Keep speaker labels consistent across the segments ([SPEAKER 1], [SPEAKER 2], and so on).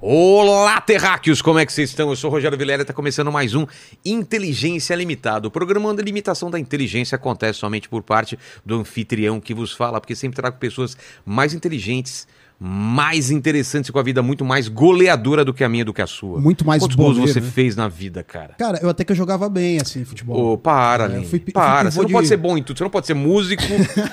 [SPEAKER 1] Olá, terráqueos! Como é que vocês estão? Eu sou o Rogério Vilela e está começando mais um Inteligência Limitada. O programa onde a limitação da inteligência acontece somente por parte do anfitrião que vos fala, porque sempre trago pessoas mais inteligentes, mais interessantes e com a vida muito mais goleadora do que a minha, do que a sua.
[SPEAKER 2] Muito mais
[SPEAKER 1] Quantos gols
[SPEAKER 2] boleiro,
[SPEAKER 1] você
[SPEAKER 2] né?
[SPEAKER 1] fez na vida, cara?
[SPEAKER 2] Cara, eu até que eu jogava bem, assim, futebol.
[SPEAKER 1] Ô, para,
[SPEAKER 2] É,
[SPEAKER 1] Lene.
[SPEAKER 2] fui pi- fui
[SPEAKER 1] para.
[SPEAKER 2] pivô
[SPEAKER 1] Você não
[SPEAKER 2] de-
[SPEAKER 1] pode ser bom em tudo. Você não pode ser músico,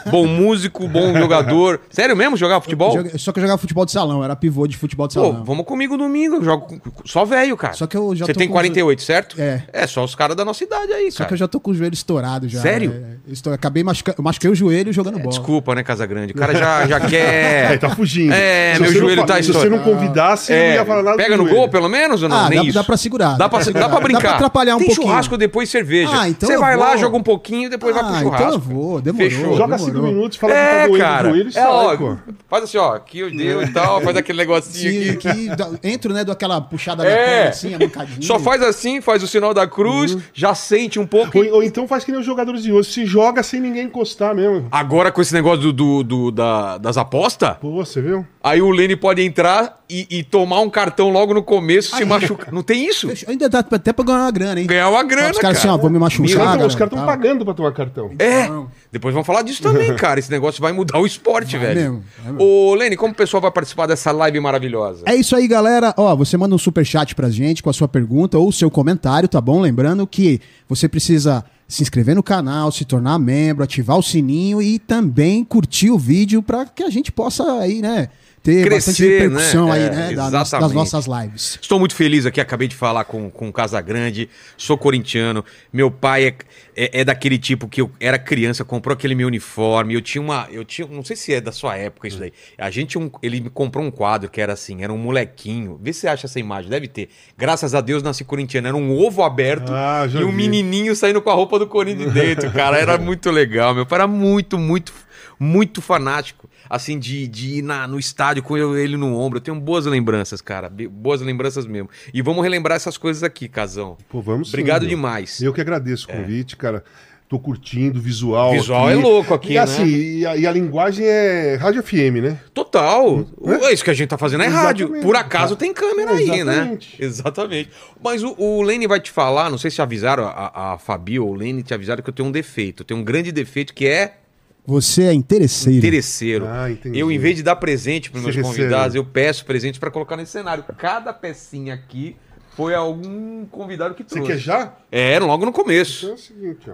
[SPEAKER 1] bom músico, bom jogador. Sério mesmo? Jogar futebol?
[SPEAKER 2] Eu joga- Só que eu jogava futebol de salão, eu era pivô de futebol de
[SPEAKER 1] Pô,
[SPEAKER 2] salão.
[SPEAKER 1] vamos comigo domingo. Eu jogo com- com- só velho, cara.
[SPEAKER 2] Só que eu já
[SPEAKER 1] Você
[SPEAKER 2] tô
[SPEAKER 1] tem
[SPEAKER 2] com-
[SPEAKER 1] 48, certo?
[SPEAKER 2] É.
[SPEAKER 1] É, só os caras da nossa idade aí,
[SPEAKER 2] Só que
[SPEAKER 1] cara.
[SPEAKER 2] eu já tô com o joelho estourado já.
[SPEAKER 1] Sério?
[SPEAKER 2] É, estou- acabei machucando. Eu machuquei o joelho jogando bola.
[SPEAKER 1] Desculpa, né, Casagrande? O cara já, já quer.
[SPEAKER 3] É, tá fugindo.
[SPEAKER 1] É, meu
[SPEAKER 3] você não
[SPEAKER 1] joelho
[SPEAKER 3] fa-
[SPEAKER 1] tá
[SPEAKER 3] Se você não
[SPEAKER 1] estourado.
[SPEAKER 3] convidasse, eu
[SPEAKER 1] É,
[SPEAKER 3] não ia falar nada
[SPEAKER 1] pega no
[SPEAKER 3] do joelho.
[SPEAKER 1] gol, pelo menos, ou não?
[SPEAKER 2] Ah,
[SPEAKER 1] Nem
[SPEAKER 2] dá,
[SPEAKER 1] isso.
[SPEAKER 2] dá pra segurar.
[SPEAKER 1] Dá pra,
[SPEAKER 2] segurar.
[SPEAKER 1] dá pra brincar.
[SPEAKER 2] Dá pra atrapalhar um
[SPEAKER 1] Tem
[SPEAKER 2] pouquinho.
[SPEAKER 1] churrasco depois cerveja.
[SPEAKER 2] Ah, então
[SPEAKER 1] Você
[SPEAKER 2] eu
[SPEAKER 1] vai lá,
[SPEAKER 2] vou.
[SPEAKER 1] joga um pouquinho e depois vai pro
[SPEAKER 2] Ah,
[SPEAKER 1] churrasco.
[SPEAKER 2] então eu vou, demorou.
[SPEAKER 1] Fechou.
[SPEAKER 3] Joga
[SPEAKER 2] Demorou.
[SPEAKER 3] 5 minutos, fala que tá
[SPEAKER 1] é,
[SPEAKER 3] doendo
[SPEAKER 1] cara.
[SPEAKER 3] o joelho e
[SPEAKER 1] é,
[SPEAKER 3] sai,
[SPEAKER 1] ó,
[SPEAKER 3] pô.
[SPEAKER 1] faz assim, ó. Aqui eu deu e tal. Faz aquele negocinho
[SPEAKER 2] Que,
[SPEAKER 1] aqui.
[SPEAKER 2] que dá- entro, né, dou aquela puxada na
[SPEAKER 1] É.
[SPEAKER 2] perna, assim, a mancadinha.
[SPEAKER 1] Só faz assim, faz o sinal da cruz,
[SPEAKER 2] Uhum.
[SPEAKER 1] já sente um pouco.
[SPEAKER 3] Ou, ou então faz que nem os jogadores de hoje, se joga sem ninguém encostar mesmo.
[SPEAKER 1] Agora com esse negócio do, do- do- da- das apostas,
[SPEAKER 3] Pô, você viu?
[SPEAKER 1] aí o Lene pode entrar e, e tomar um cartão logo no começo, se machucar. Não tem isso?
[SPEAKER 2] Fechou. Ainda dá até pra ganhar uma grana, hein?
[SPEAKER 1] Ganhar uma grana,
[SPEAKER 2] Os caras assim, ó,
[SPEAKER 1] cara.
[SPEAKER 2] vou me
[SPEAKER 3] Os
[SPEAKER 2] machucar.
[SPEAKER 3] caras tão-
[SPEAKER 2] galera,
[SPEAKER 3] os caras estão
[SPEAKER 2] tá?
[SPEAKER 3] pagando pra tomar cartão.
[SPEAKER 1] É.
[SPEAKER 2] Não.
[SPEAKER 1] Depois vamos falar disso também, cara. Esse negócio vai mudar o esporte, velho.
[SPEAKER 2] mesmo, vai mesmo.
[SPEAKER 1] Ô, Lene, como o pessoal vai participar dessa live maravilhosa?
[SPEAKER 2] É isso aí, galera. Ó, você manda um superchat pra gente com a sua pergunta ou o seu comentário, tá bom? Lembrando que você precisa se inscrever no canal, se tornar membro, ativar o sininho e também curtir o vídeo pra que a gente possa aí, né, ter bastante
[SPEAKER 1] Crescer,
[SPEAKER 2] repercussão
[SPEAKER 1] né?
[SPEAKER 2] aí,
[SPEAKER 1] É,
[SPEAKER 2] né, da- das,
[SPEAKER 1] exatamente.
[SPEAKER 2] nossas lives.
[SPEAKER 1] Estou muito feliz aqui, acabei de falar com, com o Casagrande, sou corintiano, meu pai é, é, é daquele tipo que eu era criança, comprou aquele meu uniforme, eu tinha uma, eu tinha, não sei se é da sua época isso daí, a gente, tinha um, ele me comprou um quadro que era assim, era um molequinho, vê se você acha essa imagem, deve ter, graças a Deus nasci corintiano, era um ovo aberto
[SPEAKER 3] Ah, já
[SPEAKER 1] e um
[SPEAKER 3] vi.
[SPEAKER 1] menininho saindo com a roupa do Corinthians de dentro, cara, era muito legal, meu pai era muito, muito, muito fanático, assim, de, de ir na- no estádio com eu- ele no ombro, eu tenho boas lembranças, cara, be- boas lembranças mesmo. E vamos relembrar essas coisas aqui, Casão.
[SPEAKER 3] Pô, vamos sim,
[SPEAKER 1] Obrigado
[SPEAKER 3] meu.
[SPEAKER 1] demais. É.
[SPEAKER 3] Eu que agradeço o convite, cara. Tô curtindo o visual.
[SPEAKER 1] Visual é louco aqui,
[SPEAKER 3] e, assim,
[SPEAKER 1] né?
[SPEAKER 3] E a, e a linguagem é rádio FM, né?
[SPEAKER 1] Total. É isso que a gente tá fazendo é rádio.
[SPEAKER 3] Exatamente.
[SPEAKER 1] Por acaso tem câmera aí,
[SPEAKER 3] Exatamente.
[SPEAKER 1] né? Exatamente. Mas o, o Lene vai te falar, não sei se avisaram, a, a Fabi ou o Lene te avisaram que eu tenho um defeito. Eu tenho um grande defeito que é
[SPEAKER 2] Você é interesseiro.
[SPEAKER 1] interesseiro.
[SPEAKER 3] Ah, entendi.
[SPEAKER 1] eu, em vez de dar presente para
[SPEAKER 3] Você
[SPEAKER 1] meus
[SPEAKER 3] recebe.
[SPEAKER 1] convidados, eu peço presente para colocar nesse cenário. Cada pecinha aqui foi algum convidado que
[SPEAKER 3] Você
[SPEAKER 1] trouxe.
[SPEAKER 3] quer já?
[SPEAKER 1] É, logo no
[SPEAKER 3] Então
[SPEAKER 1] começo.
[SPEAKER 3] é o seguinte, ó.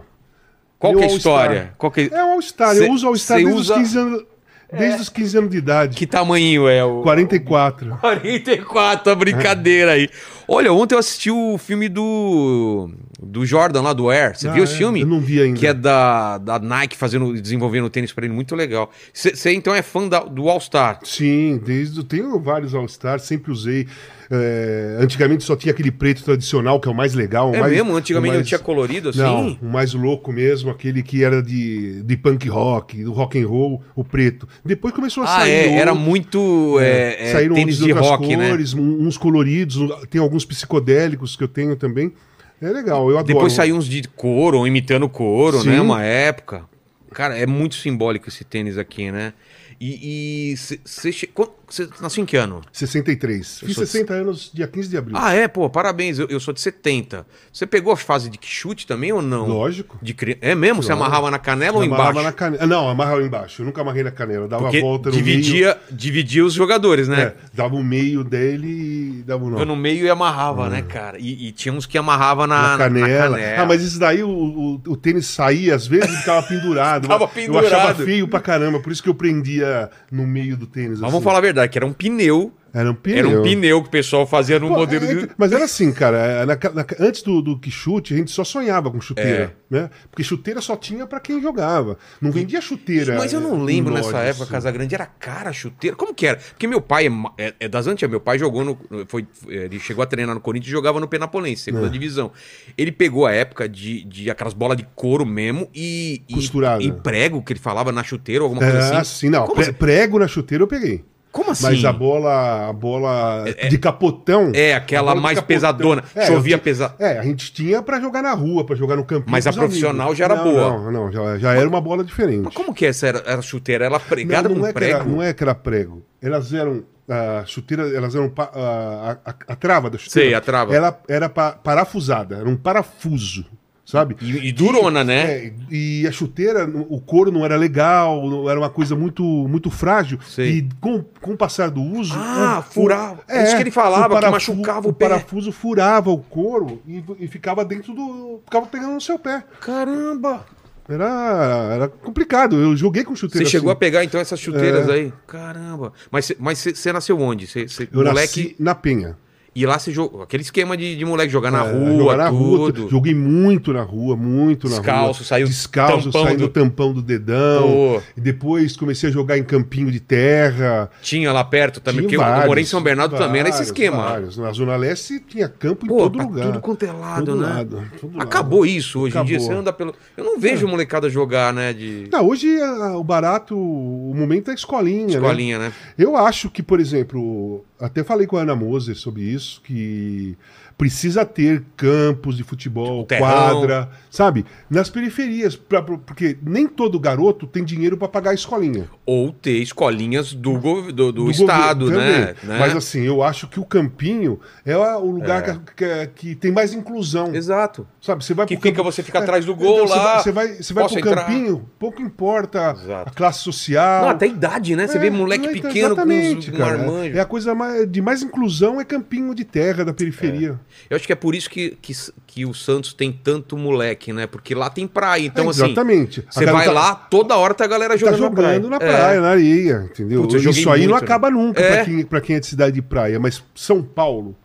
[SPEAKER 1] Qual que é a
[SPEAKER 3] Meu All-Star.
[SPEAKER 1] história? Qual que,
[SPEAKER 3] É o All-Star.
[SPEAKER 1] Cê-
[SPEAKER 3] Eu uso All-Star
[SPEAKER 1] cê
[SPEAKER 3] desde,
[SPEAKER 1] usa- É.
[SPEAKER 3] os 15 anos, desde os 15 anos de idade.
[SPEAKER 1] que tamanho é o...
[SPEAKER 3] 44.
[SPEAKER 1] 44, a brincadeira aí. Olha, ontem eu assisti o filme do do Jordan lá do Air. Você
[SPEAKER 3] Ah,
[SPEAKER 1] viu esse
[SPEAKER 3] é?
[SPEAKER 1] filme?
[SPEAKER 3] Eu não vi ainda.
[SPEAKER 1] Que é da, da Nike fazendo, desenvolvendo tênis pra ele, muito legal. Você então é fã da- do All Star?
[SPEAKER 3] Sim, desde tenho vários All-Stars, sempre usei. É, antigamente só tinha aquele preto tradicional, que é o mais legal. o
[SPEAKER 1] É
[SPEAKER 3] mais-
[SPEAKER 1] mesmo? Antigamente
[SPEAKER 3] o mais-
[SPEAKER 1] não tinha colorido assim?
[SPEAKER 3] Não, o mais louco mesmo, aquele que era de, de punk rock, do rock and roll, o preto. Depois começou a
[SPEAKER 1] Ah,
[SPEAKER 3] sair.
[SPEAKER 1] é,
[SPEAKER 3] outro-
[SPEAKER 1] era muito é, é,
[SPEAKER 3] saíram
[SPEAKER 1] tênis
[SPEAKER 3] outros
[SPEAKER 1] de
[SPEAKER 3] de outras
[SPEAKER 1] rock, né?
[SPEAKER 3] cores, um- uns coloridos, um- tem alguns psicodélicos que eu tenho também. É legal, eu adoro.
[SPEAKER 1] Depois saiu uns de couro, ou imitando couro,
[SPEAKER 3] Sim.
[SPEAKER 1] né? Uma época. Cara, é muito simbólico esse tênis aqui, né? E você nasceu em que ano?
[SPEAKER 3] Hum. 63. Fiz
[SPEAKER 1] sou de-
[SPEAKER 3] 60 anos dia 15 de abril.
[SPEAKER 1] Ah, é, pô, parabéns, eu, eu sou de 70. Você pegou a fase de chute também ou não?
[SPEAKER 3] Lógico.
[SPEAKER 1] De cri... É mesmo? Você amarrava na canela ou
[SPEAKER 3] Amarrava
[SPEAKER 1] embaixo?
[SPEAKER 3] na cane- ah, Não, amarrava embaixo. Eu nunca amarrei na canela. Dava
[SPEAKER 1] Porque
[SPEAKER 3] a volta no meio.
[SPEAKER 1] dividia, dividia os jogadores, né?
[SPEAKER 3] É, dava o meio dele e dava o nó.
[SPEAKER 1] Eu no meio e amarrava, né, cara? E, e tinha uns que amarrava na,
[SPEAKER 3] Ah. Na canela.
[SPEAKER 1] na canela.
[SPEAKER 3] Ah, mas isso daí o, o, o tênis saía às vezes e ficava pendurado.
[SPEAKER 1] Tava pendurado.
[SPEAKER 3] Eu achava feio pra caramba, por isso que eu prendia no meio do tênis. assim.
[SPEAKER 1] Mas vamos falar a verdade, que era um pneu.
[SPEAKER 3] Era um pneu.
[SPEAKER 1] Era um pneu que o pessoal fazia no
[SPEAKER 3] Pô,
[SPEAKER 1] um modelo
[SPEAKER 3] é,
[SPEAKER 1] de.
[SPEAKER 3] Mas era assim, cara. é, na ca- na ca- antes do, do que chute, a gente só sonhava com chuteira.
[SPEAKER 1] É.
[SPEAKER 3] Né? Porque chuteira só tinha pra quem jogava. Não vendia chuteira.
[SPEAKER 1] Mas eu
[SPEAKER 3] é,
[SPEAKER 1] não
[SPEAKER 3] em
[SPEAKER 1] lembro nessa
[SPEAKER 3] lojas,
[SPEAKER 1] época,
[SPEAKER 3] assim.
[SPEAKER 1] Casa Grande era cara, chuteira. Como que era? Porque meu pai é, ma- é- é das antigas, meu pai jogou no. Foi, é, ele chegou a treinar no Corinthians e jogava no Penapolense,
[SPEAKER 3] É.
[SPEAKER 1] segunda divisão. Ele pegou a época de, de aquelas bolas de couro mesmo e. e-
[SPEAKER 3] Costurada.
[SPEAKER 1] E, prego, que ele falava na chuteira, alguma coisa
[SPEAKER 3] É,
[SPEAKER 1] assim.
[SPEAKER 3] assim, não.
[SPEAKER 1] Como,
[SPEAKER 3] Pre-
[SPEAKER 1] assim?
[SPEAKER 3] Prego na chuteira eu peguei.
[SPEAKER 1] Como assim?
[SPEAKER 3] Mas a bola, a bola de capotão.
[SPEAKER 1] É, aquela
[SPEAKER 3] a bola de
[SPEAKER 1] mais
[SPEAKER 3] capotão.
[SPEAKER 1] pesadona.
[SPEAKER 3] É,
[SPEAKER 1] Chovia
[SPEAKER 3] eu ti-
[SPEAKER 1] pesado.
[SPEAKER 3] É, a gente tinha pra jogar na rua, pra jogar no campinho.
[SPEAKER 1] Mas a
[SPEAKER 3] com os
[SPEAKER 1] profissional já era
[SPEAKER 3] Não,
[SPEAKER 1] boa.
[SPEAKER 3] Não, não, já, já era uma bola diferente.
[SPEAKER 1] Mas como que essa é era, era chuteira? Era
[SPEAKER 3] Não,
[SPEAKER 1] pregada
[SPEAKER 3] não,
[SPEAKER 1] com
[SPEAKER 3] é que
[SPEAKER 1] prego?
[SPEAKER 3] era, não é que era prego. Elas eram a chuteira, elas eram pa- a, a- a trava da chuteira.
[SPEAKER 1] Sei, a trava.
[SPEAKER 3] Ela era pa- parafusada, era um parafuso, sabe?
[SPEAKER 1] E, e durona, né?
[SPEAKER 3] É, e a chuteira, o couro não era legal, não- era uma coisa muito, muito frágil.
[SPEAKER 1] Sei.
[SPEAKER 3] E com, com o passar do uso.
[SPEAKER 1] Ah,
[SPEAKER 3] o-
[SPEAKER 1] furava.
[SPEAKER 3] É,
[SPEAKER 1] Isso que ele falava,
[SPEAKER 3] o
[SPEAKER 1] que machucava o pé.
[SPEAKER 3] parafuso furava o couro e, e ficava dentro do. ficava pegando no seu pé.
[SPEAKER 1] Caramba!
[SPEAKER 3] Era, era complicado. Eu joguei com
[SPEAKER 1] Você
[SPEAKER 3] chuteira.
[SPEAKER 1] chegou a
[SPEAKER 3] assim.
[SPEAKER 1] pegar então essas chuteiras
[SPEAKER 3] É.
[SPEAKER 1] aí? Caramba! Mas você mas você- você nasceu onde? Você, você-
[SPEAKER 3] Eu
[SPEAKER 1] moleque.
[SPEAKER 3] nasci na Penha.
[SPEAKER 1] E lá você jogou. Aquele esquema de, de moleque jogar na
[SPEAKER 3] É,
[SPEAKER 1] rua,
[SPEAKER 3] jogar na rua,
[SPEAKER 1] tudo.
[SPEAKER 3] joguei muito na rua, muito na
[SPEAKER 1] Descalço,
[SPEAKER 3] rua.
[SPEAKER 1] saiu
[SPEAKER 3] descalço,
[SPEAKER 1] tampão
[SPEAKER 3] saindo
[SPEAKER 1] do-
[SPEAKER 3] do tampão do dedão.
[SPEAKER 1] Pô.
[SPEAKER 3] E depois comecei a jogar em campinho de terra.
[SPEAKER 1] Tinha lá perto também,
[SPEAKER 3] Tinha
[SPEAKER 1] porque eu
[SPEAKER 3] vários,
[SPEAKER 1] morei em São Bernardo também, era esse
[SPEAKER 3] vários,
[SPEAKER 1] esquema.
[SPEAKER 3] vários. Na Zona Leste tinha campo em
[SPEAKER 1] Pô,
[SPEAKER 3] todo
[SPEAKER 1] pra
[SPEAKER 3] lugar.
[SPEAKER 1] tudo quanto é lado,
[SPEAKER 3] Todo
[SPEAKER 1] né?
[SPEAKER 3] lado, todo lado.
[SPEAKER 1] Acabou isso hoje em dia. Você
[SPEAKER 3] Acabou. É.
[SPEAKER 1] anda pelo. Eu não vejo molecada jogar, né? De
[SPEAKER 3] Não, hoje ah, o barato, o momento é a escolinha, né?
[SPEAKER 1] escolinha, né?
[SPEAKER 3] Eu acho que, por exemplo, até falei com a Ana Moser sobre isso, que precisa ter campos de futebol,
[SPEAKER 1] Tipo, terrão.
[SPEAKER 3] quadra, sabe? Nas periferias, pra- pra- porque nem todo garoto tem dinheiro para pagar a escolinha.
[SPEAKER 1] Ou ter escolinhas do, gov- do, do
[SPEAKER 3] Do
[SPEAKER 1] estado,
[SPEAKER 3] governo
[SPEAKER 1] né?
[SPEAKER 3] também.
[SPEAKER 1] Né?
[SPEAKER 3] Mas assim, eu acho que o campinho é a- o lugar que, que- que tem mais inclusão.
[SPEAKER 1] Exato.
[SPEAKER 3] Sabe, você assim, vai
[SPEAKER 1] Que
[SPEAKER 3] pro campo-
[SPEAKER 1] fica- você fica atrás do gol
[SPEAKER 3] então, você
[SPEAKER 1] lá,
[SPEAKER 3] vai- Você vai, você vai
[SPEAKER 1] posso
[SPEAKER 3] pro
[SPEAKER 1] entrar?
[SPEAKER 3] campinho, pouco importa
[SPEAKER 1] Exato.
[SPEAKER 3] a classe social.
[SPEAKER 1] Não, até a idade, né? Você
[SPEAKER 3] É,
[SPEAKER 1] vê moleque
[SPEAKER 3] não, então,
[SPEAKER 1] pequeno com uns,
[SPEAKER 3] exatamente,
[SPEAKER 1] um
[SPEAKER 3] cara.
[SPEAKER 1] marmanjo.
[SPEAKER 3] É a coisa mais- de mais inclusão é campinho de terra da periferia.
[SPEAKER 1] Eu acho que é por isso que, que, que o Santos tem tanto moleque, né? Porque lá tem praia. Então,
[SPEAKER 3] É,
[SPEAKER 1] assim,
[SPEAKER 3] exatamente. A
[SPEAKER 1] você
[SPEAKER 3] galera
[SPEAKER 1] vai
[SPEAKER 3] tá-
[SPEAKER 1] lá, toda hora tá a galera
[SPEAKER 3] Tá
[SPEAKER 1] jogando,
[SPEAKER 3] jogando na praia,
[SPEAKER 1] É.
[SPEAKER 3] na areia, entendeu?
[SPEAKER 1] Putz, eu joguei
[SPEAKER 3] Isso aí não
[SPEAKER 1] muito,
[SPEAKER 3] acaba nunca
[SPEAKER 1] É.
[SPEAKER 3] pra quem, pra quem é de cidade de praia, mas São Paulo,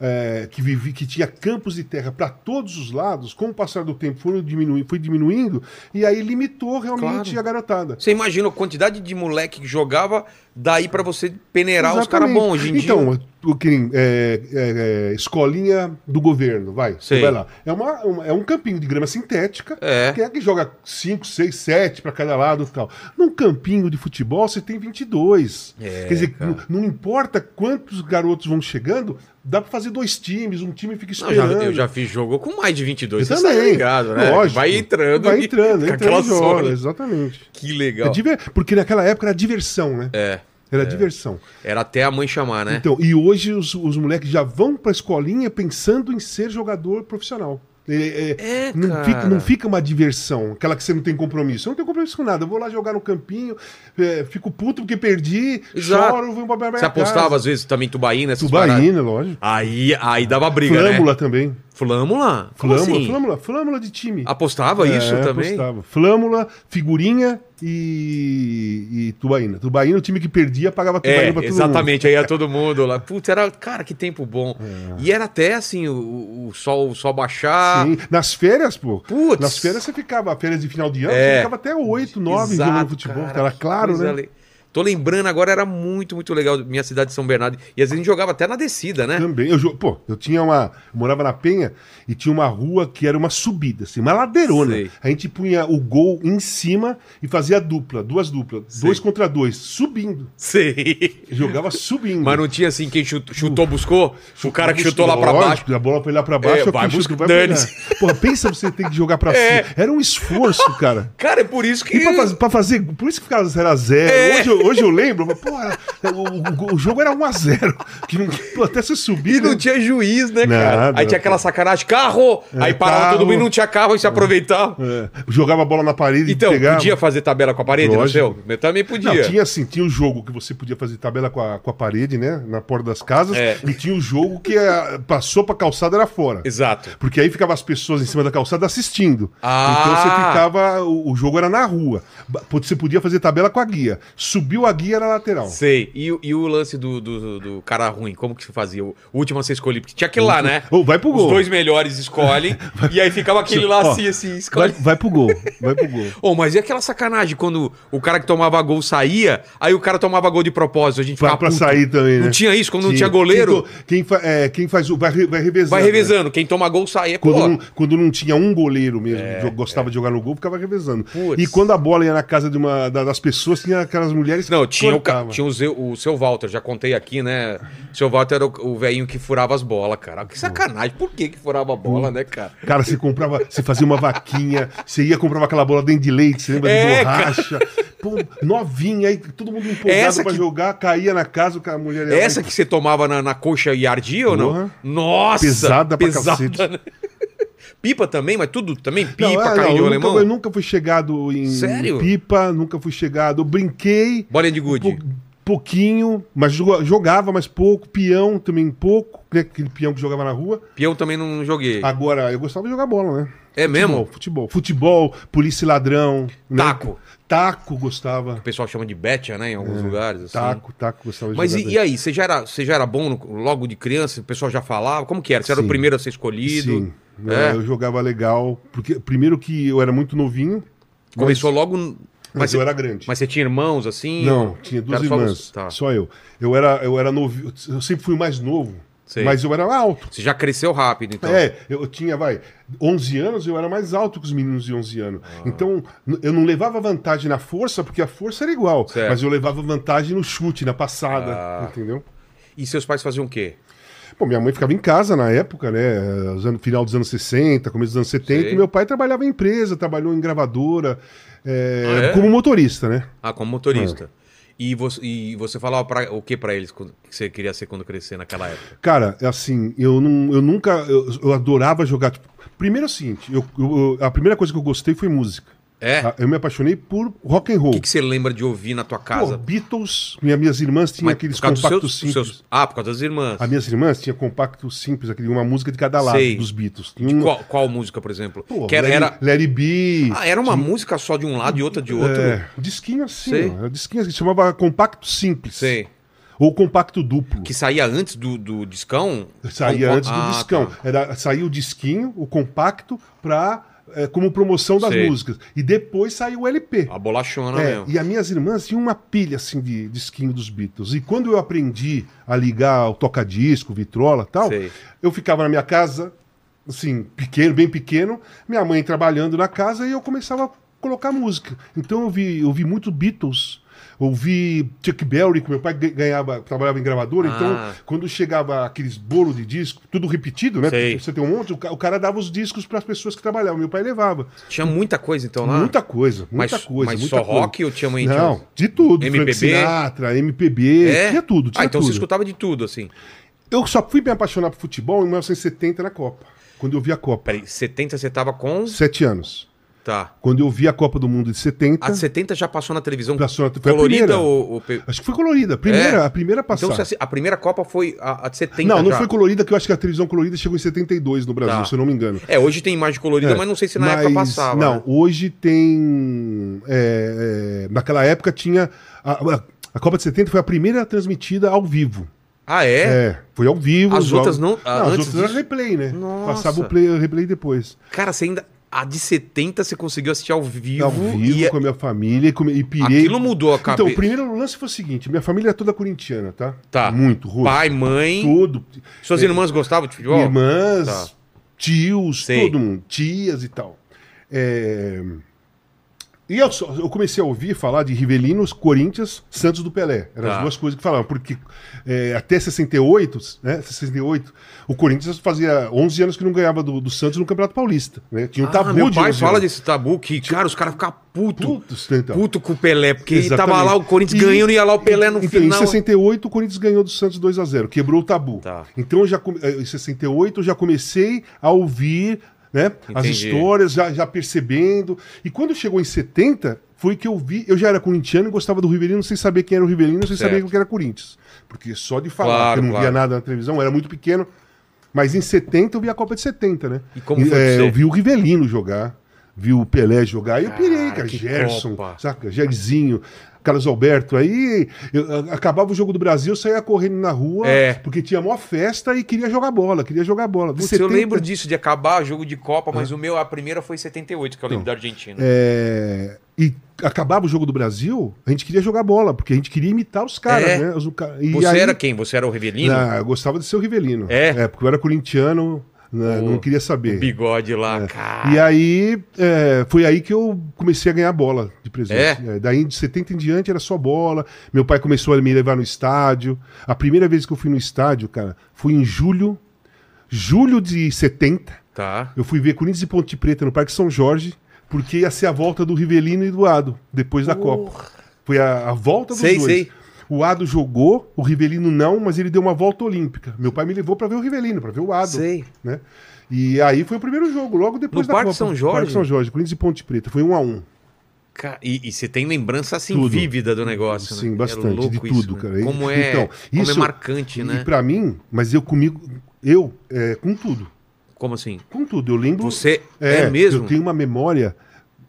[SPEAKER 3] é, que vivi, que tinha campos de terra para todos os lados, com o passar do tempo foram diminui, foi diminuindo, e aí limitou realmente
[SPEAKER 1] Claro.
[SPEAKER 3] a garotada.
[SPEAKER 1] Você imagina a quantidade de moleque que jogava, daí pra você peneirar os caras bons hoje em dia.
[SPEAKER 3] Então, o que nem, é, é, é, escolinha do governo, vai. você
[SPEAKER 1] Sei.
[SPEAKER 3] vai lá. É, uma, um- é um campinho de grama sintética.
[SPEAKER 1] É.
[SPEAKER 3] Quem é que joga 5, 6, 7 para cada lado e tal? Num campinho de futebol você tem 22.
[SPEAKER 1] É,
[SPEAKER 3] Quer dizer,
[SPEAKER 1] cara.
[SPEAKER 3] n- não importa quantos garotos vão chegando, dá para fazer dois times, um time fica
[SPEAKER 1] Não, já-
[SPEAKER 3] esperando.
[SPEAKER 1] eu já fiz jogo com mais de 22,
[SPEAKER 3] Eu
[SPEAKER 1] você tá
[SPEAKER 3] também.
[SPEAKER 1] ligado, né?
[SPEAKER 3] Lógico.
[SPEAKER 1] Vai entrando.
[SPEAKER 3] Vai
[SPEAKER 1] e-
[SPEAKER 3] entrando,
[SPEAKER 1] com
[SPEAKER 3] entra
[SPEAKER 1] aquela
[SPEAKER 3] e joga,
[SPEAKER 1] zona.
[SPEAKER 3] exatamente.
[SPEAKER 1] Que
[SPEAKER 3] É
[SPEAKER 1] legal.
[SPEAKER 3] diver- Porque naquela época era diversão, né?
[SPEAKER 1] É,
[SPEAKER 3] Era diversão.
[SPEAKER 1] era até a mãe chamar, né?
[SPEAKER 3] Então, e hoje os, os moleques já vão pra escolinha pensando em ser jogador profissional. É, é,
[SPEAKER 1] É,
[SPEAKER 3] não,
[SPEAKER 1] cara.
[SPEAKER 3] fica, não fica uma diversão, aquela que você não tem compromisso. Eu não tenho compromisso com nada. Eu vou lá jogar no campinho, é, fico puto porque perdi,
[SPEAKER 1] Exato.
[SPEAKER 3] choro, vou pra minha
[SPEAKER 1] você apostava,
[SPEAKER 3] casa.
[SPEAKER 1] às vezes, também Tubaína, essas paradas.
[SPEAKER 3] Tubaína, lógico.
[SPEAKER 1] Aí, aí dava briga,
[SPEAKER 3] Flâmula
[SPEAKER 1] né?
[SPEAKER 3] também.
[SPEAKER 1] Flâmula? Como
[SPEAKER 3] Flâmula,
[SPEAKER 1] assim?
[SPEAKER 3] flâmula, flâmula de time.
[SPEAKER 1] Apostava isso
[SPEAKER 3] É,
[SPEAKER 1] também?
[SPEAKER 3] apostava. Flâmula, figurinha e, e Tubaína. Tubaína, o time que perdia, pagava
[SPEAKER 1] É,
[SPEAKER 3] Tubaína pra todo mundo. É.
[SPEAKER 1] exatamente, aí ia todo mundo lá. Putz, era, cara, que tempo bom. E era até assim, o, o sol, o sol baixar.
[SPEAKER 3] Sim. Nas férias, pô.
[SPEAKER 1] Putz.
[SPEAKER 3] Nas férias você ficava, férias de final de ano,
[SPEAKER 1] É.
[SPEAKER 3] você ficava até 8, 9
[SPEAKER 1] Exato,
[SPEAKER 3] jogando futebol.
[SPEAKER 1] cara,
[SPEAKER 3] era
[SPEAKER 1] que
[SPEAKER 3] claro,
[SPEAKER 1] coisa
[SPEAKER 3] né?
[SPEAKER 1] le- Tô lembrando agora, era muito, muito legal minha cidade de São Bernardo. E às vezes a gente jogava até na descida, né?
[SPEAKER 3] Também. Eu, jo- pô, eu tinha uma. Eu morava na Penha e tinha uma rua que era uma subida, assim, uma ladeirona.
[SPEAKER 1] Sei.
[SPEAKER 3] A gente punha o gol em cima e fazia dupla, duas duplas, dois contra dois, subindo.
[SPEAKER 1] Sei.
[SPEAKER 3] Jogava subindo.
[SPEAKER 1] Mas não tinha assim, quem chut- chutou, buscou? O cara que chutou lá pra
[SPEAKER 3] Lógico,
[SPEAKER 1] baixo.
[SPEAKER 3] A bola foi lá pra baixo,
[SPEAKER 1] É,
[SPEAKER 3] eu
[SPEAKER 1] vai
[SPEAKER 3] chuto,
[SPEAKER 1] buscar,
[SPEAKER 3] vai pra
[SPEAKER 1] dane-se.
[SPEAKER 3] lá. Porra, pensa você ter que jogar pra
[SPEAKER 1] É.
[SPEAKER 3] cima. Era um esforço, cara.
[SPEAKER 1] Cara, é por isso que.
[SPEAKER 3] E pra, faz- pra fazer. Por isso que ficava 0x0.
[SPEAKER 1] É.
[SPEAKER 3] Hoje, eu- hoje eu lembro, mas, pô, era- o, o- o jogo era 1x0. Que não, pô, até você
[SPEAKER 1] E
[SPEAKER 3] subir.
[SPEAKER 1] não
[SPEAKER 3] Né?
[SPEAKER 1] tinha juiz, né, cara?
[SPEAKER 3] Nada, É,
[SPEAKER 1] aí tinha aquela sacanagem, carro! aí parava
[SPEAKER 3] carro.
[SPEAKER 1] todo mundo e não tinha carro, aí se aproveitava.
[SPEAKER 3] É, jogava a bola na parede
[SPEAKER 1] Então,
[SPEAKER 3] e pegava.
[SPEAKER 1] podia fazer tabela com a parede, não
[SPEAKER 3] Lógico.
[SPEAKER 1] seu? Eu também podia.
[SPEAKER 3] Não, tinha assim, tinha o jogo que você podia fazer tabela com a, com a parede, né? Na porta das casas.
[SPEAKER 1] É.
[SPEAKER 3] E tinha o jogo que é, passou pra calçada era fora.
[SPEAKER 1] Exato.
[SPEAKER 3] Porque aí ficavam as pessoas em cima da calçada assistindo.
[SPEAKER 1] Ah!
[SPEAKER 3] Então você ficava. O, o jogo era na rua. Ba- Você podia fazer tabela com a guia. Subiu a guia era lateral.
[SPEAKER 1] Sei. E, o- e o lance do, do, do cara ruim, como que se fazia? O último a ser escolhido, porque tinha aquele lá, né?
[SPEAKER 3] Ou vai pro
[SPEAKER 1] Os
[SPEAKER 3] gol.
[SPEAKER 1] dois melhores escolhem, e aí ficava aquele lá
[SPEAKER 3] Tipo, Ó,
[SPEAKER 1] assim, assim,
[SPEAKER 3] Vai,
[SPEAKER 1] escolhe.
[SPEAKER 3] vai pro gol. Vai pro gol.
[SPEAKER 1] Oh, mas e aquela sacanagem quando o cara que tomava gol saía, aí o cara tomava gol de propósito, a gente
[SPEAKER 3] Pra,
[SPEAKER 1] ficava
[SPEAKER 3] pra
[SPEAKER 1] puto.
[SPEAKER 3] sair também, né?
[SPEAKER 1] Não tinha isso, como não tinha goleiro,
[SPEAKER 3] Quem, to- quem fa- é, quem faz o. Vai, re- vai revezando.
[SPEAKER 1] vai
[SPEAKER 3] né?
[SPEAKER 1] revezando. Quem toma gol saía, pô. É,
[SPEAKER 3] Quando não, quando não tinha um goleiro mesmo, que jo- gostava de jogar no gol, ficava revezando.
[SPEAKER 1] Putz.
[SPEAKER 3] E quando a bola ia na casa de uma, da- das pessoas, tinha aquelas mulheres
[SPEAKER 1] Não, tinha, o, ca-
[SPEAKER 3] cortavam.
[SPEAKER 1] tinha os, eu- o seu Walter, já contei aqui, né? O seu Walter era o, o velhinho que furava as bolas, cara. Que sacanagem. Por que, que furava a bola, né, cara?
[SPEAKER 3] Cara, você comprava, você fazia uma vaquinha, você ia comprava aquela bola dentro de leite, você lembra
[SPEAKER 1] É,
[SPEAKER 3] de borracha? Pô, novinha, aí todo mundo empolgado
[SPEAKER 1] Essa
[SPEAKER 3] pra
[SPEAKER 1] que-
[SPEAKER 3] jogar, caía na casa, a mulher ia lá e
[SPEAKER 1] Essa que você tomava na, na coxa e ardia ou não?
[SPEAKER 3] Porra.
[SPEAKER 1] Nossa!
[SPEAKER 3] Pesada pra cacete.
[SPEAKER 1] né? Pipa também, mas tudo também?
[SPEAKER 3] Não,
[SPEAKER 1] Pipa,
[SPEAKER 3] é, não,
[SPEAKER 1] carrinho
[SPEAKER 3] eu,
[SPEAKER 1] alemão?
[SPEAKER 3] Nunca, eu nunca fui chegado em
[SPEAKER 1] Sério?
[SPEAKER 3] pipa, nunca fui chegado. Eu brinquei um
[SPEAKER 1] Bolinha de gude.
[SPEAKER 3] pou- pouquinho, mas jo- jogava, mas pouco. Peão também pouco, né? aquele peão que jogava na rua.
[SPEAKER 1] Peão também não joguei.
[SPEAKER 3] Agora, eu gostava de jogar bola, né?
[SPEAKER 1] É mesmo?
[SPEAKER 3] Futebol, futebol. Futebol, polícia e ladrão. né?
[SPEAKER 1] Taco.
[SPEAKER 3] Taco gostava.
[SPEAKER 1] O pessoal chama de betia, né? Em alguns lugares. assim.
[SPEAKER 3] É. Taco, taco gostava de
[SPEAKER 1] Mas
[SPEAKER 3] jogar
[SPEAKER 1] e,
[SPEAKER 3] bem.
[SPEAKER 1] e aí, você já, era, você já era bom no- logo de criança? O pessoal já falava? Como que era? Você era o
[SPEAKER 3] Sim.
[SPEAKER 1] primeiro a ser escolhido?
[SPEAKER 3] Sim,
[SPEAKER 1] É.
[SPEAKER 3] né, eu jogava legal. Porque, primeiro que eu era muito novinho,
[SPEAKER 1] Começou logo...
[SPEAKER 3] mas
[SPEAKER 1] Mas,
[SPEAKER 3] eu
[SPEAKER 1] você-
[SPEAKER 3] era grande.
[SPEAKER 1] mas você tinha irmãos, assim?
[SPEAKER 3] Não, tinha duas
[SPEAKER 1] Era só
[SPEAKER 3] irmãs.
[SPEAKER 1] você.
[SPEAKER 3] Só,
[SPEAKER 1] Tá.
[SPEAKER 3] eu. Eu era, eu era novo, eu sempre fui mais novo,
[SPEAKER 1] Sei.
[SPEAKER 3] mas eu era alto.
[SPEAKER 1] Você já cresceu rápido, então.
[SPEAKER 3] É, eu tinha, vai, 11 anos, eu era mais alto que os meninos de 11 anos.
[SPEAKER 1] Ah.
[SPEAKER 3] Então, n- eu não levava vantagem na força, porque a força era igual.
[SPEAKER 1] Certo.
[SPEAKER 3] Mas eu levava vantagem no chute, na passada,
[SPEAKER 1] Ah.
[SPEAKER 3] entendeu?
[SPEAKER 1] E seus pais faziam o quê?
[SPEAKER 3] Pô, minha mãe ficava em casa na época, né? os anos- Final dos anos 60, começo dos anos 70.
[SPEAKER 1] Sei.
[SPEAKER 3] E meu pai trabalhava em empresa, trabalhou em gravadora, é,
[SPEAKER 1] Ah, é?
[SPEAKER 3] como motorista, né?
[SPEAKER 1] Ah, como motorista.
[SPEAKER 3] É.
[SPEAKER 1] E, você, e você falava pra- o que pra eles quando- que você queria ser quando crescer naquela época?
[SPEAKER 3] Cara, assim, eu, não, eu nunca. Eu, eu adorava jogar. Tipo, primeiro é o seguinte, eu, eu- a primeira coisa que eu gostei foi música.
[SPEAKER 1] É?
[SPEAKER 3] Tá? Eu me apaixonei por rock and roll.
[SPEAKER 1] O que, que você lembra de ouvir na tua
[SPEAKER 3] Pô,
[SPEAKER 1] casa?
[SPEAKER 3] Beatles, minha, minhas irmãs tinham
[SPEAKER 1] Mas
[SPEAKER 3] aqueles
[SPEAKER 1] por causa dos
[SPEAKER 3] compactos
[SPEAKER 1] dos
[SPEAKER 3] simples.
[SPEAKER 1] Ah, por causa das irmãs.
[SPEAKER 3] As minhas irmãs tinham compactos simples, aquele, uma música de cada lado
[SPEAKER 1] Sei.
[SPEAKER 3] dos Beatles. Tinha
[SPEAKER 1] De
[SPEAKER 3] uma-
[SPEAKER 1] qual, qual música, por exemplo?
[SPEAKER 3] Pô,
[SPEAKER 1] que era,
[SPEAKER 3] Let,
[SPEAKER 1] era-
[SPEAKER 3] Let It Be.
[SPEAKER 1] Ah, era uma música só de um lado e outra de outro?
[SPEAKER 3] É, disquinho assim,
[SPEAKER 1] Sei.
[SPEAKER 3] ó, era disquinho assim, chamava compacto simples.
[SPEAKER 1] Sei.
[SPEAKER 3] Ou compacto duplo.
[SPEAKER 1] Que saía antes do, do discão?
[SPEAKER 3] Saía
[SPEAKER 1] Com-
[SPEAKER 3] antes do
[SPEAKER 1] Ah,
[SPEAKER 3] discão.
[SPEAKER 1] tá.
[SPEAKER 3] Era, saía o disquinho, o compacto, pra, é, como promoção das
[SPEAKER 1] Sei.
[SPEAKER 3] músicas. E depois saiu o LP.
[SPEAKER 1] A bolachona
[SPEAKER 3] É,
[SPEAKER 1] mesmo.
[SPEAKER 3] e as minhas irmãs tinham uma pilha assim de de disquinho dos Beatles. E quando eu aprendi a ligar o toca-disco, vitrola e tal,
[SPEAKER 1] Sei.
[SPEAKER 3] eu ficava na minha casa, assim, pequeno, bem pequeno, minha mãe trabalhando na casa e eu começava a colocar música. Então eu vi, eu vi muito Beatles. Ouvi Chuck Berry, que meu pai ga- ganhava, trabalhava em gravadora,
[SPEAKER 1] Ah.
[SPEAKER 3] então quando chegava aqueles bolo de disco, tudo repetido, né?
[SPEAKER 1] Sei.
[SPEAKER 3] Você tem um monte, o ca- o cara dava os discos para as pessoas que trabalhavam, meu pai levava.
[SPEAKER 1] Tinha muita coisa então lá?
[SPEAKER 3] Muita coisa, muita
[SPEAKER 1] Mas-
[SPEAKER 3] coisa.
[SPEAKER 1] mas
[SPEAKER 3] muita
[SPEAKER 1] só
[SPEAKER 3] coisa.
[SPEAKER 1] rock ou tinha uma-
[SPEAKER 3] Não, de tudo.
[SPEAKER 1] MPB?
[SPEAKER 3] Frank Sinatra, MPB,
[SPEAKER 1] É?
[SPEAKER 3] tinha tudo, tinha
[SPEAKER 1] ah, então
[SPEAKER 3] tudo.
[SPEAKER 1] você escutava de tudo, assim.
[SPEAKER 3] Eu só fui me apaixonar por futebol em 1970 na Copa, quando eu vi a Copa.
[SPEAKER 1] Peraí, 70 você tava com...
[SPEAKER 3] Sete anos.
[SPEAKER 1] Tá.
[SPEAKER 3] Quando eu vi a Copa do Mundo de 70,
[SPEAKER 1] A de 70 já passou na televisão
[SPEAKER 3] Passou na- Então.
[SPEAKER 1] Ah,
[SPEAKER 3] foi a
[SPEAKER 1] é colorida
[SPEAKER 3] primeira.
[SPEAKER 1] ou... ou pe-
[SPEAKER 3] acho que foi colorida. a Primeira,
[SPEAKER 1] É?
[SPEAKER 3] A primeira
[SPEAKER 1] Então
[SPEAKER 3] passada.
[SPEAKER 1] você assi- a primeira Copa foi a, a de 70
[SPEAKER 3] não, não
[SPEAKER 1] já.
[SPEAKER 3] foi colorida, que eu acho que a televisão colorida chegou em 72 no Brasil,
[SPEAKER 1] Tá.
[SPEAKER 3] se eu não me engano.
[SPEAKER 1] É, hoje tem imagem colorida,
[SPEAKER 3] É,
[SPEAKER 1] mas não sei se na
[SPEAKER 3] mas
[SPEAKER 1] época passava.
[SPEAKER 3] Não,
[SPEAKER 1] né?
[SPEAKER 3] hoje tem. é, é, naquela época tinha. A, a- a Copa de 70 foi a primeira transmitida ao vivo.
[SPEAKER 1] Ah, é?
[SPEAKER 3] É, foi ao vivo.
[SPEAKER 1] As
[SPEAKER 3] os
[SPEAKER 1] outras
[SPEAKER 3] jogos-
[SPEAKER 1] não- ah,
[SPEAKER 3] as
[SPEAKER 1] antes
[SPEAKER 3] outras era
[SPEAKER 1] disso?
[SPEAKER 3] replay, né?
[SPEAKER 1] Nossa.
[SPEAKER 3] Passava o play, o replay depois.
[SPEAKER 1] Cara, você ainda. A de 70 você conseguiu assistir ao vivo.
[SPEAKER 3] ao vivo
[SPEAKER 1] e é-
[SPEAKER 3] com a minha família e, com- e pirei.
[SPEAKER 1] Aquilo mudou a cabeça.
[SPEAKER 3] Então, o primeiro lance foi o seguinte: minha família é toda corintiana, tá?
[SPEAKER 1] Tá.
[SPEAKER 3] Muito, rosto,
[SPEAKER 1] Pai, mãe.
[SPEAKER 3] todo. É.
[SPEAKER 1] Suas irmãs gostavam de futebol?
[SPEAKER 3] Irmãs,
[SPEAKER 1] Tá.
[SPEAKER 3] tios,
[SPEAKER 1] Sei.
[SPEAKER 3] todo mundo, tias e tal. É, E eu, só- eu comecei a ouvir falar de Rivelinos, Corinthians, Santos do Pelé. Eram
[SPEAKER 1] Tá.
[SPEAKER 3] as duas coisas que falavam, porque é, até 68, né, 68, o Corinthians fazia 11 anos que não ganhava do, do Santos no Campeonato Paulista. né? Tinha um
[SPEAKER 1] Ah,
[SPEAKER 3] tabu
[SPEAKER 1] meu
[SPEAKER 3] de
[SPEAKER 1] pai
[SPEAKER 3] 11
[SPEAKER 1] fala
[SPEAKER 3] anos.
[SPEAKER 1] desse tabu que, cara, os caras ficam puto.
[SPEAKER 3] Putos, então.
[SPEAKER 1] Puto com o Pelé, porque ele
[SPEAKER 3] Exatamente.
[SPEAKER 1] tava lá, o Corinthians
[SPEAKER 3] E-
[SPEAKER 1] ganhando, ia lá o Pelé no
[SPEAKER 3] então,
[SPEAKER 1] final.
[SPEAKER 3] Em 68, o Corinthians ganhou do Santos 2 a 0 quebrou o tabu.
[SPEAKER 1] Tá.
[SPEAKER 3] Então, eu já, come- eh, em 68, eu já comecei a ouvir né, as
[SPEAKER 1] Entendi.
[SPEAKER 3] histórias, já, já percebendo. E quando chegou em 70, foi que eu vi. Eu já era corintiano e gostava do Rivelino sem saber quem era o Rivelino, sem
[SPEAKER 1] Certo.
[SPEAKER 3] saber que era Corinthians. Porque só de falar,
[SPEAKER 1] Claro,
[SPEAKER 3] que eu não
[SPEAKER 1] claro.
[SPEAKER 3] via nada na televisão, eu era muito pequeno. Mas em 70 eu vi a Copa de 70, né?
[SPEAKER 1] E como foi pra
[SPEAKER 3] eh,
[SPEAKER 1] você?
[SPEAKER 3] Eu vi o Rivelino jogar, vi o Pelé jogar, e eu pirei, cara.
[SPEAKER 1] que
[SPEAKER 3] Gerson,
[SPEAKER 1] Copa.
[SPEAKER 3] saca? Jairzinho, Carlos Alberto. Aí eu, a- acabava o jogo do Brasil, eu saía correndo na rua,
[SPEAKER 1] É.
[SPEAKER 3] porque tinha maior festa e queria jogar bola, queria jogar bola. De
[SPEAKER 1] Putz,
[SPEAKER 3] 70,
[SPEAKER 1] eu lembro disso, de acabar jogo de Copa, mas o meu, a primeira foi em 78, que eu lembro da Argentina.
[SPEAKER 3] Então, é, e acabava o jogo do Brasil, a gente queria jogar bola, porque a gente queria imitar os caras,
[SPEAKER 1] É.
[SPEAKER 3] né? Os- o ca- e
[SPEAKER 1] Você
[SPEAKER 3] aí-
[SPEAKER 1] era quem? Você era o Revelino?
[SPEAKER 3] Ah, eu gostava de ser o Rivelino.
[SPEAKER 1] É?
[SPEAKER 3] porque eu era corintiano. né?
[SPEAKER 1] O-
[SPEAKER 3] não queria saber.
[SPEAKER 1] Bigode lá,
[SPEAKER 3] É. E
[SPEAKER 1] cara.
[SPEAKER 3] aí, é, foi aí que eu comecei a ganhar bola de presente.
[SPEAKER 1] É?
[SPEAKER 3] É, daí, de 70 em diante, era só bola. Meu pai começou a me levar no estádio. A primeira vez que eu fui no estádio, cara, foi em julho. Julho de 70.
[SPEAKER 1] Tá.
[SPEAKER 3] Eu fui ver Corinthians e Ponte Preta no Parque São Jorge, porque ia ser a volta do Rivelino e do Ado, depois da Copa. Foi a, a volta dos
[SPEAKER 1] Uh. Sei,
[SPEAKER 3] dois.
[SPEAKER 1] sei.
[SPEAKER 3] O Ado jogou, o Rivelino não, mas ele deu uma volta olímpica. Meu pai me levou pra ver o Rivelino, pra ver o Ado.
[SPEAKER 1] Sei.
[SPEAKER 3] Né? E aí foi o primeiro jogo, logo depois
[SPEAKER 1] No
[SPEAKER 3] da
[SPEAKER 1] Parque
[SPEAKER 3] Copa.
[SPEAKER 1] São Jorge?
[SPEAKER 3] Parque São Jorge, Corinthians e Ponte Preta. Foi um a um.
[SPEAKER 1] Ca- E, e você tem lembrança assim
[SPEAKER 3] Tudo.
[SPEAKER 1] vívida do negócio, né?
[SPEAKER 3] Sim, bastante, de tudo,
[SPEAKER 1] né?
[SPEAKER 3] cara. E-
[SPEAKER 1] Como é,
[SPEAKER 3] então,
[SPEAKER 1] como é
[SPEAKER 3] isso-
[SPEAKER 1] marcante, né?
[SPEAKER 3] E pra mim, mas eu comigo, eu, é, com tudo.
[SPEAKER 1] Como assim?
[SPEAKER 3] Com tudo. Eu lembro.
[SPEAKER 1] Você é, mesmo
[SPEAKER 3] Eu tenho uma memória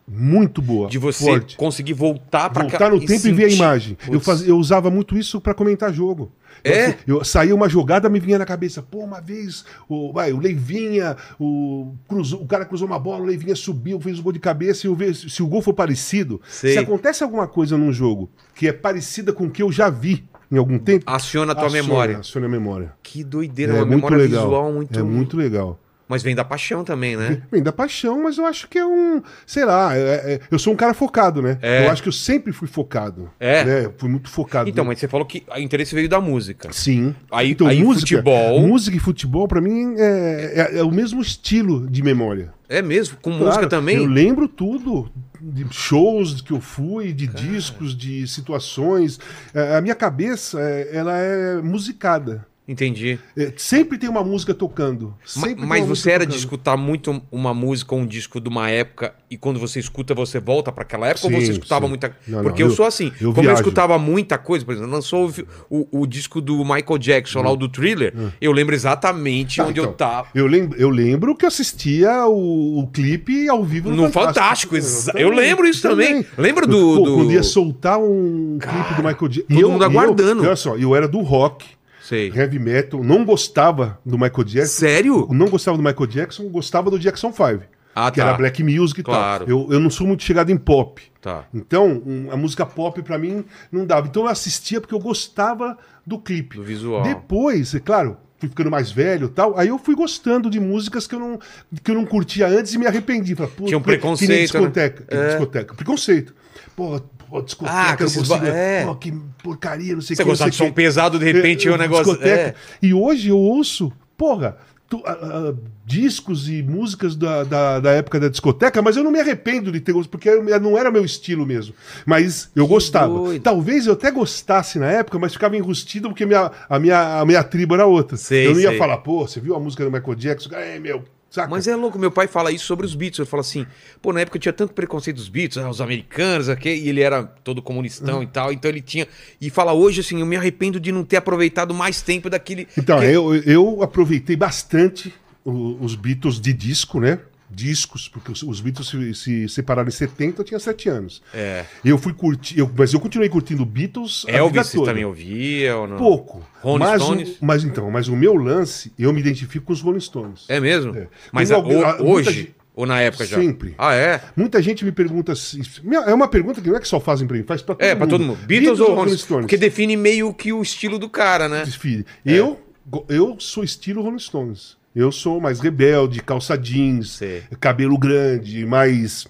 [SPEAKER 3] muito boa.
[SPEAKER 1] de você
[SPEAKER 3] forte.
[SPEAKER 1] conseguir voltar Ah, pra
[SPEAKER 3] voltar
[SPEAKER 1] cá
[SPEAKER 3] no tempo e ver a
[SPEAKER 1] sentir-
[SPEAKER 3] imagem. Eu,
[SPEAKER 1] Putz,
[SPEAKER 3] faz- eu usava muito isso pra comentar jogo. Então, assim,
[SPEAKER 1] É?
[SPEAKER 3] Eu, eu saía uma jogada, me vinha na cabeça, pô, uma vez o, vai, o Leivinha, o, cruzou- o cara cruzou uma bola, o Leivinha subiu, fez o gol de cabeça, e eu vejo- se o gol for parecido,
[SPEAKER 1] Sei.
[SPEAKER 3] se acontece alguma coisa num jogo que é parecida com o que eu já vi em algum tempo,
[SPEAKER 1] Aciona a tua
[SPEAKER 3] aciona-
[SPEAKER 1] memória.
[SPEAKER 3] Aciona a memória.
[SPEAKER 1] Que doideira, uma memória visual muito...
[SPEAKER 3] É muito legal.
[SPEAKER 1] Mas vem da paixão também, né?
[SPEAKER 3] Vem da paixão, mas eu acho que é um. Sei lá, é- é- eu sou um cara focado, né?
[SPEAKER 1] É.
[SPEAKER 3] Eu acho que eu sempre fui focado.
[SPEAKER 1] É.
[SPEAKER 3] né? Eu fui muito focado.
[SPEAKER 1] Então, mas você falou que o interesse veio da música.
[SPEAKER 3] Sim. Então,
[SPEAKER 1] Aí- aí futebol.
[SPEAKER 3] Música e futebol, pra mim, é, é- é o mesmo estilo de memória.
[SPEAKER 1] É mesmo? Com música
[SPEAKER 3] Claro,
[SPEAKER 1] também?
[SPEAKER 3] Eu lembro tudo. De shows que eu fui, de discos, de situações. É, A minha cabeça, é- ela é musicada.
[SPEAKER 1] Entendi.
[SPEAKER 3] É, sempre tem uma música tocando.
[SPEAKER 1] Ma-
[SPEAKER 3] Sempre tem
[SPEAKER 1] mas
[SPEAKER 3] uma
[SPEAKER 1] você
[SPEAKER 3] música
[SPEAKER 1] era de
[SPEAKER 3] tocando.
[SPEAKER 1] escutar muito uma música ou um disco de uma época e quando você escuta você volta pra aquela época ou
[SPEAKER 3] Sim,
[SPEAKER 1] você escutava
[SPEAKER 3] sim.
[SPEAKER 1] muita
[SPEAKER 3] Não, não,
[SPEAKER 1] porque eu,
[SPEAKER 3] eu-
[SPEAKER 1] sou assim
[SPEAKER 3] eu
[SPEAKER 1] como eu
[SPEAKER 3] viajo.
[SPEAKER 1] escutava muita coisa por exemplo lançou o vi- o, o disco do Michael Jackson lá o do Thriller eu lembro exatamente
[SPEAKER 3] Tá,
[SPEAKER 1] onde eu
[SPEAKER 3] Hum. então,
[SPEAKER 1] tava
[SPEAKER 3] Eu lembro, eu lembro que eu assistia o, o clipe ao vivo
[SPEAKER 1] No Fantástico, exa- eu lembro isso também. Lembro do-
[SPEAKER 3] Pô,
[SPEAKER 1] do-
[SPEAKER 3] Quando ia soltar um clipe do Michael Jackson.
[SPEAKER 1] todo mundo aguardando.
[SPEAKER 3] Eu, olha só, eu era do rock,
[SPEAKER 1] sei
[SPEAKER 3] heavy metal, não gostava do Michael Jackson.
[SPEAKER 1] sério
[SPEAKER 3] Não gostava do Michael Jackson, gostava do Jackson 5.
[SPEAKER 1] ah
[SPEAKER 3] que era black music e
[SPEAKER 1] Claro.
[SPEAKER 3] tal. Eu, eu não sou muito chegado em pop.
[SPEAKER 1] tá
[SPEAKER 3] Então, um- a música pop pra mim não dava. Então eu assistia porque eu gostava do clipe.
[SPEAKER 1] Do visual.
[SPEAKER 3] Depois, é claro, fui ficando mais velho e tal, aí eu fui gostando de músicas que eu não, que eu não curtia antes e me arrependi. Falei, pô,
[SPEAKER 1] Tinha um
[SPEAKER 3] que- Que nem
[SPEAKER 1] preconceito, É.
[SPEAKER 3] discoteca. que nem discoteca. Preconceito. Pô, pô discoteca,
[SPEAKER 1] Ah, que
[SPEAKER 3] eu
[SPEAKER 1] esses
[SPEAKER 3] consigo-
[SPEAKER 1] ba- é.
[SPEAKER 3] pô, que porcaria, não sei
[SPEAKER 1] você
[SPEAKER 3] o que. não
[SPEAKER 1] gostava de
[SPEAKER 3] sei o
[SPEAKER 1] som
[SPEAKER 3] que.
[SPEAKER 1] pesado de repente é,
[SPEAKER 3] É,
[SPEAKER 1] o
[SPEAKER 3] é,
[SPEAKER 1] negócio é.
[SPEAKER 3] discoteca. E hoje eu ouço, porra, tu- ah, ah, discos e músicas da, da, da época da discoteca, mas eu não me arrependo de ter gostado, porque eu- não era meu estilo mesmo. Mas eu gostava.
[SPEAKER 1] doido.
[SPEAKER 3] Talvez eu até gostasse na época, mas ficava enrustido porque minha, a, minha, a minha tribo era outra.
[SPEAKER 1] Sei,
[SPEAKER 3] eu não ia
[SPEAKER 1] sei.
[SPEAKER 3] falar, pô, você viu a música do Michael Jackson? É, meu, saca?
[SPEAKER 1] Mas é louco, meu pai fala isso sobre os Beatles. Ele fala assim, pô, na época eu tinha tanto preconceito dos Beatles, ah, os americanos, aqui, e ele era todo
[SPEAKER 3] Hum.
[SPEAKER 1] comunistão e tal, então ele tinha. E fala hoje assim, eu me arrependo de não ter aproveitado mais tempo daquele.
[SPEAKER 3] Então,
[SPEAKER 1] é Porque-
[SPEAKER 3] eu, eu aproveitei bastante o- os Beatles de disco, né? Discos, porque os, os Beatles se, se separaram em 70, eu tinha 7 anos.
[SPEAKER 1] É.
[SPEAKER 3] Eu fui curtir, eu- mas eu continuei curtindo Beatles. a vida
[SPEAKER 1] Elvis você
[SPEAKER 3] toda.
[SPEAKER 1] também ouvia ou não?
[SPEAKER 3] Pouco.
[SPEAKER 1] Rolling
[SPEAKER 3] mas, o-
[SPEAKER 1] Stones?
[SPEAKER 3] mas então, mas o meu lance, eu me identifico com os Rolling Stones.
[SPEAKER 1] É mesmo?
[SPEAKER 3] É.
[SPEAKER 1] Mas
[SPEAKER 3] Tem
[SPEAKER 1] a-
[SPEAKER 3] alguém-
[SPEAKER 1] o-
[SPEAKER 3] a- muita
[SPEAKER 1] hoje?
[SPEAKER 3] gente-
[SPEAKER 1] Ou na época já?
[SPEAKER 3] Sempre.
[SPEAKER 1] Ah, é?
[SPEAKER 3] Muita gente me pergunta se. se- minha- É uma pergunta que não é que só fazem pra mim, faz pra todo
[SPEAKER 1] É,
[SPEAKER 3] mundo.
[SPEAKER 1] pra todo mundo. Beatles, ou Rolling Stones? Porque define meio que o estilo do cara, né?
[SPEAKER 3] Filho, eu, go- eu sou estilo Rolling Stones. Eu sou mais rebelde, calça jeans,
[SPEAKER 1] Sei.
[SPEAKER 3] cabelo grande, mais.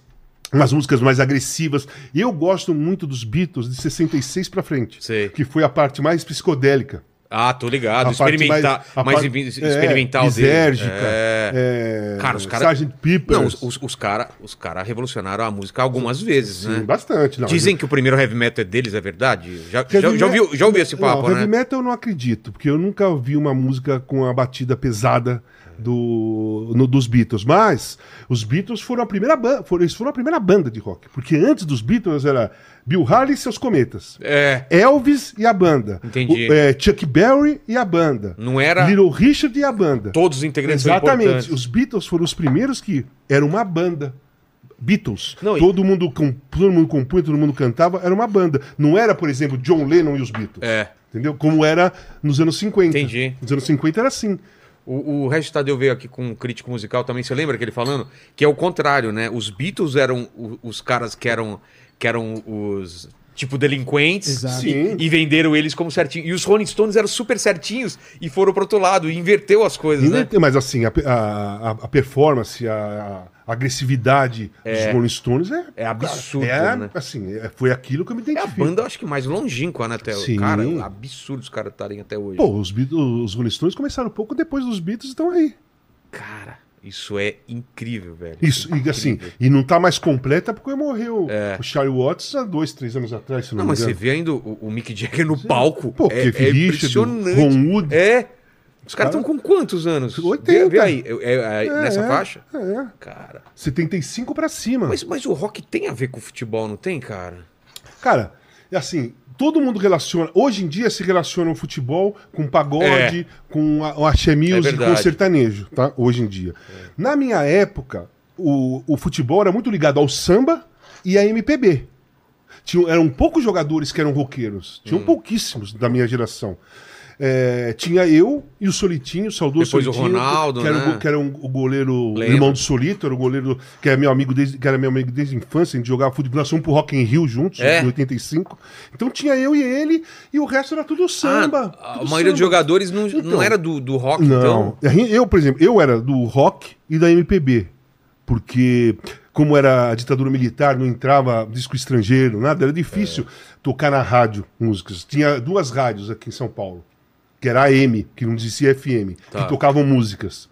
[SPEAKER 3] Umas músicas mais agressivas. Eu gosto muito dos Beatles de 66 pra frente.
[SPEAKER 1] Sei.
[SPEAKER 3] Que foi a parte mais psicodélica.
[SPEAKER 1] Ah, tô ligado.
[SPEAKER 3] A parte
[SPEAKER 1] Experimentar,
[SPEAKER 3] a
[SPEAKER 1] mais,
[SPEAKER 3] parte-
[SPEAKER 1] experimental
[SPEAKER 3] é,
[SPEAKER 1] dele.
[SPEAKER 3] Lisérgica.
[SPEAKER 1] É.
[SPEAKER 3] É,
[SPEAKER 1] Cara, os caras-
[SPEAKER 3] Sgt. Pepper.
[SPEAKER 1] Não, os, os, os caras os cara revolucionaram a música algumas vezes,
[SPEAKER 3] Sim,
[SPEAKER 1] né?
[SPEAKER 3] Bastante. Não,
[SPEAKER 1] Dizem que o primeiro heavy metal é deles, é verdade? Já, já,
[SPEAKER 3] Heavy
[SPEAKER 1] já,
[SPEAKER 3] me-
[SPEAKER 1] ouviu, já ouviu esse papo,
[SPEAKER 3] não,
[SPEAKER 1] né?
[SPEAKER 3] Heavy metal eu não acredito, porque eu nunca ouvi uma música com a batida pesada do, no- dos Beatles. Mas os Beatles foram a primeira banda, foram, eles foram a primeira banda de rock. Porque antes dos Beatles era Bill Haley e seus cometas.
[SPEAKER 1] É,
[SPEAKER 3] Elvis e a banda.
[SPEAKER 1] Entendi.
[SPEAKER 3] O- é, Chuck Berry e a banda.
[SPEAKER 1] não era
[SPEAKER 3] Little Richard e a banda.
[SPEAKER 1] todos os integrantes são
[SPEAKER 3] Exatamente.
[SPEAKER 1] importantes.
[SPEAKER 3] Os Beatles foram os primeiros que era uma banda. Beatles.
[SPEAKER 1] Não, e-
[SPEAKER 3] todo, mundo, com- todo mundo compunha, todo mundo cantava, era uma banda. Não era, por exemplo, John Lennon e os Beatles.
[SPEAKER 1] É.
[SPEAKER 3] Entendeu? Como era nos anos 50.
[SPEAKER 1] Entendi.
[SPEAKER 3] Nos anos 50 era assim.
[SPEAKER 1] O, o Regis Tadeu veio aqui com um crítico musical também, você lembra que ele falando? Que é o contrário, né? Os Beatles eram o- os caras que eram, que eram os tipo delinquentes,
[SPEAKER 2] Exato.
[SPEAKER 1] E,
[SPEAKER 3] Sim.
[SPEAKER 1] e venderam eles como certinhos. E os Rolling Stones eram super certinhos e foram pro outro lado, e inverteu as coisas,
[SPEAKER 3] E
[SPEAKER 1] né?
[SPEAKER 3] nem tem- Mas assim, a, a- a- a performance, a, a agressividade dos Rolling Stones é,
[SPEAKER 1] É absurdo,
[SPEAKER 3] é,
[SPEAKER 1] né?
[SPEAKER 3] assim, é- foi aquilo que eu me
[SPEAKER 1] É a
[SPEAKER 3] identifico.
[SPEAKER 1] banda, eu acho que mais longínqua, né, até
[SPEAKER 3] Sim.
[SPEAKER 1] Cara, é absurdo os caras estarem até hoje.
[SPEAKER 3] Pô, os, Beatles- os Rolling Stones começaram um pouco depois dos Beatles, estão aí.
[SPEAKER 1] Cara, isso é incrível, velho.
[SPEAKER 3] Isso, e
[SPEAKER 1] Ah, Incrível. É.
[SPEAKER 3] assim, e não tá mais completa porque morreu o Charlie Watts há dois, três anos atrás, se não,
[SPEAKER 1] Não,
[SPEAKER 3] me
[SPEAKER 1] mas você
[SPEAKER 3] engano.
[SPEAKER 1] vê ainda o, o Mick Jagger no palco.
[SPEAKER 3] Pô,
[SPEAKER 1] é,
[SPEAKER 3] Cliff
[SPEAKER 1] é
[SPEAKER 3] Richard,
[SPEAKER 1] impressionante.
[SPEAKER 3] Ron Wood.
[SPEAKER 1] É. Os caras
[SPEAKER 3] Cara-
[SPEAKER 1] estão com quantos anos?
[SPEAKER 3] 80.
[SPEAKER 1] Vê, vê aí, é- é- é nessa
[SPEAKER 3] É,
[SPEAKER 1] faixa?
[SPEAKER 3] É,
[SPEAKER 1] Cara.
[SPEAKER 3] 75 pra cima.
[SPEAKER 1] Mas, mas o rock tem a ver com o futebol, não tem, cara?
[SPEAKER 3] Cara, é assim, todo mundo relaciona. Hoje em dia se relaciona o futebol com pagode, com a- o axé music, com o
[SPEAKER 1] É. verdade. É.
[SPEAKER 3] sertanejo, tá? Hoje em dia. Na minha época, o, o futebol era muito ligado ao samba e à MPB. Tinha, eram poucos jogadores que eram roqueiros.
[SPEAKER 1] Hum.
[SPEAKER 3] Tinham pouquíssimos da minha geração. É, tinha eu e o Solitinho, o saudoso
[SPEAKER 1] Depois o
[SPEAKER 3] Solitinho,
[SPEAKER 1] Ronaldo,
[SPEAKER 3] que era, o
[SPEAKER 1] né?
[SPEAKER 3] go- que era um- o goleiro,
[SPEAKER 1] Lembro.
[SPEAKER 3] irmão do Solito, era o goleiro que era meu amigo desde, que era meu amigo desde a infância, a gente jogava futebol, nós fomos pro Rock in Rio juntos,
[SPEAKER 1] É?
[SPEAKER 3] em 85. Então tinha eu e ele, e o resto era tudo samba.
[SPEAKER 1] Ah, a
[SPEAKER 3] tudo
[SPEAKER 1] maioria
[SPEAKER 3] samba.
[SPEAKER 1] dos jogadores não, não
[SPEAKER 3] Então.
[SPEAKER 1] era do, do rock,
[SPEAKER 3] Não,
[SPEAKER 1] então.
[SPEAKER 3] eu, por exemplo, eu era do rock e da MPB, porque como era a ditadura militar, não entrava disco estrangeiro, nada, era difícil
[SPEAKER 1] É.
[SPEAKER 3] tocar na rádio músicas. Tinha duas rádios aqui em São Paulo, que era a AM, que não dizia FM,
[SPEAKER 1] Tá.
[SPEAKER 3] que tocavam músicas.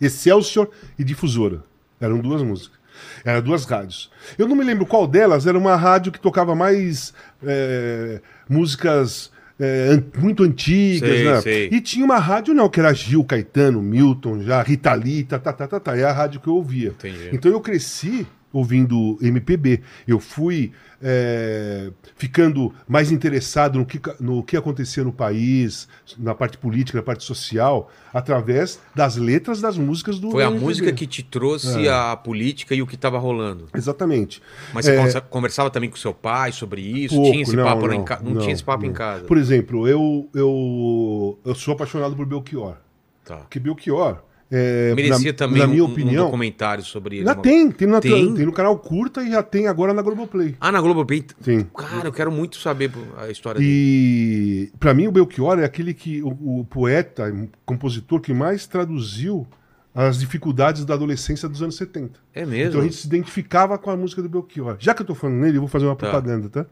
[SPEAKER 3] Excelsior e Difusora. Eram duas músicas. Eram duas rádios. Eu não me lembro qual delas, era uma rádio que tocava mais é, músicas é, an- muito antigas,
[SPEAKER 1] Sei,
[SPEAKER 3] né?
[SPEAKER 1] sei.
[SPEAKER 3] E tinha uma rádio, não, que era Gil, Caetano, Milton, já, Rita Lee, tá, tá, tá, tá, tá. É a rádio que eu ouvia.
[SPEAKER 1] Entendi.
[SPEAKER 3] Então eu cresci ouvindo MPB. Eu fui é, ficando mais interessado no que, ca- no que acontecia no país, na parte política, na parte social, através das letras das músicas do.
[SPEAKER 1] Foi a
[SPEAKER 3] MPB.
[SPEAKER 1] música que te
[SPEAKER 3] É.
[SPEAKER 1] trouxe a política e o que tava rolando.
[SPEAKER 3] Exatamente.
[SPEAKER 1] Mas você
[SPEAKER 3] É.
[SPEAKER 1] conversa- conversava também com seu pai sobre isso?
[SPEAKER 3] Pouco,
[SPEAKER 1] tinha esse
[SPEAKER 3] não,
[SPEAKER 1] papo lá
[SPEAKER 3] não,
[SPEAKER 1] em casa? Não,
[SPEAKER 3] não,
[SPEAKER 1] tinha esse papo em
[SPEAKER 3] não.
[SPEAKER 1] casa.
[SPEAKER 3] Por exemplo, eu, eu, eu sou apaixonado por Belchior.
[SPEAKER 1] Tá.
[SPEAKER 3] Porque Belchior. É,
[SPEAKER 1] Merecia
[SPEAKER 3] na,
[SPEAKER 1] também
[SPEAKER 3] na
[SPEAKER 1] um-
[SPEAKER 3] minha
[SPEAKER 1] um,
[SPEAKER 3] opinião.
[SPEAKER 1] comentário sobre ele. é
[SPEAKER 3] já
[SPEAKER 1] uma-
[SPEAKER 3] tem, tem, na,
[SPEAKER 1] Tem?
[SPEAKER 3] tem? no canal Curta e já tem agora na Globoplay.
[SPEAKER 1] Ah, na Globo Play.
[SPEAKER 3] Tem.
[SPEAKER 1] Cara, eu quero muito saber a história dele.
[SPEAKER 3] E para mim o Belchior é aquele que o, o poeta, e compositor que mais traduziu as dificuldades da adolescência dos anos 70.
[SPEAKER 1] É
[SPEAKER 3] Então
[SPEAKER 1] mesmo?
[SPEAKER 3] a gente se identificava com a música do Belchior. Já que eu tô falando nele, eu vou fazer uma
[SPEAKER 1] Tá.
[SPEAKER 3] propaganda, tá?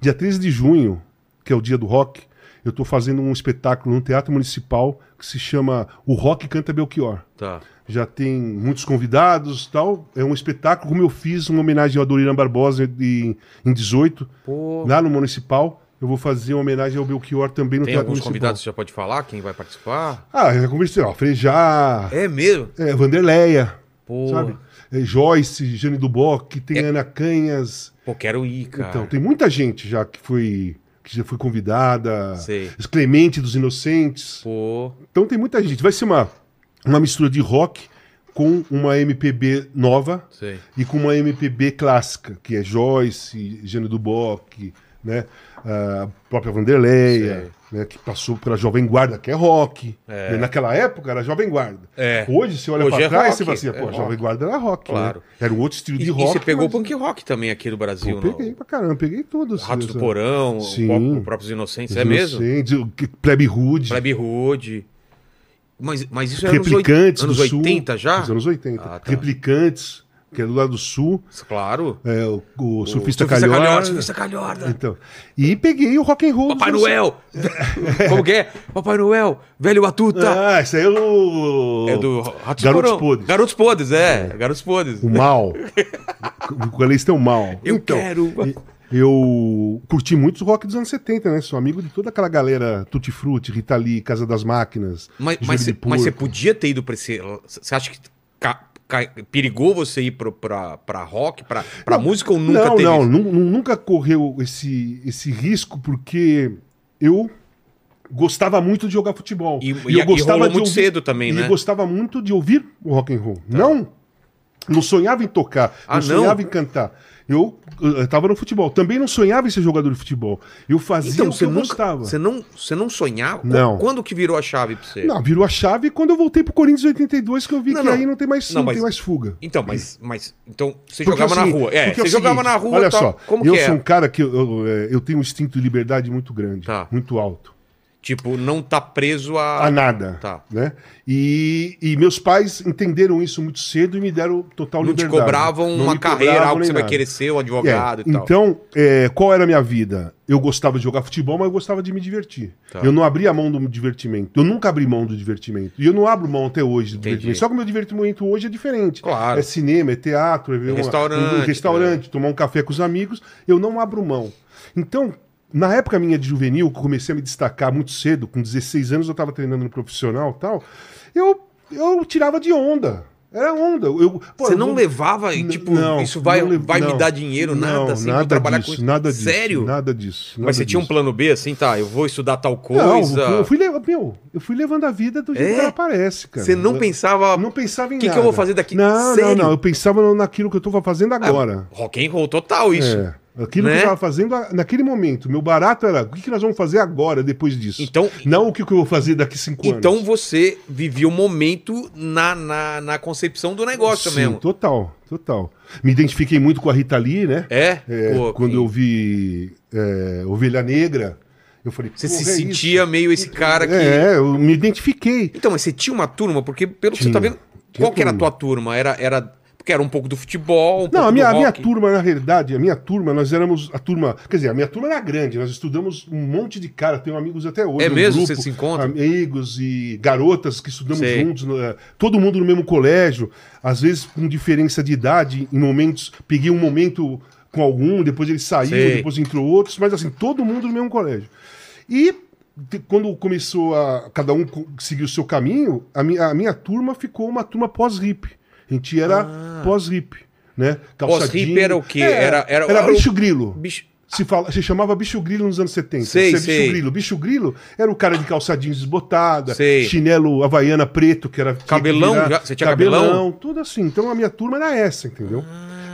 [SPEAKER 3] Dia 13 de junho, que é o dia do rock, eu tô fazendo um espetáculo no Teatro Municipal que se chama O Rock Canta Belchior.
[SPEAKER 1] Tá.
[SPEAKER 3] Já tem muitos convidados tal. É um espetáculo como eu fiz uma homenagem ao Adoniran Barbosa em, em 18,
[SPEAKER 1] Pô,
[SPEAKER 3] lá no Municipal. Eu vou fazer uma homenagem ao Belchior também no
[SPEAKER 1] tem
[SPEAKER 3] Teatro
[SPEAKER 1] alguns
[SPEAKER 3] Municipal.
[SPEAKER 1] convidados que você já pode falar? Quem vai participar?
[SPEAKER 3] Ah, eu já conversei, ó, Frejá,
[SPEAKER 1] É mesmo?
[SPEAKER 3] é, Vanderleia,
[SPEAKER 1] Pô,
[SPEAKER 3] sabe? É, Joyce, Jane Duboc, tem Ana Canhas.
[SPEAKER 1] pô quero ir, cara.
[SPEAKER 3] Então, tem muita gente já que foi que já foi convidada.
[SPEAKER 1] Sei.
[SPEAKER 3] Clemente dos Inocentes.
[SPEAKER 1] Pô,
[SPEAKER 3] Então tem muita gente. Vai ser uma, uma mistura de rock com uma MPB nova
[SPEAKER 1] sei.
[SPEAKER 3] e com uma MPB clássica, que é Joyce, Jane Duboc, né? A própria Vanderleia, né? que passou pela Jovem Guarda, que é rock. né? Naquela época era Jovem Guarda.
[SPEAKER 1] É.
[SPEAKER 3] Hoje você olha
[SPEAKER 1] Hoje
[SPEAKER 3] pra
[SPEAKER 1] é
[SPEAKER 3] trás
[SPEAKER 1] rock,
[SPEAKER 3] e você fala assim,
[SPEAKER 1] é
[SPEAKER 3] pô,
[SPEAKER 1] rock.
[SPEAKER 3] Jovem Guarda era rock.
[SPEAKER 1] Claro.
[SPEAKER 3] Né? Era um outro estilo
[SPEAKER 1] E, e
[SPEAKER 3] de rock.
[SPEAKER 1] você pegou o
[SPEAKER 3] mas-
[SPEAKER 1] punk rock também aqui do Brasil,
[SPEAKER 3] Pô,
[SPEAKER 1] não?
[SPEAKER 3] peguei pra caramba, peguei tudo. assim,
[SPEAKER 1] Ratos do
[SPEAKER 3] essa-
[SPEAKER 1] Porão,
[SPEAKER 3] Sim.
[SPEAKER 1] o próprio- o próprios Inocentes, é mesmo?
[SPEAKER 3] Inocentes, o que- Plebe Hood,
[SPEAKER 1] Plebe Hood. Mas, mas isso era nos oit-
[SPEAKER 3] Replicantes
[SPEAKER 1] anos
[SPEAKER 3] do Sul.
[SPEAKER 1] 80 já?
[SPEAKER 3] Os anos 80.
[SPEAKER 1] Ah, tá.
[SPEAKER 3] Replicantes, que é do lado do sul.
[SPEAKER 1] Claro.
[SPEAKER 3] É, o, o surfista,
[SPEAKER 1] Sofista
[SPEAKER 3] Calhorda.
[SPEAKER 1] Sofista Calhorda.
[SPEAKER 3] Então, e peguei o rock and roll. dos
[SPEAKER 1] Papai
[SPEAKER 3] anos-
[SPEAKER 1] Noel. Como que é? Papai Noel, velho Batuta.
[SPEAKER 3] Ah, esse aí é o...
[SPEAKER 1] É do Ratos
[SPEAKER 3] Garotos
[SPEAKER 1] Porão.
[SPEAKER 3] Podres.
[SPEAKER 1] Garotos Podres, é. Garotos Podres.
[SPEAKER 3] O mal. o Galisteu mal. Então,
[SPEAKER 1] Eu quero.
[SPEAKER 3] e- Eu curti muito o rock dos anos 70, né? Sou amigo de toda aquela galera Tutti Frutti, Rita Lee, Casa das Máquinas,
[SPEAKER 1] Mas,
[SPEAKER 3] Joelho
[SPEAKER 1] mas,
[SPEAKER 3] de
[SPEAKER 1] cê- mas você
[SPEAKER 3] Porco.
[SPEAKER 1] podia ter ido pra esse. Você acha que ca- ca- perigou você ir pro, pra, pra rock, pra, pra música ou nunca
[SPEAKER 3] não,
[SPEAKER 1] teve?
[SPEAKER 3] Não,
[SPEAKER 1] isso?
[SPEAKER 3] nu- nu- nunca correu esse, esse risco, porque eu gostava muito de jogar futebol.
[SPEAKER 1] E- e- e rolou muito cedo também,
[SPEAKER 3] e
[SPEAKER 1] né? Tá.
[SPEAKER 3] eu gostava muito de ouvir o rock and roll. Não Não sonhava em tocar,
[SPEAKER 1] Ah,
[SPEAKER 3] não
[SPEAKER 1] não?
[SPEAKER 3] sonhava em cantar. Eu, eu tava no futebol. Também não sonhava em ser jogador de futebol. Eu fazia
[SPEAKER 1] Então,
[SPEAKER 3] o que
[SPEAKER 1] você
[SPEAKER 3] eu
[SPEAKER 1] nunca,
[SPEAKER 3] gostava.
[SPEAKER 1] você não, você não sonhava?
[SPEAKER 3] Não.
[SPEAKER 1] Quando que virou a chave pra você?
[SPEAKER 3] Não, virou a chave quando eu voltei pro Corinthians em 82, que eu vi
[SPEAKER 1] Não,
[SPEAKER 3] que
[SPEAKER 1] não.
[SPEAKER 3] aí não tem mais, não,
[SPEAKER 1] Não, mas-
[SPEAKER 3] tem mais fuga.
[SPEAKER 1] Então, mas, mas então você
[SPEAKER 3] Porque
[SPEAKER 1] jogava
[SPEAKER 3] é o
[SPEAKER 1] na
[SPEAKER 3] seguinte-
[SPEAKER 1] rua. É,
[SPEAKER 3] porque
[SPEAKER 1] você
[SPEAKER 3] é o
[SPEAKER 1] jogava
[SPEAKER 3] seguinte,
[SPEAKER 1] na rua.
[SPEAKER 3] Olha
[SPEAKER 1] tal.
[SPEAKER 3] só,
[SPEAKER 1] como
[SPEAKER 3] eu
[SPEAKER 1] que
[SPEAKER 3] sou
[SPEAKER 1] é?
[SPEAKER 3] um cara que eu, eu, é, eu tenho um instinto de liberdade muito grande,
[SPEAKER 1] Tá.
[SPEAKER 3] muito alto,
[SPEAKER 1] Tipo, não tá preso a.
[SPEAKER 3] a nada,
[SPEAKER 1] Tá.
[SPEAKER 3] né? E, e meus pais entenderam isso muito cedo e me deram total
[SPEAKER 1] não te
[SPEAKER 3] liberdade.
[SPEAKER 1] cobravam
[SPEAKER 3] Não
[SPEAKER 1] uma
[SPEAKER 3] me
[SPEAKER 1] carreira,
[SPEAKER 3] cobravam
[SPEAKER 1] algo que
[SPEAKER 3] nem
[SPEAKER 1] você vai
[SPEAKER 3] nada.
[SPEAKER 1] querer ser, um
[SPEAKER 3] É,
[SPEAKER 1] advogado e tal.
[SPEAKER 3] Então, é, qual era a minha vida? Eu gostava de jogar futebol, mas eu gostava de me divertir.
[SPEAKER 1] Tá.
[SPEAKER 3] Eu não abria mão do divertimento. Eu nunca abri mão do divertimento. E eu não abro mão até hoje do
[SPEAKER 1] Entendi.
[SPEAKER 3] divertimento. Só que o meu divertimento hoje é diferente.
[SPEAKER 1] Claro.
[SPEAKER 3] É cinema, é teatro, é ver uma-
[SPEAKER 1] Restaurante, é.
[SPEAKER 3] um restaurante, tomar um café com os amigos. Eu não abro mão. Então, na época minha de juvenil, que eu comecei a me destacar muito cedo, com 16 anos eu estava treinando no profissional e tal, eu, eu tirava de onda. Era onda. Eu, pô,
[SPEAKER 1] você
[SPEAKER 3] eu
[SPEAKER 1] não
[SPEAKER 3] vou-
[SPEAKER 1] levava, e,
[SPEAKER 3] N-
[SPEAKER 1] tipo,
[SPEAKER 3] não,
[SPEAKER 1] isso vai,
[SPEAKER 3] não lev-
[SPEAKER 1] vai
[SPEAKER 3] não.
[SPEAKER 1] me dar dinheiro,
[SPEAKER 3] Não,
[SPEAKER 1] nada, assim, vou
[SPEAKER 3] nada
[SPEAKER 1] trabalhar
[SPEAKER 3] disso,
[SPEAKER 1] com isso.
[SPEAKER 3] Nada disso,
[SPEAKER 1] Sério?
[SPEAKER 3] Nada disso. nada
[SPEAKER 1] Mas você tinha um
[SPEAKER 3] disso.
[SPEAKER 1] plano B, assim, tá, eu vou estudar tal
[SPEAKER 3] Não, eu
[SPEAKER 1] coisa.
[SPEAKER 3] fui- eu fui, le- meu, eu fui levando a vida do jeito
[SPEAKER 1] É?
[SPEAKER 3] que ela aparece, cara.
[SPEAKER 1] Você não
[SPEAKER 3] Eu-
[SPEAKER 1] pensava.
[SPEAKER 3] não pensava em
[SPEAKER 1] "Que que eu
[SPEAKER 3] nada.
[SPEAKER 1] vou fazer daqui?"
[SPEAKER 3] Não,
[SPEAKER 1] Sério?
[SPEAKER 3] não, não. Eu pensava no- naquilo que eu tava fazendo agora.
[SPEAKER 1] Rock and roll total, isso.
[SPEAKER 3] É, aquilo que
[SPEAKER 1] Né?
[SPEAKER 3] eu tava fazendo a- naquele momento. Meu barato era o que, que nós vamos fazer agora, depois disso.
[SPEAKER 1] Então-
[SPEAKER 3] não o que, que eu vou fazer daqui cinco
[SPEAKER 1] Então
[SPEAKER 3] anos.
[SPEAKER 1] você vivia o momento na, na, na concepção do negócio
[SPEAKER 3] Sim,
[SPEAKER 1] mesmo.
[SPEAKER 3] Total, total. Me identifiquei muito com a Rita Lee, né?
[SPEAKER 1] É?
[SPEAKER 3] É,
[SPEAKER 1] Pô,
[SPEAKER 3] quando eu vi é, Ovelha Negra, eu falei.
[SPEAKER 1] Você
[SPEAKER 3] "Porra,
[SPEAKER 1] se
[SPEAKER 3] é isso?"
[SPEAKER 1] sentia meio esse cara que.
[SPEAKER 3] É, eu me identifiquei.
[SPEAKER 1] Então, mas você tinha uma turma, porque pelo que você tá
[SPEAKER 3] Tinha.
[SPEAKER 1] vendo.
[SPEAKER 3] Tinha
[SPEAKER 1] qual que era a
[SPEAKER 3] turma.
[SPEAKER 1] tua turma? Era, era. Porque era um pouco do futebol. Um
[SPEAKER 3] Não,
[SPEAKER 1] pouco
[SPEAKER 3] a minha,
[SPEAKER 1] do
[SPEAKER 3] a minha
[SPEAKER 1] rock.
[SPEAKER 3] turma, na realidade, a minha turma, nós éramos a turma. Quer dizer, a minha turma era grande, nós estudamos um monte de cara, tenho amigos até hoje.
[SPEAKER 1] É
[SPEAKER 3] no
[SPEAKER 1] mesmo? Vocês se encontram?
[SPEAKER 3] Amigos e garotas que estudamos
[SPEAKER 1] Sei.
[SPEAKER 3] juntos, no- eh, todo mundo no mesmo colégio, às vezes com diferença de idade, em momentos. Peguei um momento com algum, depois ele saiu,
[SPEAKER 1] Sei.
[SPEAKER 3] depois entrou outros, mas assim, todo mundo no mesmo colégio. E. te- Quando começou a. Cada um co- seguir o seu caminho, a minha, a minha turma ficou uma turma pós-hip. A gente era pós-hip, né?
[SPEAKER 1] Pós-hip
[SPEAKER 3] calçadinho.
[SPEAKER 1] Ah. era o quê?
[SPEAKER 3] É,
[SPEAKER 1] Era-
[SPEAKER 3] era
[SPEAKER 1] era- era o-
[SPEAKER 3] bicho grilo.
[SPEAKER 1] Bicho.
[SPEAKER 3] Se, fala, se chamava bicho grilo nos anos 70.
[SPEAKER 1] Sei,
[SPEAKER 3] Isso é bicho
[SPEAKER 1] sei.
[SPEAKER 3] grilo. Bicho grilo era o cara de calçadinho desbotada,
[SPEAKER 1] Sei.
[SPEAKER 3] chinelo havaiana preto, que era. tinha que
[SPEAKER 1] Cabelão?
[SPEAKER 3] virar,
[SPEAKER 1] Já- você tinha cabelão? Ah.
[SPEAKER 3] Tudo assim. Então a minha turma era essa, entendeu?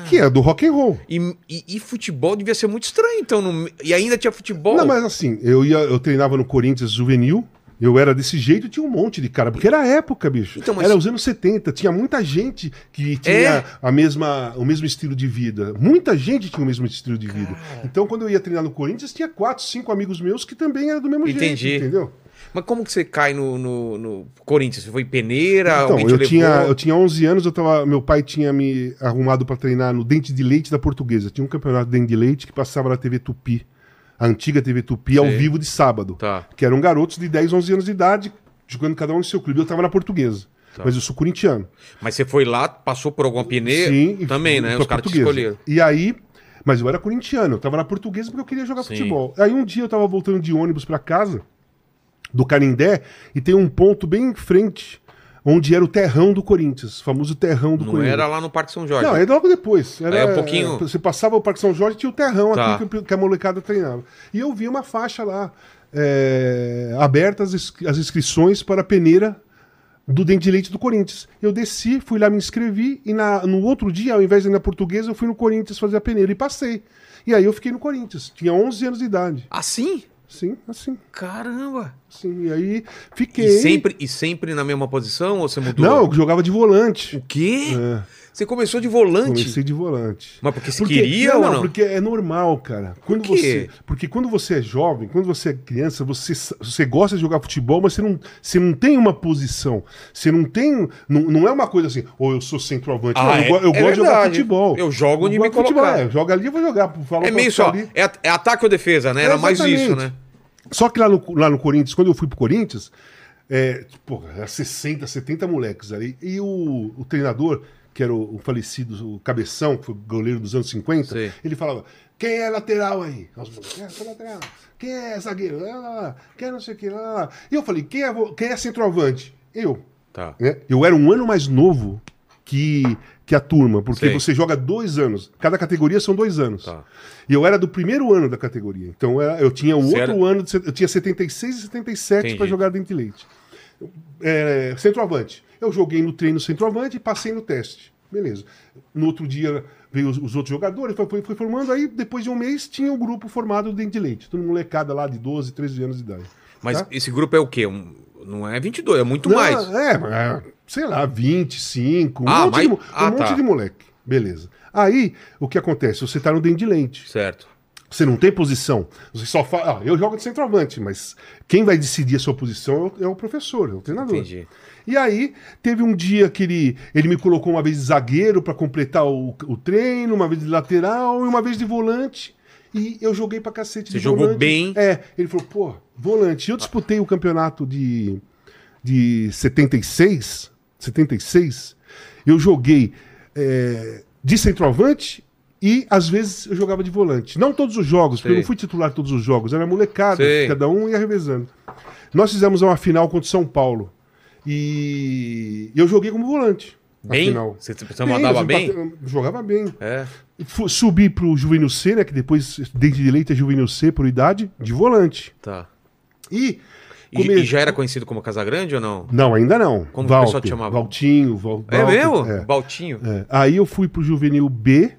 [SPEAKER 3] Que é do rock and roll.
[SPEAKER 1] E, e- e futebol devia ser muito estranho, então. não- E ainda tinha futebol.
[SPEAKER 3] Não, mas assim, eu ia, eu treinava no Corinthians juvenil. Eu era desse jeito, tinha um monte de cara, porque era a época, bicho.
[SPEAKER 1] Então, mas-
[SPEAKER 3] Era os anos 70, tinha muita gente que tinha
[SPEAKER 1] É?
[SPEAKER 3] a mesma, o mesmo estilo de vida. Muita gente tinha o mesmo estilo de vida. Então, quando eu ia treinar no Corinthians, tinha quatro, cinco amigos meus que também eram do mesmo
[SPEAKER 1] Entendi.
[SPEAKER 3] jeito, entendeu?
[SPEAKER 1] Mas como que você cai no, no, no Corinthians? Você foi em peneira?
[SPEAKER 3] Então,
[SPEAKER 1] Ah, alguém
[SPEAKER 3] eu
[SPEAKER 1] te levou?
[SPEAKER 3] tinha, eu tinha 11 anos, eu tava, meu pai tinha me arrumado pra treinar no Dente de Leite da Portuguesa. Tinha um campeonato de Dente de Leite que passava na TV Tupi, a antiga TV Tupi, ao
[SPEAKER 1] Sei.
[SPEAKER 3] vivo de sábado.
[SPEAKER 1] Tá.
[SPEAKER 3] Que eram garotos de 10, 11 anos de idade, jogando cada um no seu clube. Eu tava na Portuguesa,
[SPEAKER 1] Tá.
[SPEAKER 3] mas eu sou corintiano.
[SPEAKER 1] Mas você foi lá, passou por alguma peneira?
[SPEAKER 3] e
[SPEAKER 1] Também, né?
[SPEAKER 3] pra
[SPEAKER 1] Os caras te
[SPEAKER 3] Portuguesa.
[SPEAKER 1] escolheram.
[SPEAKER 3] E aí, mas eu era corintiano, eu tava na Portuguesa porque eu queria jogar
[SPEAKER 1] Sim.
[SPEAKER 3] futebol. Aí um dia eu tava voltando de ônibus pra casa, do Canindé, e tem um ponto bem em frente, onde era o terrão do Corinthians, o famoso terrão do
[SPEAKER 1] Não
[SPEAKER 3] Corinthians.
[SPEAKER 1] era lá no Parque São Jorge.
[SPEAKER 3] Não, é logo depois. Era,
[SPEAKER 1] Aí é um pouquinho-
[SPEAKER 3] Você passava o Parque São Jorge e tinha o terrão
[SPEAKER 1] Tá.
[SPEAKER 3] aqui que, que a molecada treinava. E eu vi uma faixa lá, é, aberta as, inscri- as inscrições para a peneira do Dente de Leite do Corinthians. Eu desci, fui lá, me inscrevi e na- no outro dia, ao invés de ir na portuguesa, eu fui no Corinthians fazer a peneira e passei. E aí eu fiquei no Corinthians. Tinha 11 anos de idade.
[SPEAKER 1] Assim?
[SPEAKER 3] Sim, assim,
[SPEAKER 1] Caramba!
[SPEAKER 3] sim. E aí fiquei...
[SPEAKER 1] E sempre, e sempre na mesma posição ou você mudou?
[SPEAKER 3] Não, eu jogava de volante.
[SPEAKER 1] O quê?
[SPEAKER 3] É.
[SPEAKER 1] Você começou de volante?
[SPEAKER 3] Comecei de volante.
[SPEAKER 1] Mas porque você queria
[SPEAKER 3] não,
[SPEAKER 1] ou não?
[SPEAKER 3] Porque é normal, cara. Quando
[SPEAKER 1] Por quê?
[SPEAKER 3] você, porque quando você é jovem, quando você é criança, você, você gosta de jogar futebol, mas você não, você não tem uma posição. Você não tem. Não, não é uma coisa assim, ou eu sou centroavante.
[SPEAKER 1] Ah,
[SPEAKER 3] não, tipo, eu
[SPEAKER 1] é-
[SPEAKER 3] go- eu
[SPEAKER 1] é
[SPEAKER 3] gosto de jogar
[SPEAKER 1] verdade.
[SPEAKER 3] futebol.
[SPEAKER 1] Eu jogo onde
[SPEAKER 3] Eu
[SPEAKER 1] me
[SPEAKER 3] gosto de futebol,
[SPEAKER 1] colocar.
[SPEAKER 3] É, joga ali, eu vou jogar. Fala
[SPEAKER 1] É
[SPEAKER 3] pra
[SPEAKER 1] meio
[SPEAKER 3] ficar
[SPEAKER 1] só.
[SPEAKER 3] ali.
[SPEAKER 1] É, é ataque ou defesa, né? Era mais
[SPEAKER 3] Exatamente.
[SPEAKER 1] isso, né?
[SPEAKER 3] Só que lá no, lá no Corinthians, quando eu fui pro Corinthians, é, porra, era 60, 70 moleques ali. E o, o treinador, que era o, o falecido o Cabeção, que foi goleiro dos anos 50,
[SPEAKER 1] Sei.
[SPEAKER 3] ele falava: quem é lateral aí? Aí os moleques, "É, sou lateral. Quem é zagueiro? Lá, lá, lá. Quem é não sei o que? Lá, lá, lá." E eu falei: quem é, vo- quem é centroavante? Eu.
[SPEAKER 1] Tá.
[SPEAKER 3] né? Eu era um ano mais novo que, que a turma, porque
[SPEAKER 1] Sei.
[SPEAKER 3] você joga dois anos. Cada categoria são dois anos.
[SPEAKER 1] Tá.
[SPEAKER 3] E eu era do primeiro ano da categoria. Então eu, era- eu tinha o
[SPEAKER 1] Você
[SPEAKER 3] outro
[SPEAKER 1] era-
[SPEAKER 3] ano, de se- eu tinha 76 e 77
[SPEAKER 1] Entendi.
[SPEAKER 3] para jogar dentro de leite. É, centroavante. Eu joguei no treino centroavante e passei no teste. Beleza. No outro dia veio os, os outros jogadores, foi, foi, foi formando, aí depois de um mês tinha o grupo formado do Dente de Leite, todo molecada lá de 12, 13 anos de idade.
[SPEAKER 1] Mas
[SPEAKER 3] tá?
[SPEAKER 1] esse grupo é o quê? Um- não é 22, é muito
[SPEAKER 3] Não,
[SPEAKER 1] mais.
[SPEAKER 3] É, mas, é, sei lá, 25, um,
[SPEAKER 1] Ah,
[SPEAKER 3] monte,
[SPEAKER 1] mas-
[SPEAKER 3] de, mo- um
[SPEAKER 1] ah,
[SPEAKER 3] monte
[SPEAKER 1] tá.
[SPEAKER 3] de moleque. Beleza. Aí, o que acontece? Você tá no dente de lente.
[SPEAKER 1] Certo.
[SPEAKER 3] Você não tem posição. Você só fala. Ah, eu jogo de centroavante, mas quem vai decidir a sua posição é o, é o professor, é o treinador.
[SPEAKER 1] Entendi.
[SPEAKER 3] E aí, teve um dia que ele, ele me colocou uma vez de zagueiro para completar o, o treino, uma vez de lateral e uma vez de volante. E eu joguei pra cacete
[SPEAKER 1] Você
[SPEAKER 3] de
[SPEAKER 1] jogou
[SPEAKER 3] volante.
[SPEAKER 1] bem.
[SPEAKER 3] É. Ele falou, pô, volante. Eu disputei o campeonato de, de 76. 76. Eu joguei é, de centroavante e às vezes eu jogava de volante. Não todos os jogos, porque eu
[SPEAKER 1] Sei.
[SPEAKER 3] não fui titular todos os jogos. Era molecada,
[SPEAKER 1] Sei.
[SPEAKER 3] cada um ia revezando. Nós fizemos uma final contra o São Paulo. E eu joguei como volante. a
[SPEAKER 1] Bem?
[SPEAKER 3] final.
[SPEAKER 1] Você- você mandava
[SPEAKER 3] eu empate- eu Jogava bem.
[SPEAKER 1] É.
[SPEAKER 3] Fu- Subi pro Juvenil C, né? Que depois, dentro de leite, é Juvenil C por idade, de volante.
[SPEAKER 1] Tá.
[SPEAKER 3] E.
[SPEAKER 1] E,
[SPEAKER 3] come-
[SPEAKER 1] e já era conhecido como Casagrande ou não?
[SPEAKER 3] Não, ainda não.
[SPEAKER 1] Como que o
[SPEAKER 3] Walter,
[SPEAKER 1] pessoal te chamava?
[SPEAKER 3] Valtinho, Val...
[SPEAKER 1] É
[SPEAKER 3] Walter,
[SPEAKER 1] mesmo?
[SPEAKER 3] é.
[SPEAKER 1] Baltinho.
[SPEAKER 3] É. Aí eu fui pro Juvenil B,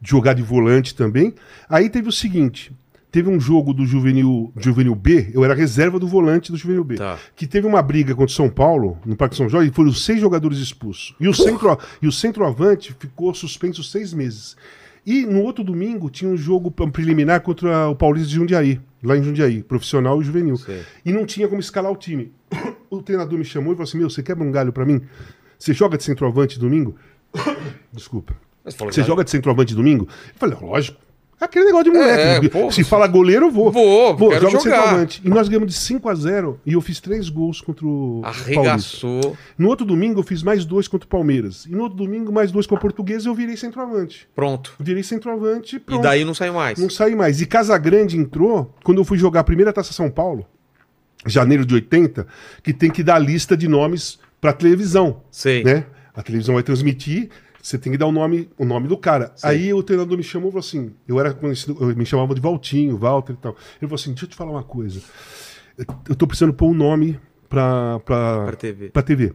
[SPEAKER 3] jogar de volante também. Aí teve o seguinte: teve um jogo do Juvenil, Juvenil B, eu era reserva do volante do Juvenil B.
[SPEAKER 1] Tá.
[SPEAKER 3] Que teve uma briga contra o São Paulo, no Parque São Jorge, e foram seis jogadores expulsos. E o, centro, e o centroavante ficou suspenso seis meses. E no outro domingo tinha um jogo pre- preliminar contra o Paulista de Jundiaí, lá em Jundiaí, profissional e juvenil.
[SPEAKER 1] Sei.
[SPEAKER 3] E não tinha como escalar o time. O treinador me chamou e falou assim: Meu, você quebra um galho pra mim? Você joga de centroavante domingo? Desculpa.
[SPEAKER 1] Mas falou
[SPEAKER 3] Você
[SPEAKER 1] que-
[SPEAKER 3] joga de centroavante domingo? Eu falei, lógico. É Aquele negócio de
[SPEAKER 1] É,
[SPEAKER 3] moleque.
[SPEAKER 1] é, porra,
[SPEAKER 3] Se fala goleiro, eu vou.
[SPEAKER 1] Vou, quero
[SPEAKER 3] joga de
[SPEAKER 1] jogar.
[SPEAKER 3] centroavante. E nós ganhamos de 5 a 0 e eu fiz três gols contra o Paulista.
[SPEAKER 1] Arregaçou.
[SPEAKER 3] No outro domingo eu fiz mais dois contra o Palmeiras. E no outro domingo mais dois com a Portuguesa e eu virei centroavante.
[SPEAKER 1] Pronto.
[SPEAKER 3] Eu virei centroavante
[SPEAKER 1] E
[SPEAKER 3] pronto.
[SPEAKER 1] daí não saiu mais.
[SPEAKER 3] Não saí mais. E Casagrande entrou quando eu fui jogar a primeira Taça São Paulo, janeiro de 80, que tem que dar a lista de nomes pra televisão.
[SPEAKER 1] Sei.
[SPEAKER 3] Né? A televisão vai transmitir, você tem que dar o nome, o nome do cara. Aí o treinador me chamou e falou assim: eu era conhecido, eu me chamava de Valtinho, Walter e tal. Ele falou assim: deixa eu te falar uma coisa. Eu tô precisando pôr um nome pra, pra,
[SPEAKER 1] Pra TV.
[SPEAKER 3] pra TV.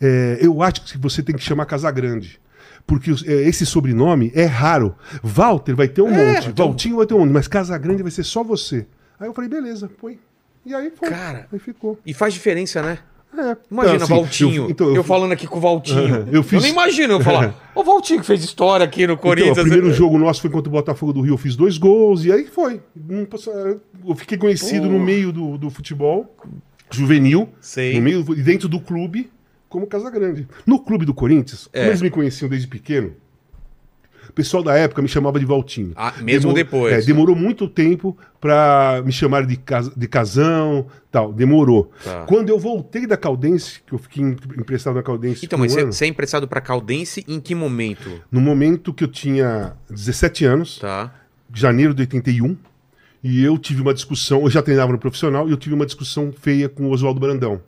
[SPEAKER 3] É, eu acho que você tem que chamar Casagrande. Porque os- é, esse sobrenome é raro. Walter vai
[SPEAKER 1] É,
[SPEAKER 3] ter um
[SPEAKER 1] então.
[SPEAKER 3] monte, Valtinho vai ter um monte, mas Casagrande vai ser só você. Aí eu falei, beleza, põe. E aí foi.
[SPEAKER 1] Cara.
[SPEAKER 3] Aí ficou.
[SPEAKER 1] E faz diferença, né?
[SPEAKER 3] É,
[SPEAKER 1] Imagina,
[SPEAKER 3] então, assim,
[SPEAKER 1] Valtinho. Eu,
[SPEAKER 3] então, eu-
[SPEAKER 1] falando aqui com o Valtinho.
[SPEAKER 3] Aham, eu fiz-
[SPEAKER 1] nem imagino eu falar. Ô, Valtinho que fez história aqui no Corinthians. é-
[SPEAKER 3] Então, o primeiro jogo nosso foi contra o Botafogo do Rio, eu fiz dois gols, e aí foi. Não passou- Eu fiquei conhecido no meio do, do futebol juvenil,
[SPEAKER 1] Sei.
[SPEAKER 3] no meio e dentro do clube, como Casa Grande. No clube do Corinthians,
[SPEAKER 1] É.
[SPEAKER 3] como eles me conheciam desde pequeno, o pessoal da época me chamava de Valtinho.
[SPEAKER 1] Ah, mesmo depois.
[SPEAKER 3] é, demorou muito tempo pra me chamar de, cas, de casão, tal, demorou.
[SPEAKER 1] Tá.
[SPEAKER 3] Quando eu voltei da Caldense, que eu fiquei em- emprestado na Caldense
[SPEAKER 1] Então,
[SPEAKER 3] por
[SPEAKER 1] mas
[SPEAKER 3] um
[SPEAKER 1] você
[SPEAKER 3] ano,
[SPEAKER 1] você é emprestado pra Caldense em que momento?
[SPEAKER 3] no momento que eu tinha 17 anos,
[SPEAKER 1] Tá.
[SPEAKER 3] janeiro de 81, e eu tive uma discussão, eu já treinava no profissional, e eu tive uma discussão feia com o Oswaldo Brandão.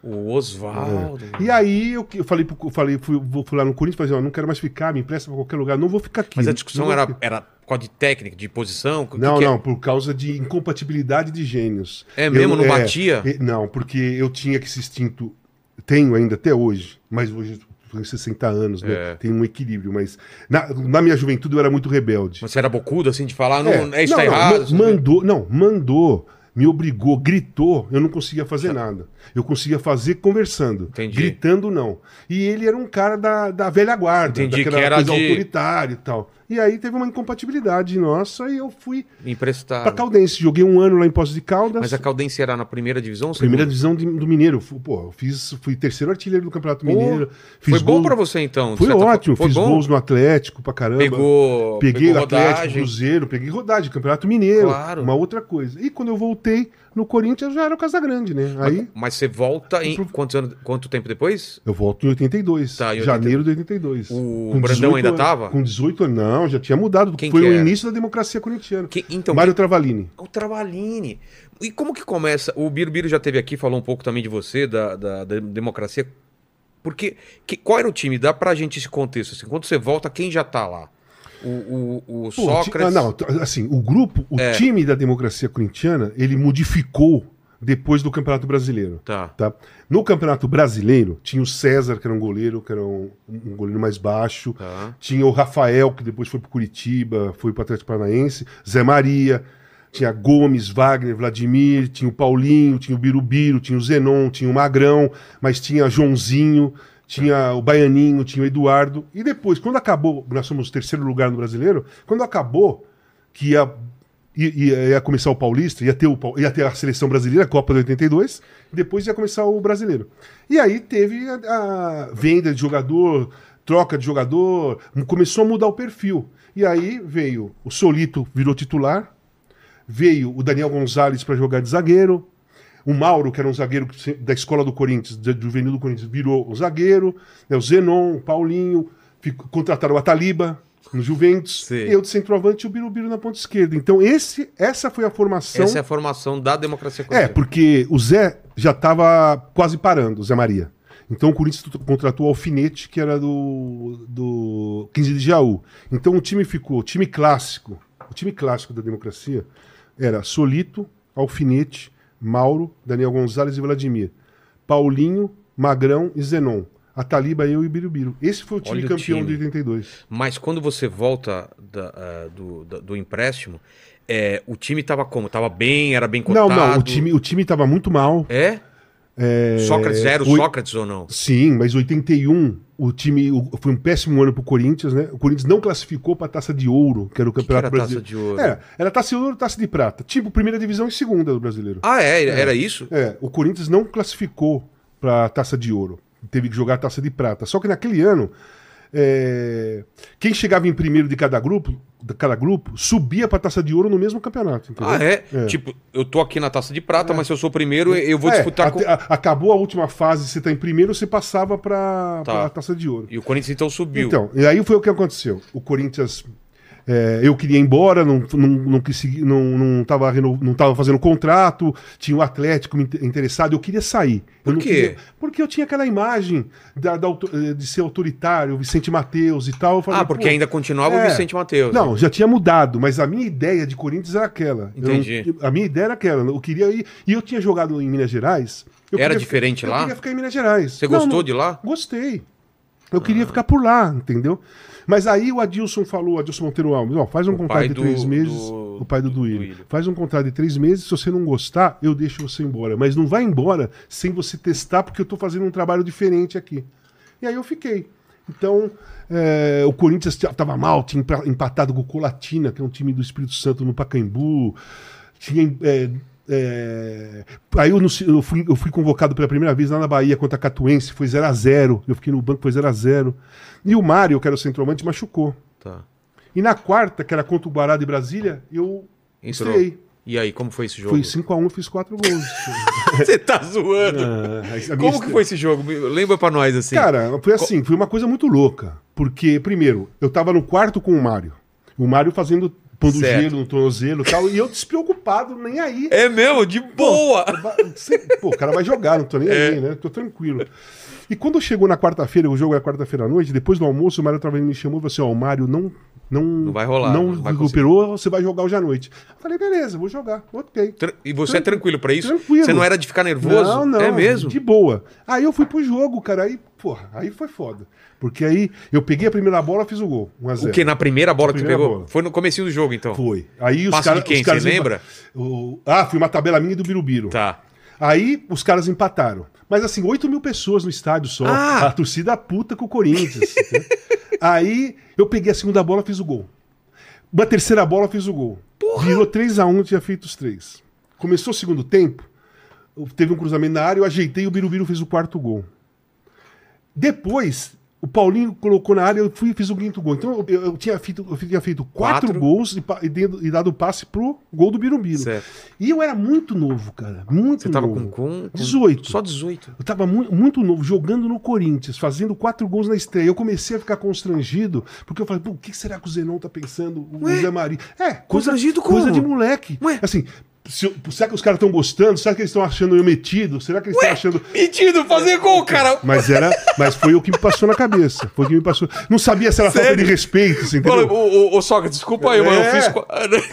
[SPEAKER 1] O Oswaldo.
[SPEAKER 3] É. E aí eu, eu falei, pro- eu falei fui, vou, fui lá no Corinthians, falei, ó, não quero mais ficar, me empresta pra qualquer lugar, não vou ficar aqui.
[SPEAKER 1] Mas a
[SPEAKER 3] não- não
[SPEAKER 1] discussão
[SPEAKER 3] vou
[SPEAKER 1] era,
[SPEAKER 3] ficar.
[SPEAKER 1] era por causa de técnica, de posição? O que
[SPEAKER 3] Não,
[SPEAKER 1] que é?
[SPEAKER 3] não, por causa de incompatibilidade de gênios.
[SPEAKER 1] É
[SPEAKER 3] Eu-
[SPEAKER 1] mesmo? Não batia?
[SPEAKER 3] é, não, porque eu tinha que esse instinto, tenho ainda até hoje, mas hoje eu tenho 60 anos, né?
[SPEAKER 1] É.
[SPEAKER 3] Tem um equilíbrio, mas na, na minha juventude eu era muito rebelde.
[SPEAKER 1] Mas você era bocudo, assim, de falar, não, é, isso
[SPEAKER 3] não,
[SPEAKER 1] tá
[SPEAKER 3] não,
[SPEAKER 1] errado?
[SPEAKER 3] ma-
[SPEAKER 1] isso-
[SPEAKER 3] mandou, não, mandou, me obrigou, gritou, eu não conseguia fazer nada. Eu conseguia fazer conversando.
[SPEAKER 1] Tá. Entendi.
[SPEAKER 3] Gritando, não. E ele era um cara da, da velha guarda,
[SPEAKER 1] Entendi,
[SPEAKER 3] daquela
[SPEAKER 1] que era
[SPEAKER 3] coisa
[SPEAKER 1] de-
[SPEAKER 3] autoritária e tal. E aí teve uma incompatibilidade nossa e eu fui pra
[SPEAKER 1] Emprestado.
[SPEAKER 3] Caldense. Joguei um ano lá em Poços de Caldas.
[SPEAKER 1] Mas a Caldense era na primeira divisão? ou
[SPEAKER 3] Primeira
[SPEAKER 1] segunda?
[SPEAKER 3] divisão de- do Mineiro. Fu- Pô, eu fiz, fui terceiro artilheiro do Campeonato
[SPEAKER 1] Pô,
[SPEAKER 3] Mineiro. Fiz
[SPEAKER 1] Foi bom
[SPEAKER 3] gol-
[SPEAKER 1] pra você, então? de
[SPEAKER 3] Foi
[SPEAKER 1] certa
[SPEAKER 3] ótimo.
[SPEAKER 1] forma?
[SPEAKER 3] Fiz
[SPEAKER 1] Foi bom?
[SPEAKER 3] gols no Atlético pra caramba.
[SPEAKER 1] Pegou,
[SPEAKER 3] Peguei
[SPEAKER 1] pegou
[SPEAKER 3] Atlético,
[SPEAKER 1] rodagem.
[SPEAKER 3] Cruzeiro, peguei rodagem, Campeonato Mineiro,
[SPEAKER 1] Claro.
[SPEAKER 3] uma outra coisa. E quando eu voltei no Corinthians já era o Casagrande, né? Aí
[SPEAKER 1] Mas você volta em quantos anos, quanto tempo depois?
[SPEAKER 3] eu volto em 82,
[SPEAKER 1] Tá, em 82.
[SPEAKER 3] janeiro de 82.
[SPEAKER 1] O Brandão ainda
[SPEAKER 3] anos-
[SPEAKER 1] tava?
[SPEAKER 3] Com 18 anos, não, já tinha mudado.
[SPEAKER 1] Quem
[SPEAKER 3] Foi
[SPEAKER 1] que
[SPEAKER 3] o
[SPEAKER 1] era?
[SPEAKER 3] início da democracia corintiana.
[SPEAKER 1] Que- então,
[SPEAKER 3] Mário Travalini.
[SPEAKER 1] O Trabalini. E como que começa? O Biro Biro já teve aqui, falou um pouco também de você, da, da- da democracia. Porque que- qual era o time? Dá pra gente esse contexto. Assim, quando você volta, quem já tá lá? O, o- o
[SPEAKER 3] Pô, ah,
[SPEAKER 1] Sócrates. É.
[SPEAKER 3] ti- ah, não, t- assim, o grupo, o time da democracia corintiana, ele modificou depois do Campeonato Brasileiro.
[SPEAKER 1] Tá.
[SPEAKER 3] Tá? No Campeonato Brasileiro, tinha o César, que era um goleiro, que era um, um goleiro mais baixo.
[SPEAKER 1] Tá.
[SPEAKER 3] Tinha o Rafael, que depois foi para Curitiba, foi para Atlético Paranaense. Zé Maria. Tinha Gomes, Wagner, Vladimir. Tinha o Paulinho, tinha o Birubiru, tinha o Zenon, tinha o Magrão. Mas tinha Joãozinho, tinha o Baianinho, tinha o Eduardo. E depois, quando acabou, nós somos terceiro lugar no Brasileiro, quando acabou que ia, ia, ia começar o Paulista, ia ter, o, Pau- ia ter a seleção brasileira, a Copa de 82, depois ia começar o brasileiro. E aí teve a, a venda de jogador, troca de jogador, começou a mudar o perfil. E aí veio o Solito, virou titular, veio o Daniel Gonzalez para jogar de zagueiro, o Mauro, que era um zagueiro que se- da escola do Corinthians, da do juvenil do Corinthians, virou o zagueiro, né, o Zenon, o Paulinho, fico- contrataram o Ataliba no Juventus,
[SPEAKER 1] Sei.
[SPEAKER 3] eu de centroavante e o Birubiru na ponta esquerda. Então esse, essa foi a formação.
[SPEAKER 1] Essa é a formação da democracia
[SPEAKER 3] É,
[SPEAKER 1] coletiva.
[SPEAKER 3] porque o Zé já estava quase parando, o Zé Maria. Então o Corinthians tu- contratou o Alfinete, que era do, do 15 de Jaú. Então o time ficou, o time clássico, o time clássico da democracia era Solito, Alfinete, Mauro, Daniel Gonzalez e Vladimir. Paulinho, Magrão e Zenon. A Taliba, eu e Birubiru. Esse foi o time
[SPEAKER 1] Olha o
[SPEAKER 3] campeão
[SPEAKER 1] time.
[SPEAKER 3] de 82.
[SPEAKER 1] Mas quando você volta da, ah, do, da- do empréstimo, é, o time tava como? Tava bem, era bem cotado?
[SPEAKER 3] Não, não, o time, o time tava muito mal.
[SPEAKER 1] É? Sócrates era o
[SPEAKER 3] oi-
[SPEAKER 1] Sócrates ou não?
[SPEAKER 3] Sim, mas 81, o time o- foi um péssimo ano pro Corinthians, né? O Corinthians não classificou pra Taça de Ouro, que era o
[SPEAKER 1] que era
[SPEAKER 3] Campeonato
[SPEAKER 1] a Taça
[SPEAKER 3] Brasileiro. É.
[SPEAKER 1] de Ouro?
[SPEAKER 3] Era, era Taça de Ouro, Taça de Prata, tipo primeira divisão e segunda do Brasileiro.
[SPEAKER 1] Ah, é? Era isso?
[SPEAKER 3] É, o Corinthians não classificou pra Taça de Ouro, teve que jogar a Taça de Prata. Só que naquele ano, é, quem chegava em primeiro de cada grupo, de cada grupo, subia pra Taça de Ouro no mesmo campeonato, entendeu?
[SPEAKER 1] Ah, é?
[SPEAKER 3] É.
[SPEAKER 1] Tipo, eu tô aqui na taça de prata, mas se eu sou o primeiro, eu vou
[SPEAKER 3] É,
[SPEAKER 1] disputar com.
[SPEAKER 3] até- a- acabou a última fase, você tá em primeiro, você passava pra,
[SPEAKER 1] Tá.
[SPEAKER 3] pra Taça de Ouro.
[SPEAKER 1] E o Corinthians então subiu.
[SPEAKER 3] Então, e aí foi o que aconteceu. O Corinthians. é, eu queria ir embora, não, não, não, quis seguir, não, não, tava, reno- não tava fazendo contrato, tinha o Atlético me inter- interessado, eu queria sair.
[SPEAKER 1] Por
[SPEAKER 3] eu não
[SPEAKER 1] quê?
[SPEAKER 3] queria- porque eu tinha aquela imagem da- da auto- eh, de ser autoritário, Vicente Mateus e tal. eu falei,
[SPEAKER 1] ah, porque
[SPEAKER 3] pô,
[SPEAKER 1] ainda continuava o
[SPEAKER 3] é.
[SPEAKER 1] Vicente Matheus.
[SPEAKER 3] Não, já tinha mudado, mas a minha ideia de Corinthians era aquela. Eu não-
[SPEAKER 1] Entendi.
[SPEAKER 3] a minha ideia era aquela. Eu queria ir. E eu tinha jogado em Minas Gerais. eu
[SPEAKER 1] Era
[SPEAKER 3] queria-
[SPEAKER 1] diferente lá?
[SPEAKER 3] Eu queria ficar em Minas Gerais.
[SPEAKER 1] Você
[SPEAKER 3] Não,
[SPEAKER 1] gostou
[SPEAKER 3] não-
[SPEAKER 1] de lá?
[SPEAKER 3] Gostei. Eu queria ficar por lá, entendeu? Mas aí o Adilson falou, o Adilson Monteiro Alves, ó, faz um contrato
[SPEAKER 1] pai
[SPEAKER 3] de
[SPEAKER 1] do-
[SPEAKER 3] três meses,
[SPEAKER 1] do-
[SPEAKER 3] o pai do
[SPEAKER 1] do
[SPEAKER 3] Duílio,
[SPEAKER 1] Duílio.
[SPEAKER 3] faz um contrato de três meses, se você não gostar, eu deixo você embora. Mas não vai embora sem você testar, porque eu tô fazendo um trabalho diferente aqui. E aí eu fiquei. Então, é, o Corinthians t- tava mal, tinha empa- empatado com o Colatina, que é um time do Espírito Santo no Pacaembu. Tinha. é, é, Aí eu, não sei- eu fui, eu fui convocado pela primeira vez lá na Bahia contra a Catuense, foi 0 a 0 Eu fiquei no banco, foi 0 a 0 E o Mário, que era o centroavante, machucou.
[SPEAKER 1] Tá.
[SPEAKER 3] E na quarta, que era contra o Guará de Brasília, eu
[SPEAKER 1] Entrou.
[SPEAKER 3] estreiei.
[SPEAKER 1] E aí, como foi esse jogo?
[SPEAKER 3] Foi 5x1, eu um, fiz 4 gols.
[SPEAKER 1] Você tá zoando.
[SPEAKER 3] Ah, a minha
[SPEAKER 1] Como que
[SPEAKER 3] estreia-
[SPEAKER 1] foi esse jogo? Me- Lembra pra nós assim.
[SPEAKER 3] Cara, foi assim, foi uma coisa muito louca. Porque, primeiro, eu tava no quarto com o Mário. O Mário fazendo pão do
[SPEAKER 1] Certo.
[SPEAKER 3] gelo no tornozelo e tal. E eu despreocupado, nem aí.
[SPEAKER 1] É mesmo, de boa. É.
[SPEAKER 3] Ba- cê- Pô, o cara vai jogar, não tô nem aí, né? Tô tranquilo. E quando chegou na quarta-feira, o jogo é quarta-feira à noite, depois do almoço, o Mário Travani me chamou e falou assim: ó, o Mário não. Não, não
[SPEAKER 1] vai rolar,
[SPEAKER 3] Não,
[SPEAKER 1] não vai
[SPEAKER 3] recuperou, você vai jogar hoje à noite. Eu falei, beleza, vou jogar, ok.
[SPEAKER 1] Tran- E você é tranquilo pra isso?
[SPEAKER 3] Tranquilo.
[SPEAKER 1] Você não era de ficar nervoso?
[SPEAKER 3] Não, não.
[SPEAKER 1] É mesmo?
[SPEAKER 3] De boa. Aí eu fui pro jogo, cara. Aí, porra, aí foi foda. Porque aí eu peguei a primeira bola, fiz o gol. 1 a 0.
[SPEAKER 1] O que? Na primeira bola que tu
[SPEAKER 3] Primeira
[SPEAKER 1] pegou?
[SPEAKER 3] bola.
[SPEAKER 1] Foi no comecinho do jogo, então.
[SPEAKER 3] Foi. Aí os,
[SPEAKER 1] Passe
[SPEAKER 3] cara,
[SPEAKER 1] de quem,
[SPEAKER 3] os caras.
[SPEAKER 1] você
[SPEAKER 3] empa-
[SPEAKER 1] lembra?
[SPEAKER 3] O- Ah, foi uma tabela minha e do Birubiru.
[SPEAKER 1] Tá.
[SPEAKER 3] Aí os caras empataram. Mas assim, 8 mil pessoas no estádio só.
[SPEAKER 1] Ah!
[SPEAKER 3] A torcida puta com o Corinthians. né? Aí eu peguei a segunda bola, fiz o gol. Uma terceira bola, fiz o gol. Virou 3x1, eu tinha feito os três. Começou o segundo tempo, teve um cruzamento na área, eu ajeitei e o Birubiru fez o quarto gol. Depois, o Paulinho colocou na área, eu fui e fiz o quinto gol. Então eu, eu tinha feito, eu tinha feito quatro,
[SPEAKER 1] Quatro?
[SPEAKER 3] gols e, pa- e dando- e dado o passe pro gol do Birubiru.
[SPEAKER 1] Certo.
[SPEAKER 3] E eu era muito novo, cara. Muito
[SPEAKER 1] Você tava
[SPEAKER 3] novo.
[SPEAKER 1] com, com, com
[SPEAKER 3] 18.
[SPEAKER 1] Só 18.
[SPEAKER 3] Eu tava mu- muito novo, jogando no Corinthians, fazendo quatro gols na estreia. Eu comecei a ficar constrangido, porque eu falei, pô, o que será que o Zenon tá pensando? O Zé Maria. É, coisa,
[SPEAKER 1] Constrangido como?
[SPEAKER 3] coisa de moleque.
[SPEAKER 1] Ué?
[SPEAKER 3] Assim, se- será que os caras estão gostando? Será que eles estão achando eu metido? Será que eles estão achando.
[SPEAKER 1] Mentido,
[SPEAKER 3] É,
[SPEAKER 1] fazer
[SPEAKER 3] então.
[SPEAKER 1] gol, cara.
[SPEAKER 3] Mas era, mas foi o que me passou na cabeça. Foi o que me passou. Não sabia se era falta
[SPEAKER 1] Sério?
[SPEAKER 3] de respeito, você
[SPEAKER 1] Ô,
[SPEAKER 3] entendeu?
[SPEAKER 1] ô, ô, Soca, desculpa aí, mano. Eu
[SPEAKER 3] É.
[SPEAKER 1] fiz. qua-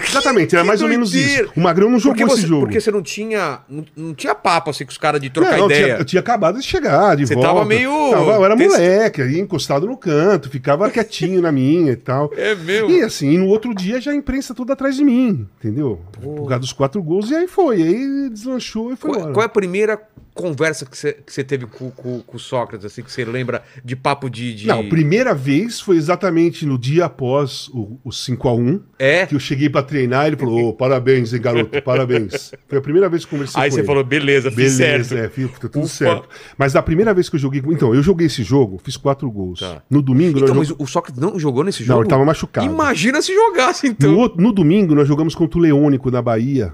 [SPEAKER 3] Exatamente, era mais ou menos
[SPEAKER 1] doideira.
[SPEAKER 3] isso. O Magrão não jogou
[SPEAKER 1] Porque
[SPEAKER 3] esse
[SPEAKER 1] você,
[SPEAKER 3] jogo.
[SPEAKER 1] porque você não tinha. Não, não tinha papo assim com os caras de trocar
[SPEAKER 3] Não, eu tinha,
[SPEAKER 1] ideia.
[SPEAKER 3] eu tinha acabado de chegar, de
[SPEAKER 1] Você
[SPEAKER 3] volta.
[SPEAKER 1] tava meio-
[SPEAKER 3] Tava- eu era
[SPEAKER 1] Tem-
[SPEAKER 3] moleque, aí encostado no canto, ficava quietinho na minha e tal.
[SPEAKER 1] É mesmo?
[SPEAKER 3] E assim, e no outro dia já a imprensa toda atrás de mim, entendeu? Por causa dos quatro gols, e aí foi. Aí deslanchou e foi
[SPEAKER 1] Qual,
[SPEAKER 3] embora.
[SPEAKER 1] qual é a primeira conversa que você, que você teve com, com, com o Sócrates, assim, que você lembra de papo de. é de...
[SPEAKER 3] Não, primeira vez foi exatamente no dia após o, o 5x1,
[SPEAKER 1] É?
[SPEAKER 3] que eu cheguei pra treinar, ele falou, ô, parabéns, hein, garoto, parabéns. Foi a primeira vez que eu conversei
[SPEAKER 1] Aí
[SPEAKER 3] com
[SPEAKER 1] você
[SPEAKER 3] ele.
[SPEAKER 1] falou, beleza, fiz
[SPEAKER 3] Beleza,
[SPEAKER 1] certo.
[SPEAKER 3] é, filho, tá tudo
[SPEAKER 1] Ufa.
[SPEAKER 3] certo. Mas da primeira vez que eu joguei. Então, eu joguei esse jogo, fiz quatro gols.
[SPEAKER 1] Tá.
[SPEAKER 3] No domingo,
[SPEAKER 1] Então,
[SPEAKER 3] nós
[SPEAKER 1] mas o Sócrates não jogou nesse
[SPEAKER 3] Não,
[SPEAKER 1] jogo?
[SPEAKER 3] ele tava machucado.
[SPEAKER 1] Imagina se jogasse,
[SPEAKER 3] No,
[SPEAKER 1] então.
[SPEAKER 3] outro- no domingo, nós jogamos contra o Leônico na Bahia.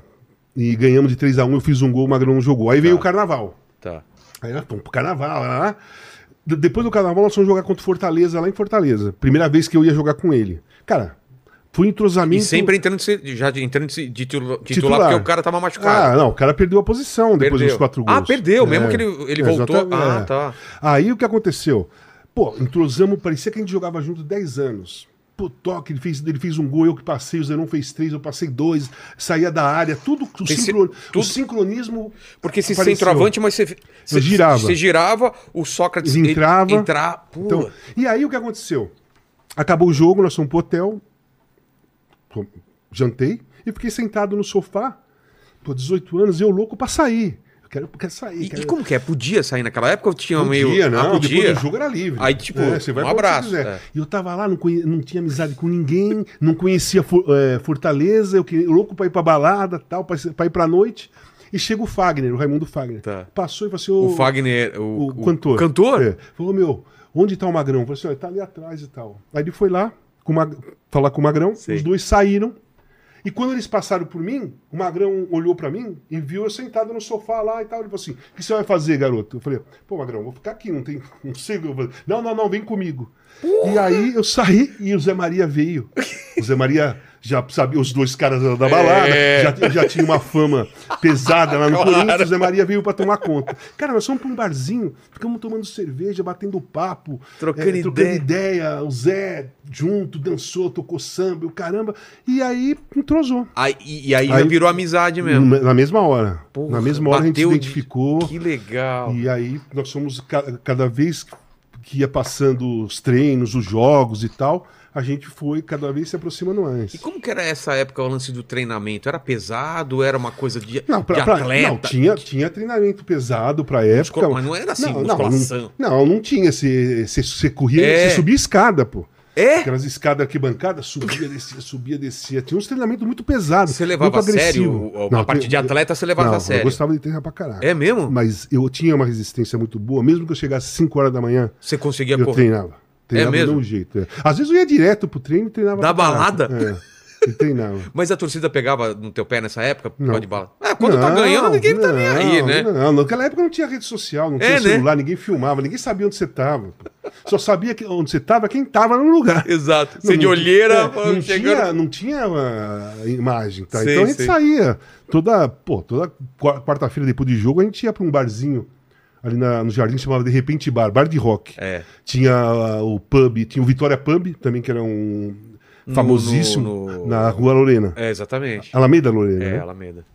[SPEAKER 3] E ganhamos de 3x1, eu fiz um gol, o Magrão não jogou. Aí veio o carnaval.
[SPEAKER 1] Tá.
[SPEAKER 3] Aí nós fomos pro carnaval, lá, lá. D- Depois do carnaval, nós fomos jogar contra o Fortaleza, lá em Fortaleza. Primeira vez que eu ia jogar com ele. Cara, foi um
[SPEAKER 1] E
[SPEAKER 3] entrosamento.
[SPEAKER 1] sempre entrando, de se- já de- entrando de se- de titular, titular,
[SPEAKER 3] Titular.
[SPEAKER 1] porque o cara tava machucado.
[SPEAKER 3] Ah, não, o cara perdeu a posição depois
[SPEAKER 1] Perdeu.
[SPEAKER 3] dos quatro gols. É,
[SPEAKER 1] Ah, perdeu, mesmo que ele- ele voltou.
[SPEAKER 3] exatamente,
[SPEAKER 1] Ah, tá.
[SPEAKER 3] Aí o que aconteceu? Pô, entrosamos, parecia que a gente jogava junto 10 anos. Pô, toque, ele fez, ele fez um gol, eu que passei, o Zenon fez três, eu passei dois, saía da área, tudo, o,
[SPEAKER 1] Esse-
[SPEAKER 3] sincro-
[SPEAKER 1] tudo-
[SPEAKER 3] o sincronismo.
[SPEAKER 1] Porque se
[SPEAKER 3] apareceu.
[SPEAKER 1] centroavante, mas você, você
[SPEAKER 3] girava.
[SPEAKER 1] Você girava, o Sócrates
[SPEAKER 3] Ele
[SPEAKER 1] ele
[SPEAKER 3] entrava.
[SPEAKER 1] Entrar, pô,
[SPEAKER 3] Então, e aí o que aconteceu? Acabou o jogo, nós fomos pro hotel, com- jantei e fiquei sentado no sofá, pô, 18 anos, eu louco pra sair. Eu quero, quero sair.
[SPEAKER 1] e,
[SPEAKER 3] quero...
[SPEAKER 1] e como que é? Podia sair naquela época ou tinha meio.
[SPEAKER 3] Podia, não.
[SPEAKER 1] Ah, podia.
[SPEAKER 3] Depois do jogo era livre.
[SPEAKER 1] Aí, tipo, um
[SPEAKER 3] pra onde
[SPEAKER 1] abraço,
[SPEAKER 3] quiser.
[SPEAKER 1] é.
[SPEAKER 3] E eu tava lá, não, conhe- não tinha amizade com ninguém, não conhecia For- eh, Fortaleza, eu que- louco pra ir pra balada, tal, pra, pra ir pra noite. E chega o Fagner, o Raimundo Fagner.
[SPEAKER 1] Tá.
[SPEAKER 3] Passou e falou assim, ô,
[SPEAKER 1] O Fagner,
[SPEAKER 3] o,
[SPEAKER 1] o, o
[SPEAKER 3] cantor.
[SPEAKER 1] Cantor?
[SPEAKER 3] É. Falou, meu, onde tá o Magrão? Eu Falei assim, ó, tá ali atrás e tal. Aí ele foi lá com o Mag- falar com o Magrão,
[SPEAKER 1] Sei.
[SPEAKER 3] os dois saíram. E quando eles passaram por mim, o Magrão olhou pra mim e viu eu sentado no sofá lá e tal. Ele falou assim: o que você vai fazer, garoto? Eu falei: pô, Magrão, vou ficar aqui, não tem. Não sei o que eu vou fazer. Não, não, não, vem comigo. E aí eu saí e o Zé Maria veio. O Zé Maria já sabia, os dois caras da da balada,
[SPEAKER 1] É.
[SPEAKER 3] já, já tinha uma fama pesada lá no
[SPEAKER 1] Claro.
[SPEAKER 3] Corinthians. Zé Maria veio pra tomar conta. Cara, nós fomos pra um barzinho, ficamos tomando cerveja, batendo papo, é,
[SPEAKER 1] Trocando ideia.
[SPEAKER 3] ideia, O Zé junto, dançou, tocou samba, o caramba. E aí entrosou.
[SPEAKER 1] Aí, e e aí, já
[SPEAKER 3] Aí-
[SPEAKER 1] virou amizade mesmo.
[SPEAKER 3] Na na mesma hora.
[SPEAKER 1] Porra,
[SPEAKER 3] na mesma hora a gente se
[SPEAKER 1] bateu de-
[SPEAKER 3] identificou.
[SPEAKER 1] Que legal.
[SPEAKER 3] E aí nós somos ca- cada vez que ia passando os treinos, os jogos e tal, a gente foi cada vez se aproximando mais.
[SPEAKER 1] E como que era essa época o lance do treinamento? Era pesado? Era uma coisa de,
[SPEAKER 3] Não, pra,
[SPEAKER 1] de
[SPEAKER 3] pra-
[SPEAKER 1] atleta?
[SPEAKER 3] não tinha, tinha treinamento pesado pra
[SPEAKER 1] Muscula-
[SPEAKER 3] época.
[SPEAKER 1] mas não era assim,
[SPEAKER 3] não, não,
[SPEAKER 1] musculação.
[SPEAKER 3] não, não, não tinha. Você, você, você corria,
[SPEAKER 1] É.
[SPEAKER 3] você subia escada, pô.
[SPEAKER 1] É?
[SPEAKER 3] Aquelas escadas arquibancadas, subia, descia, subia, descia. Tinha uns treinamentos muito pesados.
[SPEAKER 1] Você levava a
[SPEAKER 3] muito agressivo.
[SPEAKER 1] sério? A parte de atleta você levava
[SPEAKER 3] não,
[SPEAKER 1] a
[SPEAKER 3] Eu
[SPEAKER 1] sério?
[SPEAKER 3] gostava de treinar pra caralho.
[SPEAKER 1] É mesmo?
[SPEAKER 3] Mas eu tinha uma resistência muito boa, mesmo que eu chegasse às 5 horas da manhã,
[SPEAKER 1] Você conseguia
[SPEAKER 3] eu
[SPEAKER 1] correr?
[SPEAKER 3] treinava. Treinava
[SPEAKER 1] mesmo?
[SPEAKER 3] de um jeito. é. Às vezes eu ia direto pro treino e treinava.
[SPEAKER 1] Da
[SPEAKER 3] pra caralho.
[SPEAKER 1] balada?
[SPEAKER 3] É, e treinava.
[SPEAKER 1] Mas a torcida pegava no teu pé nessa época?
[SPEAKER 3] Não.
[SPEAKER 1] Pode bala. É, quando tá
[SPEAKER 3] Não,
[SPEAKER 1] ganhando, ninguém tá nem
[SPEAKER 3] não,
[SPEAKER 1] aí, né?
[SPEAKER 3] Não, naquela época não tinha rede social, não tinha
[SPEAKER 1] né?
[SPEAKER 3] celular, ninguém filmava, ninguém sabia onde você tava. Só sabia que- onde você tava quem tava no lugar.
[SPEAKER 1] Exato. Você
[SPEAKER 3] Não,
[SPEAKER 1] de
[SPEAKER 3] não-
[SPEAKER 1] olheira,
[SPEAKER 3] é, não,
[SPEAKER 1] chegando.
[SPEAKER 3] tinha, não tinha uma imagem, tá?
[SPEAKER 1] Sei,
[SPEAKER 3] então a gente
[SPEAKER 1] sei.
[SPEAKER 3] saía. Toda, pô, toda qua- quarta-feira depois de jogo, a gente ia pra um barzinho ali na- no jardim, chamava de Repente Bar, bar de rock.
[SPEAKER 1] É.
[SPEAKER 3] Tinha ah, o pub, tinha o Vitória Pub, também que era um
[SPEAKER 1] No-
[SPEAKER 3] famosíssimo
[SPEAKER 1] no-
[SPEAKER 3] na Rua Lorena.
[SPEAKER 1] É, exatamente.
[SPEAKER 3] Alameda Lorena,
[SPEAKER 1] É,
[SPEAKER 3] né?
[SPEAKER 1] Alameda.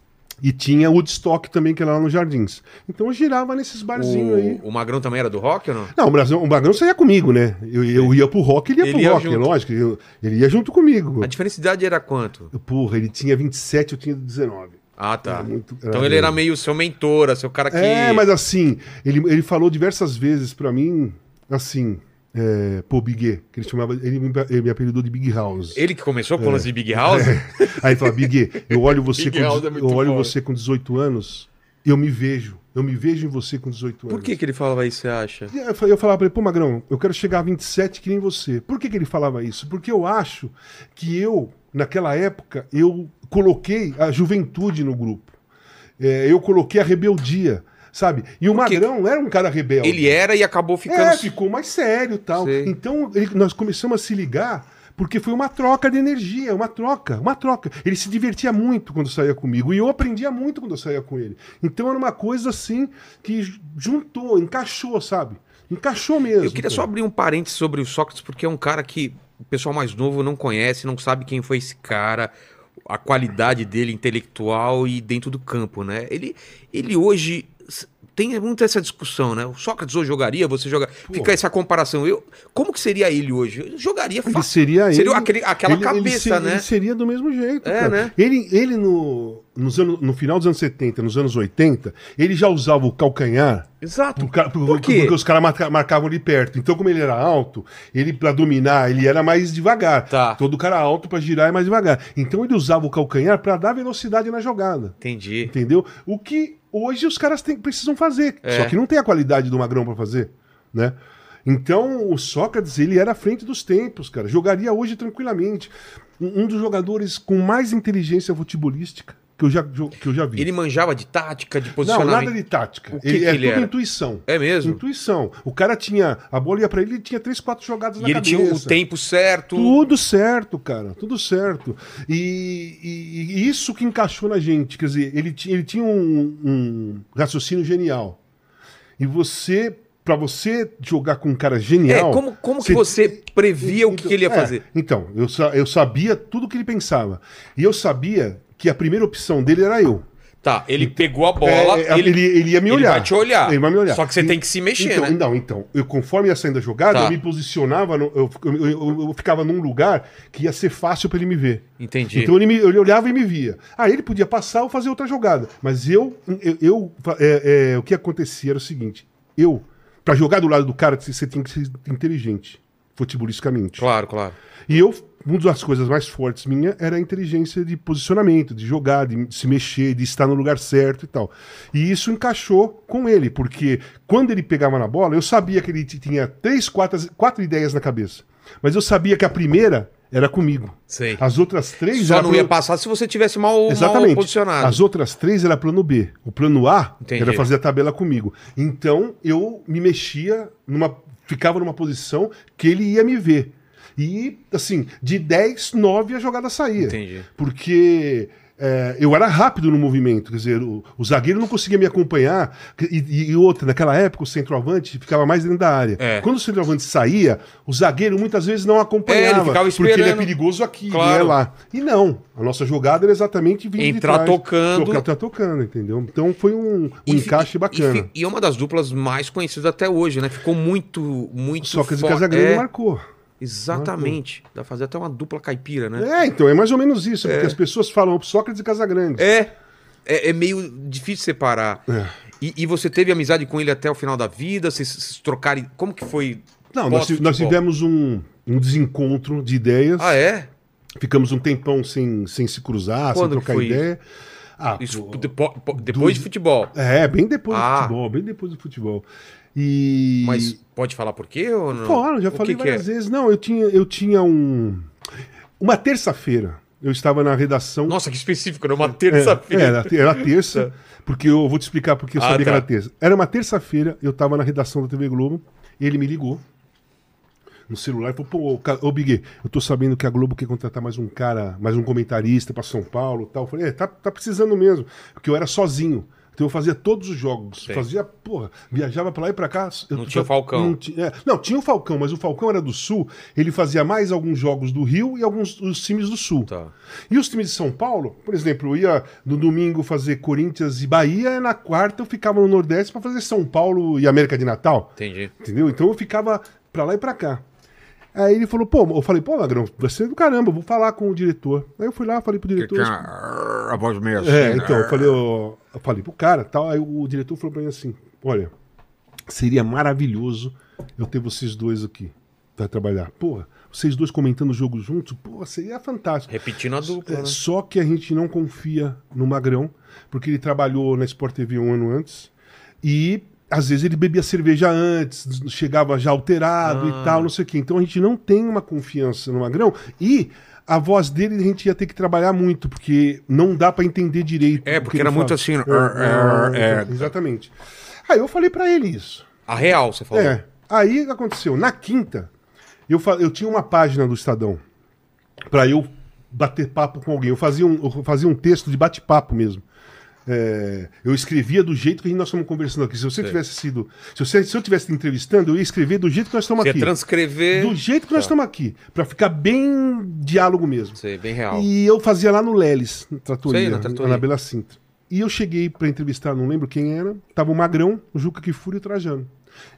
[SPEAKER 3] E tinha Woodstock também, que era lá nos jardins. Então eu girava nesses barzinhos aí.
[SPEAKER 1] O, o Magrão também era do rock ou não?
[SPEAKER 3] Não, o Magrão, o Magrão saía comigo, né? Eu, eu ia pro rock, ele ia
[SPEAKER 1] Ele
[SPEAKER 3] pro
[SPEAKER 1] ia
[SPEAKER 3] rock,
[SPEAKER 1] junto.
[SPEAKER 3] lógico. eu- ele ia junto comigo.
[SPEAKER 1] A diferença de idade era quanto?
[SPEAKER 3] Porra, ele tinha 27, eu tinha 19.
[SPEAKER 1] Ah, tá.
[SPEAKER 3] Era muito- era
[SPEAKER 1] então ele era
[SPEAKER 3] grande.
[SPEAKER 1] meio seu mentor, seu cara que.
[SPEAKER 3] É, mas assim, ele, ele falou diversas vezes pra mim, assim, é, pô, Big, que ele chamava, ele me, ele me apelidou de Big House.
[SPEAKER 1] Ele que começou
[SPEAKER 3] É.
[SPEAKER 1] com o lance de Big House?
[SPEAKER 3] Aí ele fala, Big, eu olho você,
[SPEAKER 1] Big
[SPEAKER 3] com,
[SPEAKER 1] House
[SPEAKER 3] de-
[SPEAKER 1] é muito
[SPEAKER 3] eu olho
[SPEAKER 1] bom.
[SPEAKER 3] você com 18 anos, eu me vejo, eu me vejo em você com 18 anos.
[SPEAKER 1] Por que, que ele falava isso, você acha?
[SPEAKER 3] E aí eu fa- eu falava pra ele, pô, Magrão, eu quero chegar a 27 que nem você. Por que, que ele falava isso? Porque eu acho que eu, naquela época, eu coloquei a juventude no grupo. É, eu coloquei a rebeldia, sabe? E o
[SPEAKER 1] Porque
[SPEAKER 3] Magrão não era um cara rebelde.
[SPEAKER 1] Ele era e acabou ficando.
[SPEAKER 3] É, ficou mais É, sério e tal.
[SPEAKER 1] Sei.
[SPEAKER 3] Então, ele- nós começamos a se ligar Porque foi uma troca de energia, uma troca, uma troca. Ele se divertia muito quando saía comigo e eu aprendia muito quando eu saía com ele. Então era uma coisa assim que juntou, encaixou, sabe? Encaixou mesmo.
[SPEAKER 1] Eu queria
[SPEAKER 3] cara.
[SPEAKER 1] só abrir um parênteses sobre o Sócrates, porque é um cara que o pessoal mais novo não conhece, não sabe quem foi esse cara, a qualidade dele intelectual e dentro do campo, né? Ele, ele hoje s- tem muito essa discussão, né? O Sócrates hoje jogaria, você joga. Fica essa comparação. Eu, como que seria ele hoje? Ele jogaria
[SPEAKER 3] Ele
[SPEAKER 1] fácil.
[SPEAKER 3] seria,
[SPEAKER 1] Seria
[SPEAKER 3] ele,
[SPEAKER 1] aquele- aquela
[SPEAKER 3] ele- ele
[SPEAKER 1] cabeça,
[SPEAKER 3] seria-
[SPEAKER 1] né?
[SPEAKER 3] Ele seria do mesmo jeito.
[SPEAKER 1] É,
[SPEAKER 3] cara.
[SPEAKER 1] né?
[SPEAKER 3] Ele, ele no, nos anos, no final dos anos 70, nos anos 80, ele já usava o calcanhar.
[SPEAKER 1] Exato.
[SPEAKER 3] Pro um cara- pro-
[SPEAKER 1] Por quê?
[SPEAKER 3] Porque os caras marca- marcavam ali perto. Então, como ele era alto, ele para dominar, ele era mais devagar.
[SPEAKER 1] Tá.
[SPEAKER 3] Todo cara alto para girar é mais devagar. Então, ele usava o calcanhar para dar velocidade na jogada.
[SPEAKER 1] Entendi.
[SPEAKER 3] Entendeu? O que hoje os caras têm- precisam fazer.
[SPEAKER 1] É.
[SPEAKER 3] Só que não tem a qualidade do Magrão pra fazer, né? Então, o Sócrates, ele era à frente dos tempos, cara. Jogaria hoje tranquilamente. Um, um dos jogadores com mais inteligência futebolística que eu já, jo- que eu já vi.
[SPEAKER 1] Ele manjava de tática, de
[SPEAKER 3] Não,
[SPEAKER 1] posicionamento.
[SPEAKER 3] nada de tática.
[SPEAKER 1] O que
[SPEAKER 3] ele,
[SPEAKER 1] que
[SPEAKER 3] é
[SPEAKER 1] ele
[SPEAKER 3] tudo
[SPEAKER 1] era?
[SPEAKER 3] intuição.
[SPEAKER 1] É mesmo?
[SPEAKER 3] Intuição. O cara tinha... A bola ia pra ele, ele tinha três, quatro jogadas na
[SPEAKER 1] E ele
[SPEAKER 3] cabeça.
[SPEAKER 1] tinha o tempo certo.
[SPEAKER 3] Tudo certo, cara, tudo certo. E, e- e isso que encaixou na gente, quer dizer, ele, ti- ele tinha um, um raciocínio genial. E você, pra você jogar com um cara
[SPEAKER 1] É,
[SPEAKER 3] genial.
[SPEAKER 1] como, como que você previa o que
[SPEAKER 3] Então,
[SPEAKER 1] que ele ia
[SPEAKER 3] é,
[SPEAKER 1] fazer?
[SPEAKER 3] Então, eu, sa- eu sabia tudo o que ele pensava. E eu sabia que a primeira opção dele era eu.
[SPEAKER 1] Tá, ele pegou a bola,
[SPEAKER 3] É, é,
[SPEAKER 1] ele,
[SPEAKER 3] ele, ele ia me
[SPEAKER 1] ele
[SPEAKER 3] olhar.
[SPEAKER 1] vai te olhar.
[SPEAKER 3] Ele vai me olhar.
[SPEAKER 1] Só que você
[SPEAKER 3] E-
[SPEAKER 1] tem que se mexer,
[SPEAKER 3] então,
[SPEAKER 1] né?
[SPEAKER 3] Não, então. Eu, conforme ia saindo a jogada,
[SPEAKER 1] Tá.
[SPEAKER 3] eu me posicionava, no- eu, eu- eu- eu ficava num lugar que ia ser fácil pra ele me ver.
[SPEAKER 1] Entendi.
[SPEAKER 3] Então ele, me- ele olhava e me via. Aí ele podia passar ou fazer outra jogada. Mas eu. eu, eu- é, é, o que acontecia era o seguinte: eu, pra jogar do lado do cara, você tem que ser inteligente, futebolisticamente.
[SPEAKER 1] Claro, claro.
[SPEAKER 3] E eu, uma das coisas mais fortes minha era a inteligência de posicionamento, de jogar, de se mexer, de estar no lugar certo e tal. E isso encaixou com ele, porque quando ele pegava na bola, eu sabia que ele t- tinha três, quatro, quatro ideias na cabeça. Mas eu sabia que a primeira era comigo.
[SPEAKER 1] Sei.
[SPEAKER 3] As outras três
[SPEAKER 1] Só
[SPEAKER 3] era
[SPEAKER 1] não
[SPEAKER 3] plano-
[SPEAKER 1] ia passar se você tivesse mal, mal
[SPEAKER 3] Exatamente.
[SPEAKER 1] posicionado.
[SPEAKER 3] As outras três era plano B. O plano A
[SPEAKER 1] Entendi.
[SPEAKER 3] era fazer a tabela comigo. Então eu me mexia numa. ficava numa posição que ele ia me ver. E, assim, de 10, 9 a jogada saía.
[SPEAKER 1] Entendi.
[SPEAKER 3] Porque. é, eu era rápido no movimento, quer dizer, o, o zagueiro não conseguia me acompanhar. E, e- e outra, naquela época, o centroavante ficava mais dentro da área.
[SPEAKER 1] É.
[SPEAKER 3] Quando o centroavante saía, o zagueiro muitas vezes não acompanhava.
[SPEAKER 1] ficava
[SPEAKER 3] Porque ele é
[SPEAKER 1] esperando.
[SPEAKER 3] perigoso aqui,
[SPEAKER 1] Claro.
[SPEAKER 3] ele é lá. E não, a nossa jogada era exatamente vir de
[SPEAKER 1] Entrar
[SPEAKER 3] trás,
[SPEAKER 1] tocando.
[SPEAKER 3] Tocar, tá tocando, entendeu? Então foi um, um
[SPEAKER 1] E fi- e-
[SPEAKER 3] encaixe
[SPEAKER 1] E,
[SPEAKER 3] bacana.
[SPEAKER 1] fi- e é uma das duplas mais conhecidas até hoje, né? Ficou muito, muito
[SPEAKER 3] Sócrates e
[SPEAKER 1] fo-
[SPEAKER 3] Casagrande
[SPEAKER 1] é,
[SPEAKER 3] marcou.
[SPEAKER 1] Exatamente. Dá pra fazer até uma dupla caipira, né?
[SPEAKER 3] É, então é mais ou menos isso, porque as pessoas falam Sócrates e Casagrande. É.
[SPEAKER 1] É. É, é meio difícil separar. E, e você teve amizade com ele até o final da vida? Vocês se trocarem... Como que foi?
[SPEAKER 3] Não, nós, ti- nós
[SPEAKER 1] Pós-futebol.
[SPEAKER 3] tivemos um, um desencontro de ideias,
[SPEAKER 1] Ah, é?
[SPEAKER 3] ficamos um tempão sem, sem se cruzar,
[SPEAKER 1] Quando
[SPEAKER 3] sem
[SPEAKER 1] que
[SPEAKER 3] trocar
[SPEAKER 1] foi
[SPEAKER 3] ideia. Ah,
[SPEAKER 1] Isso
[SPEAKER 3] pô,
[SPEAKER 1] depo- po- depois de futebol.
[SPEAKER 3] É, bem depois
[SPEAKER 1] Ah.
[SPEAKER 3] do futebol, bem depois do futebol. E...
[SPEAKER 1] Mas pode falar por quê ou não?
[SPEAKER 3] Claro, já
[SPEAKER 1] O
[SPEAKER 3] falei
[SPEAKER 1] que que é?
[SPEAKER 3] várias vezes. Não, eu tinha, eu tinha um. Uma terça-feira, eu estava na redação.
[SPEAKER 1] Nossa, que específico, né? Uma
[SPEAKER 3] É,
[SPEAKER 1] terça-feira.
[SPEAKER 3] era, te- era terça, porque eu vou te explicar porque eu
[SPEAKER 1] Ah,
[SPEAKER 3] sabia que
[SPEAKER 1] tá.
[SPEAKER 3] era terça. Era uma terça-feira, eu estava na redação da TV Globo, ele me ligou no celular e falou: pô, ô, Ca- ô Big, eu tô sabendo que a Globo quer contratar mais um cara, mais um comentarista para São Paulo e tal. Eu falei: é, tá, tá precisando mesmo, porque eu era sozinho. Então eu fazia todos os jogos, fazia, porra, viajava pra lá e pra cá. eu-
[SPEAKER 1] Não tinha o Falcão.
[SPEAKER 3] Não, ti- é, não, tinha o Falcão, mas o Falcão era do Sul, ele fazia mais alguns jogos do Rio e alguns dos times do Sul.
[SPEAKER 1] Tá.
[SPEAKER 3] E os times de São Paulo, por exemplo, eu ia no domingo fazer Corinthians e Bahia, e na quarta eu ficava no Nordeste para fazer São Paulo e América de Natal.
[SPEAKER 1] Entendi.
[SPEAKER 3] Entendeu? Então eu ficava pra lá e pra cá. Aí ele falou, pô, eu falei, pô, Magrão, você é do caramba, eu vou falar com o diretor. Aí eu fui lá, falei pro diretor.
[SPEAKER 1] A voz meio assim.
[SPEAKER 3] É, então, eu falei, ó, eu falei pro cara tal. Aí o diretor falou pra mim assim: olha, seria maravilhoso eu ter vocês dois aqui pra trabalhar. Porra, vocês dois comentando o jogo juntos, porra, seria fantástico.
[SPEAKER 1] Repetindo a dupla,
[SPEAKER 3] É,
[SPEAKER 1] né?
[SPEAKER 3] Só que a gente não confia no Magrão, porque ele trabalhou na Sport TV um ano antes e às vezes ele bebia cerveja antes, chegava já alterado e tal, não sei o quê. Então a gente não tem uma confiança no Magrão e a voz dele a gente ia ter que trabalhar muito, porque não dá pra entender direito.
[SPEAKER 1] É,
[SPEAKER 3] o
[SPEAKER 1] porque
[SPEAKER 3] que ele
[SPEAKER 1] era muito assim, é, é, é.
[SPEAKER 3] Exatamente. Aí eu falei pra ele isso.
[SPEAKER 1] A real, você falou.
[SPEAKER 3] É. Aí o que aconteceu? Na quinta, eu, fa- eu tinha uma página do Estadão para eu bater papo com alguém. Eu fazia um, eu fazia um texto de bate-papo mesmo. É, eu escrevia do jeito que nós estamos conversando aqui. Se você tivesse sido. Se, você, se eu tivesse te entrevistando, eu ia escrever do jeito que nós estamos
[SPEAKER 1] Você
[SPEAKER 3] aqui.
[SPEAKER 1] transcrever.
[SPEAKER 3] Do jeito que nós
[SPEAKER 1] Tá.
[SPEAKER 3] estamos aqui. Para ficar bem diálogo mesmo.
[SPEAKER 1] Sei, bem real.
[SPEAKER 3] E eu fazia lá no Leles, na Tratoria,
[SPEAKER 1] Sei, na
[SPEAKER 3] na
[SPEAKER 1] Trattoria.
[SPEAKER 3] Anabela Sintra. E eu cheguei pra entrevistar, não lembro quem era, tava o Magrão, o Juca Kifuri e o Trajano.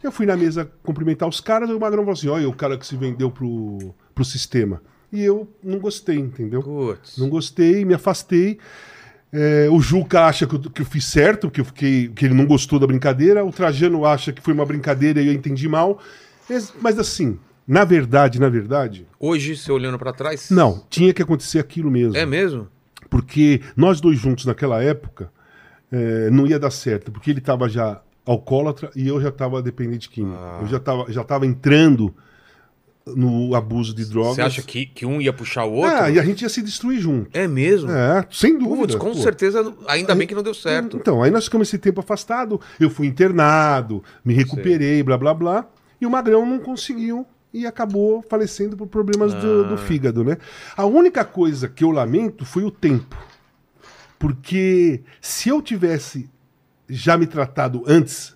[SPEAKER 3] Eu fui na mesa cumprimentar os caras, e o Magrão falou assim, olha o cara que se vendeu pro, pro sistema. E eu não gostei, entendeu?
[SPEAKER 1] Putz.
[SPEAKER 3] Não gostei, me afastei. É, o Juca acha que eu, que eu fiz certo, que, eu fiquei, que ele não gostou da brincadeira. O Trajano acha que foi uma brincadeira e eu entendi mal. Mas- Mas assim, na verdade, na verdade,
[SPEAKER 1] Hoje, você olhando pra trás.
[SPEAKER 3] não, tinha que acontecer aquilo mesmo.
[SPEAKER 1] É mesmo?
[SPEAKER 3] Porque nós dois juntos naquela época eh, não ia dar certo, porque ele estava já alcoólatra e eu já estava dependente químico.
[SPEAKER 1] Ah.
[SPEAKER 3] Eu já estava já tava entrando no abuso de drogas.
[SPEAKER 1] Você acha que, que um ia puxar o outro?
[SPEAKER 3] Ah, e a gente ia se destruir junto.
[SPEAKER 1] É mesmo?
[SPEAKER 3] É, sem dúvida.
[SPEAKER 1] Putz, com
[SPEAKER 3] pô.
[SPEAKER 1] certeza, ainda bem que não deu certo.
[SPEAKER 3] Então, aí nós ficamos esse tempo afastado. Eu fui internado, me recuperei, blá blá blá. E o Magrão não conseguiu e acabou falecendo por problemas do,
[SPEAKER 1] Ah.
[SPEAKER 3] do fígado, né? A única coisa que eu lamento foi o tempo. Porque se eu tivesse já me tratado antes,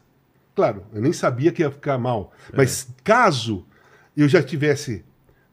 [SPEAKER 3] claro, eu nem sabia que ia ficar mal.
[SPEAKER 1] É.
[SPEAKER 3] Mas caso eu já tivesse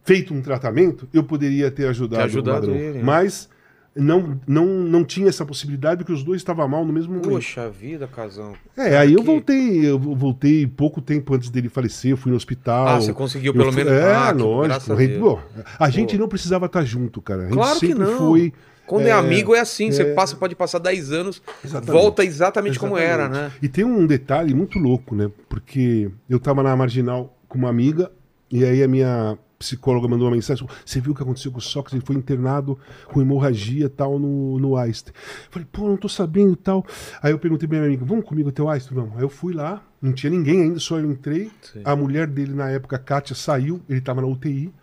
[SPEAKER 3] feito um tratamento, eu poderia ter ajudado,
[SPEAKER 1] Ter ajudado
[SPEAKER 3] o Magrão.
[SPEAKER 1] ele, né?
[SPEAKER 3] Mas não, não, não tinha essa possibilidade porque os dois estavam mal no mesmo momento.
[SPEAKER 1] Poxa vida, casão.
[SPEAKER 3] É, aí eu
[SPEAKER 1] que-
[SPEAKER 3] voltei, eu voltei pouco tempo antes dele falecer, eu fui no hospital.
[SPEAKER 1] Ah, você conseguiu
[SPEAKER 3] Eu
[SPEAKER 1] pelo
[SPEAKER 3] fui-
[SPEAKER 1] menos.
[SPEAKER 3] É,
[SPEAKER 1] Ah, que- graças
[SPEAKER 3] lógico.
[SPEAKER 1] a
[SPEAKER 3] A gente,
[SPEAKER 1] Deus.
[SPEAKER 3] bom, a gente não precisava estar junto, cara. A gente
[SPEAKER 1] Claro que
[SPEAKER 3] sempre
[SPEAKER 1] não.
[SPEAKER 3] foi.
[SPEAKER 1] Quando é, amigo é assim, você passa, pode passar 10 anos,
[SPEAKER 3] Exatamente.
[SPEAKER 1] volta exatamente, como era,
[SPEAKER 3] Exatamente.
[SPEAKER 1] né?
[SPEAKER 3] E tem um detalhe muito louco, né? Porque eu tava na marginal com uma amiga, e aí a minha psicóloga mandou uma mensagem: Você viu o que aconteceu com o Sócrates? Ele foi internado com hemorragia e tal no, no Einstein. Eu falei, pô, não tô sabendo e tal. Aí eu perguntei pra minha amiga: Vamos comigo até o Einstein? Vamos. Aí eu fui lá, não tinha ninguém ainda, só eu entrei.
[SPEAKER 1] Sim.
[SPEAKER 3] A mulher dele na época, a Kátia, saiu, ele tava na UTI.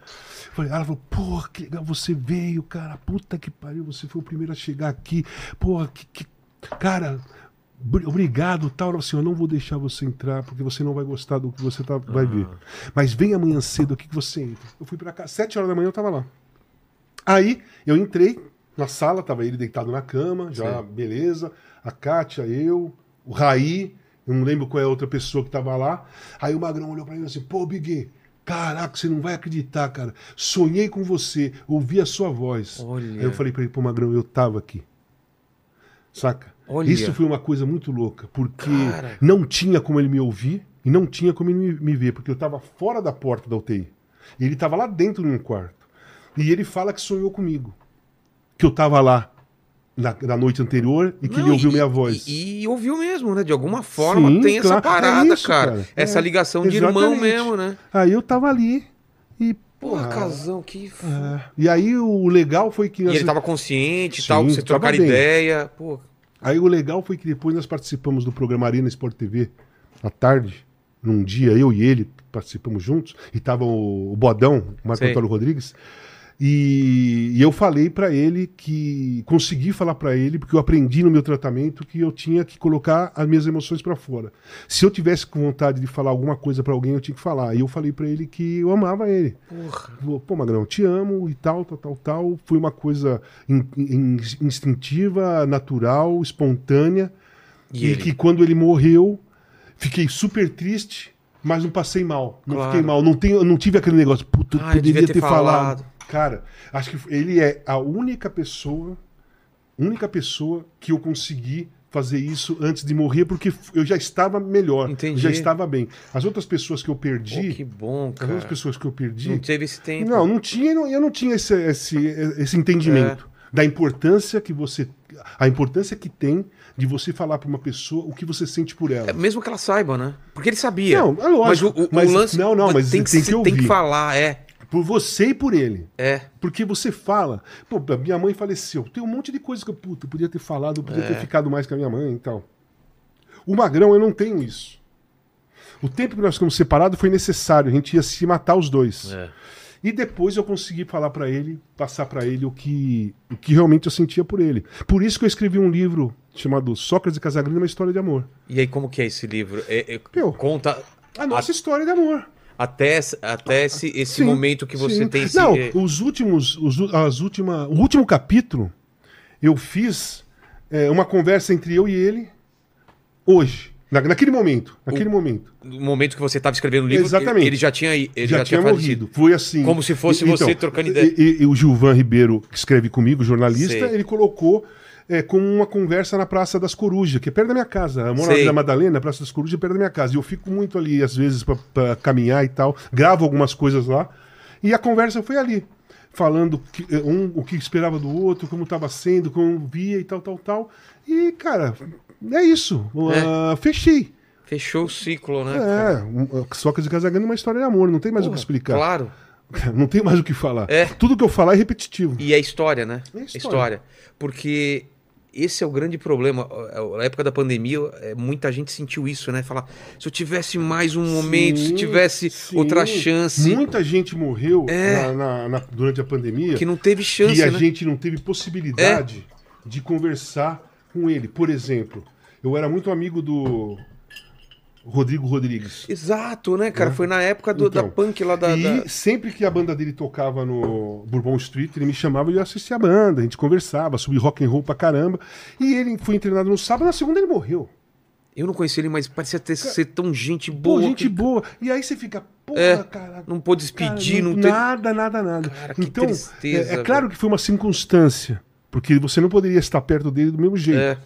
[SPEAKER 3] Falei, ela falou, porra, que legal, você veio, cara, puta que pariu, você foi o primeiro a chegar aqui, porra, que, que- cara, br- obrigado, tal, Ela falou assim, eu não vou deixar você entrar, porque você não vai gostar do que você tá, vai ver, mas vem amanhã cedo aqui que você entra. Eu fui pra cá, sete horas da manhã eu tava lá. Aí, eu entrei na sala, tava ele deitado na cama, já, beleza, a Kátia, eu, o Raí, eu não lembro qual é a outra pessoa que tava lá, aí o Magrão olhou pra mim e assim, pô, Big, Caraca, você não vai acreditar, cara. Sonhei com você, ouvi a sua voz.
[SPEAKER 1] Olha.
[SPEAKER 3] Aí eu falei pra ele, pô, Magrão, eu tava aqui. Saca?
[SPEAKER 1] Olha.
[SPEAKER 3] Isso foi uma coisa muito louca, porque
[SPEAKER 1] Cara.
[SPEAKER 3] não tinha como ele me ouvir e não tinha como ele me, me ver, porque eu tava fora da porta da UTI. E ele tava lá dentro num quarto. E ele fala que sonhou comigo. Que eu tava lá na, na noite anterior e que
[SPEAKER 1] Não,
[SPEAKER 3] ele ouviu
[SPEAKER 1] e-
[SPEAKER 3] minha voz.
[SPEAKER 1] E, e ouviu mesmo, né? De alguma forma
[SPEAKER 3] Sim,
[SPEAKER 1] tem essa
[SPEAKER 3] claro.
[SPEAKER 1] parada,
[SPEAKER 3] É isso,
[SPEAKER 1] cara.
[SPEAKER 3] cara.
[SPEAKER 1] Essa
[SPEAKER 3] É,
[SPEAKER 1] ligação de irmão
[SPEAKER 3] exatamente.
[SPEAKER 1] mesmo, né?
[SPEAKER 3] Aí eu tava ali e.
[SPEAKER 1] Porra,
[SPEAKER 3] Ah,
[SPEAKER 1] casão, que. f-
[SPEAKER 3] é. E aí o legal foi que.
[SPEAKER 1] E ele
[SPEAKER 3] assim,
[SPEAKER 1] tava consciente e
[SPEAKER 3] Sim,
[SPEAKER 1] tal, pra você
[SPEAKER 3] tava
[SPEAKER 1] trocar
[SPEAKER 3] bem.
[SPEAKER 1] ideia. Pô,
[SPEAKER 3] Aí o legal foi que depois nós participamos do programa Arena Sport TV à tarde, num dia, eu e ele participamos juntos, e tava o, o Bodão, o Marco
[SPEAKER 1] Sei.
[SPEAKER 3] Antônio Rodrigues, e, e eu falei pra ele que consegui falar pra ele, porque eu aprendi no meu tratamento que eu tinha que colocar as minhas emoções pra fora. Se eu tivesse com vontade de falar alguma coisa pra alguém, eu tinha que falar. E eu falei pra ele que eu amava ele.
[SPEAKER 1] porra.
[SPEAKER 3] Falou, Pô, Magrão, te amo e tal, tal, tal, tal. Foi uma coisa in- in- instintiva, natural, espontânea.
[SPEAKER 1] E
[SPEAKER 3] E,
[SPEAKER 1] ele?
[SPEAKER 3] que quando ele morreu, fiquei super triste, mas não passei mal. Não
[SPEAKER 1] Claro.
[SPEAKER 3] fiquei mal. Não, tenho, não tive aquele negócio, puta, eu
[SPEAKER 1] Ah, eu devia
[SPEAKER 3] poderia
[SPEAKER 1] ter
[SPEAKER 3] ter, falado.
[SPEAKER 1] falado.
[SPEAKER 3] Cara, acho que ele é a única pessoa, única pessoa que eu consegui fazer isso antes de morrer, porque eu já estava melhor.
[SPEAKER 1] Entendi.
[SPEAKER 3] Já estava bem. As outras pessoas que eu
[SPEAKER 1] Pô,
[SPEAKER 3] perdi,
[SPEAKER 1] que bom,
[SPEAKER 3] as outras
[SPEAKER 1] cara.
[SPEAKER 3] pessoas Tá que eu perdi,
[SPEAKER 1] Não teve esse tempo.
[SPEAKER 3] não, não tinha, não- eu não tinha esse, esse, esse entendimento
[SPEAKER 1] É.
[SPEAKER 3] da importância que você. A importância que tem de você falar pra uma pessoa o que você sente por ela.
[SPEAKER 1] É, mesmo que ela saiba, né? Porque ele sabia.
[SPEAKER 3] Não, é lógico,
[SPEAKER 1] Mas o, o-
[SPEAKER 3] mas-
[SPEAKER 1] o lance.
[SPEAKER 3] não, não, mas
[SPEAKER 1] tem que,
[SPEAKER 3] tem
[SPEAKER 1] se-
[SPEAKER 3] que
[SPEAKER 1] tem que
[SPEAKER 3] ouvir.
[SPEAKER 1] falar, é.
[SPEAKER 3] Por você e por ele.
[SPEAKER 1] É.
[SPEAKER 3] Porque você fala, pô, a minha mãe faleceu. Tem um monte de coisa que eu, puta, eu podia ter falado, eu podia ter ficado mais com a minha mãe e tal. O Magrão, eu não tenho isso. O tempo que nós ficamos separados foi necessário, a gente ia se matar os dois.
[SPEAKER 1] É.
[SPEAKER 3] E depois eu consegui falar pra ele, passar pra ele o que, o que realmente eu sentia por ele. Por isso que eu escrevi um livro chamado Sócrates e Casagrande, uma história de amor.
[SPEAKER 1] E aí, como que é esse livro? É- é-
[SPEAKER 3] Meu,
[SPEAKER 1] conta.
[SPEAKER 3] A nossa história de amor.
[SPEAKER 1] até, até esse, esse
[SPEAKER 3] Sim,
[SPEAKER 1] momento que você
[SPEAKER 3] sim.
[SPEAKER 1] tem esse... eh,
[SPEAKER 3] Não, os últimos, os, u- as última, o último capítulo eu fiz é, uma conversa entre eu e ele hoje, na- naquele momento, naquele momento.
[SPEAKER 1] no momento que você estava escrevendo o livro,
[SPEAKER 3] Exatamente.
[SPEAKER 1] ele, ele já tinha ele já,
[SPEAKER 3] já, tinha
[SPEAKER 1] falecido.
[SPEAKER 3] morrido. Foi assim.
[SPEAKER 1] Como se fosse você trocando ideia.
[SPEAKER 3] E, e o Gilvan Ribeiro, que escreve comigo, jornalista,
[SPEAKER 1] Sei.
[SPEAKER 3] ele colocou é, como uma conversa na Praça das Corujas, que é perto da minha casa. Eu moro na
[SPEAKER 1] Sei.
[SPEAKER 3] Vila Madalena, a Praça das Corujas é perto da minha casa. E eu fico muito ali, às vezes, pra- pra caminhar e tal. Gravo algumas coisas lá. E a conversa foi ali. Falando que, eh, um, o que esperava do outro, como estava sendo, como via e tal, tal, tal. E, cara, é isso. Ah, fechei.
[SPEAKER 1] Fechou o ciclo, né? cara?
[SPEAKER 3] É, um- Sócrates e Casagrande é uma história de amor, não tem mais o
[SPEAKER 1] Porra,
[SPEAKER 3] que explicar.
[SPEAKER 1] Claro.
[SPEAKER 3] Não tem mais o que falar.
[SPEAKER 1] É.
[SPEAKER 3] Tudo que eu falar é repetitivo.
[SPEAKER 1] E é história, né?
[SPEAKER 3] É
[SPEAKER 1] É
[SPEAKER 3] história.
[SPEAKER 1] história. Porque esse é o grande problema. A- a- Na época da pandemia, é, muita gente sentiu isso, né? Falar, se eu tivesse mais um momento, se
[SPEAKER 3] Sim,
[SPEAKER 1] tivesse
[SPEAKER 3] sim.
[SPEAKER 1] outra chance,
[SPEAKER 3] Muita gente morreu
[SPEAKER 1] É.
[SPEAKER 3] na- na- na- durante a pandemia
[SPEAKER 1] que não teve chance,
[SPEAKER 3] e a
[SPEAKER 1] né? É.
[SPEAKER 3] gente não teve possibilidade de conversar com ele. Por exemplo, eu era muito amigo do Rodrigo Rodrigues.
[SPEAKER 1] Exato, né, cara?
[SPEAKER 3] Né?
[SPEAKER 1] Foi na época do,
[SPEAKER 3] Então,
[SPEAKER 1] da punk lá da...
[SPEAKER 3] e
[SPEAKER 1] da-
[SPEAKER 3] sempre que a banda dele tocava no Bourbon Street, ele me chamava e eu assistia a banda, a gente conversava, subia rock and roll pra caramba. E ele foi internado no sábado, na segunda ele morreu.
[SPEAKER 1] Eu não conheci ele, mas parecia ter, ser tão gente
[SPEAKER 3] Pô,
[SPEAKER 1] boa.
[SPEAKER 3] gente
[SPEAKER 1] que- É,
[SPEAKER 3] boa. E aí você fica, porra, cara.
[SPEAKER 1] Não pôde
[SPEAKER 3] Cara,
[SPEAKER 1] despedir,
[SPEAKER 3] não-
[SPEAKER 1] não, teve...
[SPEAKER 3] Nada, nada, nada.
[SPEAKER 1] Cara, que
[SPEAKER 3] então,
[SPEAKER 1] tristeza,
[SPEAKER 3] é, é claro que foi uma circunstância, porque você não poderia estar perto dele do mesmo jeito.
[SPEAKER 1] É.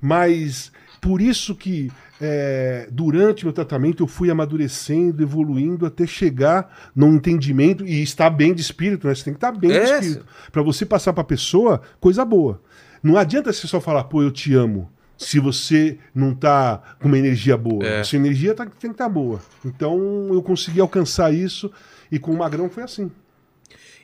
[SPEAKER 3] Mas por isso que é, durante meu tratamento eu fui amadurecendo, evoluindo até chegar num entendimento e estar bem de espírito, né? Você tem que estar bem de
[SPEAKER 1] É.
[SPEAKER 3] espírito para você passar para pessoa coisa boa. Não adianta você só falar, pô, eu te amo. Se você não tá com uma energia boa,
[SPEAKER 1] É.
[SPEAKER 3] A sua energia tá- tem que estar boa. Então eu consegui alcançar isso e com o Magrão foi assim.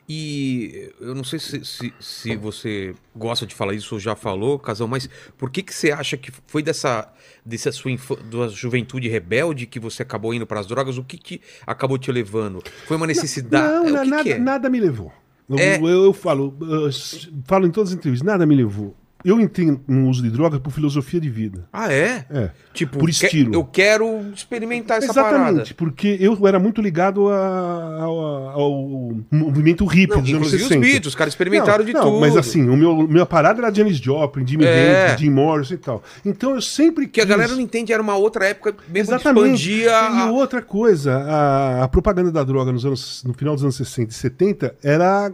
[SPEAKER 1] E eu não sei se, se, se você gosta de falar isso ou já falou, Casão, mas por que, que você acha que foi dessa, dessa sua infa- da juventude rebelde que você acabou indo para as drogas? O que, que acabou te levando? Foi uma necessidade?
[SPEAKER 3] Não,
[SPEAKER 1] É, o
[SPEAKER 3] na-
[SPEAKER 1] que que
[SPEAKER 3] nada,
[SPEAKER 1] é?
[SPEAKER 3] nada me levou. Eu,
[SPEAKER 1] É.
[SPEAKER 3] eu- eu falo, eu s- falo em todas as entrevistas, nada me levou. Eu entrei no uso de droga por filosofia de vida.
[SPEAKER 1] Ah, é?
[SPEAKER 3] É.
[SPEAKER 1] Tipo,
[SPEAKER 3] Por
[SPEAKER 1] que-
[SPEAKER 3] estilo.
[SPEAKER 1] eu quero experimentar essa é parada.
[SPEAKER 3] Exatamente, Tipo, porque eu era muito ligado a- ao, ao movimento hippie
[SPEAKER 1] Não,
[SPEAKER 3] dos anos
[SPEAKER 1] inclusive
[SPEAKER 3] 60.
[SPEAKER 1] os Beatles, os caras experimentaram
[SPEAKER 3] Não,
[SPEAKER 1] de
[SPEAKER 3] não,
[SPEAKER 1] tudo.
[SPEAKER 3] Mas assim, o meu, minha parada era Janis Joplin, Jimmy
[SPEAKER 1] É.
[SPEAKER 3] Hendrix, Jim Morrison e tal. Então eu sempre
[SPEAKER 1] que a galera
[SPEAKER 3] quis-
[SPEAKER 1] não entende, era uma outra época mesmo que
[SPEAKER 3] Exatamente.
[SPEAKER 1] expandia.
[SPEAKER 3] E
[SPEAKER 1] a-
[SPEAKER 3] outra coisa, a, a propaganda da droga nos anos, no final dos anos 60 e 70 era,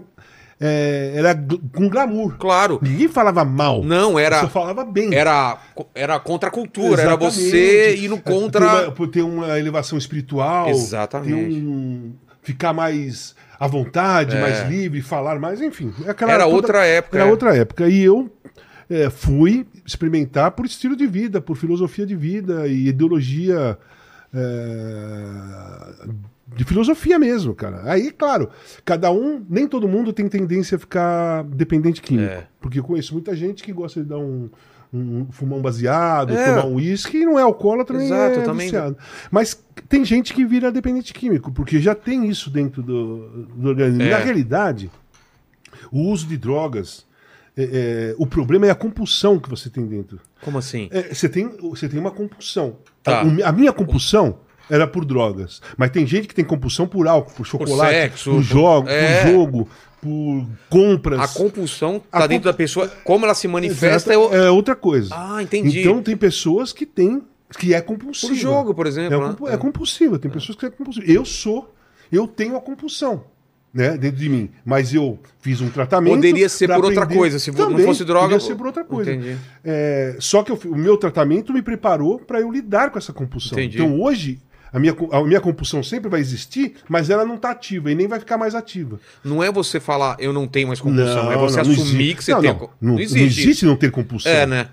[SPEAKER 3] é, era gl- com glamour.
[SPEAKER 1] Claro.
[SPEAKER 3] Ninguém falava mal.
[SPEAKER 1] Não, era.
[SPEAKER 3] Só falava bem.
[SPEAKER 1] Era, era contra a cultura, era
[SPEAKER 3] Exatamente.
[SPEAKER 1] você indo
[SPEAKER 3] Tem
[SPEAKER 1] contra.
[SPEAKER 3] uma- Por ter uma elevação espiritual.
[SPEAKER 1] Exatamente.
[SPEAKER 3] ter um- ficar mais à vontade,
[SPEAKER 1] É.
[SPEAKER 3] mais livre, falar mais, enfim. é aquela
[SPEAKER 1] Era outra época,
[SPEAKER 3] Era
[SPEAKER 1] é.
[SPEAKER 3] outra época. E eu é, fui experimentar por estilo de vida, por filosofia de vida e ideologia. é, de filosofia mesmo, cara. Aí, claro, cada um, nem todo mundo tem tendência a ficar dependente químico.
[SPEAKER 1] É.
[SPEAKER 3] Porque eu conheço muita gente que gosta de dar um, um fumar um baseado,
[SPEAKER 1] É.
[SPEAKER 3] tomar um uísque e não é alcoólatra, nem
[SPEAKER 1] Exato,
[SPEAKER 3] é
[SPEAKER 1] eu também-
[SPEAKER 3] viciado. Mas tem gente que vira dependente químico, porque já tem isso dentro do, do organismo.
[SPEAKER 1] É.
[SPEAKER 3] Na realidade, o uso de drogas, é, é, o problema é a compulsão que você tem dentro.
[SPEAKER 1] Como assim?
[SPEAKER 3] É, você, tem, você tem uma compulsão.
[SPEAKER 1] Tá.
[SPEAKER 3] A, o- a minha compulsão era por drogas. Mas tem gente que tem compulsão por álcool, por chocolate, por,
[SPEAKER 1] sexo, por-
[SPEAKER 3] jogo,
[SPEAKER 1] é.
[SPEAKER 3] por jogo, por compras.
[SPEAKER 1] A compulsão
[SPEAKER 3] A
[SPEAKER 1] tá dentro da
[SPEAKER 3] compu-
[SPEAKER 1] pessoa. Como ela se manifesta é
[SPEAKER 3] Exato,
[SPEAKER 1] o-
[SPEAKER 3] é outra coisa.
[SPEAKER 1] Ah, entendi.
[SPEAKER 3] Então tem pessoas que tem que é compulsivo.
[SPEAKER 1] por jogo, por
[SPEAKER 3] é,
[SPEAKER 1] exemplo. né?
[SPEAKER 3] compu- é compulsiva, tem pessoas que é compulsiva. Eu sou, eu tenho a compulsão, né, dentro de mim, mas eu fiz um tratamento
[SPEAKER 1] Poderia ser
[SPEAKER 3] pra
[SPEAKER 1] por outra
[SPEAKER 3] aprender.
[SPEAKER 1] coisa, se vo- não
[SPEAKER 3] Também
[SPEAKER 1] fosse droga,
[SPEAKER 3] Poderia ser por outra coisa.
[SPEAKER 1] entendi.
[SPEAKER 3] É, só que eu fi- o meu tratamento me preparou para eu lidar com essa compulsão.
[SPEAKER 1] Entendi.
[SPEAKER 3] Então hoje a minha, co- a minha compulsão sempre vai existir, mas ela não tá ativa e nem vai ficar mais ativa.
[SPEAKER 1] Não é você falar, eu não tenho mais compulsão. é você
[SPEAKER 3] não
[SPEAKER 1] assumir
[SPEAKER 3] existe.
[SPEAKER 1] que você
[SPEAKER 3] não,
[SPEAKER 1] tem. a
[SPEAKER 3] não,
[SPEAKER 1] co-
[SPEAKER 3] não, não existe. não ter compulsão.
[SPEAKER 1] É, né?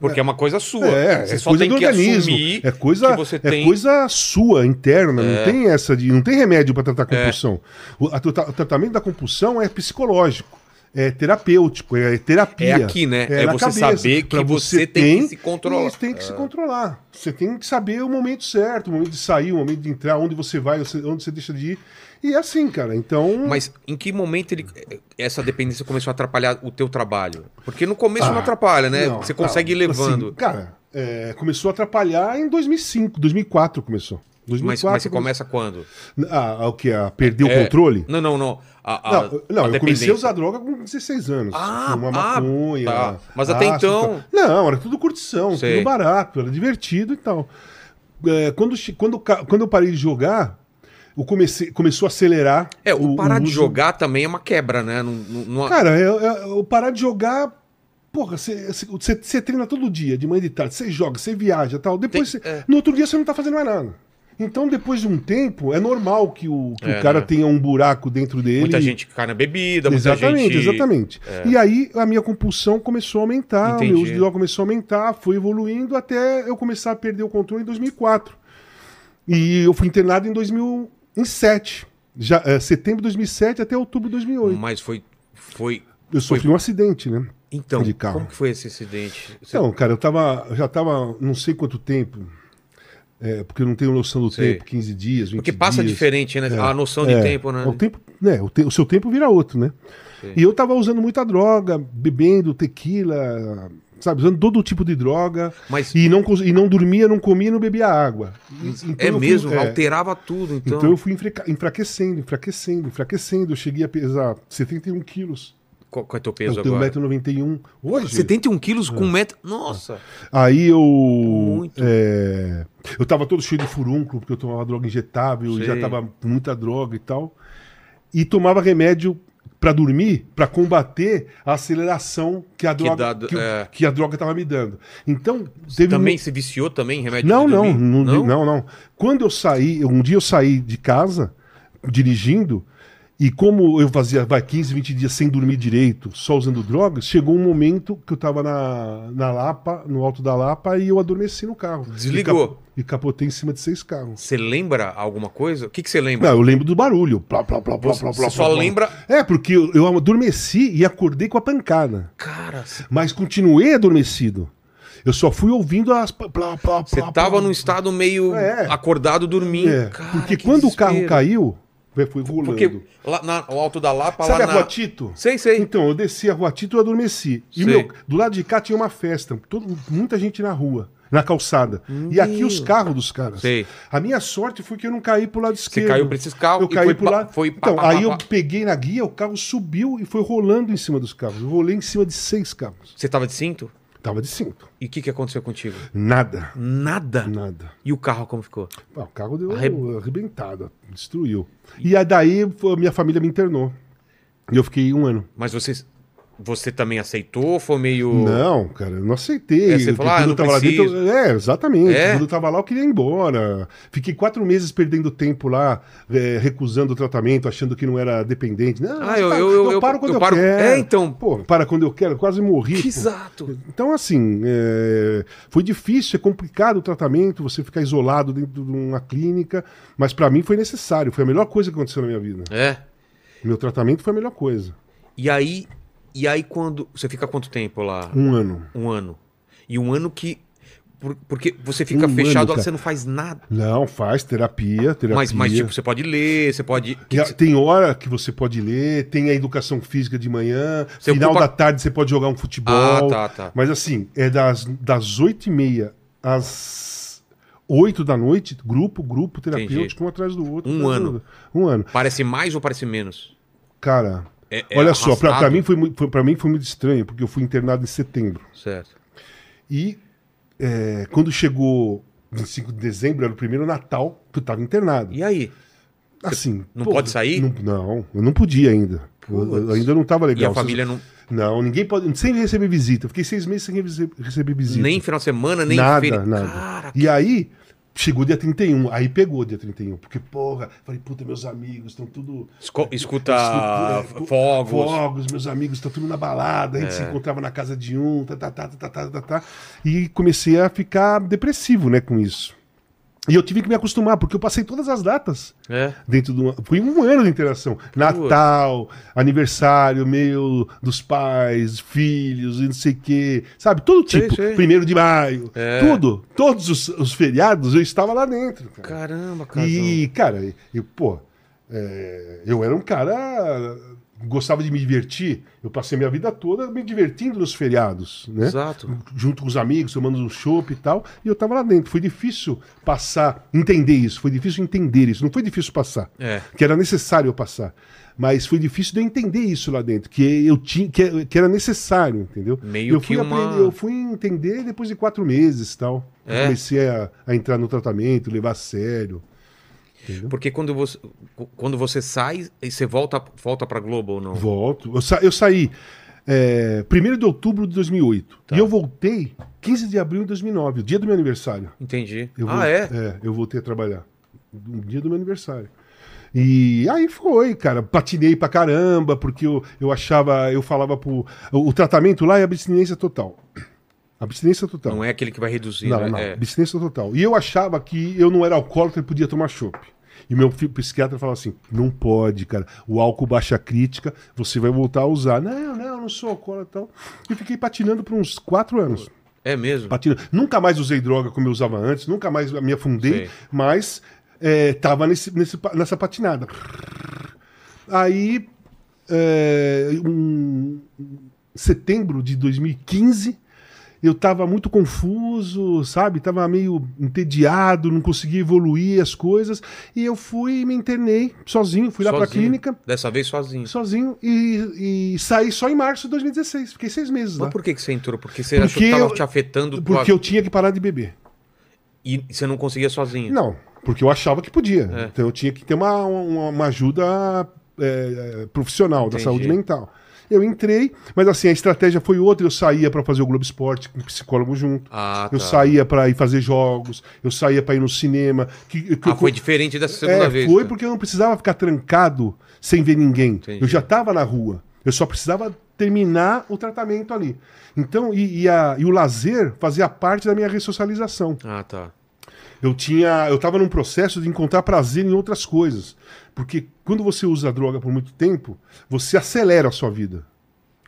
[SPEAKER 1] Porque é, uma coisa sua.
[SPEAKER 3] É,
[SPEAKER 1] você
[SPEAKER 3] é
[SPEAKER 1] só
[SPEAKER 3] coisa
[SPEAKER 1] tem
[SPEAKER 3] do
[SPEAKER 1] que
[SPEAKER 3] organismo.
[SPEAKER 1] assumir
[SPEAKER 3] é coisa,
[SPEAKER 1] que você tem. É.
[SPEAKER 3] É coisa sua, interna. Não tem essa de. Não tem remédio para tratar a compulsão. O, a tra- o tratamento da compulsão é psicológico. É terapêutico, é terapia.
[SPEAKER 1] É aqui, né? É
[SPEAKER 3] na
[SPEAKER 1] você saber que
[SPEAKER 3] Pra
[SPEAKER 1] você tem que se controlar. É.
[SPEAKER 3] Você tem que se controlar. Você tem que saber o momento certo, o momento de sair, o momento de entrar, onde você vai, onde você deixa de ir. E é assim, cara. Então.
[SPEAKER 1] Mas em que momento ele, essa dependência começou a atrapalhar o teu trabalho? Porque no começo não atrapalha, né?
[SPEAKER 3] Ah, Não,
[SPEAKER 1] você consegue
[SPEAKER 3] tá,
[SPEAKER 1] ir levando.
[SPEAKER 3] assim, cara, é, começou a atrapalhar em 2005, 2004 começou.
[SPEAKER 1] Mas,
[SPEAKER 3] 2004,
[SPEAKER 1] mas você começa quando?
[SPEAKER 3] Ah, o que? A perder o
[SPEAKER 1] É,
[SPEAKER 3] controle?
[SPEAKER 1] Não, não, não. A- a-
[SPEAKER 3] Não, não
[SPEAKER 1] a
[SPEAKER 3] eu comecei
[SPEAKER 1] dependência.
[SPEAKER 3] a usar droga com 16 anos.
[SPEAKER 1] Ah,
[SPEAKER 3] uma
[SPEAKER 1] ah,
[SPEAKER 3] maconha.
[SPEAKER 1] tá. Mas até
[SPEAKER 3] ácido,
[SPEAKER 1] então-
[SPEAKER 3] tal. Não, era tudo curtição,
[SPEAKER 1] Sei.
[SPEAKER 3] tudo barato, era divertido e tal. É, quando, che- quando, ca- quando eu parei de jogar, eu comecei, começou a acelerar.
[SPEAKER 1] É, o, parar de
[SPEAKER 3] uso.
[SPEAKER 1] jogar também é uma quebra, né? Não, não- não-
[SPEAKER 3] Cara, eu, eu- eu parar de jogar. Porra, você- você você treina todo dia, de manhã e de tarde, você joga, você viaja e tal. Depois,
[SPEAKER 1] Tem-
[SPEAKER 3] você-
[SPEAKER 1] é.
[SPEAKER 3] no outro dia, você não tá fazendo mais nada. Então, depois de um tempo, é normal que o, que
[SPEAKER 1] É,
[SPEAKER 3] o cara
[SPEAKER 1] né?
[SPEAKER 3] tenha um buraco dentro dele.
[SPEAKER 1] muita gente cai na bebida, muita
[SPEAKER 3] Exatamente,
[SPEAKER 1] gente. é.
[SPEAKER 3] exatamente. E aí a minha compulsão começou a aumentar,
[SPEAKER 1] Entendi.
[SPEAKER 3] o meu uso de droga começou a aumentar, foi evoluindo até eu começar a perder o controle em 2004. E eu fui internado em 2007. Já, é, setembro de 2007 até outubro de 2008.
[SPEAKER 1] Mas foi. Hum, foi...
[SPEAKER 3] Eu sofri um acidente, né?
[SPEAKER 1] Então,
[SPEAKER 3] De carro.
[SPEAKER 1] como que foi esse acidente? Você-
[SPEAKER 3] Então, cara, eu tava, eu já tava não sei quanto tempo, é, porque eu não tenho noção do
[SPEAKER 1] Sei.
[SPEAKER 3] tempo, 15 dias, 20
[SPEAKER 1] Porque passa
[SPEAKER 3] dias.
[SPEAKER 1] diferente, né?
[SPEAKER 3] É.
[SPEAKER 1] A noção de
[SPEAKER 3] É,
[SPEAKER 1] tempo, né?
[SPEAKER 3] O, tempo, né, o, te- o seu tempo vira outro, né?
[SPEAKER 1] Sim.
[SPEAKER 3] E eu tava usando muita droga, bebendo tequila, sabe? Usando todo tipo de droga.
[SPEAKER 1] Mas-
[SPEAKER 3] E não, cons- e não dormia, não comia, não bebia água. E- então
[SPEAKER 1] é
[SPEAKER 3] eu fui-
[SPEAKER 1] mesmo,
[SPEAKER 3] é.
[SPEAKER 1] alterava tudo, então.
[SPEAKER 3] Então eu fui enfreca- enfraquecendo, enfraquecendo, enfraquecendo. Eu cheguei a pesar 71 quilos.
[SPEAKER 1] Qual, qual é teu peso
[SPEAKER 3] Eu tenho
[SPEAKER 1] agora?
[SPEAKER 3] 1,91m hoje.
[SPEAKER 1] 71 quilos com metro. Nossa!
[SPEAKER 3] Aí eu.
[SPEAKER 1] Muito.
[SPEAKER 3] é, eu tava todo cheio de furúnculo, porque eu tomava droga injetável,
[SPEAKER 1] Sei.
[SPEAKER 3] e já tava com muita droga e tal. E tomava remédio pra dormir, pra combater a aceleração que a droga,
[SPEAKER 1] dá-
[SPEAKER 3] que, o-
[SPEAKER 1] é.
[SPEAKER 3] que a droga tava me dando. Então, teve
[SPEAKER 1] Também
[SPEAKER 3] mu-
[SPEAKER 1] se viciou também em remédio
[SPEAKER 3] Não,
[SPEAKER 1] É de
[SPEAKER 3] não,
[SPEAKER 1] dormir?
[SPEAKER 3] não, não, não, Quando eu saí, um dia eu saí de casa, dirigindo, e como eu fazia vai, 15, 20 dias sem dormir direito, só usando drogas, chegou um momento que eu tava na, na Lapa, no alto da Lapa, e eu adormeci no carro.
[SPEAKER 1] Desligou.
[SPEAKER 3] E, capo- e capotei em cima de seis carros.
[SPEAKER 1] Você lembra alguma coisa? O que, que você lembra?
[SPEAKER 3] Não, eu lembro do barulho. Plá, plá, plá, plá,
[SPEAKER 1] Você-
[SPEAKER 3] plá,
[SPEAKER 1] você
[SPEAKER 3] plá,
[SPEAKER 1] só
[SPEAKER 3] plá.
[SPEAKER 1] lembra-
[SPEAKER 3] É, porque eu, eu adormeci e acordei com a pancada.
[SPEAKER 1] Cara, você
[SPEAKER 3] Mas continuei adormecido. Eu só fui ouvindo as. Plá, plá, plá, plá,
[SPEAKER 1] tava
[SPEAKER 3] plá.
[SPEAKER 1] num estado meio
[SPEAKER 3] É.
[SPEAKER 1] acordado dormindo.
[SPEAKER 3] É,
[SPEAKER 1] Cara,
[SPEAKER 3] porque
[SPEAKER 1] que
[SPEAKER 3] quando o carro
[SPEAKER 1] desespero.
[SPEAKER 3] caiu, é, foi rolando.
[SPEAKER 1] Porque lá na, o alto da Lapa,
[SPEAKER 3] Sabe
[SPEAKER 1] lá
[SPEAKER 3] a
[SPEAKER 1] na...
[SPEAKER 3] Rua Tito?
[SPEAKER 1] Sei, sei.
[SPEAKER 3] Então, eu desci a Rua Tito e adormeci. E
[SPEAKER 1] Sei.
[SPEAKER 3] meu, do lado de cá tinha uma festa, todo- muita gente na rua, na calçada. E aqui os carros dos caras.
[SPEAKER 1] Sei.
[SPEAKER 3] A minha sorte foi que eu não caí pro lado esquerdo.
[SPEAKER 1] caiu pra esses carros
[SPEAKER 3] Eu
[SPEAKER 1] e
[SPEAKER 3] caí
[SPEAKER 1] foi
[SPEAKER 3] pro
[SPEAKER 1] pa-
[SPEAKER 3] lado.
[SPEAKER 1] foi pá,
[SPEAKER 3] então,
[SPEAKER 1] pá,
[SPEAKER 3] aí
[SPEAKER 1] pá,
[SPEAKER 3] eu
[SPEAKER 1] pá.
[SPEAKER 3] peguei na guia, o carro subiu e foi rolando em cima dos carros. Eu rolei em cima de seis carros.
[SPEAKER 1] Você tava de cinto?
[SPEAKER 3] Tava de cinto.
[SPEAKER 1] E o que, que aconteceu contigo?
[SPEAKER 3] Nada.
[SPEAKER 1] Nada.
[SPEAKER 3] Nada.
[SPEAKER 1] E o carro como ficou?
[SPEAKER 3] Ah, o carro deu
[SPEAKER 1] Arre-
[SPEAKER 3] arrebentado, destruiu. E aí daí foi- minha família me internou. E eu fiquei um ano.
[SPEAKER 1] Mas você, você também aceitou? Foi meio...
[SPEAKER 3] Não, cara, eu não aceitei.
[SPEAKER 1] É, você falou, ah,
[SPEAKER 3] quando
[SPEAKER 1] não
[SPEAKER 3] eu tava lá dentro,
[SPEAKER 1] preciso.
[SPEAKER 3] É, exatamente.
[SPEAKER 1] É?
[SPEAKER 3] Quando eu tava lá, eu queria ir embora. Fiquei quatro meses perdendo tempo lá, é, recusando o tratamento, achando que não era dependente. Não,
[SPEAKER 1] Ah,
[SPEAKER 3] você
[SPEAKER 1] eu-
[SPEAKER 3] tá-
[SPEAKER 1] eu- eu-
[SPEAKER 3] paro quando
[SPEAKER 1] eu
[SPEAKER 3] eu,
[SPEAKER 1] paro-
[SPEAKER 3] quero.
[SPEAKER 1] É, então.
[SPEAKER 3] Pô, para quando eu quero, quase morri. pô.
[SPEAKER 1] Exato.
[SPEAKER 3] Então, assim, é, foi difícil, é complicado o tratamento, você ficar isolado dentro de uma clínica, mas pra mim foi necessário, foi a melhor coisa que aconteceu na minha vida.
[SPEAKER 1] É.
[SPEAKER 3] Meu tratamento foi a melhor coisa.
[SPEAKER 1] E aí, e aí quando... Você fica quanto tempo lá?
[SPEAKER 3] Um ano.
[SPEAKER 1] Um ano. E um ano que... por- porque você fica
[SPEAKER 3] Um
[SPEAKER 1] fechado,
[SPEAKER 3] ano, cara.
[SPEAKER 1] você não faz nada.
[SPEAKER 3] Não, faz terapia, terapia.
[SPEAKER 1] Mas, mas, tipo, você pode ler, você pode... que
[SPEAKER 3] E
[SPEAKER 1] que
[SPEAKER 3] a-
[SPEAKER 1] você-
[SPEAKER 3] Tem hora que você pode ler, tem a educação física de manhã,
[SPEAKER 1] Você
[SPEAKER 3] final
[SPEAKER 1] ocupa-
[SPEAKER 3] da tarde você pode jogar um futebol.
[SPEAKER 1] Ah, tá, tá.
[SPEAKER 3] Mas assim, é das, das 8 e meia às 8 da noite, grupo, grupo terapêutico,
[SPEAKER 1] Entendi.
[SPEAKER 3] um atrás do outro.
[SPEAKER 1] Um
[SPEAKER 3] atrás do
[SPEAKER 1] ano.
[SPEAKER 3] outro. Um ano.
[SPEAKER 1] Parece mais ou parece menos?
[SPEAKER 3] Cara,
[SPEAKER 1] É- é
[SPEAKER 3] olha só, pra,
[SPEAKER 1] arrastado?
[SPEAKER 3] pra mim foi, mui- foi- pra mim foi muito estranho, porque eu fui internado em setembro.
[SPEAKER 1] Certo.
[SPEAKER 3] E é, quando chegou 25 de dezembro, era o primeiro Natal que eu tava internado.
[SPEAKER 1] E aí?
[SPEAKER 3] assim,
[SPEAKER 1] não pode sair?
[SPEAKER 3] Não, não, eu não podia ainda. Eu- eu
[SPEAKER 1] Putz.
[SPEAKER 3] ainda não tava
[SPEAKER 1] E
[SPEAKER 3] legal.
[SPEAKER 1] a família não...
[SPEAKER 3] Não, ninguém pode. Sem receber visita. Eu Fiquei seis meses sem rece- receber visita.
[SPEAKER 1] Nem final de semana, nem
[SPEAKER 3] nada,
[SPEAKER 1] feri-
[SPEAKER 3] nada.
[SPEAKER 1] Cara,
[SPEAKER 3] E aí, chegou dia 31. Aí pegou dia 31. Porque, porra, falei, puta, meus amigos estão tudo. é,
[SPEAKER 1] esco- escuta
[SPEAKER 3] Estrutura,
[SPEAKER 1] fogos.
[SPEAKER 3] é,
[SPEAKER 1] É.
[SPEAKER 3] Fogos, meus amigos, tá tudo na balada, a gente se encontrava na casa de um, tá, tá, tá, tá, tá, tá, tá. E comecei a ficar depressivo, né, com isso. E eu tive que me acostumar, porque eu passei todas as datas
[SPEAKER 1] É.
[SPEAKER 3] dentro de uma... Foi um ano de interação. Natal, aniversário meu, dos pais, filhos, e não sei o quê. Sabe, todo
[SPEAKER 1] Sei,
[SPEAKER 3] tipo.
[SPEAKER 1] sei.
[SPEAKER 3] Primeiro de maio,
[SPEAKER 1] É.
[SPEAKER 3] tudo. Todos os, os feriados eu estava lá dentro, cara.
[SPEAKER 1] Caramba, cara.
[SPEAKER 3] E, cara, eu, pô, é, eu era um cara gostava de me divertir, eu passei minha vida toda me divertindo nos feriados, né?
[SPEAKER 1] Exato.
[SPEAKER 3] Junto com os amigos, tomando um chopp e tal, e eu tava lá dentro. Foi difícil passar, entender isso, foi difícil entender isso, não foi difícil passar.
[SPEAKER 1] É.
[SPEAKER 3] Que era necessário eu passar. Mas foi difícil de eu entender isso lá dentro, que eu tinha, que, que era necessário, entendeu?
[SPEAKER 1] Meio
[SPEAKER 3] eu fui
[SPEAKER 1] que uma-
[SPEAKER 3] aprender, eu fui entender depois de quatro meses e tal. Eu
[SPEAKER 1] É.
[SPEAKER 3] Comecei a, a entrar no tratamento, levar a sério.
[SPEAKER 1] Porque quando você, quando você sai, e você volta, volta pra Globo ou não?
[SPEAKER 3] Volto. Eu, sa- eu saí é, 1 de outubro de 2008.
[SPEAKER 1] Tá.
[SPEAKER 3] E eu voltei 15 de abril de 2009, o dia do meu aniversário.
[SPEAKER 1] Entendi.
[SPEAKER 3] Eu
[SPEAKER 1] ah,
[SPEAKER 3] vol-
[SPEAKER 1] é?
[SPEAKER 3] eu voltei a trabalhar. No dia do meu aniversário. E aí foi, cara. Patinei pra caramba, porque eu, eu achava, eu falava pro. O, o tratamento lá é abstinência total. Abstinência total.
[SPEAKER 1] Não é aquele que vai reduzir,
[SPEAKER 3] então. Não,
[SPEAKER 1] né?
[SPEAKER 3] não.
[SPEAKER 1] É.
[SPEAKER 3] Abstinência total. E eu achava que eu não era alcoólatra e podia tomar chopp. E meu fi- psiquiatra falava assim: não pode, cara. O álcool baixa a crítica, você vai voltar a usar. Não, não, eu não sou alcoólatra e tal. E fiquei patinando por uns quatro anos.
[SPEAKER 1] É mesmo?
[SPEAKER 3] Patinando. Nunca mais usei droga como eu usava antes, nunca mais me afundei,
[SPEAKER 1] Sei.
[SPEAKER 3] mas é, tava nesse, nesse pa- nessa patinada. Aí, é, um, setembro de 2015, eu tava muito confuso, sabe? Tava meio entediado, não conseguia evoluir as coisas. E eu fui e me internei sozinho, fui lá pra
[SPEAKER 1] Sozinho.
[SPEAKER 3] clínica,
[SPEAKER 1] Dessa vez sozinho.
[SPEAKER 3] sozinho, e, e saí só em março de 2016. Fiquei seis meses lá.
[SPEAKER 1] Mas por que, que você entrou? Porque você
[SPEAKER 3] Porque
[SPEAKER 1] achou que tava
[SPEAKER 3] eu-
[SPEAKER 1] te afetando tua-
[SPEAKER 3] Porque eu tinha que parar de beber.
[SPEAKER 1] e você não conseguia sozinho.
[SPEAKER 3] Não, porque eu achava que podia.
[SPEAKER 1] É.
[SPEAKER 3] Então eu tinha que ter uma, uma, uma ajuda é, é, profissional da
[SPEAKER 1] Entendi.
[SPEAKER 3] saúde mental. Eu entrei, mas assim, a estratégia foi outra. Eu saía pra fazer o Globo Esporte com o psicólogo junto.
[SPEAKER 1] Ah,
[SPEAKER 3] Eu
[SPEAKER 1] tá.
[SPEAKER 3] saía pra ir fazer jogos, eu saía pra ir no cinema. Que, que
[SPEAKER 1] Ah,
[SPEAKER 3] eu-
[SPEAKER 1] foi diferente dessa segunda
[SPEAKER 3] é,
[SPEAKER 1] vez.
[SPEAKER 3] Foi
[SPEAKER 1] tá?
[SPEAKER 3] porque eu não precisava ficar trancado sem ver ninguém.
[SPEAKER 1] Entendi.
[SPEAKER 3] Eu já estava na rua. Eu só precisava terminar o tratamento ali. Então, e, e a- e o lazer fazia parte da minha ressocialização.
[SPEAKER 1] Ah, tá.
[SPEAKER 3] Eu tinha, eu tava num processo de encontrar prazer em outras coisas, porque quando você usa a droga por muito tempo, você acelera a sua vida.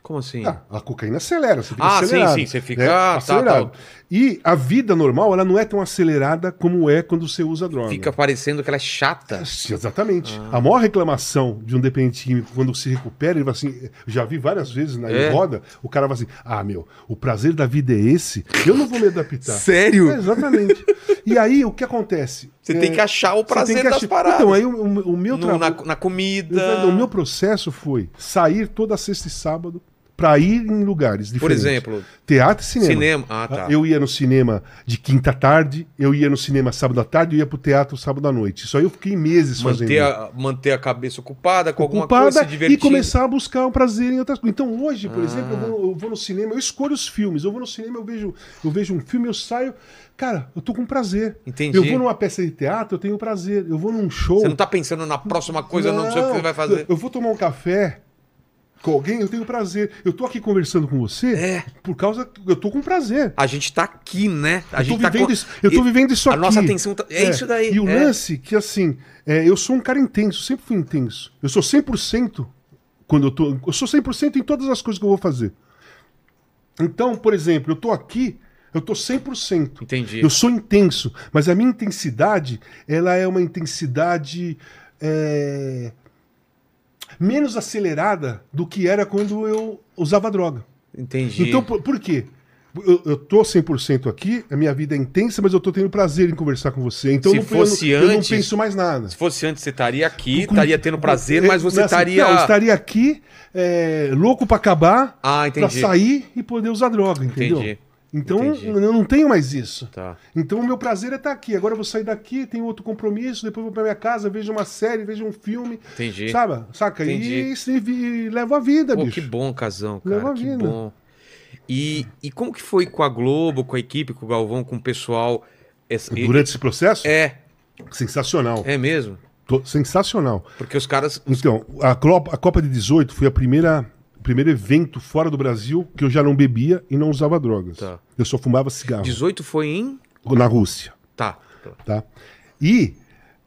[SPEAKER 1] Como assim?
[SPEAKER 3] Ah, a cocaína acelera, você fica
[SPEAKER 1] Ah, sim,
[SPEAKER 3] acelerado.
[SPEAKER 1] sim, você fica-
[SPEAKER 3] né?
[SPEAKER 1] ah, tá,
[SPEAKER 3] acelerado.
[SPEAKER 1] tá.
[SPEAKER 3] E a vida normal, ela não é tão acelerada como é quando você usa a droga.
[SPEAKER 1] Fica Ah. parecendo que ela é chata.
[SPEAKER 3] Sim, Exatamente. A maior reclamação de um dependente químico quando se recupera, ele vai assim, já vi várias vezes na
[SPEAKER 1] É?
[SPEAKER 3] roda, o cara vai assim: "Ah, meu, o prazer da vida é esse. Eu não vou me adaptar".
[SPEAKER 1] Sério?
[SPEAKER 3] É, exatamente. E aí o que acontece?
[SPEAKER 1] Você
[SPEAKER 3] É,
[SPEAKER 1] tem que achar o
[SPEAKER 3] você tem
[SPEAKER 1] prazer
[SPEAKER 3] que
[SPEAKER 1] das
[SPEAKER 3] achar-
[SPEAKER 1] paradas.
[SPEAKER 3] Então, aí o, o- o meu
[SPEAKER 1] No- na,
[SPEAKER 3] trabalho. é
[SPEAKER 1] na comida.
[SPEAKER 3] O meu processo foi sair toda sexta e sábado pra ir em lugares diferentes.
[SPEAKER 1] Por exemplo,
[SPEAKER 3] Teatro e tipo cinema.
[SPEAKER 1] cinema. Ah, tá.
[SPEAKER 3] Eu ia no cinema de quinta à tarde, eu ia no cinema sábado à tarde, eu ia pro teatro sábado à noite. Isso aí eu fiquei meses fazendo.
[SPEAKER 1] manter, a, manter a cabeça ocupada com alguma
[SPEAKER 3] Ocupada
[SPEAKER 1] coisa, Ah. se
[SPEAKER 3] e
[SPEAKER 1] divertir.
[SPEAKER 3] começar a buscar um prazer em outras coisas. Então hoje, por exemplo, eu vou, eu vou no cinema, eu escolho os filmes. Eu vou no cinema, eu vejo, eu vejo um filme, eu saio. Cara, eu tô com prazer.
[SPEAKER 1] Entendi.
[SPEAKER 3] Eu vou numa peça de teatro, eu tenho prazer. Eu vou num show.
[SPEAKER 1] Você não tá pensando na próxima coisa, não, sei o que você vai fazer.
[SPEAKER 3] Eu vou tomar um café com alguém, eu tenho prazer. Eu tô aqui conversando com você
[SPEAKER 1] É.
[SPEAKER 3] por causa que eu tô com prazer.
[SPEAKER 1] A gente tá aqui, né? A
[SPEAKER 3] Eu tô,
[SPEAKER 1] gente tá
[SPEAKER 3] vivendo
[SPEAKER 1] com-
[SPEAKER 3] isso, eu tô
[SPEAKER 1] E-
[SPEAKER 3] vivendo isso
[SPEAKER 1] a
[SPEAKER 3] aqui.
[SPEAKER 1] nossa atenção tá- é isso daí,
[SPEAKER 3] E o
[SPEAKER 1] é.
[SPEAKER 3] lance que, assim, é, eu sou um cara intenso, sempre fui intenso. Eu sou 100% quando eu tô... Eu sou 100% em todas as coisas que eu vou fazer. Então, por exemplo, eu tô aqui, eu tô 100%.
[SPEAKER 1] Entendi.
[SPEAKER 3] Eu sou intenso, mas a minha intensidade, ela é uma intensidade... é, menos acelerada do que era quando eu usava droga.
[SPEAKER 1] Entendi.
[SPEAKER 3] Então, por, por quê? Eu, eu tô 100% aqui, a minha vida é intensa, mas eu tô tendo prazer em conversar com você. Então,
[SPEAKER 1] Se
[SPEAKER 3] eu não- eu,
[SPEAKER 1] fosse
[SPEAKER 3] não, eu não
[SPEAKER 1] antes-
[SPEAKER 3] penso mais nada.
[SPEAKER 1] Se fosse antes, você estaria aqui, estaria tendo prazer, mas você
[SPEAKER 3] Não, assim,
[SPEAKER 1] estaria.
[SPEAKER 3] Não, eu estaria aqui, é, louco pra acabar,
[SPEAKER 1] Ah,
[SPEAKER 3] pra
[SPEAKER 1] entendi.
[SPEAKER 3] sair e poder usar droga, entendeu?
[SPEAKER 1] Entendi.
[SPEAKER 3] Então,
[SPEAKER 1] Entendi.
[SPEAKER 3] eu não tenho mais isso.
[SPEAKER 1] Tá.
[SPEAKER 3] Então, o meu prazer é estar aqui. Agora eu vou sair daqui, tenho outro compromisso, depois vou pra minha casa, vejo uma série, vejo um filme.
[SPEAKER 1] Entendi.
[SPEAKER 3] Sabe? Saca?
[SPEAKER 1] Entendi.
[SPEAKER 3] E, se vi- leva a vida,
[SPEAKER 1] Pô,
[SPEAKER 3] bicho.
[SPEAKER 1] que bom, Casão,
[SPEAKER 3] Leva
[SPEAKER 1] cara.
[SPEAKER 3] a
[SPEAKER 1] Que
[SPEAKER 3] vida.
[SPEAKER 1] bom. E, e como que foi com a Globo, com a equipe, com o Galvão, com o pessoal? Essa- e-
[SPEAKER 3] Durante esse processo,
[SPEAKER 1] É,
[SPEAKER 3] sensacional.
[SPEAKER 1] é mesmo.
[SPEAKER 3] Tô- sensacional.
[SPEAKER 1] Porque os caras.
[SPEAKER 3] Então, a Copa, a Copa de 18 foi a primeira primeiro evento fora do Brasil que eu já não bebia e não usava drogas.
[SPEAKER 1] Tá.
[SPEAKER 3] Eu só fumava cigarro
[SPEAKER 1] 18 foi em.
[SPEAKER 3] na Rússia,
[SPEAKER 1] Tá.
[SPEAKER 3] tá? E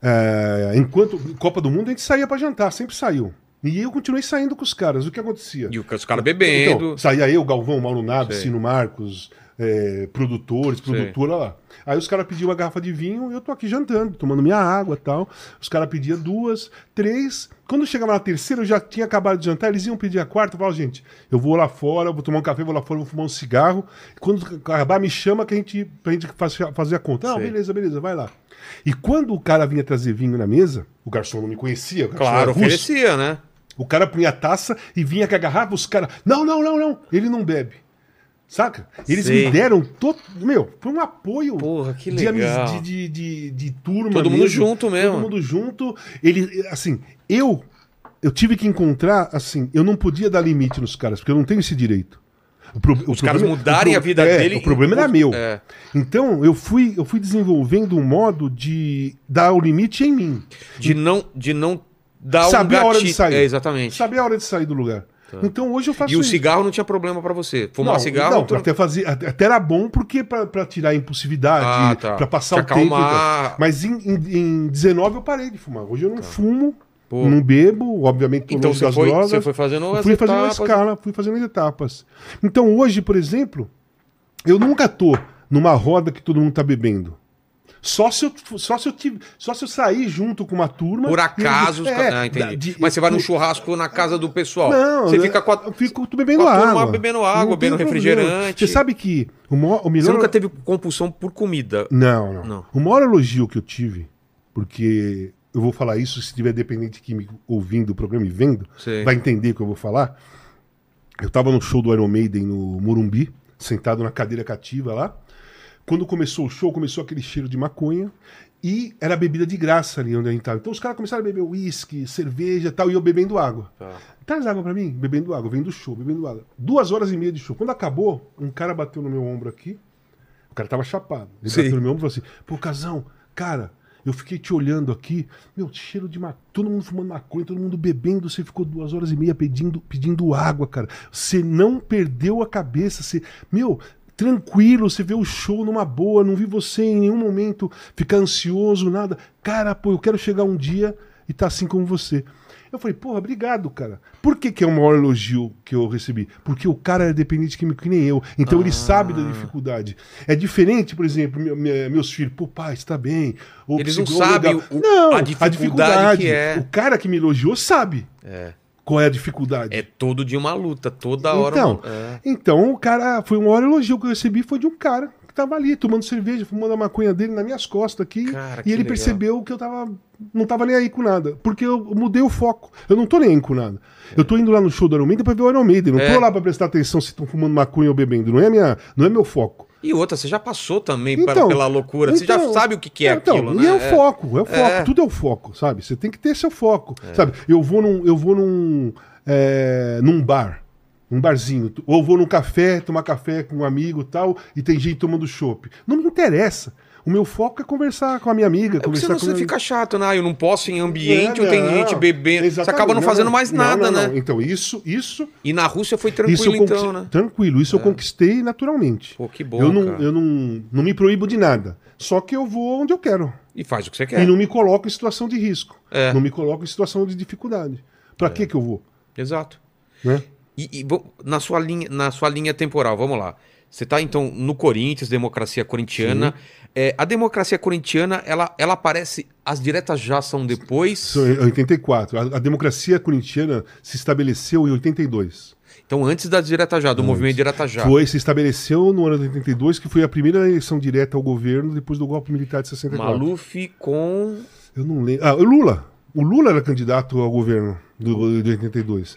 [SPEAKER 3] eh, enquanto Copa do Mundo a gente saía pra jantar, sempre saiu. E eu continuei saindo com os caras. O que acontecia?
[SPEAKER 1] E o- os caras bebendo.
[SPEAKER 3] Então, saía eu, Galvão, Mauro Nave,
[SPEAKER 1] Sei.
[SPEAKER 3] Sino Marcos, eh, é, produtores, produtora lá. Aí os caras pediam uma garrafa de vinho, eu tô aqui jantando, tomando minha água tal. Os caras pediam duas, três. Quando chegava na terceira, eu já tinha acabado de jantar, eles iam pedir a quarta. Eu falava, gente, eu vou lá fora, vou tomar um café, vou lá fora, vou fumar um cigarro. Quando acabar, me chama que a gente, pra gente faz- fazer a conta. Não,
[SPEAKER 1] Sei.
[SPEAKER 3] beleza, beleza, vai lá. E quando o cara vinha trazer vinho na mesa, o garçom não me conhecia, o garçom era
[SPEAKER 1] Claro,
[SPEAKER 3] russo.
[SPEAKER 1] oferecia, né?
[SPEAKER 3] O cara punha a taça e vinha com a garrafa, os caras. Não, não, não, não. Ele não bebe. Saca? Eles
[SPEAKER 1] Sei.
[SPEAKER 3] me deram todo. Meu, foi um apoio.
[SPEAKER 1] Porra, que
[SPEAKER 3] de amiz-
[SPEAKER 1] legal.
[SPEAKER 3] De, de, de, de turma.
[SPEAKER 1] Todo mundo junto mesmo.
[SPEAKER 3] Todo mundo junto. Ele, assim, eu. Eu tive que encontrar, assim, eu não podia dar limite nos caras, porque eu não tenho esse direito. O pro- o
[SPEAKER 1] Os caras
[SPEAKER 3] problema-
[SPEAKER 1] mudarem
[SPEAKER 3] o
[SPEAKER 1] a
[SPEAKER 3] pro-
[SPEAKER 1] vida
[SPEAKER 3] é,
[SPEAKER 1] dele.
[SPEAKER 3] O problema era
[SPEAKER 1] em-
[SPEAKER 3] meu.
[SPEAKER 1] É.
[SPEAKER 3] Então, eu fui, eu fui desenvolvendo um modo de dar o limite em mim.
[SPEAKER 1] De não, de não dar
[SPEAKER 3] Saber
[SPEAKER 1] um
[SPEAKER 3] Hum. a
[SPEAKER 1] gatilho.
[SPEAKER 3] hora de sair.
[SPEAKER 1] É, exatamente. Tá.
[SPEAKER 3] Saber a hora de sair do lugar. Então hoje eu faço
[SPEAKER 1] E o
[SPEAKER 3] isso.
[SPEAKER 1] cigarro não tinha problema pra você. Fumar
[SPEAKER 3] não,
[SPEAKER 1] cigarro...
[SPEAKER 3] não,
[SPEAKER 1] tu-
[SPEAKER 3] até, fazia, até até era bom porque pra, pra tirar a impulsividade,
[SPEAKER 1] Ah, tá.
[SPEAKER 3] pra passar
[SPEAKER 1] Te
[SPEAKER 3] o tempo.
[SPEAKER 1] acalmar. Tá.
[SPEAKER 3] então. Mas em, em, em 19 eu parei de fumar. Hoje eu não fumo,
[SPEAKER 1] Pô.
[SPEAKER 3] não bebo, obviamente tô
[SPEAKER 1] Então
[SPEAKER 3] longe
[SPEAKER 1] você
[SPEAKER 3] das
[SPEAKER 1] foi,
[SPEAKER 3] drogas.
[SPEAKER 1] você foi fazendo
[SPEAKER 3] Eu
[SPEAKER 1] as
[SPEAKER 3] fui fazendo uma
[SPEAKER 1] etapas.
[SPEAKER 3] escala, fui fazendo as etapas. Então hoje, por exemplo, eu nunca tô numa roda que todo mundo tá bebendo. Só se eu, só se eu, tive, só se eu sair junto com uma turma.
[SPEAKER 1] Por acaso... os
[SPEAKER 3] É,
[SPEAKER 1] ca- ah,
[SPEAKER 3] da-
[SPEAKER 1] entendi.
[SPEAKER 3] de-
[SPEAKER 1] Mas você vai num
[SPEAKER 3] por-
[SPEAKER 1] churrasco na casa do pessoal.
[SPEAKER 3] Não, né?
[SPEAKER 1] você
[SPEAKER 3] eu-
[SPEAKER 1] fica com a...
[SPEAKER 3] eu fico bebendo
[SPEAKER 1] com a turma
[SPEAKER 3] água.
[SPEAKER 1] bebendo água,
[SPEAKER 3] Não tem
[SPEAKER 1] bebendo
[SPEAKER 3] problema.
[SPEAKER 1] refrigerante.
[SPEAKER 3] Você sabe que o, mo- o melhor.
[SPEAKER 1] Você nunca teve compulsão por comida.
[SPEAKER 3] Não, não,
[SPEAKER 1] Não.
[SPEAKER 3] O maior elogio que eu tive, porque eu vou falar isso se tiver dependente químico ouvindo o programa e vendo,
[SPEAKER 1] Sei.
[SPEAKER 3] vai entender o que eu vou falar. Eu tava no show do Iron Maiden no Morumbi, sentado na cadeira cativa lá. Quando começou o show, começou aquele cheiro de maconha. E era bebida de graça ali onde a gente tava. Então os caras começaram a beber uísque, cerveja e tal, e eu bebendo água.
[SPEAKER 1] Tá.
[SPEAKER 3] Traz água pra mim? Bebendo água, vendo do show, bebendo água. Duas horas e meia de show. Quando acabou, um cara bateu no meu ombro aqui. O cara tava chapado. Ele
[SPEAKER 1] Sim.
[SPEAKER 3] bateu no meu ombro e falou assim: Pô, Casão, cara, eu fiquei te olhando aqui, meu, cheiro de maconha, todo mundo fumando maconha, todo mundo bebendo, você ficou duas horas e meia pedindo, pedindo água, cara. Você não perdeu a cabeça, você. Meu. Tranquilo, você vê o show numa boa, não vi você em nenhum momento ficar ansioso, nada. Cara, pô, eu quero chegar um dia e tá assim como você. Eu falei, porra, obrigado, cara. Por que, que é o maior elogio que eu recebi? Porque o cara é dependente químico que nem eu. Então ele sabe da
[SPEAKER 1] Ah.
[SPEAKER 3] dificuldade. É diferente, por exemplo, meu- meu- meus filhos, pô, pai, está bem. O
[SPEAKER 1] Eles não
[SPEAKER 3] psicólogo- é
[SPEAKER 1] sabem o-
[SPEAKER 3] não,
[SPEAKER 1] a
[SPEAKER 3] a dificuldade,
[SPEAKER 1] dificuldade que é.
[SPEAKER 3] O cara que me elogiou sabe
[SPEAKER 1] É.
[SPEAKER 3] qual é a dificuldade.
[SPEAKER 1] É todo de uma luta, toda hora.
[SPEAKER 3] Então,
[SPEAKER 1] uma- é.
[SPEAKER 3] então o cara, foi o maior elogio que eu recebi foi de um cara que tava ali tomando cerveja, fumando a maconha dele nas minhas costas aqui,
[SPEAKER 1] Cara, que
[SPEAKER 3] e ele
[SPEAKER 1] legal.
[SPEAKER 3] percebeu que eu tava não tava nem aí com nada, porque eu mudei o foco. Eu não tô nem aí com nada. Eu tô indo lá no show do Iron Maiden pra ver o Iron Maiden, não
[SPEAKER 1] É.
[SPEAKER 3] tô lá pra prestar atenção se estão fumando maconha ou bebendo, não é minha, não é meu foco.
[SPEAKER 1] E outra, você já passou também
[SPEAKER 3] Então,
[SPEAKER 1] pela- pela loucura. você já
[SPEAKER 3] então,
[SPEAKER 1] sabe o que, que é
[SPEAKER 3] então,
[SPEAKER 1] aquilo,
[SPEAKER 3] E
[SPEAKER 1] né?
[SPEAKER 3] é o
[SPEAKER 1] É.
[SPEAKER 3] foco, é o foco,
[SPEAKER 1] É.
[SPEAKER 3] tudo é o foco, sabe? Você tem que ter seu foco, sabe? Eu vou num, eu vou num, é, num bar, num barzinho, tu- ou vou num café, tomar café com um amigo e tal, e tem gente tomando chopp. Não me interessa. O meu foco é conversar com a minha amiga,
[SPEAKER 1] É porque
[SPEAKER 3] conversar
[SPEAKER 1] senão
[SPEAKER 3] com
[SPEAKER 1] você
[SPEAKER 3] a minha-
[SPEAKER 1] fica chato, né? Ah, eu não posso ir em ambiente
[SPEAKER 3] É,
[SPEAKER 1] ou tem
[SPEAKER 3] não,
[SPEAKER 1] gente bebendo. Você
[SPEAKER 3] exatamente,
[SPEAKER 1] acaba não fazendo mais nada,
[SPEAKER 3] não, não.
[SPEAKER 1] né?
[SPEAKER 3] Então, isso, isso,
[SPEAKER 1] E na Rússia foi
[SPEAKER 3] isso eu
[SPEAKER 1] tranquilo,
[SPEAKER 3] conquist-
[SPEAKER 1] então, né?
[SPEAKER 3] tranquilo, isso eu conquistei naturalmente.
[SPEAKER 1] Pô, que bom,
[SPEAKER 3] eu não,
[SPEAKER 1] cara.
[SPEAKER 3] eu não, não me proíbo de nada. Só que eu vou onde eu quero.
[SPEAKER 1] E faz o que você
[SPEAKER 3] E
[SPEAKER 1] quer.
[SPEAKER 3] não me coloco em situação de risco.
[SPEAKER 1] É.
[SPEAKER 3] Não me coloco em situação de dificuldade. Pra que que eu vou?
[SPEAKER 1] Exato.
[SPEAKER 3] Né?
[SPEAKER 1] E, e vo- na, sua linha, na sua linha temporal, vamos lá. Você está então, no Corinthians, democracia corintiana. É, a democracia corintiana, ela, ela aparece... As diretas já são depois.
[SPEAKER 3] Isso é 84. A, a democracia corintiana se estabeleceu em 82.
[SPEAKER 1] Então, antes das diretas já, do movimento direta já.
[SPEAKER 3] Foi, se estabeleceu no ano de 82, que foi a primeira eleição direta ao governo depois do golpe militar de 64.
[SPEAKER 1] Maluf com...
[SPEAKER 3] Eu não lembro. Ah, o Lula. O Lula era candidato ao governo do, de 82.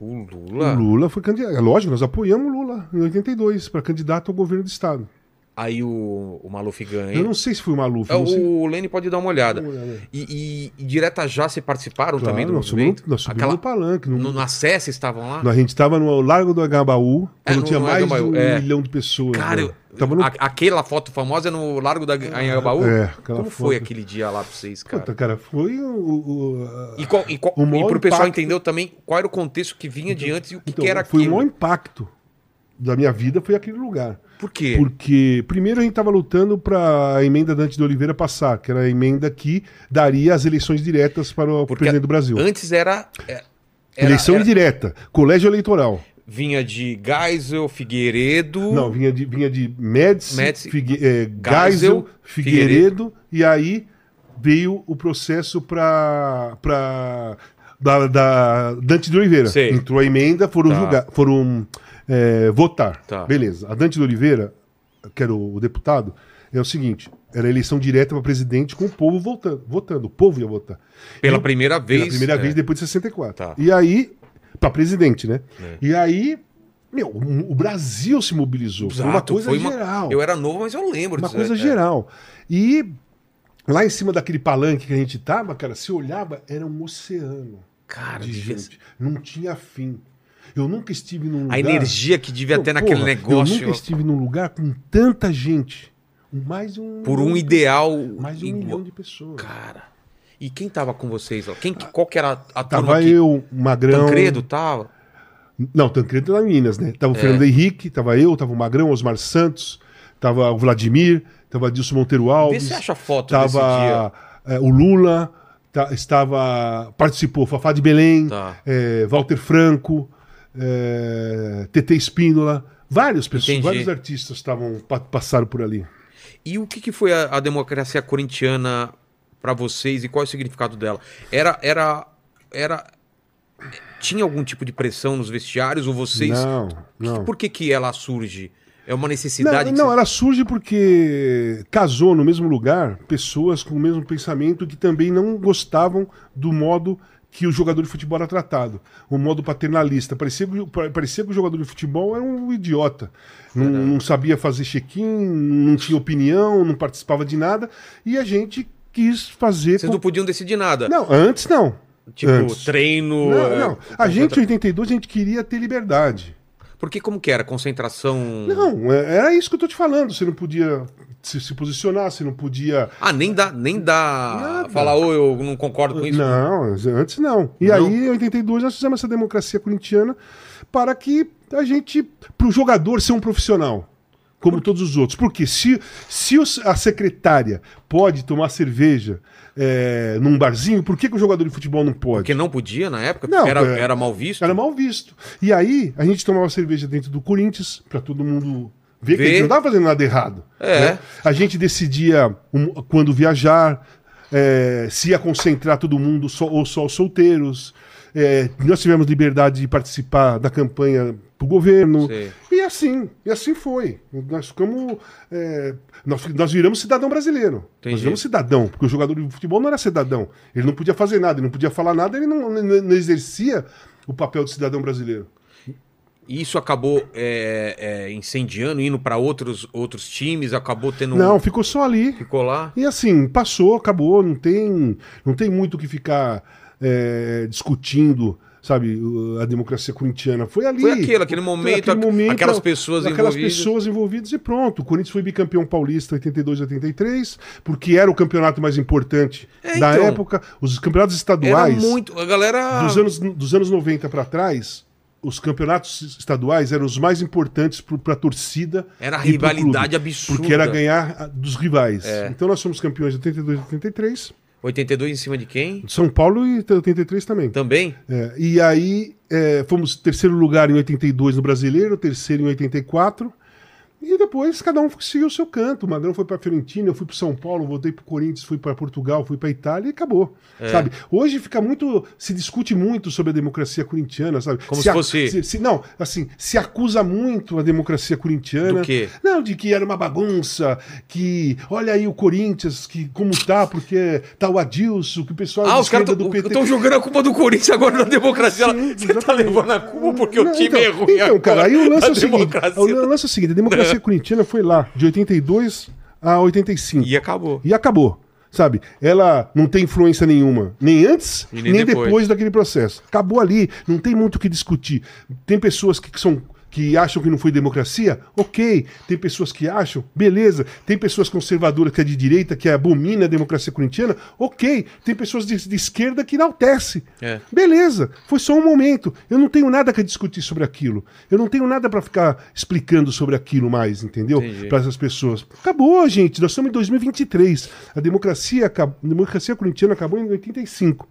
[SPEAKER 1] O Lula.
[SPEAKER 3] O Lula foi candidato. É lógico, nós apoiamos o Lula em 82 para candidato ao governo do Estado.
[SPEAKER 1] Aí o, o Maluf ganha.
[SPEAKER 3] Eu não sei se foi o Maluf.
[SPEAKER 1] É,
[SPEAKER 3] não sei.
[SPEAKER 1] o Lene pode dar uma olhada.
[SPEAKER 3] Dá uma olhada.
[SPEAKER 1] E, e, e direta já se participaram
[SPEAKER 3] né? Claro,
[SPEAKER 1] também do
[SPEAKER 3] nós subimos,
[SPEAKER 1] movimento?
[SPEAKER 3] nós subimos
[SPEAKER 1] Aquela-
[SPEAKER 3] no palanque.
[SPEAKER 1] no, na SES estavam lá?
[SPEAKER 3] Nós- A gente estava no Largo do Agabaú,
[SPEAKER 1] É,
[SPEAKER 3] quando
[SPEAKER 1] no-
[SPEAKER 3] tinha
[SPEAKER 1] no
[SPEAKER 3] mais de
[SPEAKER 1] Agabaú,
[SPEAKER 3] um
[SPEAKER 1] é.
[SPEAKER 3] milhão de pessoas.
[SPEAKER 1] Cara,
[SPEAKER 3] né?
[SPEAKER 1] eu-
[SPEAKER 3] Tava no...
[SPEAKER 1] a- aquela foto famosa é no Largo da Anhangabaú?
[SPEAKER 3] É, aquela
[SPEAKER 1] Como foi
[SPEAKER 3] foto.
[SPEAKER 1] aquele dia lá pra vocês, cara?
[SPEAKER 3] Puta, cara, foi o... o- a-
[SPEAKER 1] E, qual, e, qual,
[SPEAKER 3] O
[SPEAKER 1] e
[SPEAKER 3] maior
[SPEAKER 1] pro pessoal
[SPEAKER 3] impacto-
[SPEAKER 1] entender também qual era o contexto que vinha de antes e o que,
[SPEAKER 3] Então,
[SPEAKER 1] que era
[SPEAKER 3] foi
[SPEAKER 1] aquilo.
[SPEAKER 3] o maior impacto da minha vida, foi aquele lugar.
[SPEAKER 1] Por quê?
[SPEAKER 3] Porque, primeiro, a gente estava lutando para a emenda Dante de Oliveira passar, que era a emenda que daria as eleições diretas para o
[SPEAKER 1] Porque
[SPEAKER 3] presidente do Brasil.
[SPEAKER 1] Antes era. é, era-
[SPEAKER 3] Eleição
[SPEAKER 1] era-
[SPEAKER 3] indireta, colégio eleitoral.
[SPEAKER 1] vinha de Geisel, Figueiredo.
[SPEAKER 3] Não, vinha de, vinha de Médici,
[SPEAKER 1] Médici,
[SPEAKER 3] Figue- é,
[SPEAKER 1] Geisel,
[SPEAKER 3] Geisel, Figueiredo, e aí veio o processo para. Pra, da, da Dante de Oliveira.
[SPEAKER 1] Sei.
[SPEAKER 3] Entrou a emenda, foram,
[SPEAKER 1] Tá.
[SPEAKER 3] julgar, foram é, votar.
[SPEAKER 1] Tá.
[SPEAKER 3] Beleza. A Dante de Oliveira, que era o, o deputado, é o seguinte: era eleição direta para presidente com o povo votando. votando o povo ia votar.
[SPEAKER 1] Pela
[SPEAKER 3] E-
[SPEAKER 1] primeira vez.
[SPEAKER 3] pela primeira
[SPEAKER 1] é.
[SPEAKER 3] vez depois de 64.
[SPEAKER 1] Tá. É.
[SPEAKER 3] E aí, pra presidente, né? E aí, meu, o o Brasil se mobilizou. foi uma
[SPEAKER 1] Exato,
[SPEAKER 3] coisa
[SPEAKER 1] foi uma-
[SPEAKER 3] geral.
[SPEAKER 1] Eu era novo, mas eu lembro
[SPEAKER 3] Uma
[SPEAKER 1] disso,
[SPEAKER 3] coisa
[SPEAKER 1] é,
[SPEAKER 3] geral. E lá em cima daquele palanque que a gente tava, cara, se olhava, era um oceano
[SPEAKER 1] É. Cara,
[SPEAKER 3] de
[SPEAKER 1] devia ser-
[SPEAKER 3] gente. Não tinha fim. Eu nunca estive num lugar...
[SPEAKER 1] a energia que devia
[SPEAKER 3] Eu,
[SPEAKER 1] ter naquele
[SPEAKER 3] porra, Eu
[SPEAKER 1] negócio
[SPEAKER 3] nunca estive num lugar com tanta gente. Mais um...
[SPEAKER 1] por um ideal.
[SPEAKER 3] Mais de um
[SPEAKER 1] igual-
[SPEAKER 3] milhão de pessoas.
[SPEAKER 1] Cara. E quem tava com vocês? lá? Quem, que- qual que era a, a turma
[SPEAKER 3] Tava
[SPEAKER 1] que
[SPEAKER 3] eu, Magrão...
[SPEAKER 1] Tancredo tava?
[SPEAKER 3] Não, Tancredo lá em Minas, né?
[SPEAKER 1] É.
[SPEAKER 3] Tava o Fernando Henrique, tava eu, tava o Magrão, Osmar Santos, tava o Vladimir, tava Dilson Monteiro
[SPEAKER 1] Vê
[SPEAKER 3] Alves.
[SPEAKER 1] se acha foto desse dia.
[SPEAKER 3] Tava eh, o Lula, ta- estava. Participou Fafá de Belém,
[SPEAKER 1] Tá.
[SPEAKER 3] eh, Walter Franco, eh, TT Espínola. Várias pessoas,
[SPEAKER 1] Entendi.
[SPEAKER 3] vários artistas estavam pa- passaram por ali.
[SPEAKER 1] E o que, que foi a, a democracia corintiana pra vocês e qual é o significado dela? Era, era, era, tinha algum tipo de pressão nos vestiários ou vocês?
[SPEAKER 3] Não, não.
[SPEAKER 1] Por que que ela surge? É uma necessidade?
[SPEAKER 3] Não,
[SPEAKER 1] que
[SPEAKER 3] não,
[SPEAKER 1] vocês-
[SPEAKER 3] ela surge porque casou no mesmo lugar pessoas com o mesmo pensamento que também não gostavam do modo que o jogador de futebol era tratado, o modo paternalista. Parecia que, o- pa- parecia que o jogador de futebol era um idiota. Não, não sabia fazer check-in, não tinha opinião, não participava de nada. E a gente quis fazer.
[SPEAKER 1] Vocês
[SPEAKER 3] com-
[SPEAKER 1] não podiam decidir nada.
[SPEAKER 3] Não, antes não.
[SPEAKER 1] tipo,
[SPEAKER 3] antes.
[SPEAKER 1] treino.
[SPEAKER 3] Não,
[SPEAKER 1] é,
[SPEAKER 3] não. A gente, em 82, a gente queria ter liberdade.
[SPEAKER 1] Porque como que era? Concentração.
[SPEAKER 3] Não, é- era isso que eu tô te falando. Você não podia se, se posicionar, você não podia.
[SPEAKER 1] Ah, nem dá, nem dá.
[SPEAKER 3] Nada.
[SPEAKER 1] Falar, ô, eu não concordo com isso.
[SPEAKER 3] Não, antes não. E
[SPEAKER 1] Não?
[SPEAKER 3] aí, em 82, nós fizemos essa democracia corintiana para que a gente. para o jogador ser um profissional. Como todos os outros. Porque se, se os- a secretária pode tomar cerveja eh, num barzinho, por que, que o jogador de futebol não pode?
[SPEAKER 1] Porque não podia na época,
[SPEAKER 3] Não,
[SPEAKER 1] porque era,
[SPEAKER 3] é-
[SPEAKER 1] era mal visto.
[SPEAKER 3] Era mal visto. E aí, a gente tomava cerveja dentro do Corinthians, pra todo mundo ver que
[SPEAKER 1] Ver.
[SPEAKER 3] a gente não tava fazendo nada errado. né?
[SPEAKER 1] É.
[SPEAKER 3] A gente decidia um- quando viajar, é, se ia concentrar todo mundo só, ou só os solteiros. É, nós tivemos liberdade de participar da campanha pro governo.
[SPEAKER 1] Sei.
[SPEAKER 3] E assim, e assim foi. Nós ficamos. é, nós, nós viramos cidadão brasileiro.
[SPEAKER 1] Entendi.
[SPEAKER 3] Nós viramos é um cidadão, porque o jogador de futebol não era cidadão. Ele não podia fazer nada, ele não podia falar nada, ele não, não- não exercia o papel de cidadão brasileiro.
[SPEAKER 1] E isso acabou é, é, incendiando, indo para outros, outros times, acabou tendo.
[SPEAKER 3] Não,
[SPEAKER 1] um...
[SPEAKER 3] ficou só ali.
[SPEAKER 1] ficou lá.
[SPEAKER 3] E assim, passou, acabou, não tem, não tem muito o que ficar é, discutindo, sabe, o- a democracia corintiana. Foi ali.
[SPEAKER 1] Foi aquilo, aquele momento,
[SPEAKER 3] aquele
[SPEAKER 1] aqu- aquelas pessoas
[SPEAKER 3] aquelas
[SPEAKER 1] envolvidas.
[SPEAKER 3] pessoas envolvidas e pronto. O Corinthians foi bicampeão paulista 82 83, porque era o campeonato mais importante
[SPEAKER 1] É,
[SPEAKER 3] da
[SPEAKER 1] então.
[SPEAKER 3] época. Os campeonatos
[SPEAKER 1] Era
[SPEAKER 3] estaduais
[SPEAKER 1] muito. A galera.
[SPEAKER 3] dos anos, dos anos 90 para trás, os campeonatos estaduais eram os mais importantes para a torcida.
[SPEAKER 1] Era a
[SPEAKER 3] e pro
[SPEAKER 1] rivalidade
[SPEAKER 3] clube,
[SPEAKER 1] absurda. É.
[SPEAKER 3] Porque era ganhar ah, dos rivais. Então nós somos campeões de 82 e 83,
[SPEAKER 1] 82 em cima de quem?
[SPEAKER 3] de São Paulo e 83 também.
[SPEAKER 1] Também?
[SPEAKER 3] É, e aí é, fomos terceiro lugar em 82 no Brasileiro, terceiro em 84. E depois cada um seguiu o seu canto. O Magrão foi para Fiorentina, eu fui para São Paulo, voltei para Corinthians, fui para Portugal, fui para Itália e acabou.
[SPEAKER 1] É.
[SPEAKER 3] Sabe? Hoje fica muito, se discute muito sobre a democracia corintiana, sabe?
[SPEAKER 1] Como se
[SPEAKER 3] ac-
[SPEAKER 1] fosse-
[SPEAKER 3] se- se- não, assim, se acusa muito a democracia corintiana.
[SPEAKER 1] Do quê?
[SPEAKER 3] Não, de que era uma bagunça, que olha aí o Corinthians, que como tá, porque tá o Adilson, que o pessoal
[SPEAKER 1] Ah,
[SPEAKER 3] de
[SPEAKER 1] os caras
[SPEAKER 3] esquerda
[SPEAKER 1] estão jogando a culpa do Corinthians agora na democracia.
[SPEAKER 3] Sim,
[SPEAKER 1] Você tá
[SPEAKER 3] exatamente.
[SPEAKER 1] levando a culpa porque o
[SPEAKER 3] Não,
[SPEAKER 1] time
[SPEAKER 3] então,
[SPEAKER 1] é ruim.
[SPEAKER 3] Então,
[SPEAKER 1] agora
[SPEAKER 3] cara, aí o lance
[SPEAKER 1] da
[SPEAKER 3] é o seguinte:
[SPEAKER 1] democracia.
[SPEAKER 3] o lance é o seguinte, a democracia corintiana foi lá, de 82 a 85.
[SPEAKER 1] E acabou.
[SPEAKER 3] E acabou. Sabe? Ela não tem influência nenhuma, nem antes,
[SPEAKER 1] E nem
[SPEAKER 3] nem,
[SPEAKER 1] depois.
[SPEAKER 3] depois. daquele processo. Acabou ali, não tem muito o que discutir. Tem pessoas que são que acham que não foi democracia, ok. Tem pessoas que acham, beleza. Tem pessoas conservadoras que é de direita, que abomina a democracia corintiana, ok. Tem pessoas de, de esquerda que enaltece.
[SPEAKER 1] É.
[SPEAKER 3] Beleza, foi só um momento. Eu não tenho nada que discutir sobre aquilo. Eu não tenho nada pra ficar explicando sobre aquilo mais, entendeu?
[SPEAKER 1] Entendi.
[SPEAKER 3] Pra essas pessoas. Acabou, gente. Nós estamos em 2023. A democracia, acab- a democracia corintiana acabou em 85.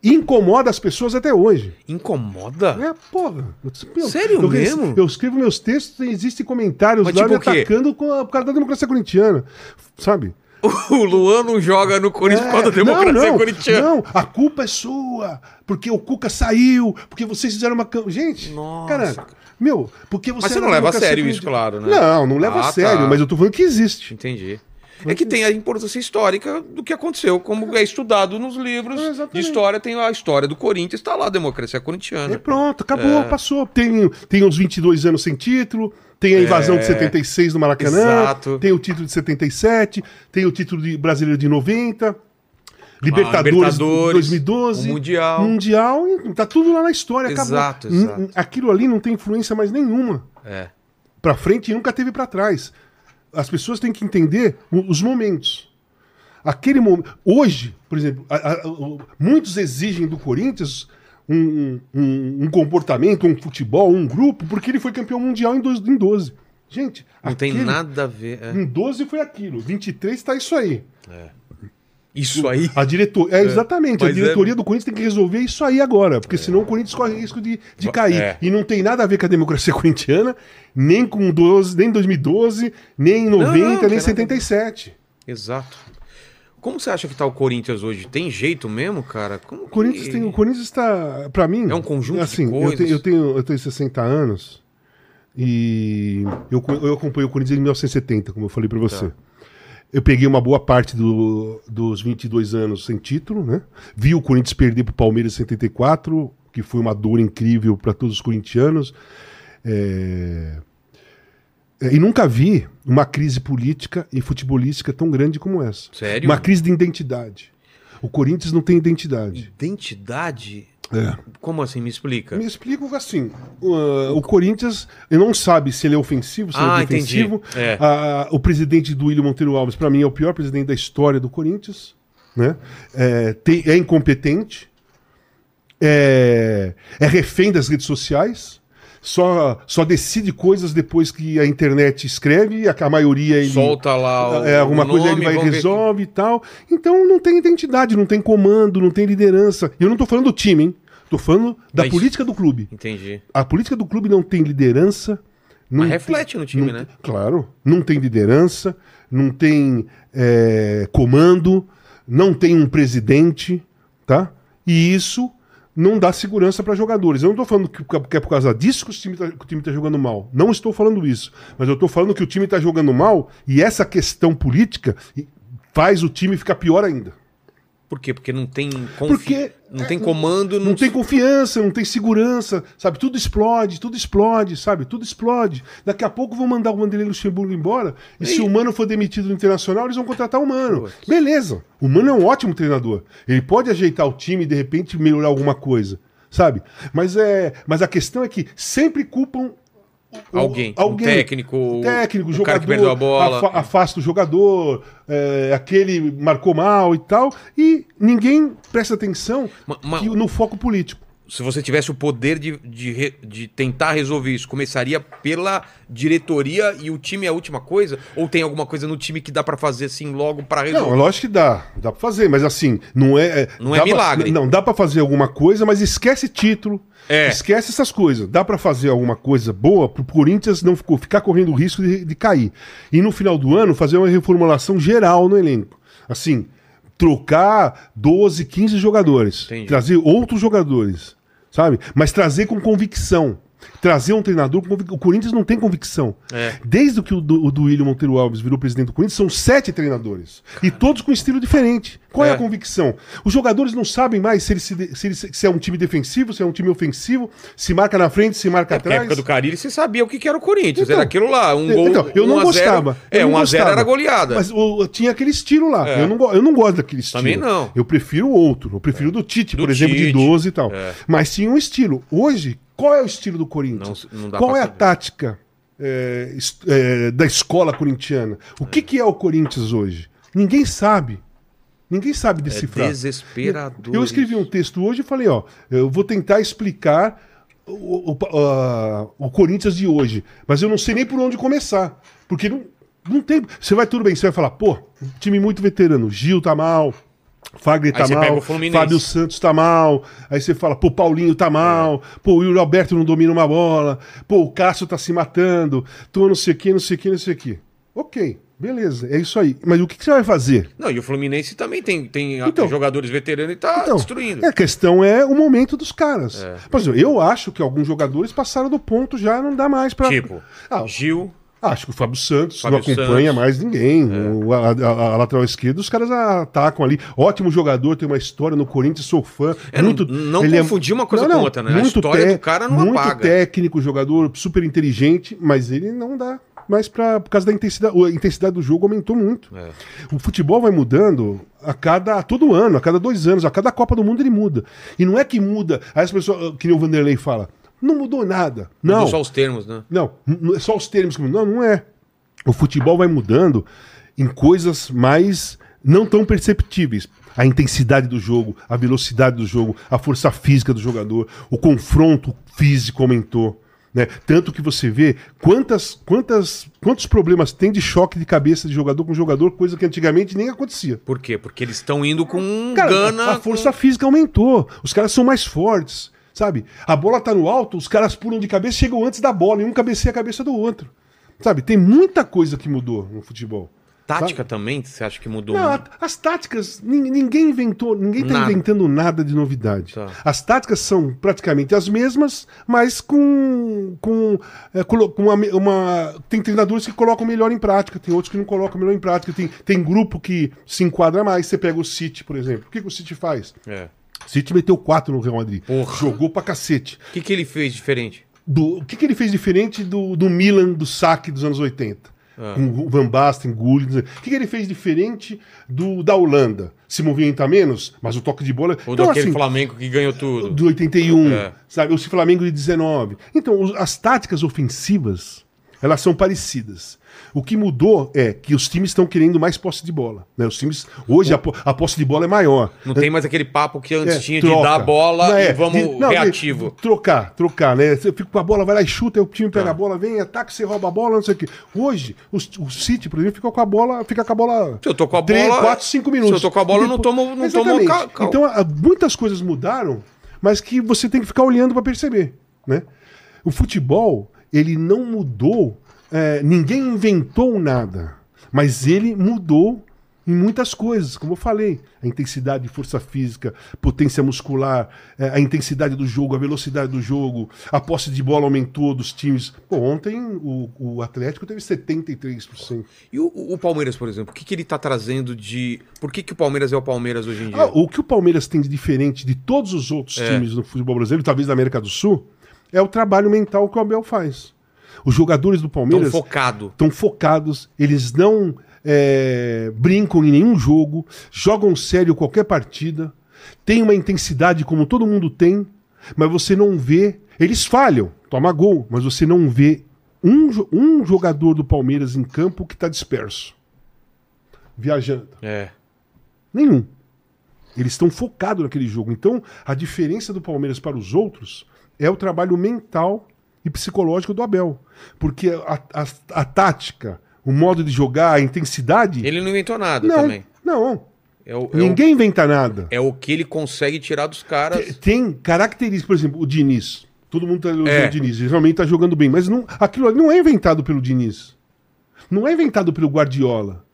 [SPEAKER 3] E incomoda as pessoas até hoje.
[SPEAKER 1] Incomoda?
[SPEAKER 3] É, porra. Eu disse, meu,
[SPEAKER 1] Sério
[SPEAKER 3] eu,
[SPEAKER 1] mesmo?
[SPEAKER 3] Eu escrevo meus textos e existem comentários
[SPEAKER 1] Mas
[SPEAKER 3] lá
[SPEAKER 1] tipo
[SPEAKER 3] me
[SPEAKER 1] o quê?
[SPEAKER 3] atacando com a, por causa da democracia corintiana. Sabe?
[SPEAKER 1] O Luan não joga no Corinthians por causa da
[SPEAKER 3] É,
[SPEAKER 1] democracia
[SPEAKER 3] não, não,
[SPEAKER 1] corintiana.
[SPEAKER 3] Não, a culpa é sua. Porque o Cuca saiu, porque vocês fizeram uma. cam- Gente,
[SPEAKER 1] Nossa.
[SPEAKER 3] cara, meu, porque você.
[SPEAKER 1] Mas você
[SPEAKER 3] era
[SPEAKER 1] não leva a
[SPEAKER 3] democracia
[SPEAKER 1] sério isso, claro,
[SPEAKER 3] corintiana.
[SPEAKER 1] né?
[SPEAKER 3] Não, não leva
[SPEAKER 1] Ah,
[SPEAKER 3] a sério,
[SPEAKER 1] tá.
[SPEAKER 3] mas eu tô falando que existe.
[SPEAKER 1] Entendi. É que tem a importância histórica do que aconteceu, como é estudado nos livros
[SPEAKER 3] É, exatamente.
[SPEAKER 1] de história, tem lá a história do Corinthians, está lá a democracia
[SPEAKER 3] E
[SPEAKER 1] corintiana.
[SPEAKER 3] É pronto, acabou,
[SPEAKER 1] É.
[SPEAKER 3] passou. Tem, tem uns 22 anos sem título, tem a invasão de 76 no Maracanã,
[SPEAKER 1] É. Exato.
[SPEAKER 3] tem o título de 77, tem o título de brasileiro de 90, Libertadores,
[SPEAKER 1] Ah, Libertadores,
[SPEAKER 3] 2012,
[SPEAKER 1] o Mundial.
[SPEAKER 3] Hum. Mundial, e tá tudo lá na história, acabou.
[SPEAKER 1] Exato,
[SPEAKER 3] N-
[SPEAKER 1] exato.
[SPEAKER 3] n- Aquilo ali não tem influência mais nenhuma
[SPEAKER 1] É.
[SPEAKER 3] para frente e nunca teve para trás. As pessoas têm que entender o- os momentos. Aquele momento. Hoje, por exemplo, a- a- o- muitos exigem do Corinthians um, um- um comportamento, um futebol, um grupo, porque ele foi campeão mundial em 12. Em 12. Gente,
[SPEAKER 1] Não tem
[SPEAKER 3] aquele- Hum.
[SPEAKER 1] nada a ver. é.
[SPEAKER 3] Em 12 foi aquilo, 23 tá isso aí.
[SPEAKER 1] Isso aí.
[SPEAKER 3] A diretoria, é, exatamente, a
[SPEAKER 1] mas é-
[SPEAKER 3] diretoria do Corinthians tem que resolver isso aí agora, porque senão o Corinthians corre risco de, de cair.
[SPEAKER 1] é.
[SPEAKER 3] E não tem nada a ver com a democracia corintiana, nem com 12, nem 2012, nem 90,
[SPEAKER 1] não, tem
[SPEAKER 3] nem
[SPEAKER 1] nada.
[SPEAKER 3] 77.
[SPEAKER 1] Exato. Como você acha que tá o Corinthians hoje? Tem jeito mesmo, cara? Como
[SPEAKER 3] O Corinthians
[SPEAKER 1] que-
[SPEAKER 3] tem, um o Corinthians está, para mim,
[SPEAKER 1] É um conjunto de
[SPEAKER 3] assim,
[SPEAKER 1] coisas.
[SPEAKER 3] Eu tenho, eu tenho, eu tenho 60 anos e eu, co- eu acompanho o Corinthians em 1970, como eu falei para
[SPEAKER 1] Tá.
[SPEAKER 3] você. Eu peguei uma boa parte do- dos 22 anos sem título, né? Vi o Corinthians perder pro Palmeiras em 74, que foi uma dor incrível para todos os corintianos. É, é, E nunca vi uma crise política e futebolística tão grande como essa.
[SPEAKER 1] Sério?
[SPEAKER 3] Uma crise de identidade. O Corinthians não tem identidade.
[SPEAKER 1] Identidade?
[SPEAKER 3] É.
[SPEAKER 1] Como assim? Me explica.
[SPEAKER 3] Me explico assim: uh, o Corinthians ele não sabe se ele é ofensivo, se ele
[SPEAKER 1] Ah,
[SPEAKER 3] é defensivo.
[SPEAKER 1] entendi. É.
[SPEAKER 3] Ah, o presidente do William Monteiro Alves, para mim, é o pior presidente da história do Corinthians. Né? É, tem- é incompetente, é, é refém das redes sociais. Só, só decide coisas depois que a internet escreve, a, a maioria ele
[SPEAKER 1] Solta lá o,
[SPEAKER 3] é, alguma
[SPEAKER 1] o
[SPEAKER 3] coisa
[SPEAKER 1] nome,
[SPEAKER 3] ele vai e
[SPEAKER 1] vamos ver
[SPEAKER 3] resolve e tal. Então não tem identidade, não tem comando, não tem liderança. E eu não tô falando do time, hein? Tô falando da
[SPEAKER 1] Mas-
[SPEAKER 3] política do clube.
[SPEAKER 1] que- Entendi.
[SPEAKER 3] A política do clube não tem liderança. Não
[SPEAKER 1] Mas
[SPEAKER 3] tem-
[SPEAKER 1] reflete no time,
[SPEAKER 3] não-
[SPEAKER 1] né?
[SPEAKER 3] Claro. Não tem liderança, não tem é, comando, não tem um presidente, tá? E isso não dá segurança para jogadores. Eu não tô falando que, que é por causa disso que o, time tá, que o time tá jogando mal. Não estou falando isso. Mas eu tô falando que o time tá jogando mal e essa questão política faz o time ficar pior ainda.
[SPEAKER 1] Por quê? Porque não tem confi-
[SPEAKER 3] Porque-
[SPEAKER 1] não
[SPEAKER 3] é,
[SPEAKER 1] tem comando, não,
[SPEAKER 3] Não tem confiança, não tem segurança, sabe? Tudo explode, tudo explode, sabe? Tudo explode. Daqui a pouco vão mandar o Vanderlei Luxemburgo embora. E, se o Mano for demitido no Internacional, eles vão contratar o Mano. Beleza. O Mano é um ótimo treinador. Ele pode ajeitar o time e, de repente, melhorar alguma coisa, sabe? Mas, é, mas a questão é que sempre culpam o-
[SPEAKER 1] Alguém, um técnico,
[SPEAKER 3] o técnico,
[SPEAKER 1] o
[SPEAKER 3] jogador,
[SPEAKER 1] cara que perdeu a bola.
[SPEAKER 3] afa- afasta o jogador, é, aquele marcou mal e tal, e ninguém presta atenção
[SPEAKER 1] Ma- ma-
[SPEAKER 3] que- no foco político.
[SPEAKER 1] se você tivesse o poder de, de, re- de tentar resolver isso, começaria pela diretoria e o time é a última coisa? Ou tem alguma coisa no time que dá pra fazer assim logo pra
[SPEAKER 3] Não, é
[SPEAKER 1] resolver?
[SPEAKER 3] lógico que dá, dá pra fazer, mas assim, não é.
[SPEAKER 1] Não
[SPEAKER 3] dá
[SPEAKER 1] é
[SPEAKER 3] pra-
[SPEAKER 1] milagre.
[SPEAKER 3] não, dá pra fazer alguma coisa, mas esquece título,
[SPEAKER 1] É.
[SPEAKER 3] esquece essas coisas. Dá pra fazer alguma coisa boa pro Corinthians não ficou- ficar correndo o risco de, de cair. E no final do ano, fazer uma reformulação geral no elenco. Assim, trocar 12, 15 jogadores,
[SPEAKER 1] Entendi.
[SPEAKER 3] trazer outros jogadores, sabe? Mas trazer com convicção. Trazer um treinador com convic- O Corinthians não tem convicção.
[SPEAKER 1] É.
[SPEAKER 3] Desde que o, du- o Duílio Monteiro Alves virou presidente do Corinthians, são sete treinadores. E todos com um estilo diferente. Qual é,
[SPEAKER 1] É.
[SPEAKER 3] a convicção? Os jogadores não sabem mais se, eles se de- se eles- se é um time defensivo, se é um time ofensivo, se marca na frente, se marca
[SPEAKER 1] Na
[SPEAKER 3] atrás.
[SPEAKER 1] É época do Carille, você sabia o que que era o Corinthians.
[SPEAKER 3] Então,
[SPEAKER 1] era aquilo lá, um gol,
[SPEAKER 3] Então, eu
[SPEAKER 1] um
[SPEAKER 3] não
[SPEAKER 1] a zero.
[SPEAKER 3] gostava.
[SPEAKER 1] é,
[SPEAKER 3] eu não
[SPEAKER 1] um a zero
[SPEAKER 3] gostava.
[SPEAKER 1] era goleada. É.
[SPEAKER 3] Mas o- tinha aquele estilo lá. Eu, não, go- eu não gosto daquele estilo.
[SPEAKER 1] Também não. É.
[SPEAKER 3] Eu prefiro outro. Eu prefiro do Tite,
[SPEAKER 1] Do
[SPEAKER 3] por exemplo, de
[SPEAKER 1] Tite.
[SPEAKER 3] 12 e tal.
[SPEAKER 1] É.
[SPEAKER 3] Mas tinha um estilo. Hoje, qual é o estilo do Corinthians?
[SPEAKER 1] Não- não dá
[SPEAKER 3] qual
[SPEAKER 1] pra
[SPEAKER 3] é a
[SPEAKER 1] saber.
[SPEAKER 3] tática é, es- é, da escola corintiana? O que, que é o Corinthians hoje? Ninguém sabe. Ninguém sabe
[SPEAKER 1] é
[SPEAKER 3] decifrar.
[SPEAKER 1] desesperador.
[SPEAKER 3] Eu escrevi um texto hoje e falei, ó, eu vou tentar explicar o, o- a- o Corinthians de hoje, mas eu não sei nem por onde começar, porque não, não tem. Você vai tudo bem, você vai falar, pô, time muito veterano, Gil tá mal, Fagner
[SPEAKER 1] Aí
[SPEAKER 3] tá
[SPEAKER 1] você pega
[SPEAKER 3] mal,
[SPEAKER 1] o Fluminense.
[SPEAKER 3] Fábio Santos tá mal, aí você fala, pô, Paulinho tá mal, pô, o Yuri Alberto não domina uma bola, pô, o Cássio tá se matando, tô não sei o que, não sei o que, não sei o que. Ok, beleza, é isso aí. Mas o que, que você vai fazer?
[SPEAKER 1] Não, e o Fluminense também tem, tem
[SPEAKER 3] Então.
[SPEAKER 1] jogadores veteranos e tá
[SPEAKER 3] Então,
[SPEAKER 1] destruindo. É.
[SPEAKER 3] é, A questão é o momento dos caras. Por exemplo, eu acho que alguns jogadores passaram do ponto já, não dá mais pra.
[SPEAKER 1] Tipo,
[SPEAKER 3] Ah,
[SPEAKER 1] Gil.
[SPEAKER 3] Acho que o Fábio Santos
[SPEAKER 1] Fábio
[SPEAKER 3] não acompanha
[SPEAKER 1] Santos. É.
[SPEAKER 3] mais ninguém. O, a, a- a lateral esquerda, os caras atacam ali. Ótimo jogador, tem uma história no Corinthians, sou fã.
[SPEAKER 1] É, não- não
[SPEAKER 3] ele
[SPEAKER 1] confundir uma coisa com outra, né? A história do cara não
[SPEAKER 3] Muito
[SPEAKER 1] apaga.
[SPEAKER 3] técnico, jogador super inteligente, mas ele não dá mais pra, por causa da intensidade. A intensidade do jogo aumentou muito.
[SPEAKER 1] É.
[SPEAKER 3] O futebol vai mudando a cada a todo ano, a cada dois anos, a cada Copa do Mundo ele muda. E não é que muda. Aí as pessoas, que nem o Vanderlei fala, não mudou nada. Não.
[SPEAKER 1] Mudou Só os termos, né?
[SPEAKER 3] Não, n- é só os termos. que mudam. Não, não é. O futebol vai mudando em coisas mais não tão perceptíveis. A intensidade do jogo, a velocidade do jogo, a força física do jogador, o confronto físico aumentou. Né? Tanto que você vê quantas, quantas, quantos problemas tem de choque de cabeça de jogador com jogador, coisa que antigamente nem acontecia.
[SPEAKER 1] Por quê? Porque eles estão indo com
[SPEAKER 3] Cara,
[SPEAKER 1] gana.
[SPEAKER 3] a força física aumentou. Os caras são mais fortes, sabe? A bola tá no alto, os caras pulam de cabeça, chegam antes da bola e um cabeceia a cabeça do outro. Sabe? Tem muita coisa que mudou no futebol.
[SPEAKER 1] com- Tática também, você acha que mudou?
[SPEAKER 3] Tá. Não,
[SPEAKER 1] muito?
[SPEAKER 3] a- as táticas, nin- ninguém inventou, ninguém tá
[SPEAKER 1] Nada.
[SPEAKER 3] inventando nada de novidade.
[SPEAKER 1] Tá.
[SPEAKER 3] As táticas são praticamente as mesmas, mas com, com, é, colo- com uma, uma- Tem treinadores que colocam melhor em prática, tem outros que não colocam melhor em prática, tem, tem grupo que se enquadra mais. Você pega o City, por exemplo. O que, que o City faz?
[SPEAKER 1] É.
[SPEAKER 3] City meteu 4 no Real Madrid.
[SPEAKER 1] Porra.
[SPEAKER 3] Jogou pra cacete.
[SPEAKER 1] O que, que ele fez diferente?
[SPEAKER 3] Do, o que, que ele fez diferente do, do Milan do saque dos anos 80?
[SPEAKER 1] Ah.
[SPEAKER 3] Com o Van Basten, Gullit. O que, que ele fez diferente do da Holanda? Se movimenta menos, mas o toque de bola. assim,
[SPEAKER 1] Ou daquele Flamengo que ganhou tudo?
[SPEAKER 3] Então, do 81,
[SPEAKER 1] É.
[SPEAKER 3] sabe? Ou se Flamengo de 19. Então, os- as táticas ofensivas, elas são parecidas. O que mudou é que os times estão querendo mais posse de bola. né? Os times. Hoje a, po- a posse de bola é maior.
[SPEAKER 1] Não tem mais aquele papo que antes
[SPEAKER 3] É,
[SPEAKER 1] tinha de
[SPEAKER 3] troca.
[SPEAKER 1] dar a bola
[SPEAKER 3] Não,
[SPEAKER 1] e
[SPEAKER 3] é,
[SPEAKER 1] vamos
[SPEAKER 3] de- não, de-
[SPEAKER 1] reativo.
[SPEAKER 3] trocar, trocar, né? Você fica com a bola, vai lá e chuta, aí o time
[SPEAKER 1] Tá.
[SPEAKER 3] pega a bola, vem, ataca, você rouba a bola, não sei o quê. Hoje, o, o City, por exemplo, ficou com a bola, fica com a bola.
[SPEAKER 1] Se eu tô com a
[SPEAKER 3] três,
[SPEAKER 1] bola-
[SPEAKER 3] 4, 5
[SPEAKER 1] se
[SPEAKER 3] minutos.
[SPEAKER 1] eu tô com a bola, eu não
[SPEAKER 3] Depois-
[SPEAKER 1] tomo- não tomo
[SPEAKER 3] Exatamente.
[SPEAKER 1] cal- cal-
[SPEAKER 3] Então, a- muitas coisas mudaram, mas que você tem que ficar olhando pra perceber, né? O futebol, ele não mudou, é, ninguém inventou nada, mas ele mudou em muitas coisas, como eu falei, a intensidade, força física, potência muscular, é, a intensidade do jogo, a velocidade do jogo, a posse de bola aumentou dos times. Pô, ontem o, o Atlético teve 73%.
[SPEAKER 1] E o, o Palmeiras, por exemplo, o que, que ele tá trazendo de. Por que, que o Palmeiras é o Palmeiras hoje em dia?
[SPEAKER 3] Ah, o que o Palmeiras tem de diferente de todos os outros
[SPEAKER 1] É.
[SPEAKER 3] times no futebol brasileiro, talvez da América do Sul, é o trabalho mental que o Abel faz. Os jogadores do
[SPEAKER 1] Tão
[SPEAKER 3] Palmeiras
[SPEAKER 1] focado.
[SPEAKER 3] estão focados, eles não é, brincam em nenhum jogo, jogam sério qualquer partida, tem uma intensidade como todo mundo tem, mas você não vê. Eles falham, toma gol, mas você não vê um, jo- um jogador do Palmeiras em campo que está disperso, viajando.
[SPEAKER 1] É.
[SPEAKER 3] Nenhum. Eles estão focados naquele jogo. Então, a diferença do Palmeiras para os outros é o trabalho mental e psicológico do Abel. Porque a, a- a tática, o modo de jogar, a intensidade.
[SPEAKER 1] Ele não inventou nada
[SPEAKER 3] não,
[SPEAKER 1] também.
[SPEAKER 3] não.
[SPEAKER 1] É o, é,
[SPEAKER 3] Ninguém inventa nada.
[SPEAKER 1] o, é o que ele consegue tirar dos
[SPEAKER 3] Te-
[SPEAKER 1] caras.
[SPEAKER 3] Tem características, por exemplo, o Diniz. Todo mundo está elogiando
[SPEAKER 1] É.
[SPEAKER 3] o Diniz. Ele realmente está jogando bem. Mas não, aquilo ali não é inventado pelo Diniz. Não é inventado pelo Guardiola.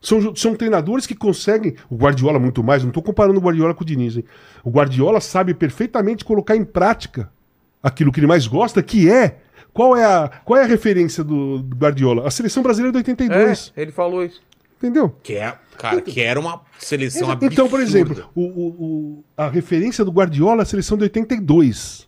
[SPEAKER 3] São, jo- são treinadores que conseguem. O Guardiola, muito mais. Não estou comparando o Guardiola com o Diniz. Hein? O Guardiola sabe perfeitamente colocar em prática aquilo que ele mais gosta, que é. Qual é a, qual é a referência do, do Guardiola? A seleção brasileira de 82.
[SPEAKER 1] É, ele falou isso.
[SPEAKER 3] Entendeu?
[SPEAKER 1] Que é, cara, que era uma seleção
[SPEAKER 3] Exa-
[SPEAKER 1] absurda.
[SPEAKER 3] Então, por exemplo, o- o- o- a referência do Guardiola à seleção de 82.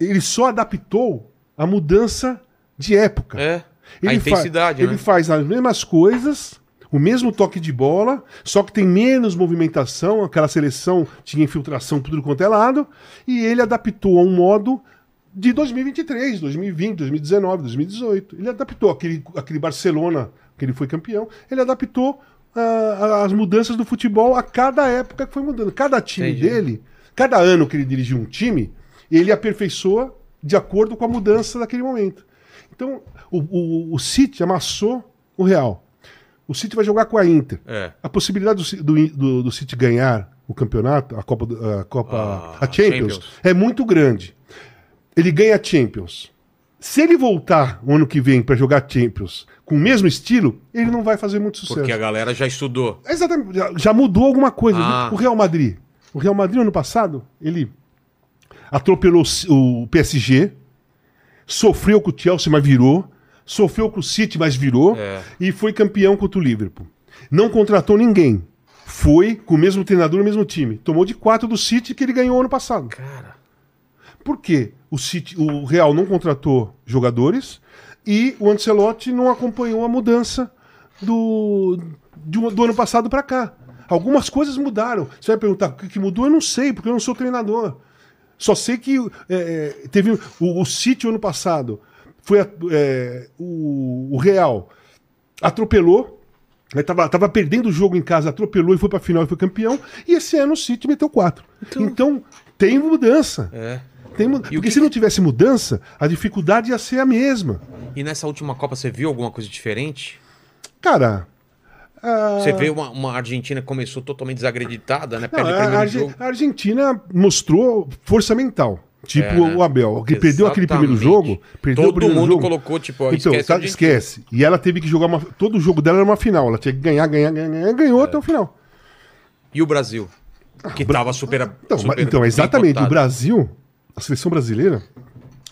[SPEAKER 3] Ele só adaptou a mudança de época.
[SPEAKER 1] É.
[SPEAKER 3] Ele
[SPEAKER 1] a
[SPEAKER 3] fa-
[SPEAKER 1] intensidade, né?
[SPEAKER 3] Ele faz as mesmas coisas, o mesmo toque de bola, só que tem menos movimentação. Aquela seleção tinha infiltração por tudo quanto é lado. E ele adaptou a um modo de 2023, 2020, 2019, 2018. Ele adaptou aquele, aquele Barcelona, que ele foi campeão, ele adaptou ah, as mudanças do futebol a cada época que foi mudando. Cada time
[SPEAKER 1] Entendi.
[SPEAKER 3] dele, cada ano que ele dirigiu um time, ele aperfeiçoa de acordo com a mudança daquele momento. Então, o, o, o City amassou o Real. O City vai jogar com a Inter.
[SPEAKER 1] É.
[SPEAKER 3] A possibilidade do Ci- do, In- do, do City ganhar o campeonato, a Copa, do- a, Copa
[SPEAKER 1] Ah,
[SPEAKER 3] a Champions,
[SPEAKER 1] Champions.
[SPEAKER 3] é muito grande. Ele ganha a Champions. Se ele voltar o ano que vem para jogar Champions com o mesmo estilo, ele não vai fazer muito sucesso.
[SPEAKER 1] Porque a galera já estudou.
[SPEAKER 3] Exatamente. Já, já mudou alguma coisa.
[SPEAKER 1] Ah.
[SPEAKER 3] O Real Madrid. O Real Madrid, ano passado, ele atropelou o o PSG, sofreu com o Chelsea, mas virou. Sofreu com o City, mas virou.
[SPEAKER 1] É.
[SPEAKER 3] E foi campeão contra o Liverpool. Não contratou ninguém. Foi com o mesmo treinador, o mesmo time. Tomou de quatro do City que ele ganhou ano passado.
[SPEAKER 1] Cara.
[SPEAKER 3] Por quê? O, City, o Real não contratou jogadores e o Ancelotti não acompanhou a mudança do, de um- do ano passado para cá. Algumas coisas mudaram. Você vai perguntar o que, que mudou? Eu não sei, porque eu não sou treinador. Só sei que é, é, teve o, o City ano passado. Foi a- é, o, o Real atropelou. Né, tava, tava perdendo o jogo em casa, atropelou e foi pra final e foi campeão. E esse ano o City meteu quatro. Então, tem mudança.
[SPEAKER 1] É.
[SPEAKER 3] Tem mu-
[SPEAKER 1] o
[SPEAKER 3] Porque
[SPEAKER 1] que
[SPEAKER 3] se não tivesse mudança, a dificuldade ia ser a mesma.
[SPEAKER 1] E nessa última Copa você viu alguma coisa diferente?
[SPEAKER 3] Cara. ah,
[SPEAKER 1] Você vê uma, uma Argentina que começou totalmente desacreditada, né?
[SPEAKER 3] não,
[SPEAKER 1] Perde o
[SPEAKER 3] a,
[SPEAKER 1] primeiro
[SPEAKER 3] a Arge-
[SPEAKER 1] jogo.
[SPEAKER 3] a Argentina mostrou força mental. Tipo
[SPEAKER 1] É, né?
[SPEAKER 3] o Abel, que perdeu aquele primeiro
[SPEAKER 1] Exatamente.
[SPEAKER 3] jogo. Perdeu o
[SPEAKER 1] Todo
[SPEAKER 3] primeiro
[SPEAKER 1] mundo
[SPEAKER 3] jogo.
[SPEAKER 1] colocou, tipo, ó,
[SPEAKER 3] então,
[SPEAKER 1] esquece
[SPEAKER 3] tá-
[SPEAKER 1] a Argentina.
[SPEAKER 3] esquece. E ela teve que jogar uma. Todo o jogo dela era uma final. Ela tinha que ganhar, ganhar, ganhar, ganhar, ganhou até o final.
[SPEAKER 1] E o Brasil? Que tava super.
[SPEAKER 3] Então,
[SPEAKER 1] super
[SPEAKER 3] ma- então exatamente.
[SPEAKER 1] bem
[SPEAKER 3] O
[SPEAKER 1] cotado.
[SPEAKER 3] Brasil, a seleção brasileira,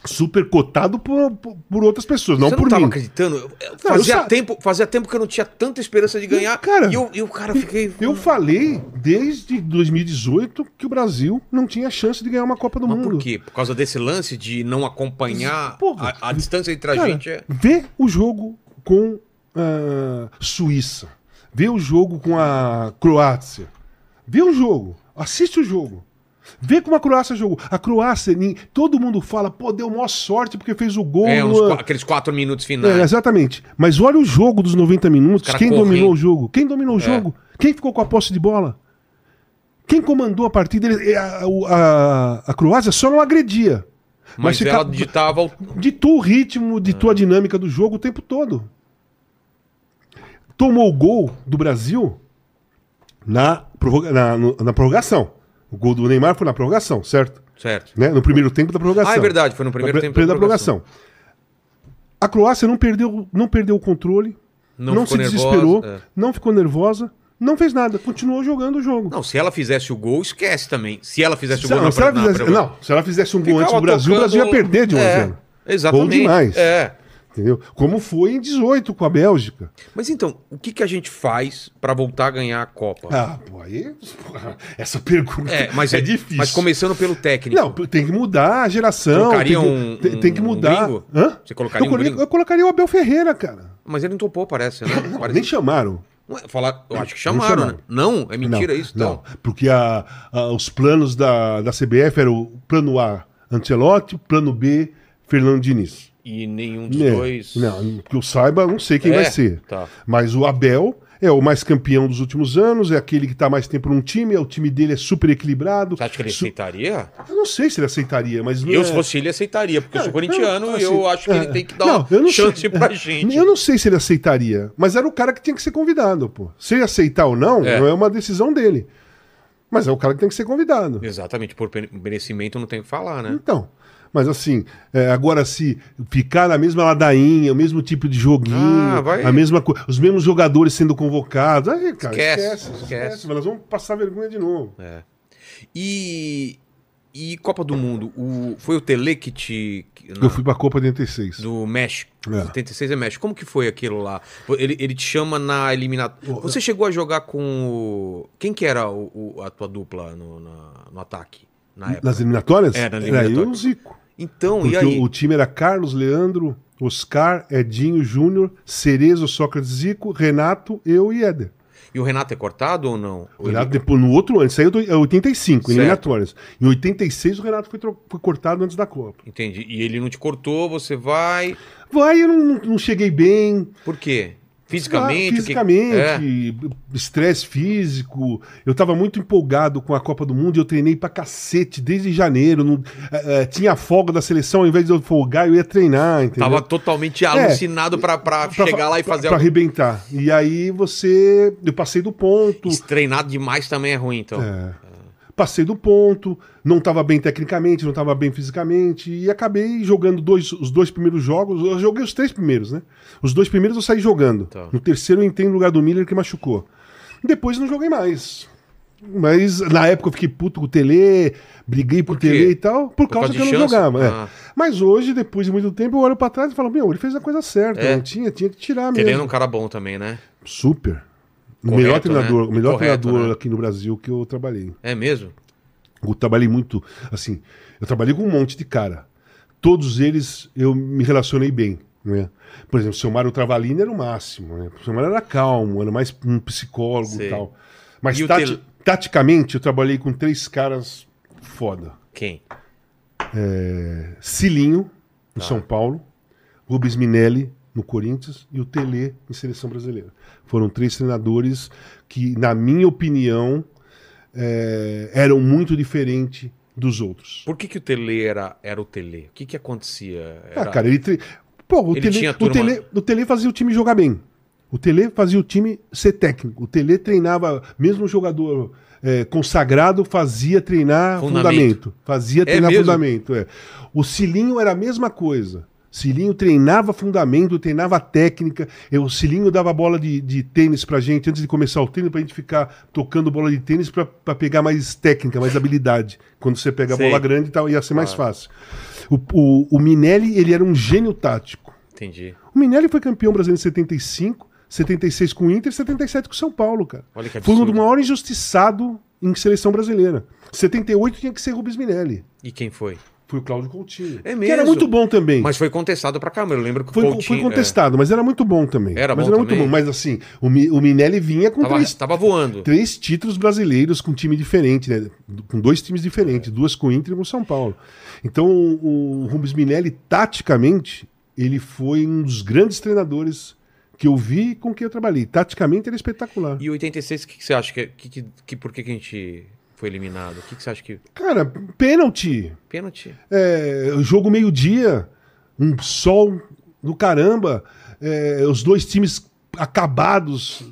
[SPEAKER 3] super cotado por, por, por outras pessoas, não
[SPEAKER 1] Você
[SPEAKER 3] por
[SPEAKER 1] não tava
[SPEAKER 3] mim.
[SPEAKER 1] acreditando? Eu- eu
[SPEAKER 3] Não, eu
[SPEAKER 1] fazia,
[SPEAKER 3] sa-
[SPEAKER 1] tempo, fazia tempo que eu não tinha tanta esperança de ganhar.
[SPEAKER 3] Cara,
[SPEAKER 1] e, eu, e o cara eu fiquei. "Hum,
[SPEAKER 3] Eu falei desde 2018 que o Brasil não tinha chance de ganhar uma Copa do
[SPEAKER 1] Mas
[SPEAKER 3] Mundo.
[SPEAKER 1] por quê? Por causa desse lance de não acompanhar
[SPEAKER 3] Porra.
[SPEAKER 1] a, a distância entre a
[SPEAKER 3] Cara,
[SPEAKER 1] gente. É...
[SPEAKER 3] Vê o jogo com a Suíça. Vê o jogo com a Croácia. Vê o jogo. Assiste o jogo. Vê como a Croácia jogou. A Croácia, nin- todo mundo fala, pô, deu maior sorte porque fez o gol.
[SPEAKER 1] É, uns
[SPEAKER 3] no-
[SPEAKER 1] qua- aqueles quatro minutos
[SPEAKER 3] É,
[SPEAKER 1] finais.
[SPEAKER 3] exatamente. Mas olha o jogo dos 90 minutos.
[SPEAKER 1] caras
[SPEAKER 3] Quem
[SPEAKER 1] correndo. É.
[SPEAKER 3] dominou o jogo? Quem dominou o jogo? Quem ficou com a posse de bola? Quem comandou a partida? Ele- é, A, o- a- a Croácia só não agredia.
[SPEAKER 1] mas
[SPEAKER 3] Mas, fica-
[SPEAKER 1] ela É. ditava. o-
[SPEAKER 3] ditou o ritmo, ditou a dinâmica do jogo o tempo todo. Tomou o gol do Brasil na, prorroga- na- no- na prorrogação. O gol do Neymar foi na prorrogação, certo?
[SPEAKER 1] Certo.
[SPEAKER 3] Né? No primeiro tempo da prorrogação.
[SPEAKER 1] Ah, é verdade, foi no primeiro
[SPEAKER 3] Na-
[SPEAKER 1] tempo
[SPEAKER 3] da prorrogação. A Croácia não perdeu, não perdeu o controle,
[SPEAKER 1] Não
[SPEAKER 3] não,
[SPEAKER 1] ficou
[SPEAKER 3] se
[SPEAKER 1] nervosa,
[SPEAKER 3] desesperou,
[SPEAKER 1] é.
[SPEAKER 3] não ficou nervosa, não fez nada, continuou jogando o jogo.
[SPEAKER 1] Não, se ela fizesse o gol, esquece também. Se ela fizesse
[SPEAKER 3] se,
[SPEAKER 1] o gol,
[SPEAKER 3] não, se
[SPEAKER 1] na-
[SPEAKER 3] ela
[SPEAKER 1] na-
[SPEAKER 3] fizesse,
[SPEAKER 1] na-
[SPEAKER 3] não, se ela fizesse um gol antes
[SPEAKER 1] Ficava
[SPEAKER 3] do Brasil, o
[SPEAKER 1] tocando-
[SPEAKER 3] Brasil ia perder de 1
[SPEAKER 1] É,
[SPEAKER 3] a 0.
[SPEAKER 1] Exatamente.
[SPEAKER 3] Gol demais.
[SPEAKER 1] É.
[SPEAKER 3] Entendeu? Como foi em 18 com a Bélgica.
[SPEAKER 1] Mas então, o que, que a gente faz pra voltar a ganhar a Copa?
[SPEAKER 3] Ah, pô, aí. porra, essa pergunta
[SPEAKER 1] É, mas
[SPEAKER 3] é, difícil.
[SPEAKER 1] Mas começando pelo técnico.
[SPEAKER 3] Não, tem que mudar a geração.
[SPEAKER 1] Colocaria
[SPEAKER 3] tem que,
[SPEAKER 1] um-
[SPEAKER 3] tem, tem que
[SPEAKER 1] um
[SPEAKER 3] mudar.
[SPEAKER 1] gringo?
[SPEAKER 3] Hã?
[SPEAKER 1] Você colocaria
[SPEAKER 3] eu,
[SPEAKER 1] um
[SPEAKER 3] colo-
[SPEAKER 1] gringo?
[SPEAKER 3] eu colocaria o Abel Ferreira, cara.
[SPEAKER 1] Mas ele não topou, parece, né?
[SPEAKER 3] Não,
[SPEAKER 1] Parece-
[SPEAKER 3] nem chamaram.
[SPEAKER 1] Ué, falar, eu acho que
[SPEAKER 3] Não
[SPEAKER 1] chamaram,
[SPEAKER 3] chamaram.
[SPEAKER 1] né? Não, é mentira
[SPEAKER 3] não,
[SPEAKER 1] isso.
[SPEAKER 3] Não,
[SPEAKER 1] Então.
[SPEAKER 3] porque a- a- os planos da, da CBF eram o plano A, Ancelotti, plano B, Fernando Diniz.
[SPEAKER 1] E nenhum dos
[SPEAKER 3] É,
[SPEAKER 1] dois.
[SPEAKER 3] Não, que eu saiba, não sei quem
[SPEAKER 1] É,
[SPEAKER 3] vai ser.
[SPEAKER 1] tá.
[SPEAKER 3] Mas o Abel é o mais campeão dos últimos anos, é aquele que está mais tempo num time, é, o time dele é super equilibrado.
[SPEAKER 1] Você acha que ele
[SPEAKER 3] Su- É.
[SPEAKER 1] aceitaria?
[SPEAKER 3] Eu não sei se ele aceitaria, mas não
[SPEAKER 1] Eu,
[SPEAKER 3] é-
[SPEAKER 1] se fosse ele, aceitaria, porque eu sou corintiano
[SPEAKER 3] Não,
[SPEAKER 1] e eu
[SPEAKER 3] assim,
[SPEAKER 1] acho que ele
[SPEAKER 3] é.
[SPEAKER 1] tem que dar
[SPEAKER 3] Não, eu
[SPEAKER 1] uma
[SPEAKER 3] não
[SPEAKER 1] chance
[SPEAKER 3] sei. É,
[SPEAKER 1] pra gente.
[SPEAKER 3] Eu não sei se ele aceitaria, mas era o cara que tinha que ser convidado, pô. Se ele aceitar ou não,
[SPEAKER 1] É.
[SPEAKER 3] não é uma decisão dele. Mas é o cara que tem que ser convidado.
[SPEAKER 1] Exatamente, por pe- merecimento não tem o que falar, né?
[SPEAKER 3] Então, mas assim, é, agora se ficar na mesma ladainha, o mesmo tipo de joguinho,
[SPEAKER 1] Ah, vai-
[SPEAKER 3] a mesma co- os mesmos jogadores sendo convocados, aí, cara,
[SPEAKER 1] Esquece,
[SPEAKER 3] esquece, esquece,
[SPEAKER 1] esquece. É,
[SPEAKER 3] Nós vamos passar vergonha de novo.
[SPEAKER 1] E, e Copa do Mundo, o, foi o Tele que te. que- na-
[SPEAKER 3] Eu fui pra Copa de 86.
[SPEAKER 1] Do México.
[SPEAKER 3] É.
[SPEAKER 1] 86 é México. Como que foi aquilo lá? Ele, ele te chama na eliminatória.
[SPEAKER 3] Pô,
[SPEAKER 1] Você chegou a jogar com o. Quem que era o- o- a tua dupla no, na- no ataque? Na época?
[SPEAKER 3] Nas eliminatórias?
[SPEAKER 1] É, nas
[SPEAKER 3] Era eu e o
[SPEAKER 1] eliminatórias.
[SPEAKER 3] Zico.
[SPEAKER 1] Então,
[SPEAKER 3] Porque
[SPEAKER 1] e aí?
[SPEAKER 3] o, o time era Carlos, Leandro, Oscar, Edinho Júnior, Cerezo, Sócrates, Zico, Renato, eu e Éder.
[SPEAKER 1] E o Renato é cortado ou não?
[SPEAKER 3] O Renato, depois, no outro ano, saiu em é 85, em
[SPEAKER 1] Certo.
[SPEAKER 3] eliminatórias. Em 86, o Renato foi, tro- foi cortado antes da Copa.
[SPEAKER 1] Entendi. E ele não te cortou, você vai.
[SPEAKER 3] Vai, eu não, não- não cheguei bem.
[SPEAKER 1] Por quê? Fisicamente?
[SPEAKER 3] Ah,
[SPEAKER 1] É?
[SPEAKER 3] fisicamente, estresse físico. Eu tava muito empolgado com a Copa do Mundo e eu treinei pra cacete desde janeiro. Não, eh, eh, tinha folga da seleção, ao invés de eu folgar, eu ia treinar, entendeu?
[SPEAKER 1] Tava totalmente alucinado pra, pra,
[SPEAKER 3] É. Pra-
[SPEAKER 1] chegar lá e fazer
[SPEAKER 3] pra
[SPEAKER 1] algo.
[SPEAKER 3] arrebentar. E aí você. Eu passei do ponto.
[SPEAKER 1] Treinado demais também é ruim, então.
[SPEAKER 3] É. Passei do ponto, não estava bem tecnicamente, não estava bem fisicamente, e acabei jogando dois, os dois primeiros jogos. Eu joguei os três primeiros, né? Os dois primeiros eu saí jogando.
[SPEAKER 1] Tá.
[SPEAKER 3] No terceiro eu entrei no lugar do Miller que machucou. Depois eu não joguei mais. Mas na época eu fiquei puto com o Tele, briguei por,
[SPEAKER 1] Por quê?
[SPEAKER 3] Tele e tal, por, causa,
[SPEAKER 1] causa
[SPEAKER 3] que
[SPEAKER 1] de
[SPEAKER 3] eu não
[SPEAKER 1] chance?
[SPEAKER 3] jogava. é.
[SPEAKER 1] Ah.
[SPEAKER 3] Mas hoje, depois de muito tempo, eu olho pra trás e falo: Meu, ele fez a coisa certa,
[SPEAKER 1] É.
[SPEAKER 3] não tinha, tinha que tirar mesmo.
[SPEAKER 1] Tele é um cara bom também, né?
[SPEAKER 3] Super. O
[SPEAKER 1] Correto,
[SPEAKER 3] melhor treinador,
[SPEAKER 1] né?
[SPEAKER 3] o melhor
[SPEAKER 1] Correto,
[SPEAKER 3] treinador
[SPEAKER 1] né?
[SPEAKER 3] aqui no Brasil que eu trabalhei.
[SPEAKER 1] É mesmo?
[SPEAKER 3] Eu trabalhei muito, assim, eu trabalhei com um monte de cara. Todos eles eu me relacionei bem, né? Por exemplo, o seu Mário Travalini era o máximo, né? O seu Mário era calmo, era mais um psicólogo
[SPEAKER 1] Sei.
[SPEAKER 3] e tal. Mas
[SPEAKER 1] E o
[SPEAKER 3] tati-
[SPEAKER 1] Tel-
[SPEAKER 3] taticamente eu trabalhei com três caras foda.
[SPEAKER 1] Quem?
[SPEAKER 3] É, Cilinho, no São Paulo, Rubens Minelli, no Corinthians, e o Tele, em seleção brasileira. Foram três treinadores que, na minha opinião, é, eram muito diferentes dos outros.
[SPEAKER 1] Por que, que o Tele era, era o Tele? O que, que acontecia?
[SPEAKER 3] Ah,
[SPEAKER 1] É, Era-
[SPEAKER 3] cara, ele. tre- Pô, o,
[SPEAKER 1] Ele
[SPEAKER 3] Tele,
[SPEAKER 1] tinha
[SPEAKER 3] o,
[SPEAKER 1] turma-
[SPEAKER 3] Tele, o Tele fazia o time jogar bem. O Tele fazia o time ser técnico. O Tele treinava, mesmo um jogador é, consagrado, fazia treinar
[SPEAKER 1] Fundamento.
[SPEAKER 3] fundamento. Fazia treinar
[SPEAKER 1] mesmo?
[SPEAKER 3] fundamento. é. O Cilinho era a mesma coisa. Cilinho treinava fundamento, treinava técnica. Eu, o Cilinho dava bola de, de tênis pra gente antes de começar o treino, pra gente ficar tocando bola de tênis pra, pra pegar mais técnica, mais habilidade. Quando você pega
[SPEAKER 1] Sei.
[SPEAKER 3] a bola grande e tal, ia ser mais fácil. O, o, o Minelli, ele era um gênio tático.
[SPEAKER 1] Entendi.
[SPEAKER 3] O Minelli foi campeão brasileiro em 75, 76 com o Inter, 77 com o São Paulo, cara.
[SPEAKER 1] Olha que
[SPEAKER 3] foi um
[SPEAKER 1] absurdo.
[SPEAKER 3] do maior injustiçado em seleção brasileira. 78 tinha que ser Rubens Minelli.
[SPEAKER 1] E quem foi?
[SPEAKER 3] Foi o Cláudio Coutinho.
[SPEAKER 1] É
[SPEAKER 3] Que era
[SPEAKER 1] mesmo?
[SPEAKER 3] muito bom também.
[SPEAKER 1] Mas foi contestado pra caramba. Eu lembro que
[SPEAKER 3] foi,
[SPEAKER 1] o
[SPEAKER 3] foi
[SPEAKER 1] Coutinho...
[SPEAKER 3] contestado, mas era muito bom também.
[SPEAKER 1] Era
[SPEAKER 3] é. mas
[SPEAKER 1] bom
[SPEAKER 3] era
[SPEAKER 1] também?
[SPEAKER 3] muito bom. Mas assim, o, Mi- o Minelli vinha com
[SPEAKER 1] é, tava,
[SPEAKER 3] três,
[SPEAKER 1] tava voando.
[SPEAKER 3] três títulos brasileiros com time diferente, né? Com dois times diferentes,
[SPEAKER 1] É.
[SPEAKER 3] duas com o Inter e um com o São Paulo. Então, o Rubens Minelli, taticamente, ele foi um dos grandes treinadores que eu vi e com quem eu trabalhei. Taticamente, ele é espetacular.
[SPEAKER 1] E 86, o que, que você acha? Que, que, que, que- por que, que a gente foi eliminado? O que, que você acha que...
[SPEAKER 3] Cara, pênalti,
[SPEAKER 1] Pênalti?
[SPEAKER 3] é, jogo meio-dia, um sol do caramba, é, os dois times acabados,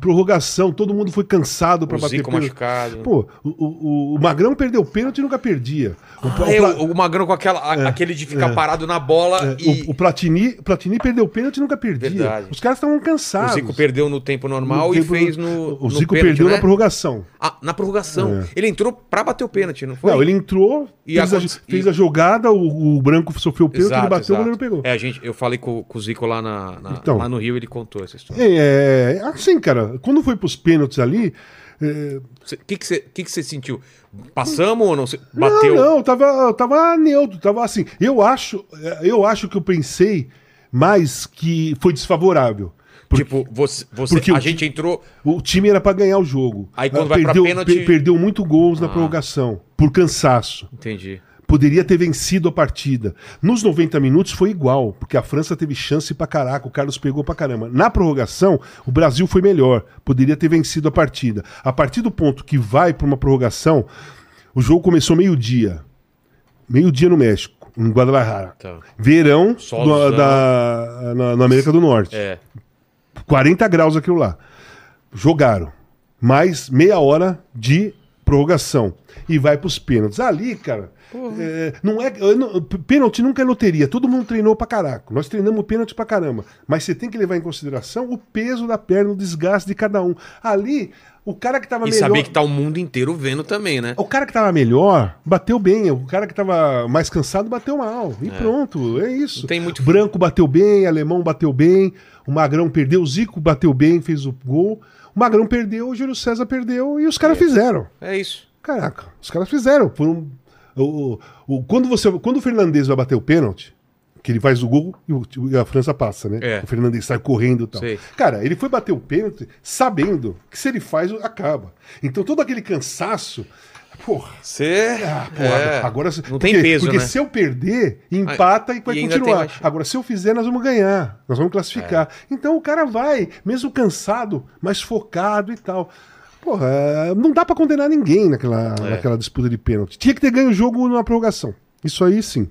[SPEAKER 3] prorrogação, todo mundo foi cansado para
[SPEAKER 1] O
[SPEAKER 3] bater
[SPEAKER 1] Zico
[SPEAKER 3] pênalti.
[SPEAKER 1] machucado.
[SPEAKER 3] Pô, o, o- o Magrão perdeu pênalti e nunca perdia. O,
[SPEAKER 1] Ah,
[SPEAKER 3] Pla-
[SPEAKER 1] é,
[SPEAKER 3] Pla-
[SPEAKER 1] o, o Magrão com aquela, a- aquele de ficar parado na bola
[SPEAKER 3] é,
[SPEAKER 1] e
[SPEAKER 3] o- o Platini, Platini perdeu pênalti e nunca perdia.
[SPEAKER 1] Verdade.
[SPEAKER 3] Os caras estavam
[SPEAKER 1] o
[SPEAKER 3] cansados.
[SPEAKER 1] Zico perdeu no tempo normal
[SPEAKER 3] No
[SPEAKER 1] e
[SPEAKER 3] tempo-
[SPEAKER 1] fez no
[SPEAKER 3] O
[SPEAKER 1] no
[SPEAKER 3] Zico
[SPEAKER 1] pênalti,
[SPEAKER 3] perdeu
[SPEAKER 1] né?
[SPEAKER 3] na prorrogação. É.
[SPEAKER 1] Ah, na prorrogação. Ele entrou pra bater o pênalti, não foi?
[SPEAKER 3] Não, ele entrou,
[SPEAKER 1] E
[SPEAKER 3] fez, a,
[SPEAKER 1] aconte-
[SPEAKER 3] fez
[SPEAKER 1] e-
[SPEAKER 3] a jogada, o, o Branco sofreu o pênalti, ele bateu, o goleiro pegou.
[SPEAKER 1] É, a gente, eu falei com, com o Zico lá, na, na-
[SPEAKER 3] Então.
[SPEAKER 1] lá no Rio, ele contou essa história.
[SPEAKER 3] É, é, assim, cara, quando foi pros pênaltis ali, é,
[SPEAKER 1] O que que você que que você sentiu? Passamos ou não? Cê Bateu?
[SPEAKER 3] Não, não, eu tava, eu tava neutro, tava assim. Eu acho, é, eu acho que eu pensei mais que foi desfavorável. Porque
[SPEAKER 1] Tipo, você, você-
[SPEAKER 3] porque
[SPEAKER 1] a
[SPEAKER 3] o-
[SPEAKER 1] gente entrou...
[SPEAKER 3] o time era pra ganhar o jogo.
[SPEAKER 1] Aí quando
[SPEAKER 3] Ah,
[SPEAKER 1] vai pra
[SPEAKER 3] perdeu,
[SPEAKER 1] pênalti- Ah.
[SPEAKER 3] pe- perdeu muito gols na prorrogação por cansaço.
[SPEAKER 1] Entendi.
[SPEAKER 3] Poderia ter vencido a partida. Nos 90 minutos foi igual, porque a França teve chance pra caraca, o Carlos pegou pra caramba. Na prorrogação, o Brasil foi melhor, poderia ter vencido a partida. A partir do ponto que vai pra uma prorrogação, o jogo começou meio-dia. Meio-dia no México, em Guadalajara.
[SPEAKER 1] Tá.
[SPEAKER 3] Verão
[SPEAKER 1] Solzão.
[SPEAKER 3] do- da, na, na América do Norte.
[SPEAKER 1] É.
[SPEAKER 3] 40 graus aquilo lá. Jogaram. Mais meia hora de prorrogação. E vai pros pênaltis. Ali, cara, é, não é. eu não- pênalti nunca é loteria. Todo mundo treinou pra caraca. Nós treinamos pênalti pra caramba. Mas você tem que levar em consideração o peso da perna, o desgaste de cada um. Ali, o cara que tava
[SPEAKER 1] E
[SPEAKER 3] melhor.
[SPEAKER 1] saber que tá o mundo inteiro vendo também, né?
[SPEAKER 3] O cara que tava melhor bateu bem, o cara que tava mais cansado bateu mal. E pronto, é isso.
[SPEAKER 1] Não tem muito-
[SPEAKER 3] Branco bateu bem, alemão bateu bem, o Magrão perdeu, o Zico bateu bem, fez o gol. O Magrão perdeu, o Júlio César perdeu e os caras fizeram.
[SPEAKER 1] É isso.
[SPEAKER 3] Caraca, os caras fizeram. Foram... O, o- o- quando, você, quando o Fernandes vai bater o pênalti, que ele faz o gol e, o- e a França passa, né?
[SPEAKER 1] É.
[SPEAKER 3] O Fernandes sai correndo e tal.
[SPEAKER 1] Sei.
[SPEAKER 3] Cara, ele foi bater o pênalti sabendo que se ele faz, acaba. Então todo aquele cansaço. Porra.
[SPEAKER 1] Você.
[SPEAKER 3] Ah, porra,
[SPEAKER 1] É.
[SPEAKER 3] agora
[SPEAKER 1] Não tem
[SPEAKER 3] porque-
[SPEAKER 1] peso,
[SPEAKER 3] Porque
[SPEAKER 1] né?
[SPEAKER 3] se eu perder, empata e vai
[SPEAKER 1] e ainda tem
[SPEAKER 3] continuar.
[SPEAKER 1] mais É. chance.
[SPEAKER 3] Agora, se eu fizer, nós vamos ganhar. Nós vamos classificar. Então o cara vai, mesmo cansado, mas focado e tal. Porra, é, não dá pra condenar ninguém naquela,
[SPEAKER 1] É.
[SPEAKER 3] naquela disputa de pênalti. Tinha que ter ganho o jogo numa prorrogação. Isso aí sim.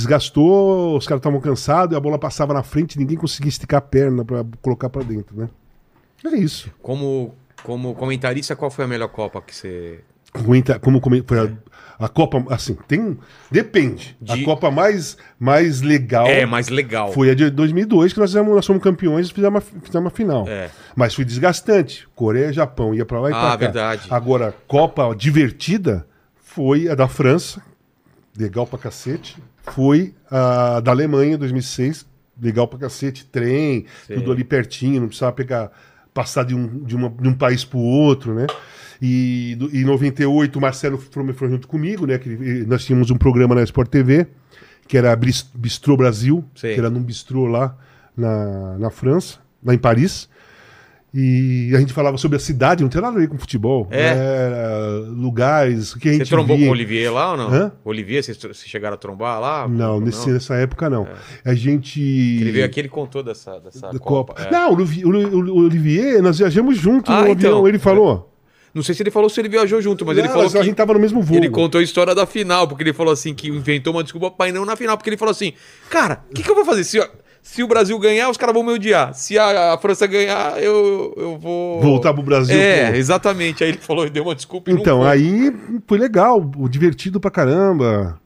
[SPEAKER 3] Desgastou, os caras estavam cansados, e a bola passava na frente, e ninguém conseguia esticar a perna pra colocar pra dentro, né? É isso.
[SPEAKER 1] Como, como comentarista, qual foi a melhor Copa que você.
[SPEAKER 3] O Inter- como come- foi a, a Copa, assim, tem depende.
[SPEAKER 1] É. De-
[SPEAKER 3] A Copa mais mais legal
[SPEAKER 1] É, mais legal.
[SPEAKER 3] foi a de 2002 que nós fizemos, nós fomos campeões e fizemos uma, fizemos uma final.
[SPEAKER 1] É.
[SPEAKER 3] Mas foi desgastante. Coreia, Japão, ia pra lá e
[SPEAKER 1] Ah,
[SPEAKER 3] pra cá.
[SPEAKER 1] verdade.
[SPEAKER 3] Agora Copa divertida foi a da França, legal pra cacete. Foi a da Alemanha 2006, legal pra cacete, trem,
[SPEAKER 1] Sim.
[SPEAKER 3] tudo ali pertinho, não precisava pegar, passar de um, de uma- de um país pro outro, né? E do- em 98 o Marcelo foi, foi junto comigo, né? Que ele- nós tínhamos um programa na Sport TV, que era Bris- Bistrô Brasil,
[SPEAKER 1] Sim.
[SPEAKER 3] que era num bistrô lá na, na França, lá em Paris. E a gente falava sobre a cidade, não tem nada a ver com futebol.
[SPEAKER 1] É.
[SPEAKER 3] Era lugares, o que a
[SPEAKER 1] Você
[SPEAKER 3] gente
[SPEAKER 1] trombou
[SPEAKER 3] via.
[SPEAKER 1] com o Olivier lá ou não?
[SPEAKER 3] Hã?
[SPEAKER 1] Olivier, vocês vocês chegaram a trombar lá?
[SPEAKER 3] Não, nesse- nessa época não. A gente.
[SPEAKER 1] É. Ele veio aqui, ele contou dessa, dessa
[SPEAKER 3] da
[SPEAKER 1] Copa.
[SPEAKER 3] Copa.
[SPEAKER 1] é.
[SPEAKER 3] Não, o Luvi- o Lu- o Lu- o Olivier, nós viajamos junto
[SPEAKER 1] Ah,
[SPEAKER 3] no
[SPEAKER 1] então.
[SPEAKER 3] avião, ele falou.
[SPEAKER 1] Não sei se ele falou se ele viajou junto, mas ele
[SPEAKER 3] Não,
[SPEAKER 1] falou
[SPEAKER 3] a gente tá
[SPEAKER 1] que.
[SPEAKER 3] tava no mesmo voo.
[SPEAKER 1] Ele contou a história da final, porque ele falou assim que inventou uma desculpa pra não na final, porque ele falou assim: Cara, o que, que eu vou fazer? Se, se o Brasil ganhar, os caras vão me odiar. Se a, a França ganhar, eu, eu vou.
[SPEAKER 3] Voltar pro Brasil,
[SPEAKER 1] É,
[SPEAKER 3] pô.
[SPEAKER 1] exatamente. Aí ele falou, deu uma desculpa e não
[SPEAKER 3] Então,
[SPEAKER 1] foi.
[SPEAKER 3] aí foi legal, divertido pra caramba.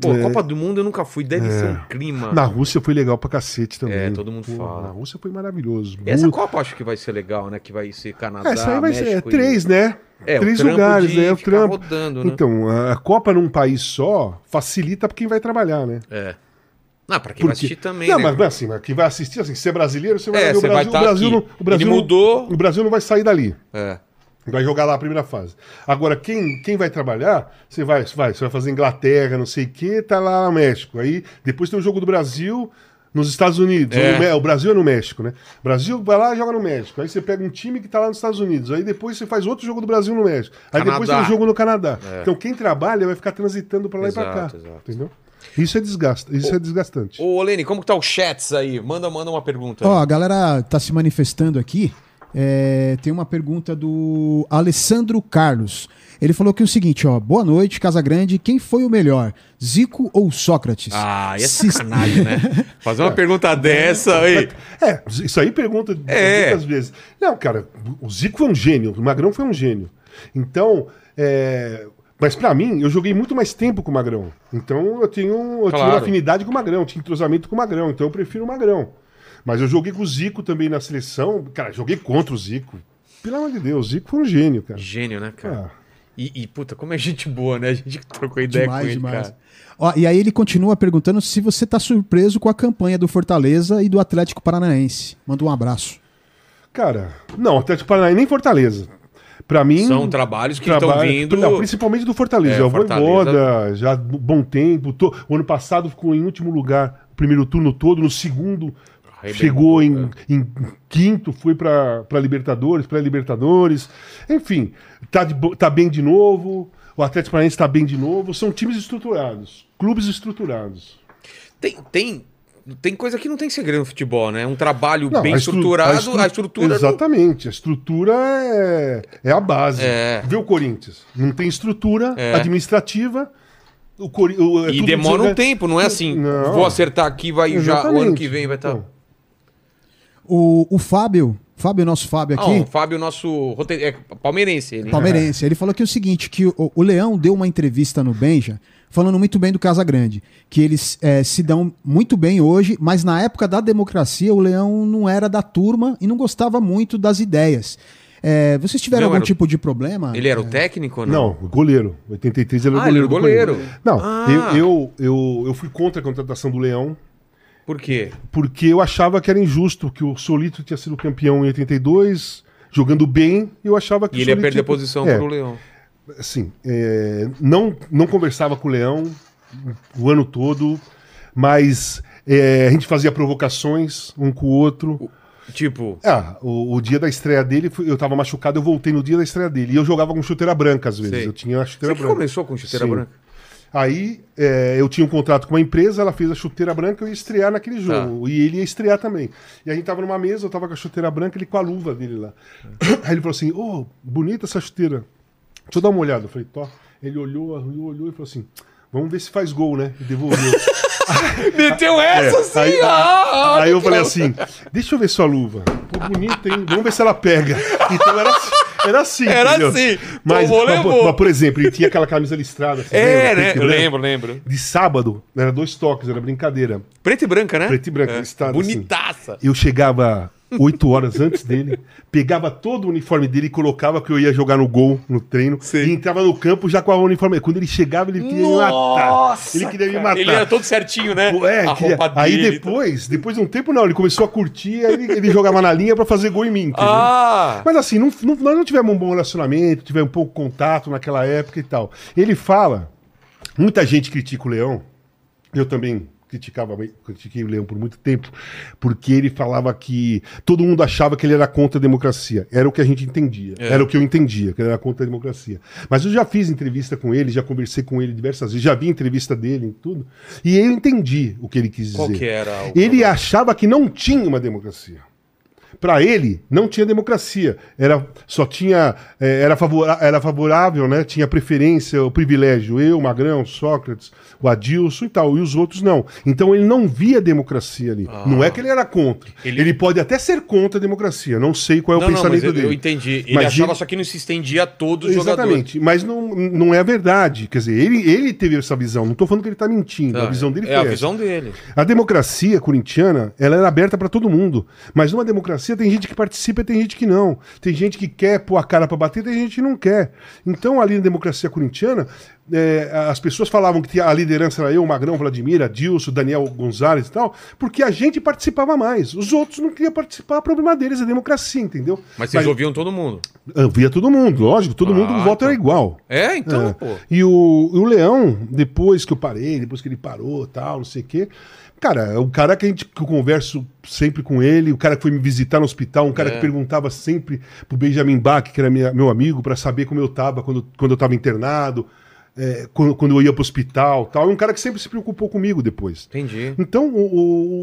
[SPEAKER 1] Pô,
[SPEAKER 3] é.
[SPEAKER 1] Copa do Mundo eu nunca fui, deve ser um clima.
[SPEAKER 3] Na Rússia foi legal pra cacete também.
[SPEAKER 1] É, todo mundo fala.
[SPEAKER 3] Na Rússia foi maravilhoso.
[SPEAKER 1] Essa
[SPEAKER 3] Muito-
[SPEAKER 1] Copa eu acho que vai ser legal, né? Que vai ser Canadá,
[SPEAKER 3] Ah, essa aí vai ser é,
[SPEAKER 1] México e-
[SPEAKER 3] três, né?
[SPEAKER 1] É, o
[SPEAKER 3] três
[SPEAKER 1] trampo
[SPEAKER 3] lugares,
[SPEAKER 1] de
[SPEAKER 3] né? O
[SPEAKER 1] ficar
[SPEAKER 3] trampo.
[SPEAKER 1] rodando, né?
[SPEAKER 3] Então, a a Copa num país só facilita pra quem vai trabalhar, né?
[SPEAKER 1] É. Não, pra quem vai
[SPEAKER 3] Porque-
[SPEAKER 1] assistir também,
[SPEAKER 3] não,
[SPEAKER 1] né?
[SPEAKER 3] mas, mas assim, mas quem vai assistir, assim, se é brasileiro, você vai
[SPEAKER 1] É,
[SPEAKER 3] ver o
[SPEAKER 1] você vai
[SPEAKER 3] Brasil. o
[SPEAKER 1] tá
[SPEAKER 3] Brasil,
[SPEAKER 1] aqui.
[SPEAKER 3] não- o Brasil
[SPEAKER 1] Ele
[SPEAKER 3] não-
[SPEAKER 1] mudou.
[SPEAKER 3] o Brasil não vai sair dali.
[SPEAKER 1] É.
[SPEAKER 3] Vai jogar lá a primeira fase. Agora, quem, quem vai trabalhar, você vai, vai, você vai fazer Inglaterra, não sei o quê, tá lá no México. Aí depois tem o jogo do Brasil nos Estados Unidos.
[SPEAKER 1] É.
[SPEAKER 3] Ou no Mé- o Brasil é no México, né? Brasil vai lá e joga no México. Aí você pega um time que tá lá nos Estados Unidos. Aí depois você faz outro jogo do Brasil no México. Aí depois
[SPEAKER 1] Canadá. É.
[SPEAKER 3] tem um jogo no Canadá. Então quem trabalha vai ficar transitando pra lá e pra
[SPEAKER 1] Exato,
[SPEAKER 3] cá.
[SPEAKER 1] exato.
[SPEAKER 3] Entendeu? Isso é desgaste, isso é desgastante.
[SPEAKER 1] Ô, Olene, como que tá o chats aí? Manda, manda uma pergunta.
[SPEAKER 2] Ó, a galera tá se manifestando aqui. É, tem uma pergunta do Alessandro Carlos. Ele falou que é o seguinte, ó. Boa noite, Casa Grande. Quem foi o melhor, Zico ou Sócrates?
[SPEAKER 1] Ah, e é
[SPEAKER 2] Se-
[SPEAKER 1] sacanagem, né? Fazer uma pergunta dessa aí.
[SPEAKER 3] É, isso aí pergunta
[SPEAKER 1] É.
[SPEAKER 3] muitas vezes. Não, cara, o Zico foi um gênio, o Magrão foi um gênio. Então, é, mas pra mim, eu joguei muito mais tempo com o Magrão. Então, eu tenho, eu
[SPEAKER 1] Claro.
[SPEAKER 3] tinha afinidade com o Magrão, tinha entrosamento com o Magrão, então eu prefiro o Magrão. Mas eu joguei com o Zico também na seleção. Cara, joguei contra o Zico. Pelo amor de Deus, o Zico foi um gênio, cara.
[SPEAKER 1] Gênio, né, cara?
[SPEAKER 3] Ah.
[SPEAKER 1] E, e, puta, como é gente boa, né? A gente trocou ideia com
[SPEAKER 2] Demais,
[SPEAKER 1] ele,
[SPEAKER 2] demais.
[SPEAKER 1] cara.
[SPEAKER 2] Ó, e aí ele continua perguntando se você tá surpreso com a campanha do Fortaleza e do Atlético Paranaense. Manda um abraço.
[SPEAKER 3] Cara, não, Atlético Paranaense nem Fortaleza. Pra mim.
[SPEAKER 1] São trabalhos que estão
[SPEAKER 3] trabalho-
[SPEAKER 1] vindo.
[SPEAKER 3] Não, principalmente do Fortaleza.
[SPEAKER 1] É,
[SPEAKER 3] já foi
[SPEAKER 1] Fortaleza-
[SPEAKER 3] embora, já há um bom tempo. Tô- o ano passado ficou em último lugar, primeiro turno todo, no segundo.
[SPEAKER 1] Arrebentou,
[SPEAKER 3] Chegou em,
[SPEAKER 1] é.
[SPEAKER 3] em quinto, foi para Libertadores, para Libertadores. Enfim, tá, de bo- tá bem de novo. O Atlético Paranaense tá bem de novo. São times estruturados, clubes estruturados.
[SPEAKER 1] Tem, tem, tem coisa que não tem segredo no futebol, né? Um trabalho
[SPEAKER 3] Não,
[SPEAKER 1] bem
[SPEAKER 3] a estru-
[SPEAKER 1] estruturado, a,
[SPEAKER 3] estru-
[SPEAKER 1] estrutura. não-
[SPEAKER 3] Exatamente, a estrutura é, é a base.
[SPEAKER 1] É.
[SPEAKER 3] Vê o Corinthians. Não tem estrutura administrativa. O Cori o- é
[SPEAKER 1] E
[SPEAKER 3] tudo
[SPEAKER 1] demora um
[SPEAKER 3] desorgan-
[SPEAKER 1] tempo, não é assim.
[SPEAKER 3] Não.
[SPEAKER 1] Vou acertar aqui, vai já. O ano
[SPEAKER 3] Exatamente.
[SPEAKER 1] que vem vai tá- estar.
[SPEAKER 3] Então,
[SPEAKER 2] O, o Fábio, Fábio, nosso Fábio
[SPEAKER 1] Ah, o
[SPEAKER 2] aqui,
[SPEAKER 1] Fábio, nosso rote... é palmeirense, ele.
[SPEAKER 2] palmeirense, ele falou que é o seguinte, que o, o Leão deu uma entrevista no Benja, falando muito bem do Casa Grande, que eles eh, se dão muito bem hoje, mas na época da democracia o Leão não era da turma e não gostava muito das ideias. Eh, vocês tiveram
[SPEAKER 1] Não,
[SPEAKER 2] algum
[SPEAKER 1] era o-
[SPEAKER 2] tipo de problema?
[SPEAKER 1] Ele é- era o técnico ou
[SPEAKER 3] Não,
[SPEAKER 1] não?
[SPEAKER 3] o goleiro. 83 ele era
[SPEAKER 1] Ah,
[SPEAKER 3] o goleiro.
[SPEAKER 1] ele era
[SPEAKER 3] do
[SPEAKER 1] goleiro.
[SPEAKER 3] Corinthians. Não,
[SPEAKER 1] Ah.
[SPEAKER 3] eu, eu, eu, eu fui contra a contratação do Leão,
[SPEAKER 1] Por quê?
[SPEAKER 3] porque eu achava que era injusto, que o Solito tinha sido campeão em 82, jogando bem, e eu achava que
[SPEAKER 1] E
[SPEAKER 3] o
[SPEAKER 1] ele ia
[SPEAKER 3] Solito
[SPEAKER 1] perder
[SPEAKER 3] tinha-
[SPEAKER 1] a posição
[SPEAKER 3] É,
[SPEAKER 1] pro Leão.
[SPEAKER 3] assim, é, não, não conversava com o Leão o ano todo, mas é, a gente fazia provocações um com o outro.
[SPEAKER 1] Tipo,
[SPEAKER 3] Ah, o, o dia da estreia dele, foi- eu tava machucado, eu voltei no dia da estreia dele. E eu jogava com chuteira branca às vezes.
[SPEAKER 1] Sei.
[SPEAKER 3] Eu tinha a
[SPEAKER 1] você
[SPEAKER 3] chuteira
[SPEAKER 1] que
[SPEAKER 3] branca.
[SPEAKER 1] começou com chuteira
[SPEAKER 3] Sim.
[SPEAKER 1] branca?
[SPEAKER 3] Aí é, eu tinha um contrato com uma empresa, ela fez a chuteira branca, eu ia estrear
[SPEAKER 1] Tá.
[SPEAKER 3] naquele jogo. E ele ia estrear também. E a gente tava numa mesa, eu tava com a chuteira branca, ele com a luva dele lá.
[SPEAKER 1] É.
[SPEAKER 3] Aí ele falou assim: Ô, bonita essa chuteira. Deixa eu dar uma olhada. Eu falei: Tó. Ele olhou, olhou, olhou e falou assim: Vamos ver se faz gol, né? E devolveu.
[SPEAKER 1] Meteu essa, sim!
[SPEAKER 3] É, aí-
[SPEAKER 1] ah,
[SPEAKER 3] Aí eu falei
[SPEAKER 1] cara.
[SPEAKER 3] assim: Deixa eu ver sua luva. Pô, bonita, hein? Vamos ver se ela pega. Então era assim. Era assim.
[SPEAKER 1] Era
[SPEAKER 3] entendeu?
[SPEAKER 1] assim.
[SPEAKER 3] Mas,
[SPEAKER 1] Tomou,
[SPEAKER 3] mas,
[SPEAKER 1] levou.
[SPEAKER 3] mas, por exemplo, ele tinha aquela camisa listrada. você
[SPEAKER 1] É,
[SPEAKER 3] lembra?
[SPEAKER 1] né?
[SPEAKER 3] Preto e
[SPEAKER 1] Eu
[SPEAKER 3] branco.
[SPEAKER 1] lembro, lembro.
[SPEAKER 3] De sábado, era dois toques, era brincadeira.
[SPEAKER 1] Preto e branca, né?
[SPEAKER 3] Preto e branca, assim.
[SPEAKER 1] É.
[SPEAKER 3] listrado,
[SPEAKER 1] Bonitaça.
[SPEAKER 3] Eu chegava oito horas antes dele, pegava todo o uniforme dele e colocava que eu ia jogar no gol, no treino,
[SPEAKER 1] Sim.
[SPEAKER 3] e entrava no campo já com a uniforme. Quando ele chegava, ele queria
[SPEAKER 1] Nossa!
[SPEAKER 3] me matar. Ele queria me
[SPEAKER 1] cara.
[SPEAKER 3] matar.
[SPEAKER 1] Ele era todo certinho, né?
[SPEAKER 3] Pô, é,
[SPEAKER 1] a
[SPEAKER 3] queria-
[SPEAKER 1] roupa
[SPEAKER 3] Aí
[SPEAKER 1] dele. então.
[SPEAKER 3] depois, depois de um tempo, não, ele começou a curtir, aí ele, ele jogava na linha pra fazer gol em mim. entendeu?
[SPEAKER 1] Ah!
[SPEAKER 3] Mas assim, não- não- nós não tivemos um bom relacionamento, tivemos pouco contato naquela época e tal. Ele fala, muita gente critica o Leão, eu também criticava, critiquei o Leão por muito tempo, porque ele falava que todo mundo achava que ele era contra a democracia. Era o que a gente entendia,
[SPEAKER 1] É.
[SPEAKER 3] era o que eu entendia, que ele era contra a democracia. Mas eu já fiz entrevista com ele, já conversei com ele diversas vezes, já vi entrevista dele e tudo, e eu entendi o que ele quis dizer.
[SPEAKER 1] Qual que era o
[SPEAKER 3] Ele achava que não tinha uma democracia. Para ele, não tinha democracia. Era, só tinha. eh, Era, favora- era favorável, né? Tinha preferência, o privilégio. Eu, Magrão, Sócrates, o Adilson e tal. E os outros não. Então ele não via democracia ali. Não é que ele era contra.
[SPEAKER 1] Ah. Ele-
[SPEAKER 3] Ele, pode até ser contra a democracia. Não sei qual é o
[SPEAKER 1] Não, não,
[SPEAKER 3] pensamento
[SPEAKER 1] mas eu,
[SPEAKER 3] dele.
[SPEAKER 1] eu entendi. Ele
[SPEAKER 3] Mas
[SPEAKER 1] achava
[SPEAKER 3] ele-
[SPEAKER 1] só que não se estendia a todos os jogadores.
[SPEAKER 3] Exatamente, mas não, não é verdade. Quer dizer, ele, ele teve essa visão. Não estou falando que ele está mentindo. a visão dele
[SPEAKER 1] é
[SPEAKER 3] foi
[SPEAKER 1] a
[SPEAKER 3] essa.
[SPEAKER 1] visão dele.
[SPEAKER 3] A democracia corintiana, ela era aberta para todo mundo. Mas numa democracia tem gente que participa e tem gente que não. Tem gente que quer pôr a cara para bater tem gente que não quer. Então, ali na democracia corintiana, eh, as pessoas falavam que a liderança era eu, Magrão, Vladimir, Adilson, Daniel Gonzalez e tal, porque a gente participava mais. Os outros não queriam participar, problema deles, é democracia, entendeu?
[SPEAKER 1] Mas vocês Ah, ouviam todo mundo.
[SPEAKER 3] eu via todo mundo, lógico, todo mundo, o voto era igual.
[SPEAKER 1] É, então,
[SPEAKER 3] É.
[SPEAKER 1] pô.
[SPEAKER 3] E o, o Leão, depois que eu parei, depois que ele parou tal, não sei o quê. Cara, é o cara que, a gente, que eu converso sempre com ele, o cara que foi me visitar no hospital, um cara que perguntava sempre pro Benjamin Bach, que era minha- meu amigo, pra saber como eu tava quando, quando eu tava internado, é, quando, quando eu ia pro hospital tal. É um cara que sempre se preocupou comigo depois.
[SPEAKER 1] Entendi.
[SPEAKER 3] Então, o,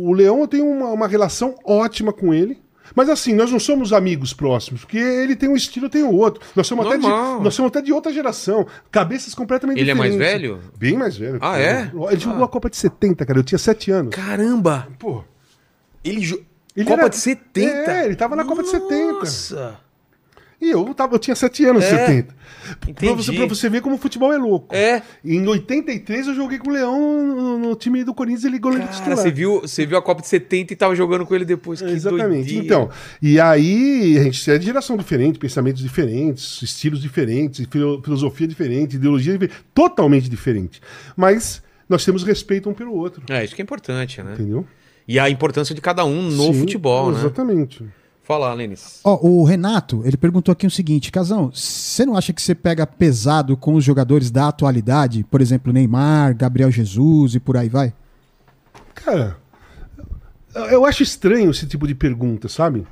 [SPEAKER 3] o- o Leão, eu tenho uma, uma relação ótima com ele. Mas assim, nós não somos amigos próximos, porque ele tem um estilo, eu tenho outro. Nós somos, até de,
[SPEAKER 1] Normal.
[SPEAKER 3] nós somos até de outra geração, cabeças completamente
[SPEAKER 1] Ele é mais
[SPEAKER 3] diferentes.
[SPEAKER 1] velho?
[SPEAKER 3] Bem mais velho.
[SPEAKER 1] Ah,
[SPEAKER 3] cara.
[SPEAKER 1] é?
[SPEAKER 3] Ele jogou a Copa de 70, cara, eu tinha 7 anos.
[SPEAKER 1] Caramba!
[SPEAKER 3] Pô,
[SPEAKER 1] Ele, jo-
[SPEAKER 3] Ele
[SPEAKER 1] Copa
[SPEAKER 3] era-
[SPEAKER 1] de 70.
[SPEAKER 3] É, ele tava na Copa de 70.
[SPEAKER 1] Nossa!
[SPEAKER 3] e eu, tava, eu tinha 7 anos em
[SPEAKER 1] É.
[SPEAKER 3] 70. Pra
[SPEAKER 1] Entendi.
[SPEAKER 3] você, pra você ver como o futebol é louco.
[SPEAKER 1] É.
[SPEAKER 3] Em 83 eu joguei com o Leão no, no time do Corinthians, ele é goleiro
[SPEAKER 1] Cara,
[SPEAKER 3] titular.
[SPEAKER 1] você viu, você viu a Copa de 70 e tava jogando com ele depois. Que
[SPEAKER 3] Exatamente.
[SPEAKER 1] doideira.
[SPEAKER 3] Então, e aí a gente é de geração diferente, pensamentos diferentes, estilos diferentes, filo- filosofia diferente, ideologia diferente, totalmente diferente. Mas nós temos respeito um pelo outro,
[SPEAKER 1] É, isso que é importante, né?
[SPEAKER 3] entendeu?
[SPEAKER 1] E a importância de cada um no
[SPEAKER 3] Sim,
[SPEAKER 1] futebol, né?
[SPEAKER 3] Exatamente.
[SPEAKER 1] Fala, Lenis.
[SPEAKER 2] Ó, o Renato, ele perguntou aqui o seguinte, Casão, você não acha que você pega pesado com os jogadores da atualidade? Por exemplo, Neymar, Gabriel Jesus e por aí vai?
[SPEAKER 3] Cara, eu- eu acho estranho esse tipo de pergunta, sabe?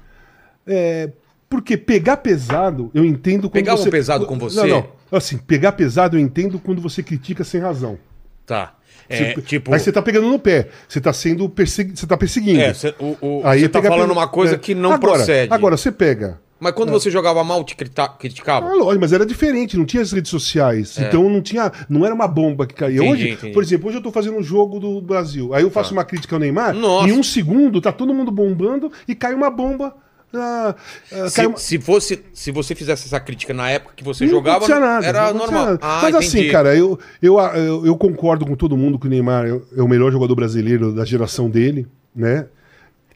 [SPEAKER 3] É, porque pegar pesado, eu entendo quando
[SPEAKER 1] Pegar um
[SPEAKER 3] você...
[SPEAKER 1] pesado com você?
[SPEAKER 3] Não, não. Assim, pegar pesado eu entendo quando você critica sem razão.
[SPEAKER 1] Tá. É,
[SPEAKER 3] Você-
[SPEAKER 1] tipo.
[SPEAKER 3] Aí você tá pegando no pé. Você tá sendo persegui... Você tá perseguindo.
[SPEAKER 1] é, cê- o, o-
[SPEAKER 3] Aí
[SPEAKER 1] você
[SPEAKER 3] é
[SPEAKER 1] tá
[SPEAKER 3] pegar
[SPEAKER 1] falando
[SPEAKER 3] pelo-
[SPEAKER 1] uma coisa
[SPEAKER 3] é.
[SPEAKER 1] que não
[SPEAKER 3] Agora-
[SPEAKER 1] procede.
[SPEAKER 3] Agora, É. você pega.
[SPEAKER 1] Mas quando você jogava mal, te crita-
[SPEAKER 3] Ah,
[SPEAKER 1] criticava?
[SPEAKER 3] lógico, mas era diferente, não tinha as redes sociais. Então não tinha. Não era uma bomba que caía.
[SPEAKER 1] É. Entendi,
[SPEAKER 3] hoje,
[SPEAKER 1] entendi. Tá.
[SPEAKER 3] por exemplo, hoje eu tô fazendo um jogo do Brasil. Aí eu faço uma crítica ao Neymar,
[SPEAKER 1] Nossa.
[SPEAKER 3] em um segundo tá todo mundo bombando e cai uma bomba. ah, ah,
[SPEAKER 1] se,
[SPEAKER 3] cai uma-
[SPEAKER 1] se fosse, se você fizesse essa crítica na época que você
[SPEAKER 3] Não
[SPEAKER 1] jogava,
[SPEAKER 3] acontecia nada,
[SPEAKER 1] era
[SPEAKER 3] não acontecia
[SPEAKER 1] normal.
[SPEAKER 3] nada.
[SPEAKER 1] Ah,
[SPEAKER 3] Mas assim,
[SPEAKER 1] entendi.
[SPEAKER 3] cara, eu, eu, eu, eu concordo com todo mundo que o Neymar é o- é o melhor jogador brasileiro da geração dele, né?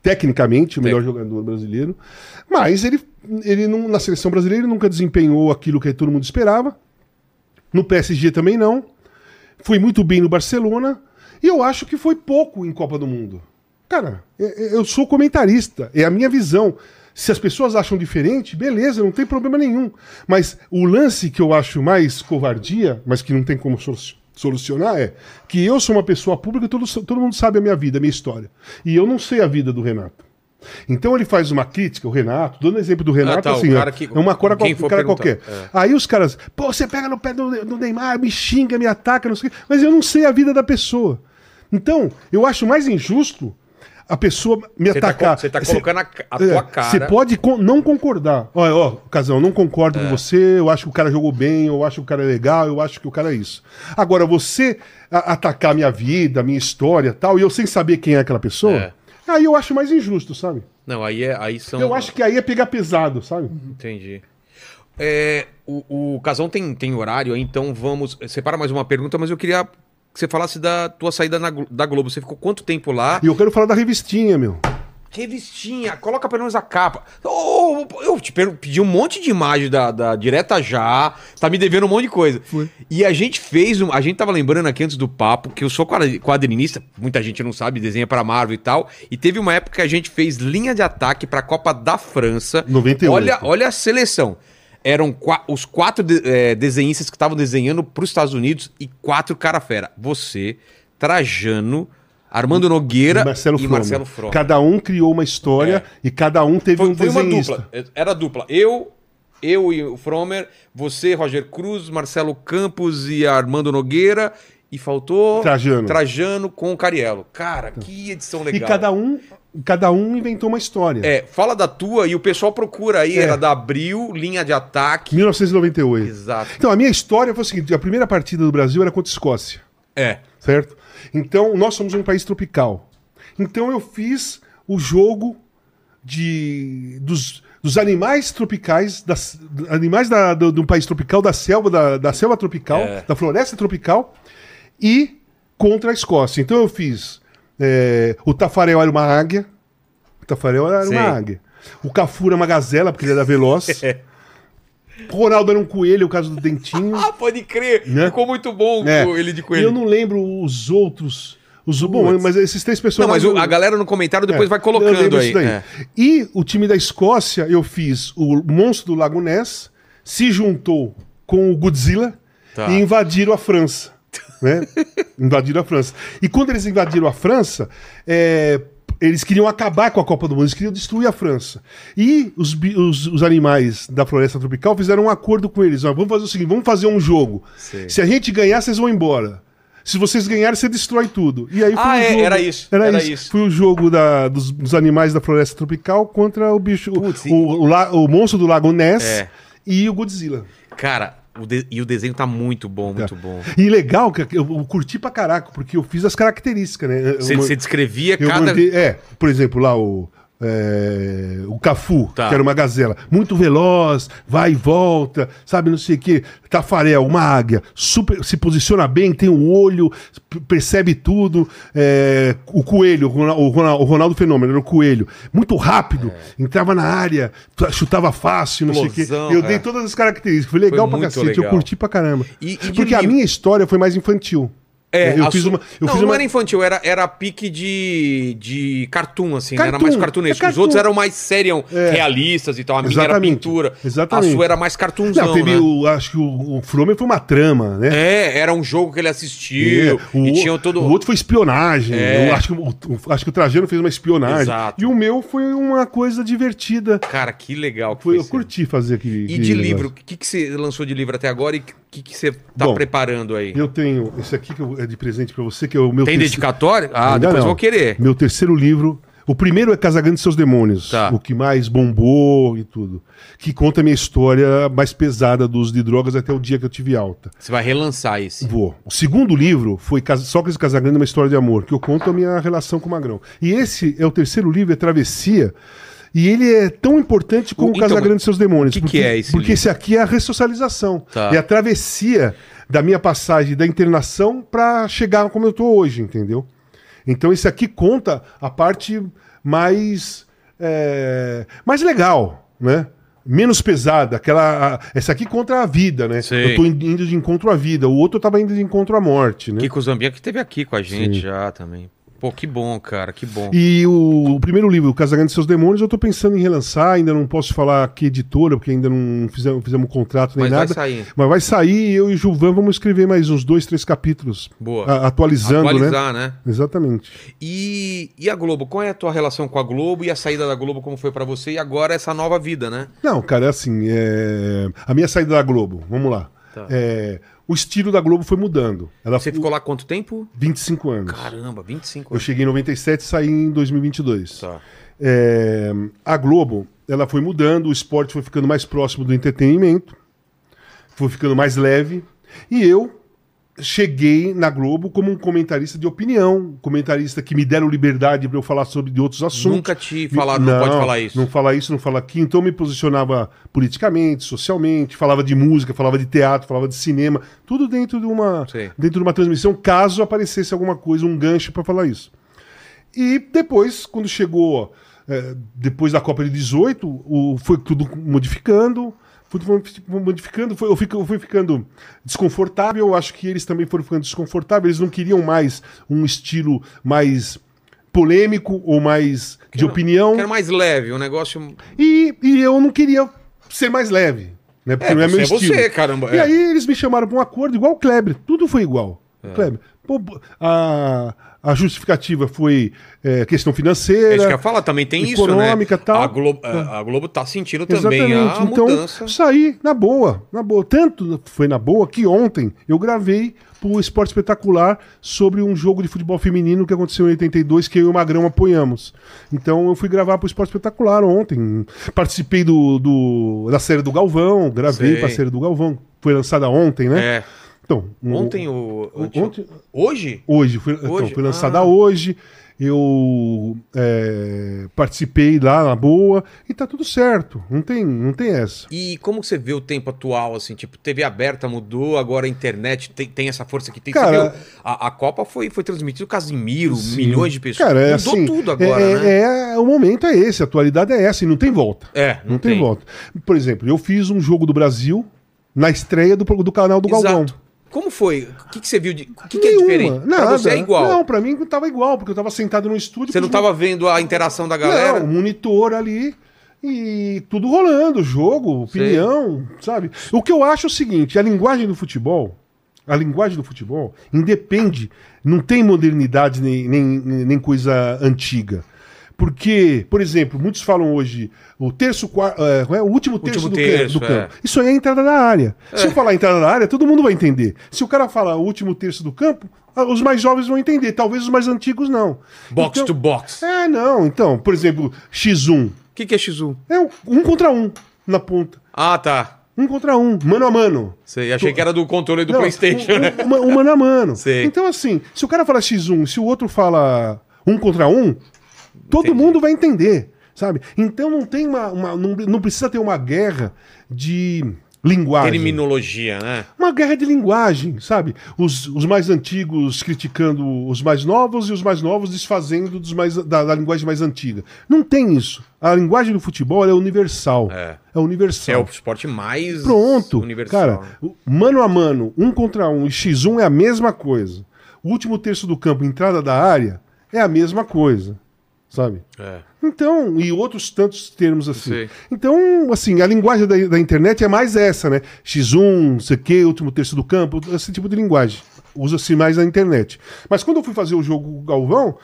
[SPEAKER 3] Tecnicamente, o melhor jogador brasileiro. Mas ele, ele não, na seleção brasileira ele nunca desempenhou aquilo que todo mundo esperava. No PSG também não. Foi muito bem no Barcelona. E eu acho que foi pouco em Copa do Mundo. Cara, é- é- eu sou comentarista. É a minha visão. Se as pessoas acham diferente, beleza, não tem problema nenhum. Mas o lance que eu acho mais covardia, mas que não tem como solu- solucionar, é que eu sou uma pessoa pública, todo, todo mundo sabe a minha vida, a minha história. E eu não sei a vida do Renato. Então ele faz uma crítica, o Renato, dando exemplo do Renato,
[SPEAKER 1] tá, o
[SPEAKER 3] assim,
[SPEAKER 1] cara
[SPEAKER 3] ó,
[SPEAKER 1] que-
[SPEAKER 3] é uma cora,
[SPEAKER 1] quem
[SPEAKER 3] qual,
[SPEAKER 1] for
[SPEAKER 3] cara
[SPEAKER 1] perguntar,
[SPEAKER 3] qualquer.
[SPEAKER 1] é.
[SPEAKER 3] Aí os caras, pô, você pega no pé do, do Neymar, me xinga, me ataca, não sei o quê. Mas eu não sei a vida da pessoa. Então, eu acho mais injusto a pessoa me
[SPEAKER 1] Você tá,
[SPEAKER 3] atacar.
[SPEAKER 1] co- você tá colocando a, ca- a
[SPEAKER 3] É,
[SPEAKER 1] tua cara.
[SPEAKER 3] Você pode con- não concordar. Olha, ó, Casão, não concordo
[SPEAKER 1] É.
[SPEAKER 3] com você, eu acho que o cara jogou bem, eu acho que o cara é legal, eu acho que o cara é isso. Agora, você a- atacar a minha vida, a minha história e tal, e eu sem saber quem é aquela pessoa,
[SPEAKER 1] É.
[SPEAKER 3] aí eu acho mais injusto, sabe?
[SPEAKER 1] Não, aí, é, aí são.
[SPEAKER 3] Eu acho que aí é pegar pesado, sabe?
[SPEAKER 1] Entendi. É, o, o Casão tem, tem horário, aí, então vamos. Separa mais uma pergunta, mas eu queria que você falasse da tua saída na Glo- da Globo. Você ficou quanto tempo lá?
[SPEAKER 3] E eu quero falar da revistinha, meu.
[SPEAKER 1] Revistinha, coloca pelo menos a capa. Ô, ô, eu te per- pedi um monte de imagem da, da Direta Já, tá me devendo um monte de coisa. E a gente fez, um, a gente tava lembrando aqui antes do papo que eu sou quadri- quadrinista, muita gente não sabe, desenha pra Marvel e tal, e teve uma época que a gente fez linha de ataque pra Copa da França.
[SPEAKER 3] 98.
[SPEAKER 1] Olha, olha a seleção. Eram qua- os quatro de- eh, desenhistas que estavam desenhando pros Estados Unidos e quatro cara fera. Você, Trajano, Armando Nogueira
[SPEAKER 3] E Marcelo
[SPEAKER 1] e
[SPEAKER 3] Froma.
[SPEAKER 1] Marcelo Froma.
[SPEAKER 3] Cada um criou uma história e cada um teve um
[SPEAKER 1] Foi, foi uma
[SPEAKER 3] desenhista.
[SPEAKER 1] dupla. Era dupla. Eu, eu e o Fromer, você, Roger Cruz, Marcelo Campos e Armando Nogueira. E faltou
[SPEAKER 3] Trajano. Tá.
[SPEAKER 1] Trajano com o Cariello. Cara, que edição
[SPEAKER 3] E
[SPEAKER 1] legal.
[SPEAKER 3] cada um, cada um inventou uma história.
[SPEAKER 1] É, fala da tua e o pessoal procura aí.
[SPEAKER 3] É.
[SPEAKER 1] Era da Abril, linha de ataque.
[SPEAKER 3] 1998.
[SPEAKER 1] Exato.
[SPEAKER 3] Então, a minha história foi o seguinte: a primeira partida do Brasil era contra a Escócia,
[SPEAKER 1] É.
[SPEAKER 3] certo? Então, nós somos um país tropical. Então, eu fiz o jogo de dos, dos animais tropicais, das, do- animais da, do, do país tropical, da selva, da, da selva tropical, da floresta tropical, e contra a Escócia. Então, eu fiz. é, o Tafarel era uma águia. O Tafarel era
[SPEAKER 1] Sim.
[SPEAKER 3] uma águia. O Cafu era uma gazela, porque ele era veloz. O Ronaldo era um coelho, o caso do Dentinho.
[SPEAKER 1] Ah, pode crer.
[SPEAKER 3] Né?
[SPEAKER 1] Ficou muito bom
[SPEAKER 3] É.
[SPEAKER 1] o- ele de
[SPEAKER 3] E eu
[SPEAKER 1] coelho. Não,
[SPEAKER 3] não lembro os outros. Os, bom, mas esses três
[SPEAKER 1] mas
[SPEAKER 3] personagens.
[SPEAKER 1] o- a galera no
[SPEAKER 3] É.
[SPEAKER 1] comentário depois vai colocando aí. É.
[SPEAKER 3] E o time da Escócia, eu fiz o Monstro do Lago Ness, se juntou com o Godzilla
[SPEAKER 1] Tá.
[SPEAKER 3] e invadiram a França. Né? invadiram a França. E quando eles invadiram a França, é, eles queriam acabar com a Copa do Mundo, eles queriam destruir a França. E os, bi- os- os animais da floresta tropical fizeram um acordo com eles: ó, vamos fazer o seguinte, vamos fazer um jogo.
[SPEAKER 1] Sim.
[SPEAKER 3] Se a gente ganhar, vocês vão embora. Se vocês ganharem, você destrói tudo. E aí foi
[SPEAKER 1] Ah,
[SPEAKER 3] um
[SPEAKER 1] é,
[SPEAKER 3] jogo-
[SPEAKER 1] era isso,
[SPEAKER 3] Era,
[SPEAKER 1] era
[SPEAKER 3] isso.
[SPEAKER 1] isso.
[SPEAKER 3] Foi o jogo da- dos, dos animais da floresta tropical contra o bicho, o-
[SPEAKER 1] Putz,
[SPEAKER 3] o, o la- o monstro do lago Ness
[SPEAKER 1] É.
[SPEAKER 3] e o Godzilla.
[SPEAKER 1] Cara, o de- e o desenho tá muito bom, muito bom.
[SPEAKER 3] E legal, que eu, eu curti pra caraca, porque eu fiz as características, né? Eu-
[SPEAKER 1] Você
[SPEAKER 3] eu-
[SPEAKER 1] você descrevia
[SPEAKER 3] eu
[SPEAKER 1] cada.
[SPEAKER 3] mandei, é, por exemplo, lá o é, o Cafu,
[SPEAKER 1] Tá.
[SPEAKER 3] que era uma gazela, muito veloz, vai e volta, sabe, não sei o que. Tafarel, uma águia, super, se posiciona bem, tem o olho, p- percebe tudo. É, o coelho, o Rona- o Rona- o Ronaldo Fenômeno, era o coelho, muito rápido, entrava na área, t- chutava fácil, não sei o
[SPEAKER 1] É. Explosão,
[SPEAKER 3] que. Eu dei
[SPEAKER 1] é.
[SPEAKER 3] todas as características, foi legal pra
[SPEAKER 1] muito
[SPEAKER 3] cacete, eu
[SPEAKER 1] legal.
[SPEAKER 3] curti pra caramba.
[SPEAKER 1] E- e de
[SPEAKER 3] Porque a
[SPEAKER 1] livro?
[SPEAKER 3] minha história foi mais infantil.
[SPEAKER 1] É,
[SPEAKER 3] eu
[SPEAKER 1] a
[SPEAKER 3] fiz
[SPEAKER 1] su-
[SPEAKER 3] uma. Eu
[SPEAKER 1] não,
[SPEAKER 3] fiz
[SPEAKER 1] não
[SPEAKER 3] uma...
[SPEAKER 1] era infantil, era, era pique de, de cartoon, assim, né? era
[SPEAKER 3] Cartoon,
[SPEAKER 1] mais cartunesco.
[SPEAKER 3] é
[SPEAKER 1] Os outros
[SPEAKER 3] cartoon. É.
[SPEAKER 1] eram mais seriam, realistas e tal. A minha era
[SPEAKER 3] Exatamente,
[SPEAKER 1] pintura.
[SPEAKER 3] exatamente.
[SPEAKER 1] A sua era mais cartunzão,
[SPEAKER 3] Não, teve
[SPEAKER 1] né?
[SPEAKER 3] o, acho que o, o Fromer foi uma trama, né?
[SPEAKER 1] É, era um jogo que ele assistiu
[SPEAKER 3] É, o,
[SPEAKER 1] e tinha todo...
[SPEAKER 3] o outro foi espionagem.
[SPEAKER 1] É.
[SPEAKER 3] Eu acho, que, o- o- acho que o Trajano fez uma espionagem.
[SPEAKER 1] Exato.
[SPEAKER 3] E o meu foi uma coisa divertida.
[SPEAKER 1] Cara, que legal que
[SPEAKER 3] Foi,
[SPEAKER 1] foi,
[SPEAKER 3] eu
[SPEAKER 1] esse.
[SPEAKER 3] curti fazer aquele.
[SPEAKER 1] E
[SPEAKER 3] aquele
[SPEAKER 1] de
[SPEAKER 3] negócio.
[SPEAKER 1] livro, o que, que você lançou de livro até agora e o que, que você tá
[SPEAKER 3] Bom,
[SPEAKER 1] preparando aí?
[SPEAKER 3] Eu tenho esse aqui que eu- é de presente pra você, que é o meu
[SPEAKER 1] Tem
[SPEAKER 3] terceiro-
[SPEAKER 1] dedicatório? Ah,
[SPEAKER 3] Ainda
[SPEAKER 1] depois
[SPEAKER 3] não.
[SPEAKER 1] vou querer.
[SPEAKER 3] Meu terceiro livro. O primeiro é Casagrande e seus Demônios,
[SPEAKER 1] Tá.
[SPEAKER 3] o que mais bombou e tudo. Que conta a minha história mais pesada do uso de drogas até o dia que eu tive alta.
[SPEAKER 1] Você vai relançar esse.
[SPEAKER 3] Vou. O segundo livro foi Cas- Sócrates Casagrande, uma história de amor, que eu conto a minha relação com o Magrão. E esse é o terceiro livro, é Travessia, e ele é tão importante como
[SPEAKER 1] O-
[SPEAKER 3] o
[SPEAKER 1] então,
[SPEAKER 3] Casagrande e seus demônios.
[SPEAKER 1] que que
[SPEAKER 3] porque,
[SPEAKER 1] é esse
[SPEAKER 3] Porque
[SPEAKER 1] livro?
[SPEAKER 3] esse aqui é a ressocialização.
[SPEAKER 1] Tá.
[SPEAKER 3] É a travessia da minha passagem da internação para chegar como eu tô hoje, entendeu? Então esse aqui conta a parte mais é, mais legal, né? Menos pesada, aquela. a- essa aqui conta a vida, né?
[SPEAKER 1] Sim.
[SPEAKER 3] Eu tô in- indo de encontro à vida, o outro eu tava indo de encontro à morte, né?
[SPEAKER 1] Kiko Zambian que esteve aqui com a gente já também. Pô, que bom, cara, que bom.
[SPEAKER 3] E o, o primeiro livro, O Casagrande e Seus Demônios, eu tô pensando em relançar, ainda não posso falar que editora, porque ainda não fizemos, fizemos um contrato nem
[SPEAKER 1] Mas vai
[SPEAKER 3] nada.
[SPEAKER 1] sair.
[SPEAKER 3] Mas vai sair e eu e o Gilvan vamos escrever mais uns dois, três capítulos.
[SPEAKER 1] Boa.
[SPEAKER 3] A- atualizando, né?
[SPEAKER 1] Atualizar, né?
[SPEAKER 3] Exatamente.
[SPEAKER 1] E, e a Globo? Qual é a tua relação com a Globo e a saída da Globo, como foi pra você? E agora essa nova vida, né?
[SPEAKER 3] Não, cara, é assim, é... a minha saída da Globo, vamos lá.
[SPEAKER 1] Tá.
[SPEAKER 3] É, O estilo da Globo foi mudando. Ela
[SPEAKER 1] Você ficou lá quanto tempo?
[SPEAKER 3] 25 anos.
[SPEAKER 1] Caramba, 25
[SPEAKER 3] Eu
[SPEAKER 1] anos.
[SPEAKER 3] cheguei em 97 e saí em 2022.
[SPEAKER 1] Tá.
[SPEAKER 3] É, a Globo ela foi mudando, o esporte foi ficando mais próximo do entretenimento, foi ficando mais leve. E eu cheguei na Globo como um comentarista de opinião, comentarista que me deram liberdade para eu falar sobre de outros assuntos.
[SPEAKER 1] Nunca te falaram, não, pode falar isso.
[SPEAKER 3] é um Não falar isso, não falar aquilo. Então eu me posicionava politicamente, socialmente, falava de música, falava de teatro, falava de cinema, tudo dentro de uma,
[SPEAKER 1] Sei.
[SPEAKER 3] dentro de uma transmissão, caso aparecesse alguma coisa, um gancho para falar isso. E depois, quando chegou, eh, depois da Copa de 18, o, foi tudo modificando, foi tudo modificando, foi, eu, fico- eu fui ficando desconfortável, eu acho que eles também foram ficando desconfortáveis, eles não queriam mais um estilo mais polêmico ou mais de opinião.
[SPEAKER 1] Quero mais leve, um negócio.
[SPEAKER 3] E, e eu não queria ser mais leve, né? Porque
[SPEAKER 1] É,
[SPEAKER 3] não é
[SPEAKER 1] você
[SPEAKER 3] meu
[SPEAKER 1] é
[SPEAKER 3] estilo.
[SPEAKER 1] você, caramba,
[SPEAKER 3] E
[SPEAKER 1] é.
[SPEAKER 3] aí eles me chamaram para um acordo igual o Kleber. Tudo foi igual. Kleber. Pô, pô, a, a justificativa foi é,
[SPEAKER 1] É
[SPEAKER 3] questão
[SPEAKER 1] isso
[SPEAKER 3] financeira.
[SPEAKER 1] que eu ia falar, também tem
[SPEAKER 3] econômica,
[SPEAKER 1] isso, né?
[SPEAKER 3] tal.
[SPEAKER 1] A Globo, a a Globo tá sentindo também a
[SPEAKER 3] então,
[SPEAKER 1] mudança.
[SPEAKER 3] saí na boa, na boa. Tanto foi na boa que ontem eu gravei pro Esporte Espetacular sobre um jogo de futebol feminino que aconteceu em 82, que eu e o Magrão apoiamos. Então eu fui gravar pro Esporte Espetacular ontem. Participei do, do- da série do Galvão, gravei
[SPEAKER 1] Sei.
[SPEAKER 3] pra série do Galvão. Foi lançada ontem, né?
[SPEAKER 1] É.
[SPEAKER 3] Então, um-
[SPEAKER 1] Ontem o. ante-
[SPEAKER 3] Ontem-
[SPEAKER 1] Hoje?
[SPEAKER 3] Hoje, foi, então,
[SPEAKER 1] Hoje?
[SPEAKER 3] foi lançada
[SPEAKER 1] Ah.
[SPEAKER 3] hoje. Eu é, participei lá na boa e tá tudo certo. Não tem, não tem essa.
[SPEAKER 1] E como que você vê o tempo atual, assim, tipo, TV aberta mudou, agora a internet tem, tem essa força que tem. Você
[SPEAKER 3] Cara-
[SPEAKER 1] viu? a, a Copa foi, foi transmitida, Casimiro,
[SPEAKER 3] Sim.
[SPEAKER 1] milhões de pessoas.
[SPEAKER 3] Cara, é
[SPEAKER 1] mudou
[SPEAKER 3] assim,
[SPEAKER 1] tudo agora,
[SPEAKER 3] é,
[SPEAKER 1] né?
[SPEAKER 3] é- o momento é esse, a atualidade é essa e não tem volta.
[SPEAKER 1] É,
[SPEAKER 3] Não, tem. volta. Por exemplo, eu fiz um jogo do Brasil na estreia do, do canal do
[SPEAKER 1] Exato.
[SPEAKER 3] Galvão.
[SPEAKER 1] Como foi? O que, que você viu? De... O que, que é diferente?
[SPEAKER 3] Nada.
[SPEAKER 1] Pra você é igual.
[SPEAKER 3] Não, pra mim tava igual, porque eu tava sentado no estúdio.
[SPEAKER 1] você não
[SPEAKER 3] com os
[SPEAKER 1] tava vendo a interação da galera?
[SPEAKER 3] Não, um monitor ali e tudo rolando, jogo,
[SPEAKER 1] Sei.
[SPEAKER 3] opinião, sabe? O que eu acho é o seguinte, a linguagem do futebol, a linguagem do futebol independe, não tem modernidade nem, nem, nem coisa antiga. Porque, por exemplo, muitos falam hoje o terço, quar- é, qual é o último terço, do, campo-
[SPEAKER 1] terço,
[SPEAKER 3] do
[SPEAKER 1] é.
[SPEAKER 3] campo. Isso aí é a entrada da área. Se eu falar entrada da área, todo mundo vai entender. Se o cara falar o último terço do campo, ah, os mais jovens vão entender, talvez os mais antigos não.
[SPEAKER 1] Box to box. O
[SPEAKER 3] É, não. Então, por exemplo, X1.
[SPEAKER 1] que, que é X1?
[SPEAKER 3] É um, um contra um na ponta.
[SPEAKER 1] Ah, tá.
[SPEAKER 3] Um contra um, mano a mano.
[SPEAKER 1] Sei, achei que era do controle do
[SPEAKER 3] Não,
[SPEAKER 1] Playstation,
[SPEAKER 3] um,
[SPEAKER 1] né?
[SPEAKER 3] um- uma- um mano a mano.
[SPEAKER 1] Sei.
[SPEAKER 3] Então, assim, se o cara fala X1, se o outro fala um contra um, todo mundo vai entender, sabe? Então não tem uma. uma- não, não precisa ter uma guerra de linguagem.
[SPEAKER 1] Terminologia, né?
[SPEAKER 3] Uma guerra de linguagem, sabe? Os, os mais antigos criticando os mais novos e os mais novos desfazendo dos mais, da, da linguagem mais antiga. Não tem isso. A linguagem do futebol ela é universal.
[SPEAKER 1] É.
[SPEAKER 3] universal.
[SPEAKER 1] É o esporte mais
[SPEAKER 3] Pronto.
[SPEAKER 1] universal.
[SPEAKER 3] Cara, o- mano a mano, um contra um e x1 é a mesma coisa. O último terço do campo, entrada da área, é a mesma coisa. Sabe?
[SPEAKER 1] É.
[SPEAKER 3] Então, e outros tantos termos assim.
[SPEAKER 1] Sei.
[SPEAKER 3] Então, assim, a linguagem da, da internet é mais essa, né? X1, não sei o quê, último terço do campo, esse tipo de linguagem. Usa-se mais na internet. Mas quando eu fui fazer o jogo com o Galvão,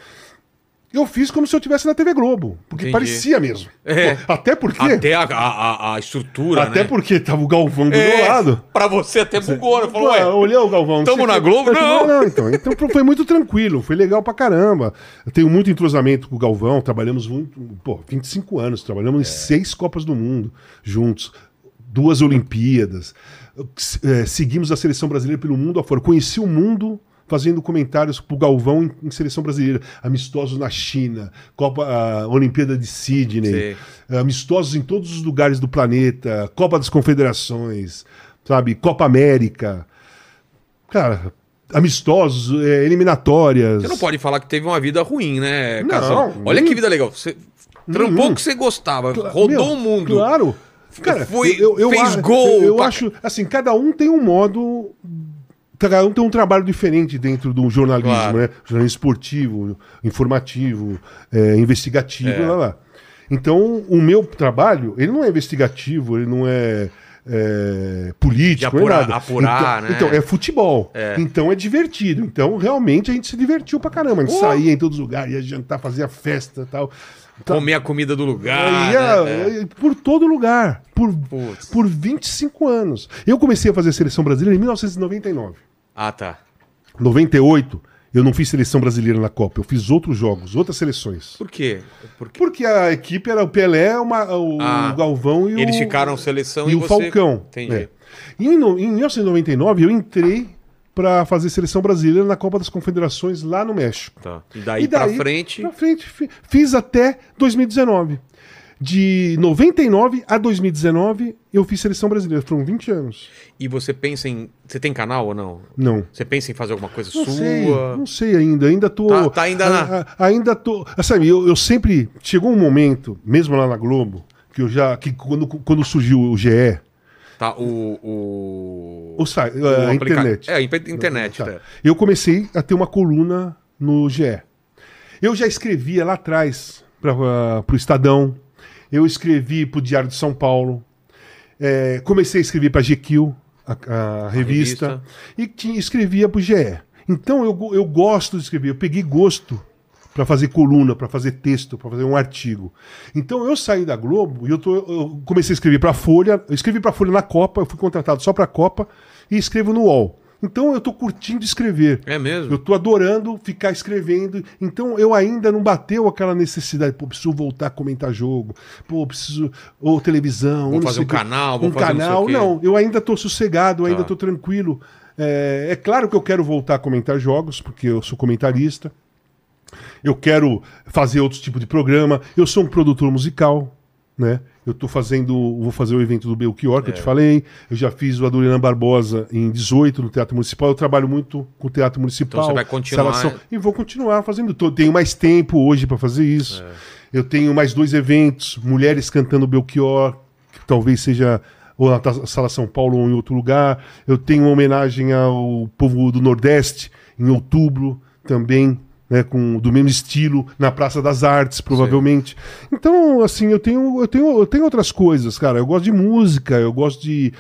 [SPEAKER 3] eu fiz como se eu estivesse na TV Globo. Porque
[SPEAKER 1] Entendi.
[SPEAKER 3] parecia mesmo.
[SPEAKER 1] É.
[SPEAKER 3] Pô, até porque.
[SPEAKER 1] Até
[SPEAKER 3] Até,
[SPEAKER 1] a, a, a- a estrutura, né?
[SPEAKER 3] porque tava o Galvão do meu
[SPEAKER 1] É,
[SPEAKER 3] lado.
[SPEAKER 1] Pra você até bugou, né? Falou,
[SPEAKER 3] Pô,
[SPEAKER 1] ué,
[SPEAKER 3] olhei o Galvão. não
[SPEAKER 1] tamo
[SPEAKER 3] sei o
[SPEAKER 1] na
[SPEAKER 3] quê.
[SPEAKER 1] Globo?
[SPEAKER 3] Eu falei,
[SPEAKER 1] Não.
[SPEAKER 3] então. Então pro- foi muito tranquilo, foi legal pra caramba. Eu tenho muito entrosamento com o Galvão, trabalhamos muito, pô, 25 anos, trabalhamos em seis Copas do Mundo juntos, duas Olimpíadas, s- eh, seguimos a seleção brasileira pelo mundo afora. Conheci o mundo fazendo comentários pro Galvão em, em seleção brasileira, amistosos na China, Copa, a Olimpíada de Sydney
[SPEAKER 1] Sei.
[SPEAKER 3] amistosos em todos os lugares do planeta, Copa das Confederações, sabe, Copa América, cara, amistosos, é, eliminatórias.
[SPEAKER 1] Você não pode falar que teve uma vida ruim, né,
[SPEAKER 3] Não,
[SPEAKER 1] Casal? Olha
[SPEAKER 3] nem-
[SPEAKER 1] que vida legal. Você trampou o que você gostava, rodou
[SPEAKER 3] Meu,
[SPEAKER 1] o mundo.
[SPEAKER 3] Claro. Cara,
[SPEAKER 1] Foi-
[SPEAKER 3] eu, eu,
[SPEAKER 1] fez
[SPEAKER 3] a-
[SPEAKER 1] gol
[SPEAKER 3] Eu
[SPEAKER 1] pra-
[SPEAKER 3] acho, assim, cada um tem um modo cada um tem um trabalho diferente dentro do jornalismo,
[SPEAKER 1] Claro.
[SPEAKER 3] né? Jornalismo esportivo, informativo, é, investigativo, lá, lá. Então, o meu trabalho, ele não é investigativo, ele não é, é, político,
[SPEAKER 1] De
[SPEAKER 3] não é
[SPEAKER 1] apurar-
[SPEAKER 3] nada.
[SPEAKER 1] apurar,
[SPEAKER 3] então,
[SPEAKER 1] né?
[SPEAKER 3] então, é futebol. Então, é divertido. Então, realmente, a gente se divertiu pra caramba. A gente saía em todos os lugares, ia jantar, fazia festa e tal. Tá-
[SPEAKER 1] Comer a comida do lugar.
[SPEAKER 3] Aí,
[SPEAKER 1] né? É.
[SPEAKER 3] é, é, Por todo lugar. Por,
[SPEAKER 1] Putz.
[SPEAKER 3] por 25 anos. Eu comecei a fazer seleção brasileira em 1999.
[SPEAKER 1] Ah, tá.
[SPEAKER 3] 98, eu não fiz seleção brasileira na Copa. Eu fiz outros jogos, outras seleções.
[SPEAKER 1] Por quê? Porque
[SPEAKER 3] Porque a equipe era o Pelé, uma- o
[SPEAKER 1] Ah,
[SPEAKER 3] Galvão e o...
[SPEAKER 1] eles ficaram seleção
[SPEAKER 3] E,
[SPEAKER 1] e,
[SPEAKER 3] o
[SPEAKER 1] você-
[SPEAKER 3] Falcão.
[SPEAKER 1] Entendi.
[SPEAKER 3] É. E em, no- em 1999, eu entrei para fazer seleção brasileira na Copa das Confederações lá no México.
[SPEAKER 1] Tá. E daí, pra frente.
[SPEAKER 3] pra frente, fi- fiz até 2019. De 99 a 2019, eu fiz seleção brasileira. Foram 20 anos.
[SPEAKER 1] E você pensa em. Você tem canal ou não?
[SPEAKER 3] Não.
[SPEAKER 1] Você pensa em fazer alguma coisa
[SPEAKER 3] Não
[SPEAKER 1] sua?
[SPEAKER 3] sei, não sei ainda. Ainda tô.
[SPEAKER 1] Tá- tá ainda na-
[SPEAKER 3] a- a- ainda tô. ah, Sabe, eu, eu sempre. Chegou um momento, mesmo lá na Globo, que eu já. que quando, quando surgiu o GE,
[SPEAKER 1] Tá, o. O,
[SPEAKER 3] o, site,
[SPEAKER 1] o
[SPEAKER 3] a
[SPEAKER 1] aplica-
[SPEAKER 3] internet.
[SPEAKER 1] É, a impe- internet.
[SPEAKER 3] Tá.
[SPEAKER 1] tá.
[SPEAKER 3] Eu comecei a ter uma coluna no GE. Eu já escrevia lá atrás para o Estadão. Eu escrevi para o Diário de São Paulo. É, comecei a escrever para GQ, a, a revista,
[SPEAKER 1] revista.
[SPEAKER 3] E tinha- escrevia para o GE. Então eu, go- eu gosto de escrever. Eu peguei gosto para fazer coluna, para fazer texto, para fazer um artigo. Então eu saí da Globo e eu, tô- eu comecei a escrever para Folha. Eu escrevi para Folha na Copa. Eu fui contratado só para a Copa e escrevo no UOL. Então eu estou curtindo escrever.
[SPEAKER 1] É mesmo?
[SPEAKER 3] Eu tô adorando ficar escrevendo. Então eu ainda não bateu aquela necessidade, pô, preciso voltar a comentar jogo. Pô, preciso ou televisão, ou não
[SPEAKER 1] fazer
[SPEAKER 3] sei
[SPEAKER 1] um
[SPEAKER 3] o quê.
[SPEAKER 1] canal, vou
[SPEAKER 3] um
[SPEAKER 1] fazer não sei
[SPEAKER 3] canal.
[SPEAKER 1] o quê.
[SPEAKER 3] Não, eu ainda tô sossegado, eu ainda
[SPEAKER 1] Tá.
[SPEAKER 3] tô tranquilo. É, é claro que eu quero voltar a comentar jogos, porque eu sou comentarista. Eu quero fazer outro tipo de programa. Eu sou um produtor musical, né? Eu tô fazendo, vou fazer o evento do Belchior,
[SPEAKER 1] É.
[SPEAKER 3] que eu te falei. Eu já fiz o Adoriana Barbosa em 18 no Teatro Municipal. Eu trabalho muito com o Teatro Municipal.
[SPEAKER 1] Então você vai continuar-
[SPEAKER 3] E vou continuar fazendo. Tô- tenho mais tempo hoje para fazer isso.
[SPEAKER 1] É.
[SPEAKER 3] Eu tenho mais dois eventos, mulheres cantando Belchior, que talvez seja ou na Ta- Sala São Paulo ou em outro lugar. Eu tenho uma homenagem ao povo do Nordeste em outubro também. Né, com, do mesmo estilo, na Praça das Artes, provavelmente. Então, assim, eu tenho, eu, tenho, eu tenho outras coisas, cara. Eu gosto de música, eu gosto de,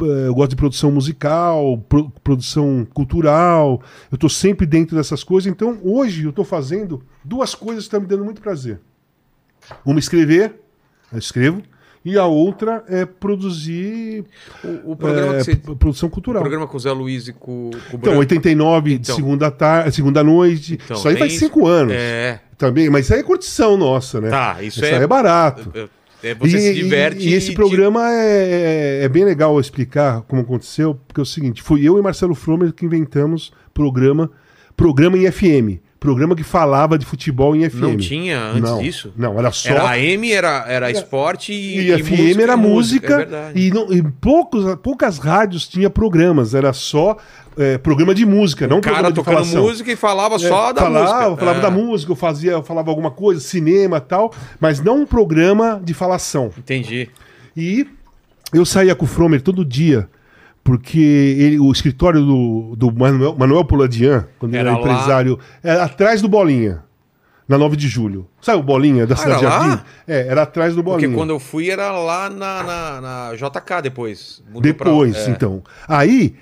[SPEAKER 3] eh, eu gosto de produção musical, pro- produção cultural. Eu tô sempre dentro dessas coisas. Então, hoje eu tô fazendo duas coisas que estão me dando muito prazer. Uma escrever, eu escrevo, e a outra é produzir
[SPEAKER 1] O, o programa
[SPEAKER 3] eh,
[SPEAKER 1] que você.
[SPEAKER 3] p- produção
[SPEAKER 1] O
[SPEAKER 3] cultural.
[SPEAKER 1] programa com o Zé Luiz e com, com o
[SPEAKER 3] Então,
[SPEAKER 1] Branco.
[SPEAKER 3] 89
[SPEAKER 1] Então.
[SPEAKER 3] de segunda tarde, segunda noite.
[SPEAKER 1] Então,
[SPEAKER 3] isso aí
[SPEAKER 1] tem
[SPEAKER 3] faz cinco anos.
[SPEAKER 1] É.
[SPEAKER 3] Também, mas isso aí é curtição nossa, né?
[SPEAKER 1] Tá, isso
[SPEAKER 3] Isso
[SPEAKER 1] é-
[SPEAKER 3] aí é barato.
[SPEAKER 1] é você se diverte.
[SPEAKER 3] e esse
[SPEAKER 1] de-
[SPEAKER 3] programa é, é bem legal eu explicar como aconteceu, porque é o seguinte, fui eu e Marcelo Fromer que inventamos programa, programa em FM, programa que falava de futebol em FM.
[SPEAKER 1] Não tinha antes
[SPEAKER 3] é Não,
[SPEAKER 1] disso?
[SPEAKER 3] Não, era só
[SPEAKER 1] Era AM, era, era esporte e.
[SPEAKER 3] e, FM
[SPEAKER 1] música,
[SPEAKER 3] era
[SPEAKER 1] e
[SPEAKER 3] música,
[SPEAKER 1] É verdade.
[SPEAKER 3] e, não, e poucos, poucas rádios tinha programas, era só é, programa de música, não
[SPEAKER 1] o cara
[SPEAKER 3] programa de
[SPEAKER 1] tocando
[SPEAKER 3] falação.
[SPEAKER 1] música e falava
[SPEAKER 3] É,
[SPEAKER 1] só da
[SPEAKER 3] falava,
[SPEAKER 1] música.
[SPEAKER 3] Falava
[SPEAKER 1] É.
[SPEAKER 3] da música, eu fazia, eu falava alguma coisa, cinema tal, mas não um programa de falação.
[SPEAKER 1] Entendi.
[SPEAKER 3] E eu saía com o Fromer todo dia, porque ele, o escritório do, do Manuel, Manuel Poladian, quando ele
[SPEAKER 1] Era
[SPEAKER 3] era
[SPEAKER 1] lá?
[SPEAKER 3] empresário, era atrás do Bolinha, na 9 de julho. Sabe o Bolinha da Cidade
[SPEAKER 1] Ah, era lá?
[SPEAKER 3] Jardim? É, era atrás do Bolinha.
[SPEAKER 1] Porque quando eu fui era lá na, na, na JK depois. Mudou
[SPEAKER 3] Depois,
[SPEAKER 1] pra- é.
[SPEAKER 3] então. Aí,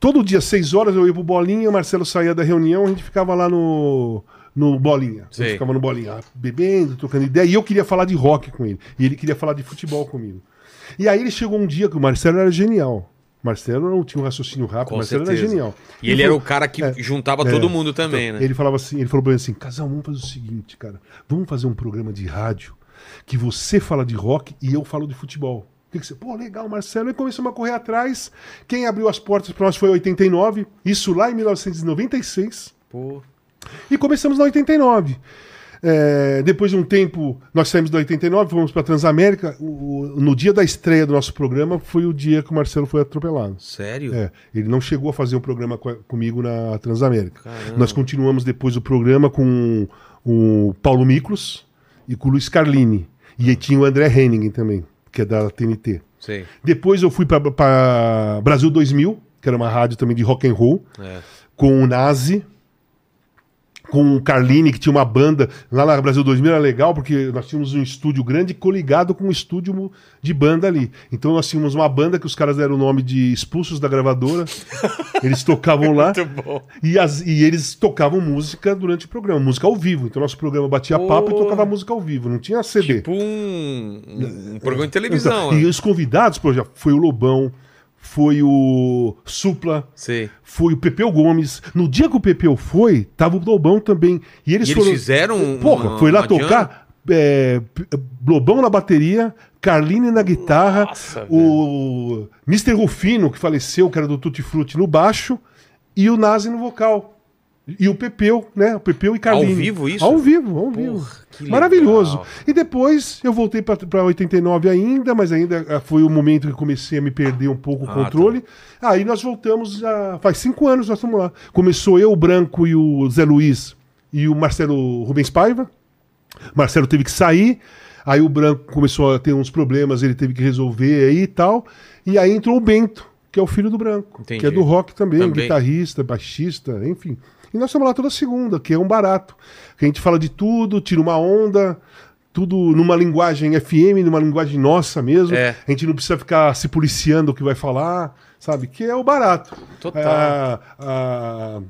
[SPEAKER 3] todo dia, seis horas, eu ia pro Bolinha, o Marcelo saía da reunião, a gente ficava lá no, no Bolinha. A
[SPEAKER 1] Sei.
[SPEAKER 3] gente ficava no Bolinha, lá, bebendo, trocando ideia. E eu queria falar de rock com ele. E ele queria falar de futebol comigo. E aí ele chegou um dia que o Marcelo era genial. O Marcelo não tinha um raciocínio rápido,
[SPEAKER 1] Com
[SPEAKER 3] o Marcelo
[SPEAKER 1] certeza.
[SPEAKER 3] era genial.
[SPEAKER 1] E ele era
[SPEAKER 3] falou-
[SPEAKER 1] o cara que
[SPEAKER 3] É.
[SPEAKER 1] juntava
[SPEAKER 3] É.
[SPEAKER 1] todo mundo também, né?
[SPEAKER 3] Ele falava assim, ele falou pra mim assim, Casal, vamos fazer o seguinte, cara. Vamos fazer um programa de rádio que você fala de rock e eu falo de futebol. O que que você... Pô, legal, Marcelo. E começamos a correr atrás. Quem abriu as portas pra nós foi 89. Isso lá em 1996.
[SPEAKER 1] Pô.
[SPEAKER 3] E começamos na 89. É, depois de um tempo, nós saímos da 89, fomos pra Transamérica. O- o- no dia da estreia do nosso programa foi o dia que o Marcelo foi atropelado.
[SPEAKER 1] Sério?
[SPEAKER 3] É, ele não chegou a fazer um programa co- comigo na Transamérica.
[SPEAKER 1] Caramba.
[SPEAKER 3] Nós continuamos depois o programa com o Paulo Miklos e com o Luiz Carlini. E aí tinha o André Henning também, que é da TNT.
[SPEAKER 1] Sei.
[SPEAKER 3] Depois eu fui para Brasil 2000, que era uma rádio também de rock and roll,
[SPEAKER 1] É.
[SPEAKER 3] com o Nazi, com o Carlini, que tinha uma banda lá na Brasil 2000, era legal, porque nós tínhamos um estúdio grande coligado com um estúdio de banda ali. Então nós tínhamos uma banda que os caras deram o nome de Expulsos da Gravadora, eles tocavam lá.
[SPEAKER 1] Muito bom.
[SPEAKER 3] E, as- e eles tocavam música durante o programa, música ao vivo. Então nosso programa batia papo e tocava música ao vivo, não tinha CD.
[SPEAKER 1] Tipo um, um- um programa de
[SPEAKER 3] Então,
[SPEAKER 1] televisão.
[SPEAKER 3] e
[SPEAKER 1] né?
[SPEAKER 3] os convidados, pô, já foi o Lobão, foi o Supla,
[SPEAKER 1] Sei.
[SPEAKER 3] foi o Pepeu Gomes. No dia que o Pepeu foi, tava o Lobão também. E eles,
[SPEAKER 1] E eles
[SPEAKER 3] foram.
[SPEAKER 1] fizeram um-
[SPEAKER 3] Porra,
[SPEAKER 1] uma-
[SPEAKER 3] foi lá
[SPEAKER 1] uma
[SPEAKER 3] tocar. é, P- Lobão na bateria, Carline na guitarra,
[SPEAKER 1] Nossa,
[SPEAKER 3] o Mr. Rufino, que faleceu, que era do Tutti Frutti, no baixo, e o Nazi no vocal. E o Pepeu, né? O Pepeu e Carline.
[SPEAKER 1] vivo isso?
[SPEAKER 3] Ao vivo, ao vivo.
[SPEAKER 1] que legal.
[SPEAKER 3] Maravilhoso. E depois eu voltei para 89 ainda, mas ainda ah, foi o momento que comecei a me perder um pouco o
[SPEAKER 1] Ah,
[SPEAKER 3] controle. Aí nós voltamos, a, faz cinco anos nós estamos lá. Começou eu, o Branco e o Zé Luiz e o Marcelo Rubens Paiva. Marcelo teve que sair, aí o Branco começou a ter uns problemas, ele teve que resolver aí e tal. E aí entrou o Bento, que é o filho do Branco,
[SPEAKER 1] Entendi.
[SPEAKER 3] que é do rock também,
[SPEAKER 1] Também.
[SPEAKER 3] guitarrista, baixista, enfim. E nós estamos lá toda segunda, que é um barato. Que a gente fala de tudo, tira uma onda, tudo numa linguagem FM, numa linguagem nossa mesmo.
[SPEAKER 1] É.
[SPEAKER 3] A gente não precisa ficar se policiando o que vai falar, sabe? Que é o barato.
[SPEAKER 1] Total.
[SPEAKER 3] A- a-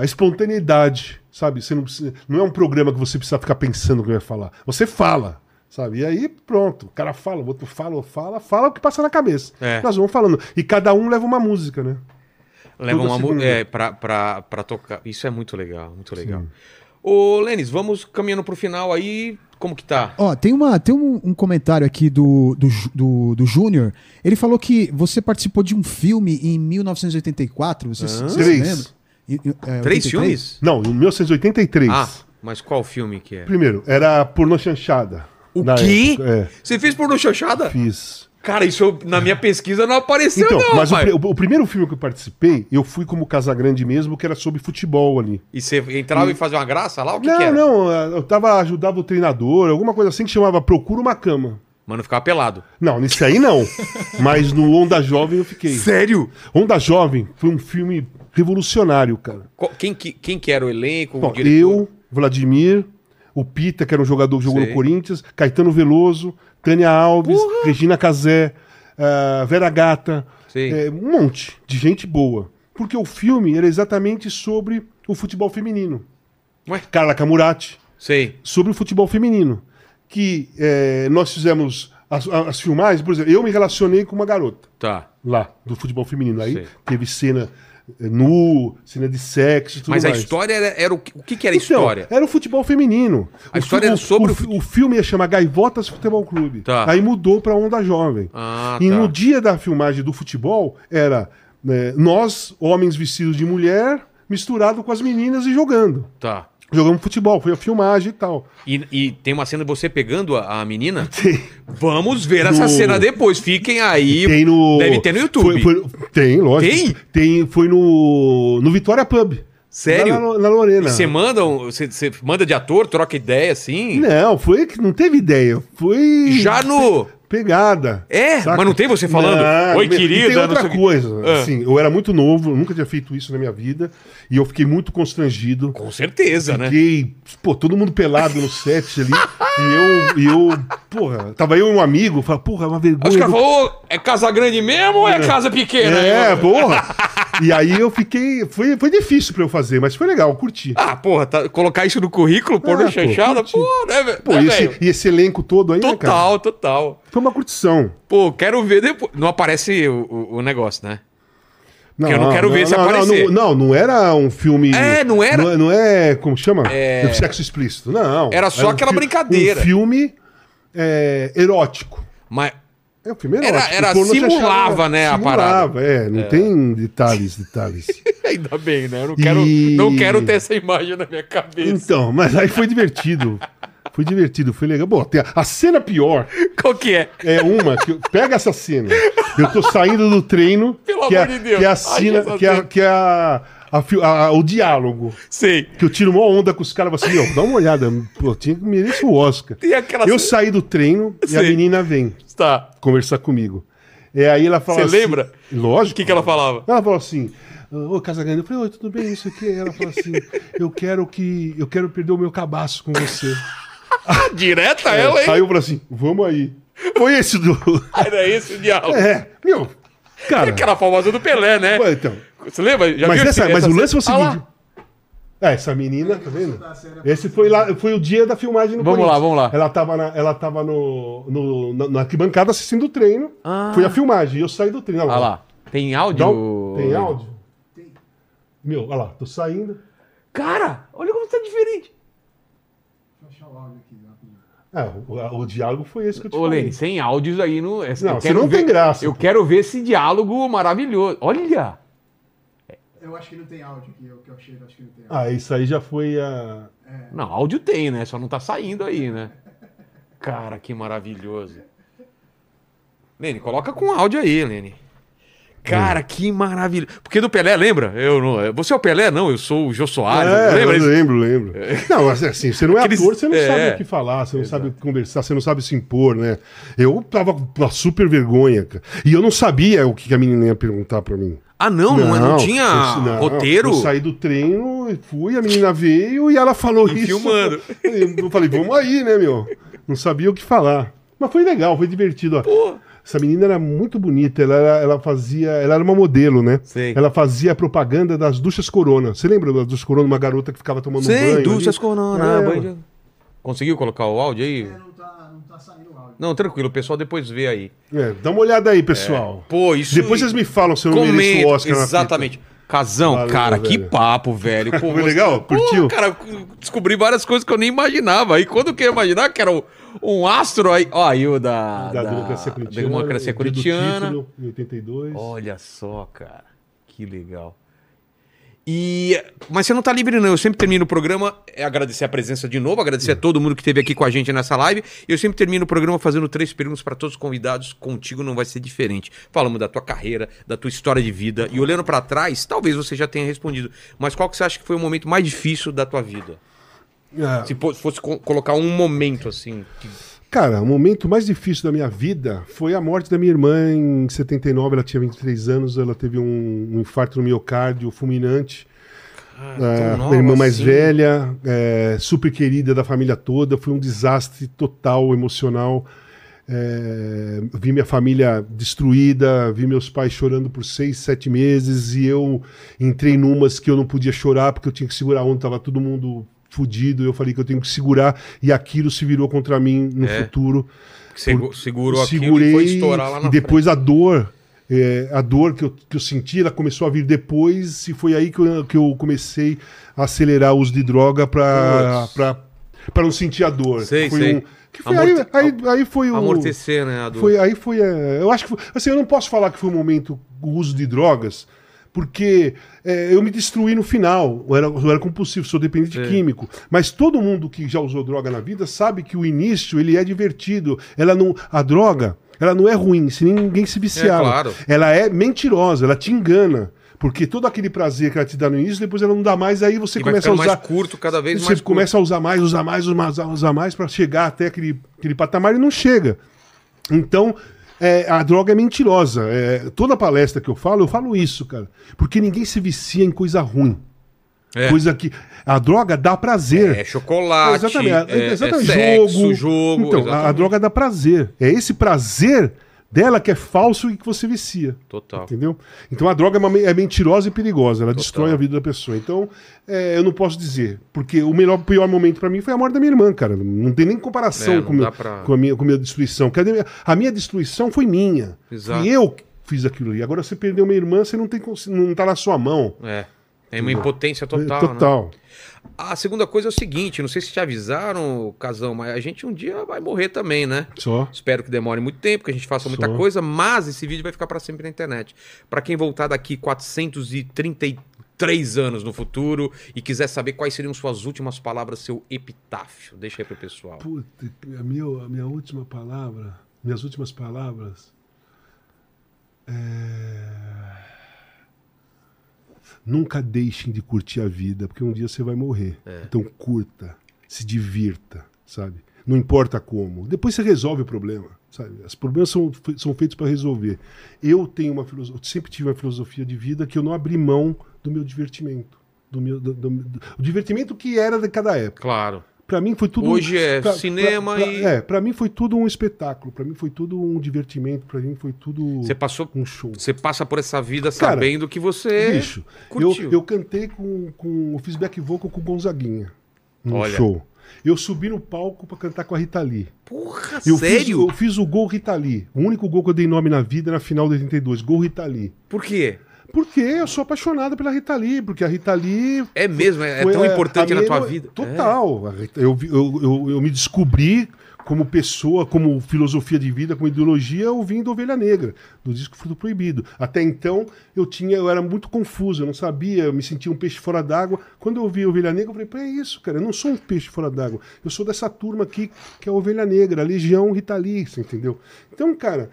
[SPEAKER 3] a espontaneidade, sabe? Você não, precisa- não é um programa que você precisa ficar pensando o que vai falar. Você fala, sabe? E aí pronto, o cara fala, o outro fala, fala, fala o que passa na cabeça.
[SPEAKER 1] É.
[SPEAKER 3] Nós vamos falando. E cada um leva uma música, né?
[SPEAKER 1] Leva
[SPEAKER 3] Toda
[SPEAKER 1] uma mu-
[SPEAKER 3] segunda.
[SPEAKER 1] é, pra, pra, pra tocar. Isso é muito legal, muito legal. Ô, Lênis, vamos caminhando pro final aí. Como que tá?
[SPEAKER 2] Ó, tem, uma, tem um, um comentário aqui do, do, Ju- do, do Júnior. Ele falou que você participou de um filme em 1984. Você, se- você
[SPEAKER 3] Três.
[SPEAKER 2] se lembra? E- e- é,
[SPEAKER 1] Três
[SPEAKER 2] 83?
[SPEAKER 1] filmes?
[SPEAKER 3] Não, em 1983.
[SPEAKER 1] Ah, mas qual filme que é?
[SPEAKER 3] Primeiro, era Pornô Chanchada.
[SPEAKER 1] O
[SPEAKER 3] Na
[SPEAKER 1] quê?
[SPEAKER 3] época, é,
[SPEAKER 1] Você fez pornô chanchada?
[SPEAKER 3] fiz.
[SPEAKER 1] Cara, isso eu- na minha pesquisa não apareceu,
[SPEAKER 3] Então,
[SPEAKER 1] não,
[SPEAKER 3] mas o,
[SPEAKER 1] pai.
[SPEAKER 3] pri- o primeiro filme que eu participei, eu fui como Casagrande mesmo, que era sobre futebol ali.
[SPEAKER 1] E você entrava e fazia uma graça lá? O que,
[SPEAKER 3] não,
[SPEAKER 1] que era?
[SPEAKER 3] não, eu tava, ajudava o treinador, alguma coisa assim que chamava Procura uma Cama.
[SPEAKER 1] Mano, ficava pelado.
[SPEAKER 3] Não, nisso aí não. Mas no Onda Jovem eu fiquei.
[SPEAKER 1] Sério?
[SPEAKER 3] Onda Jovem foi um filme revolucionário, cara.
[SPEAKER 1] Quem que, quem que era o elenco? o
[SPEAKER 3] Bom,
[SPEAKER 1] diretor?
[SPEAKER 3] eu, Vladimir, o Pita, que era um jogador que jogou
[SPEAKER 1] Sei.
[SPEAKER 3] no Corinthians, Caetano Veloso, Tânia Alves,
[SPEAKER 1] Porra!
[SPEAKER 3] Regina Casé, ah, Vera Gata,
[SPEAKER 1] Sei.
[SPEAKER 3] eh, um monte de gente boa. Porque o filme era exatamente sobre o futebol feminino.
[SPEAKER 1] Ué?
[SPEAKER 3] Carla Camurati,
[SPEAKER 1] Sei.
[SPEAKER 3] sobre o futebol feminino. Que eh, nós fizemos as, as filmagens, por exemplo, eu me relacionei com uma garota
[SPEAKER 1] Tá.
[SPEAKER 3] lá do futebol feminino. Aí
[SPEAKER 1] Sei.
[SPEAKER 3] teve cena eh, nu, cena de sexo e tudo
[SPEAKER 1] Mas a
[SPEAKER 3] mais.
[SPEAKER 1] história era, era o que, o que, que era a
[SPEAKER 3] Então,
[SPEAKER 1] história?
[SPEAKER 3] Era o futebol feminino.
[SPEAKER 1] A
[SPEAKER 3] O
[SPEAKER 1] história
[SPEAKER 3] fi-
[SPEAKER 1] era
[SPEAKER 3] o-
[SPEAKER 1] sobre
[SPEAKER 3] o,
[SPEAKER 1] o fute-
[SPEAKER 3] o filme ia chamar Gaivotas Futebol Clube.
[SPEAKER 1] Tá.
[SPEAKER 3] Aí mudou pra Onda Jovem.
[SPEAKER 1] Ah,
[SPEAKER 3] e
[SPEAKER 1] tá.
[SPEAKER 3] no dia da filmagem do futebol era né, nós, homens vestidos de mulher, misturado com as meninas e jogando.
[SPEAKER 1] Tá.
[SPEAKER 3] Jogamos futebol, foi a filmagem e tal.
[SPEAKER 1] E, e tem uma cena de você pegando a, a menina?
[SPEAKER 3] Tem-
[SPEAKER 1] Vamos ver essa
[SPEAKER 3] No-
[SPEAKER 1] cena depois. Fiquem aí.
[SPEAKER 3] Tem no.
[SPEAKER 1] Deve ter no YouTube.
[SPEAKER 3] Foi- foi- tem, lógico.
[SPEAKER 1] Tem?
[SPEAKER 3] foi no. No Vitória Pub.
[SPEAKER 1] Sério?
[SPEAKER 3] Lá Na, na Lorena.
[SPEAKER 1] Você manda, um- você, você manda de ator, troca ideia assim?
[SPEAKER 3] Não, foi que não teve ideia. Foi.
[SPEAKER 1] Já no.
[SPEAKER 3] Pegada.
[SPEAKER 1] É, mas não tem você falando, "Oi,
[SPEAKER 3] e tem
[SPEAKER 1] querida", não
[SPEAKER 3] outra
[SPEAKER 1] sei o quê.
[SPEAKER 3] coisa.
[SPEAKER 1] Ah.
[SPEAKER 3] Assim, eu era muito novo, eu nunca tinha feito isso na minha vida. E eu fiquei muito constrangido.
[SPEAKER 1] Com certeza, né?
[SPEAKER 3] Fiquei, pô, todo mundo pelado no set ali. e eu, e eu, porra, tava eu e um amigo, falava, porra, é uma vergonha.
[SPEAKER 1] Aí os caras
[SPEAKER 3] do
[SPEAKER 1] falam, "Ô, é casa grande mesmo ou é casa pequena?
[SPEAKER 3] É,
[SPEAKER 1] Eu-
[SPEAKER 3] porra. E aí eu fiquei. Foi, foi difícil pra eu fazer, mas foi legal, eu curti.
[SPEAKER 1] Ah, porra, tá- colocar isso no currículo, pôr
[SPEAKER 3] É,
[SPEAKER 1] no
[SPEAKER 3] pô,
[SPEAKER 1] chanchada,
[SPEAKER 3] curti.
[SPEAKER 1] pô, né, velho?
[SPEAKER 3] Pô, é
[SPEAKER 1] né,
[SPEAKER 3] e esse,
[SPEAKER 1] velho?
[SPEAKER 3] e esse elenco todo aí, né, cara?
[SPEAKER 1] Total, total.
[SPEAKER 3] Foi uma curtição.
[SPEAKER 1] Pô, quero ver depois. Não aparece o, o- o negócio, né?
[SPEAKER 3] Não,
[SPEAKER 1] eu não quero ver se
[SPEAKER 3] não,
[SPEAKER 1] aparecer.
[SPEAKER 3] Não, não, não era um filme.
[SPEAKER 1] É, não era?
[SPEAKER 3] Não, não é. Como chama? É... Sexo explícito. Não.
[SPEAKER 1] Era só
[SPEAKER 3] um
[SPEAKER 1] aquela
[SPEAKER 3] fi-
[SPEAKER 1] brincadeira.
[SPEAKER 3] Um filme é, erótico.
[SPEAKER 1] Mas
[SPEAKER 3] É um filme
[SPEAKER 1] Era-
[SPEAKER 3] erótico.
[SPEAKER 1] era-
[SPEAKER 3] Pornô chanchada,
[SPEAKER 1] simulava, né, a parada.
[SPEAKER 3] Simulava, é. Não tem detalhes, detalhes.
[SPEAKER 1] ainda bem, né? Eu não quero,
[SPEAKER 3] E-
[SPEAKER 1] não quero ter essa imagem na minha cabeça.
[SPEAKER 3] então, mas aí foi divertido. Foi divertido, foi legal. Bom, tem a- a cena pior.
[SPEAKER 1] Qual que é?
[SPEAKER 3] É uma que. eu- Pega essa cena. Eu tô saindo do treino.
[SPEAKER 1] Pelo
[SPEAKER 3] que
[SPEAKER 1] amor de
[SPEAKER 3] é,
[SPEAKER 1] Deus.
[SPEAKER 3] Que é a
[SPEAKER 1] Ai,
[SPEAKER 3] cena.
[SPEAKER 1] Jesus
[SPEAKER 3] que é,
[SPEAKER 1] Deus.
[SPEAKER 3] que é a- a fi- a- o diálogo.
[SPEAKER 1] Sei.
[SPEAKER 3] Que eu tiro uma onda com os caras assim, meu, dá uma olhada. Pô, tinha que merecer o Oscar.
[SPEAKER 1] Tem aquela
[SPEAKER 3] Eu
[SPEAKER 1] cena-
[SPEAKER 3] saí do treino e a
[SPEAKER 1] Sim.
[SPEAKER 3] menina vem
[SPEAKER 1] Tá.
[SPEAKER 3] conversar comigo. É, aí ela fala
[SPEAKER 1] Você
[SPEAKER 3] assim-
[SPEAKER 1] lembra?
[SPEAKER 3] Lógico.
[SPEAKER 1] O que, que ela falava?
[SPEAKER 3] Ela falou assim, ô Casagrande, eu falei, oi, tudo bem, isso aqui? Ela falou assim, eu quero que. Eu quero perder o meu cabaço com você.
[SPEAKER 1] Ah, direta ela,
[SPEAKER 3] Aí
[SPEAKER 1] hein?
[SPEAKER 3] eu falei assim, vamos aí. Foi esse do.
[SPEAKER 1] Era esse o diálogo.
[SPEAKER 3] É, meu. Cara.
[SPEAKER 1] Aquela famosa do Pelé, né?
[SPEAKER 3] pô, Então,
[SPEAKER 1] Você lembra? Já
[SPEAKER 3] mas,
[SPEAKER 1] viu
[SPEAKER 3] essa,
[SPEAKER 1] esse-
[SPEAKER 3] mas
[SPEAKER 1] essa
[SPEAKER 3] o lance foi o
[SPEAKER 1] cena? Ah lá.
[SPEAKER 3] seguinte. É, essa menina, tá vendo? Esse foi lá, foi o dia da filmagem no
[SPEAKER 1] Vamos lá,
[SPEAKER 3] Corinthians.
[SPEAKER 1] vamos lá.
[SPEAKER 3] Ela tava na, ela tava no, no- na, na arquibancada assistindo o treino. Foi a filmagem. E eu saí do treino. Olha
[SPEAKER 1] Ah lá. Tem áudio?
[SPEAKER 3] Dá um- Tem áudio? Tem. Meu, olha lá, tô saindo.
[SPEAKER 1] Cara, olha como tá diferente.
[SPEAKER 3] É, o, o diálogo foi esse que eu te
[SPEAKER 1] Ô,
[SPEAKER 3] falei.
[SPEAKER 1] Lene, sem áudios aí no. essa-
[SPEAKER 3] Não,
[SPEAKER 1] eu
[SPEAKER 3] você
[SPEAKER 1] quero
[SPEAKER 3] não tem graça,
[SPEAKER 1] Eu
[SPEAKER 3] pô.
[SPEAKER 1] quero ver esse diálogo maravilhoso. Olha!
[SPEAKER 2] Eu acho que não tem áudio aqui, eu que eu achei, acho que não tem áudio.
[SPEAKER 3] Ah, isso aí já foi a.
[SPEAKER 1] Não, áudio tem, né? Só não tá saindo aí, né? Cara, que maravilhoso. Lene, coloca com áudio aí, Lene. Cara, que maravilha. Porque do Pelé, lembra? Eu não. Você é o Pelé? Não, eu sou o Jô Soares.
[SPEAKER 3] É,
[SPEAKER 1] Ah, lembra?
[SPEAKER 3] eu
[SPEAKER 1] isso?
[SPEAKER 3] lembro, lembro. Não, mas assim, você não é
[SPEAKER 1] Aqueles-
[SPEAKER 3] ator, você não
[SPEAKER 1] é.
[SPEAKER 3] sabe o que falar, você não sabe conversar, você não sabe se impor, né? Eu tava com uma super vergonha, cara. E eu não sabia o que a menina ia perguntar pra mim.
[SPEAKER 1] Ah, não, não, não tinha
[SPEAKER 3] eu- não,
[SPEAKER 1] roteiro.
[SPEAKER 3] Eu saí do treino, fui, a menina veio e ela falou
[SPEAKER 1] E
[SPEAKER 3] isso.
[SPEAKER 1] filmando.
[SPEAKER 3] Eu falei, vamos aí, né, meu? Não sabia o que falar. Mas foi legal, foi divertido. ó. Essa menina era muito bonita, ela, era- ela fazia. Ela era uma modelo, né?
[SPEAKER 1] Sei.
[SPEAKER 3] Ela fazia propaganda das duchas corona. Você lembra das duchas corona, uma garota que ficava tomando um banho?
[SPEAKER 1] Sei,
[SPEAKER 3] ali?
[SPEAKER 1] duchas corona.
[SPEAKER 3] É,
[SPEAKER 1] banho de- né? Conseguiu colocar o áudio aí?
[SPEAKER 2] Não tá, não tá saindo o áudio.
[SPEAKER 1] Não, tranquilo, o pessoal depois vê aí.
[SPEAKER 3] é, dá uma olhada aí, pessoal.
[SPEAKER 1] É, Pô, isso.
[SPEAKER 3] Depois vocês me falam se eu não mereço
[SPEAKER 1] Comenta,
[SPEAKER 3] o Oscar na fita.
[SPEAKER 1] Exatamente. Casão,
[SPEAKER 3] Valeu,
[SPEAKER 1] cara, que
[SPEAKER 3] velho.
[SPEAKER 1] papo, velho. Pô,
[SPEAKER 3] Foi legal? Curtiu?
[SPEAKER 1] cara, cu- descobri várias coisas que eu nem imaginava. E quando que eu ia imaginar que era um, um astro aí. Ó, aí o da.
[SPEAKER 3] Da
[SPEAKER 1] da
[SPEAKER 3] democracia corintiana.
[SPEAKER 1] democracia
[SPEAKER 3] o
[SPEAKER 1] é
[SPEAKER 3] dia do
[SPEAKER 1] corintiana.
[SPEAKER 3] título, em 82.
[SPEAKER 1] Olha só, cara. Que legal. E, mas você não tá livre, não. Eu sempre termino o programa, é agradecer a presença de novo, agradecer a todo mundo que esteve aqui com a gente nessa live. Eu sempre termino o programa fazendo três perguntas para todos os convidados. Contigo não vai ser diferente. Falamos da tua carreira, da tua história de vida. E olhando para trás, talvez você já tenha respondido. Mas qual que você acha que foi o momento mais difícil da tua vida?
[SPEAKER 3] Ah,
[SPEAKER 1] Se po- fosse co- colocar um momento assim. que-
[SPEAKER 3] Cara, o momento mais difícil da minha vida foi a morte da minha irmã em 79. Ela tinha 23 anos, ela teve um, um infarto no miocárdio fulminante.
[SPEAKER 1] tão
[SPEAKER 3] Ah,
[SPEAKER 1] nova
[SPEAKER 3] minha irmã mais
[SPEAKER 1] assim.
[SPEAKER 3] velha, é, super querida da família toda. Foi um desastre total, emocional. É, vi minha família destruída, vi meus pais chorando por seis, sete meses e eu entrei numas que eu não podia chorar porque eu tinha que segurar onde tava todo mundo fudido. Eu falei que eu tenho que segurar e aquilo se virou contra mim no futuro.
[SPEAKER 1] que segu- segurou aquilo
[SPEAKER 3] Segurei
[SPEAKER 1] e foi estourar lá na
[SPEAKER 3] e depois a dor, é, a dor que eu, que eu senti, ela começou a vir depois e foi aí que eu, que eu comecei a acelerar o uso de droga para
[SPEAKER 1] Putz.
[SPEAKER 3] para não sentir a dor.
[SPEAKER 1] Sei,
[SPEAKER 3] foi
[SPEAKER 1] sei.
[SPEAKER 3] um- que foi aí,
[SPEAKER 1] Amorte-
[SPEAKER 3] aí, aí foi
[SPEAKER 1] frente.
[SPEAKER 3] o
[SPEAKER 1] Amortecer, né? A dor.
[SPEAKER 3] foi, aí foi. é, eu acho que foi, assim, eu não posso falar que foi um momento o uso de drogas, porque é, eu me destruí no final. Eu era, eu era compulsivo, sou dependente
[SPEAKER 1] É.
[SPEAKER 3] químico. Mas todo mundo que já usou droga na vida sabe que o início ele é divertido. Ela não, a droga, ela não é ruim, se ninguém se viciar.
[SPEAKER 1] claro.
[SPEAKER 3] Ela é mentirosa, ela te engana. Porque todo aquele prazer que ela te dá no início, depois ela não dá mais, aí você
[SPEAKER 1] E vai
[SPEAKER 3] começa a
[SPEAKER 1] ficando
[SPEAKER 3] usar.
[SPEAKER 1] mais curto, cada vez
[SPEAKER 3] Você
[SPEAKER 1] mais curto.
[SPEAKER 3] começa a usar mais, usar mais, usar mais, usar mais para chegar até aquele, aquele patamar e não chega. Então, é, a droga é mentirosa. É, toda palestra que eu falo, eu falo isso, cara. Porque ninguém se vicia em coisa ruim.
[SPEAKER 1] É.
[SPEAKER 3] Coisa que. A droga dá prazer.
[SPEAKER 1] É chocolate,
[SPEAKER 3] Exatamente.
[SPEAKER 1] é,
[SPEAKER 3] exatamente.
[SPEAKER 1] é sexo, jogo.
[SPEAKER 3] Então, a- a,
[SPEAKER 1] exatamente.
[SPEAKER 3] droga dá prazer. É esse prazer dela que é falso e que você vicia.
[SPEAKER 1] Total.
[SPEAKER 3] Entendeu? Então a droga é, uma men- é mentirosa e perigosa, ela destrói a vida da pessoa. Então é, eu não posso dizer, porque o melhor, pior momento pra mim foi a morte da minha irmã, cara. Não tem nem comparação
[SPEAKER 1] É, não
[SPEAKER 3] com, meu-
[SPEAKER 1] dá pra-
[SPEAKER 3] com a minha, com a minha destruição. Porque a minha- a minha destruição foi minha.
[SPEAKER 1] Exato.
[SPEAKER 3] E eu que fiz aquilo ali. Agora você perdeu uma irmã, você não tem, cons- não tá na sua mão.
[SPEAKER 1] É. Tem uma impotência total.
[SPEAKER 3] É,
[SPEAKER 1] né?
[SPEAKER 3] total.
[SPEAKER 1] A segunda coisa é o seguinte: não sei se te avisaram, Casão, mas a gente um dia vai morrer também, né?
[SPEAKER 3] Só.
[SPEAKER 1] Espero que demore muito tempo, que a gente faça muita
[SPEAKER 3] Só.
[SPEAKER 1] coisa, mas esse vídeo vai ficar pra sempre na internet. Pra quem voltar daqui 433 anos no futuro e quiser saber quais seriam suas últimas palavras, seu epitáfio, deixa aí pro pessoal.
[SPEAKER 3] Puta, a minha, a minha última palavra, minhas últimas palavras. é, Nunca deixem de curtir a vida, porque um dia você vai morrer. Então curta, se divirta, sabe? não importa como. Depois você resolve o problema. Sabe? Os problemas são, fe- são feitos para resolver. Eu tenho uma filosofia, sempre tive uma filosofia de vida que eu não abri mão do meu divertimento. Do meu, do- do- do- o divertimento que era de cada época.
[SPEAKER 1] Claro.
[SPEAKER 3] Pra mim foi tudo um
[SPEAKER 1] Hoje é cinema
[SPEAKER 3] pra-
[SPEAKER 1] e-
[SPEAKER 3] é, pra mim foi tudo um espetáculo, pra mim foi tudo um divertimento, pra mim foi tudo
[SPEAKER 1] Você passou.
[SPEAKER 3] um show.
[SPEAKER 1] Você passa por essa vida
[SPEAKER 3] Cara,
[SPEAKER 1] sabendo que você.
[SPEAKER 3] Bicho, eu,
[SPEAKER 1] curtiu.
[SPEAKER 3] eu cantei com, com. Eu fiz back vocal com o Gonzaguinha. No
[SPEAKER 1] Olha.
[SPEAKER 3] show. Eu subi no palco pra cantar com a Rita Lee.
[SPEAKER 1] Porra,
[SPEAKER 3] Eu Fiz,
[SPEAKER 1] sério?
[SPEAKER 3] eu fiz o gol Rita Lee. O único gol que eu dei nome na vida na final de 82. Gol Rita Lee.
[SPEAKER 1] Por quê?
[SPEAKER 3] Porque eu sou apaixonado pela Rita Lee, porque a Rita Lee
[SPEAKER 1] É mesmo, é, é
[SPEAKER 3] foi,
[SPEAKER 1] tão
[SPEAKER 3] é,
[SPEAKER 1] importante
[SPEAKER 3] a
[SPEAKER 1] na
[SPEAKER 3] minha
[SPEAKER 1] tua
[SPEAKER 3] emo-
[SPEAKER 1] vida. É.
[SPEAKER 3] Total. A Rita- Eu, vi- eu, eu, eu me descobri como pessoa, como filosofia de vida, como ideologia, ouvindo Ovelha Negra, do disco Fruto Proibido. Até então, eu tinha, eu era muito confuso, eu não sabia, eu me sentia um peixe fora d'água. Quando eu ouvi Ovelha Negra, eu falei, "Pô, é isso, cara, eu não sou um peixe fora d'água. Eu sou dessa turma aqui, que é a Ovelha Negra, a Legião Rita Lee, você entendeu? Então, cara,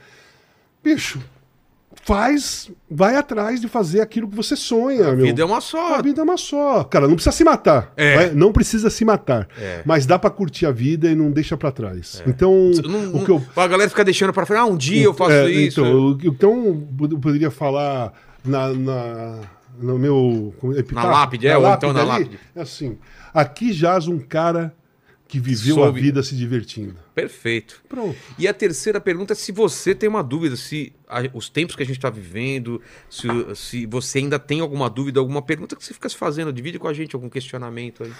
[SPEAKER 3] bicho, faz, vai atrás de fazer aquilo que você sonha,
[SPEAKER 1] É.
[SPEAKER 3] meu.
[SPEAKER 1] Vida é uma
[SPEAKER 3] A
[SPEAKER 1] só.
[SPEAKER 3] vida é uma só. Cara, não precisa se matar.
[SPEAKER 1] É.
[SPEAKER 3] Vai- Não precisa se matar.
[SPEAKER 1] É.
[SPEAKER 3] Mas dá pra curtir a vida e não deixa pra trás. Então,
[SPEAKER 1] Não- não-
[SPEAKER 3] o que eu.
[SPEAKER 1] A galera fica deixando pra frente. Ah, um dia eu faço
[SPEAKER 3] é,
[SPEAKER 1] isso.
[SPEAKER 3] Então, eu, então, eu poderia falar na. na no meu. como é, epitáfio?
[SPEAKER 1] lápide, é, ou então na lápide.
[SPEAKER 3] É assim. Aqui jaz um cara que viveu
[SPEAKER 1] Soube.
[SPEAKER 3] a vida se divertindo.
[SPEAKER 1] Perfeito.
[SPEAKER 3] Pronto.
[SPEAKER 1] E a terceira pergunta é se você tem uma dúvida, se a- os tempos que a gente está vivendo, se, o- se você ainda tem alguma dúvida, alguma pergunta que você fica se fazendo, divide com a gente algum questionamento aí.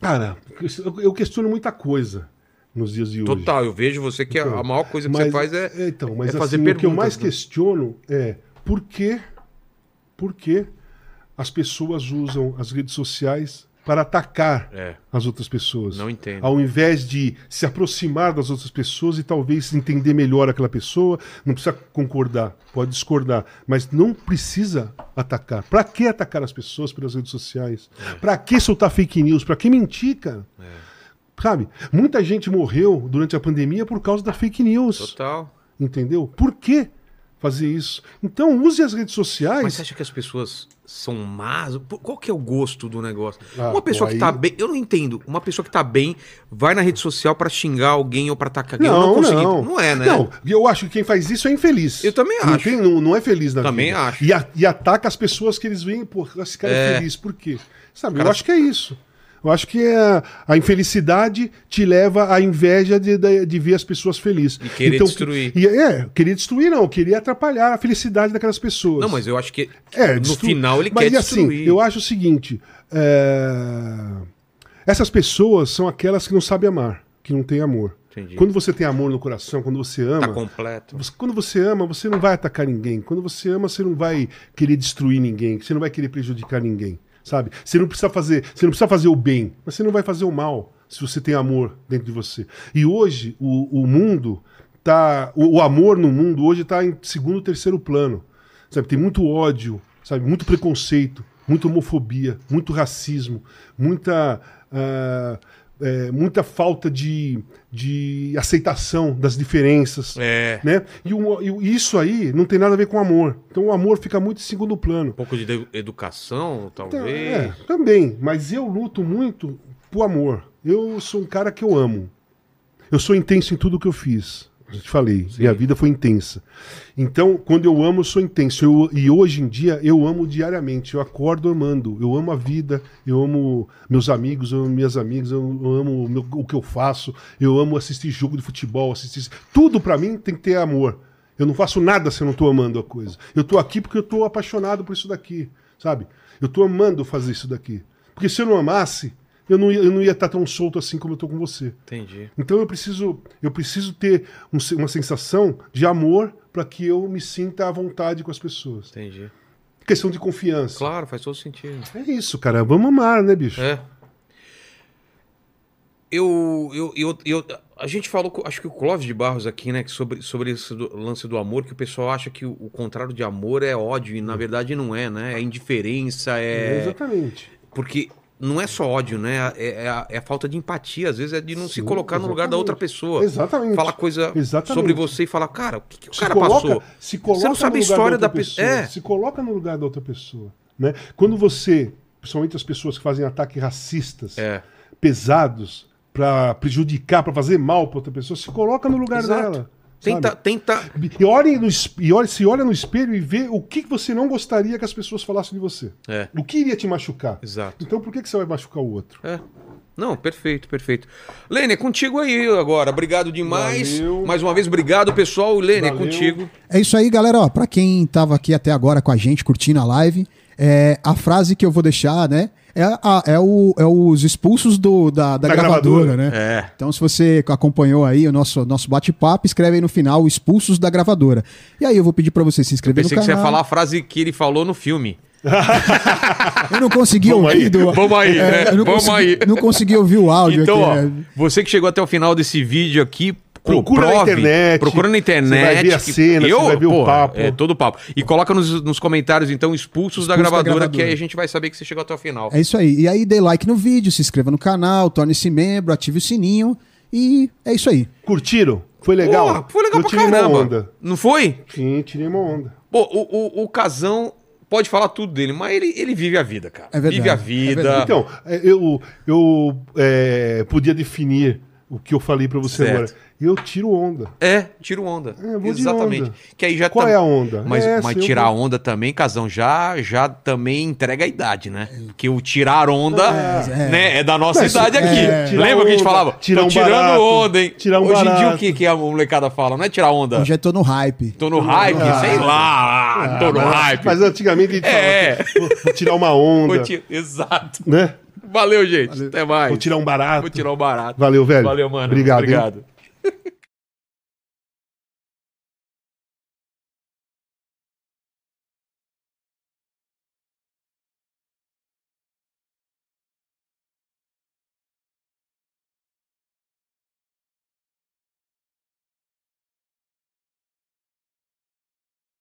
[SPEAKER 3] Cara, eu- eu questiono muita coisa nos dias de hoje.
[SPEAKER 1] Total, eu vejo você que a, a maior coisa que
[SPEAKER 3] Mas,
[SPEAKER 1] você faz é,
[SPEAKER 3] então, mas
[SPEAKER 1] é fazer
[SPEAKER 3] assim, o que eu
[SPEAKER 1] perguntas,
[SPEAKER 3] mais
[SPEAKER 1] né?
[SPEAKER 3] questiono é por que, por que as pessoas usam as redes sociais para atacar
[SPEAKER 1] É.
[SPEAKER 3] as outras pessoas.
[SPEAKER 1] Não entendo.
[SPEAKER 3] Ao invés de se aproximar das outras pessoas e talvez entender melhor aquela pessoa, não precisa concordar, pode discordar, mas não precisa atacar. Para que atacar as pessoas pelas redes sociais?
[SPEAKER 1] É.
[SPEAKER 3] Para que soltar fake news? Para que mentir, cara? Sabe? Muita gente morreu durante a pandemia por causa da fake news.
[SPEAKER 1] Total.
[SPEAKER 3] Entendeu? Por que fazer isso? Então use as redes
[SPEAKER 1] Mas você
[SPEAKER 3] sociais.
[SPEAKER 1] acha que as pessoas são más? Pô, Qual que é o gosto do negócio?
[SPEAKER 3] Ah,
[SPEAKER 1] uma pessoa
[SPEAKER 3] pô,
[SPEAKER 1] que tá
[SPEAKER 3] aí-
[SPEAKER 1] bem, eu não entendo. Uma pessoa que tá bem vai na rede social para xingar alguém ou para atacar alguém. eu
[SPEAKER 3] Não,
[SPEAKER 1] não
[SPEAKER 3] não,
[SPEAKER 1] consegui.
[SPEAKER 3] não.
[SPEAKER 1] Não, é, né?
[SPEAKER 3] eu acho que quem faz isso é infeliz.
[SPEAKER 1] Eu também
[SPEAKER 3] não
[SPEAKER 1] acho.
[SPEAKER 3] tem- não, não é feliz na
[SPEAKER 1] Também
[SPEAKER 3] vida.
[SPEAKER 1] acho.
[SPEAKER 3] E, a- e ataca as pessoas que eles veem, pô, esse cara é, feliz, por quê? Sabe, eu acho que é isso. Eu acho que é a, a infelicidade te leva à inveja de, de- de ver as pessoas felizes.
[SPEAKER 1] E querer
[SPEAKER 3] Então,
[SPEAKER 1] destruir.
[SPEAKER 3] E, é, querer destruir não, querer atrapalhar a felicidade daquelas pessoas.
[SPEAKER 1] Não, mas eu acho que
[SPEAKER 3] É,
[SPEAKER 1] no
[SPEAKER 3] destru-
[SPEAKER 1] final ele
[SPEAKER 3] Mas,
[SPEAKER 1] quer
[SPEAKER 3] e assim,
[SPEAKER 1] destruir.
[SPEAKER 3] eu acho o seguinte: é, essas pessoas são aquelas que não sabem amar, que não têm amor.
[SPEAKER 1] Entendi.
[SPEAKER 3] Quando você tem amor no coração, quando você ama,
[SPEAKER 1] Tá completo.
[SPEAKER 3] você- quando você ama, você não vai atacar ninguém. Quando você ama, você não vai querer destruir ninguém, você não vai querer prejudicar ninguém, sabe? Você não precisa fazer, você não precisa fazer o bem, mas você não vai fazer o mal se você tem amor dentro de você. E hoje o, o mundo tá, o, o amor no mundo hoje está em segundo, terceiro plano, sabe? Tem muito ódio, sabe? Muito preconceito, muita homofobia, muito racismo, muita ah, é, muita falta de, de aceitação das diferenças
[SPEAKER 1] É.
[SPEAKER 3] né? E, o- e o- e isso aí não tem nada a ver com amor. Então o amor fica muito em segundo plano.
[SPEAKER 1] Um pouco de edu- educação,
[SPEAKER 3] Então,
[SPEAKER 1] talvez.
[SPEAKER 3] é, também, mas eu luto muito pro amor. Eu sou um cara que eu amo. Eu sou intenso em tudo que eu fiz. Eu te falei, minha vida foi intensa. Então, quando eu amo, eu sou intenso. Eu- e hoje em dia, eu amo diariamente. Eu acordo amando. Eu amo a vida, eu amo meus amigos, eu amo minhas amigas, eu, eu amo o, meu- o que eu faço, eu amo assistir jogo de futebol, assistir. Tudo pra mim tem que ter amor. Eu não faço nada se eu não tô amando a coisa. Eu tô aqui porque eu tô apaixonado por isso daqui, sabe? Eu tô amando fazer isso daqui. Porque se eu não amasse, eu não, ia- eu não ia estar tão solto assim como eu tô com você.
[SPEAKER 1] Entendi.
[SPEAKER 3] Então eu preciso, eu preciso ter um se- uma sensação de amor para que eu me sinta à vontade com as pessoas.
[SPEAKER 1] Entendi.
[SPEAKER 3] Questão de confiança.
[SPEAKER 1] Claro, faz todo sentido.
[SPEAKER 3] É isso, cara. Vamos amar, né, bicho?
[SPEAKER 1] É. Eu, eu, eu, eu- a gente falou, com- acho que o Clóvis de Barros aqui, né, que sobre, sobre esse do- lance do amor, que o pessoal acha que o, o contrário de amor é ódio, e na verdade não é, né? É indiferença, é.
[SPEAKER 3] Exatamente.
[SPEAKER 1] Porque não é só ódio, né? É, é a, é a falta de empatia, às vezes é de não se
[SPEAKER 3] Sim,
[SPEAKER 1] colocar no lugar da outra
[SPEAKER 3] exatamente.
[SPEAKER 1] pessoa.
[SPEAKER 3] Exatamente.
[SPEAKER 1] Falar coisa
[SPEAKER 3] Exatamente.
[SPEAKER 1] sobre você e falar, cara, o que, que o cara passou?
[SPEAKER 3] Se coloca
[SPEAKER 1] Você não sabe a
[SPEAKER 3] no lugar
[SPEAKER 1] história da
[SPEAKER 3] outra
[SPEAKER 1] pessoa.
[SPEAKER 3] pessoa.
[SPEAKER 1] É.
[SPEAKER 3] Se coloca no lugar da outra pessoa. Né? Quando você, principalmente as pessoas que fazem ataques racistas,
[SPEAKER 1] É.
[SPEAKER 3] pesados, pra prejudicar, pra fazer mal pra outra pessoa, se coloca no lugar
[SPEAKER 1] Exato.
[SPEAKER 3] dela.
[SPEAKER 1] Tenta,
[SPEAKER 3] sabe?
[SPEAKER 1] tenta.
[SPEAKER 3] E, olhe no, es- e olhe, se olha no espelho e vê o que que você não gostaria que as pessoas falassem de você.
[SPEAKER 1] É.
[SPEAKER 3] O que iria te machucar.
[SPEAKER 1] Exato.
[SPEAKER 3] Então por que, que você vai machucar o outro?
[SPEAKER 1] É. Não, perfeito, perfeito. Lene, é contigo aí agora. Obrigado demais.
[SPEAKER 3] Valeu.
[SPEAKER 1] Mais uma vez, obrigado, pessoal. Lene, é
[SPEAKER 3] Valeu.
[SPEAKER 1] contigo.
[SPEAKER 2] É isso aí, galera. Ó, pra quem tava aqui até agora com a gente, curtindo a live, é, a frase que eu vou deixar, né? É, a- é o- é os expulsos do- da, da
[SPEAKER 3] Da
[SPEAKER 2] gravadora,
[SPEAKER 3] gravadora.
[SPEAKER 2] né?
[SPEAKER 1] É.
[SPEAKER 2] Então, se você acompanhou aí o nosso, nosso bate-papo, escreve aí no final expulsos da gravadora. E aí eu vou pedir pra você se inscrever no
[SPEAKER 1] Pensei
[SPEAKER 2] canal.
[SPEAKER 1] que você ia falar a frase que ele falou no filme.
[SPEAKER 2] Eu não consegui
[SPEAKER 3] Vamos
[SPEAKER 2] ouvir.
[SPEAKER 3] aí,
[SPEAKER 2] do-
[SPEAKER 1] vamos aí, né?
[SPEAKER 2] eu não
[SPEAKER 1] Vamos
[SPEAKER 2] consegui,
[SPEAKER 1] aí.
[SPEAKER 2] Não consegui ouvir o áudio
[SPEAKER 1] Então, ó,
[SPEAKER 2] aqui. né?
[SPEAKER 1] você que chegou até o final desse vídeo aqui, pô,
[SPEAKER 3] é. Procura na
[SPEAKER 1] prove,
[SPEAKER 3] internet.
[SPEAKER 1] Procura na internet.
[SPEAKER 3] Você vai ver a
[SPEAKER 1] que-
[SPEAKER 3] cena, você vai ver o
[SPEAKER 1] pô,
[SPEAKER 3] papo.
[SPEAKER 1] É, todo o papo. E coloca nos, nos comentários, então, expulsos da
[SPEAKER 2] Expulsos da
[SPEAKER 1] gravadora, que
[SPEAKER 2] gravadora.
[SPEAKER 1] aí a gente vai saber que você chegou até o final.
[SPEAKER 2] É isso aí. E aí, dê like no vídeo, se inscreva no canal, torne-se membro, ative o sininho. E é isso aí.
[SPEAKER 3] Curtiram? Foi legal?
[SPEAKER 1] Porra, foi legal
[SPEAKER 3] Eu
[SPEAKER 1] pra
[SPEAKER 3] tirei uma
[SPEAKER 1] caramba.
[SPEAKER 3] onda.
[SPEAKER 1] Não foi?
[SPEAKER 3] Sim, tirei uma onda.
[SPEAKER 1] Pô, o, o, o Casão pode falar tudo dele, mas ele, ele vive a vida, cara.
[SPEAKER 2] É verdade,
[SPEAKER 1] Vive a
[SPEAKER 2] é
[SPEAKER 1] vida.
[SPEAKER 2] verdade.
[SPEAKER 3] Então, é, eu, eu é, podia definir o que eu falei pra você
[SPEAKER 1] Certo.
[SPEAKER 3] agora. Eu tiro onda.
[SPEAKER 1] É, tiro onda.
[SPEAKER 3] É, eu vou de
[SPEAKER 1] Exatamente.
[SPEAKER 3] onda.
[SPEAKER 1] Que aí já
[SPEAKER 3] Qual
[SPEAKER 1] tam-
[SPEAKER 3] é a onda?
[SPEAKER 1] Mas,
[SPEAKER 3] É essa,
[SPEAKER 1] mas
[SPEAKER 3] eu
[SPEAKER 1] tirar
[SPEAKER 3] vou-
[SPEAKER 1] onda também, Casão, já, já também entrega a idade, né? Porque o tirar onda é, né, é da nossa
[SPEAKER 3] Não, isso-
[SPEAKER 1] idade aqui.
[SPEAKER 3] é. Tirar
[SPEAKER 1] Lembra que a gente
[SPEAKER 3] onda,
[SPEAKER 1] falava?
[SPEAKER 3] tirar
[SPEAKER 1] Tô
[SPEAKER 3] um
[SPEAKER 1] tirando
[SPEAKER 3] barato,
[SPEAKER 1] onda, hein?
[SPEAKER 3] tirar um
[SPEAKER 1] Hoje em dia
[SPEAKER 3] barato.
[SPEAKER 1] o que, que a molecada fala? Não é tirar onda.
[SPEAKER 2] Hoje eu tô no hype.
[SPEAKER 1] Tô no hype,
[SPEAKER 3] Ah.
[SPEAKER 1] sei lá. tô no
[SPEAKER 3] mas,
[SPEAKER 1] hype.
[SPEAKER 3] Mas antigamente a gente
[SPEAKER 1] É.
[SPEAKER 3] falava, assim, vou, vou tirar uma onda,
[SPEAKER 1] Vou ti- Exato.
[SPEAKER 3] né?
[SPEAKER 1] Valeu, gente. Até mais.
[SPEAKER 3] Vou tirar um barato.
[SPEAKER 1] Vou tirar o barato.
[SPEAKER 3] Valeu, velho.
[SPEAKER 1] Valeu, mano.
[SPEAKER 3] Obrigado. hein?
[SPEAKER 1] Obrigado.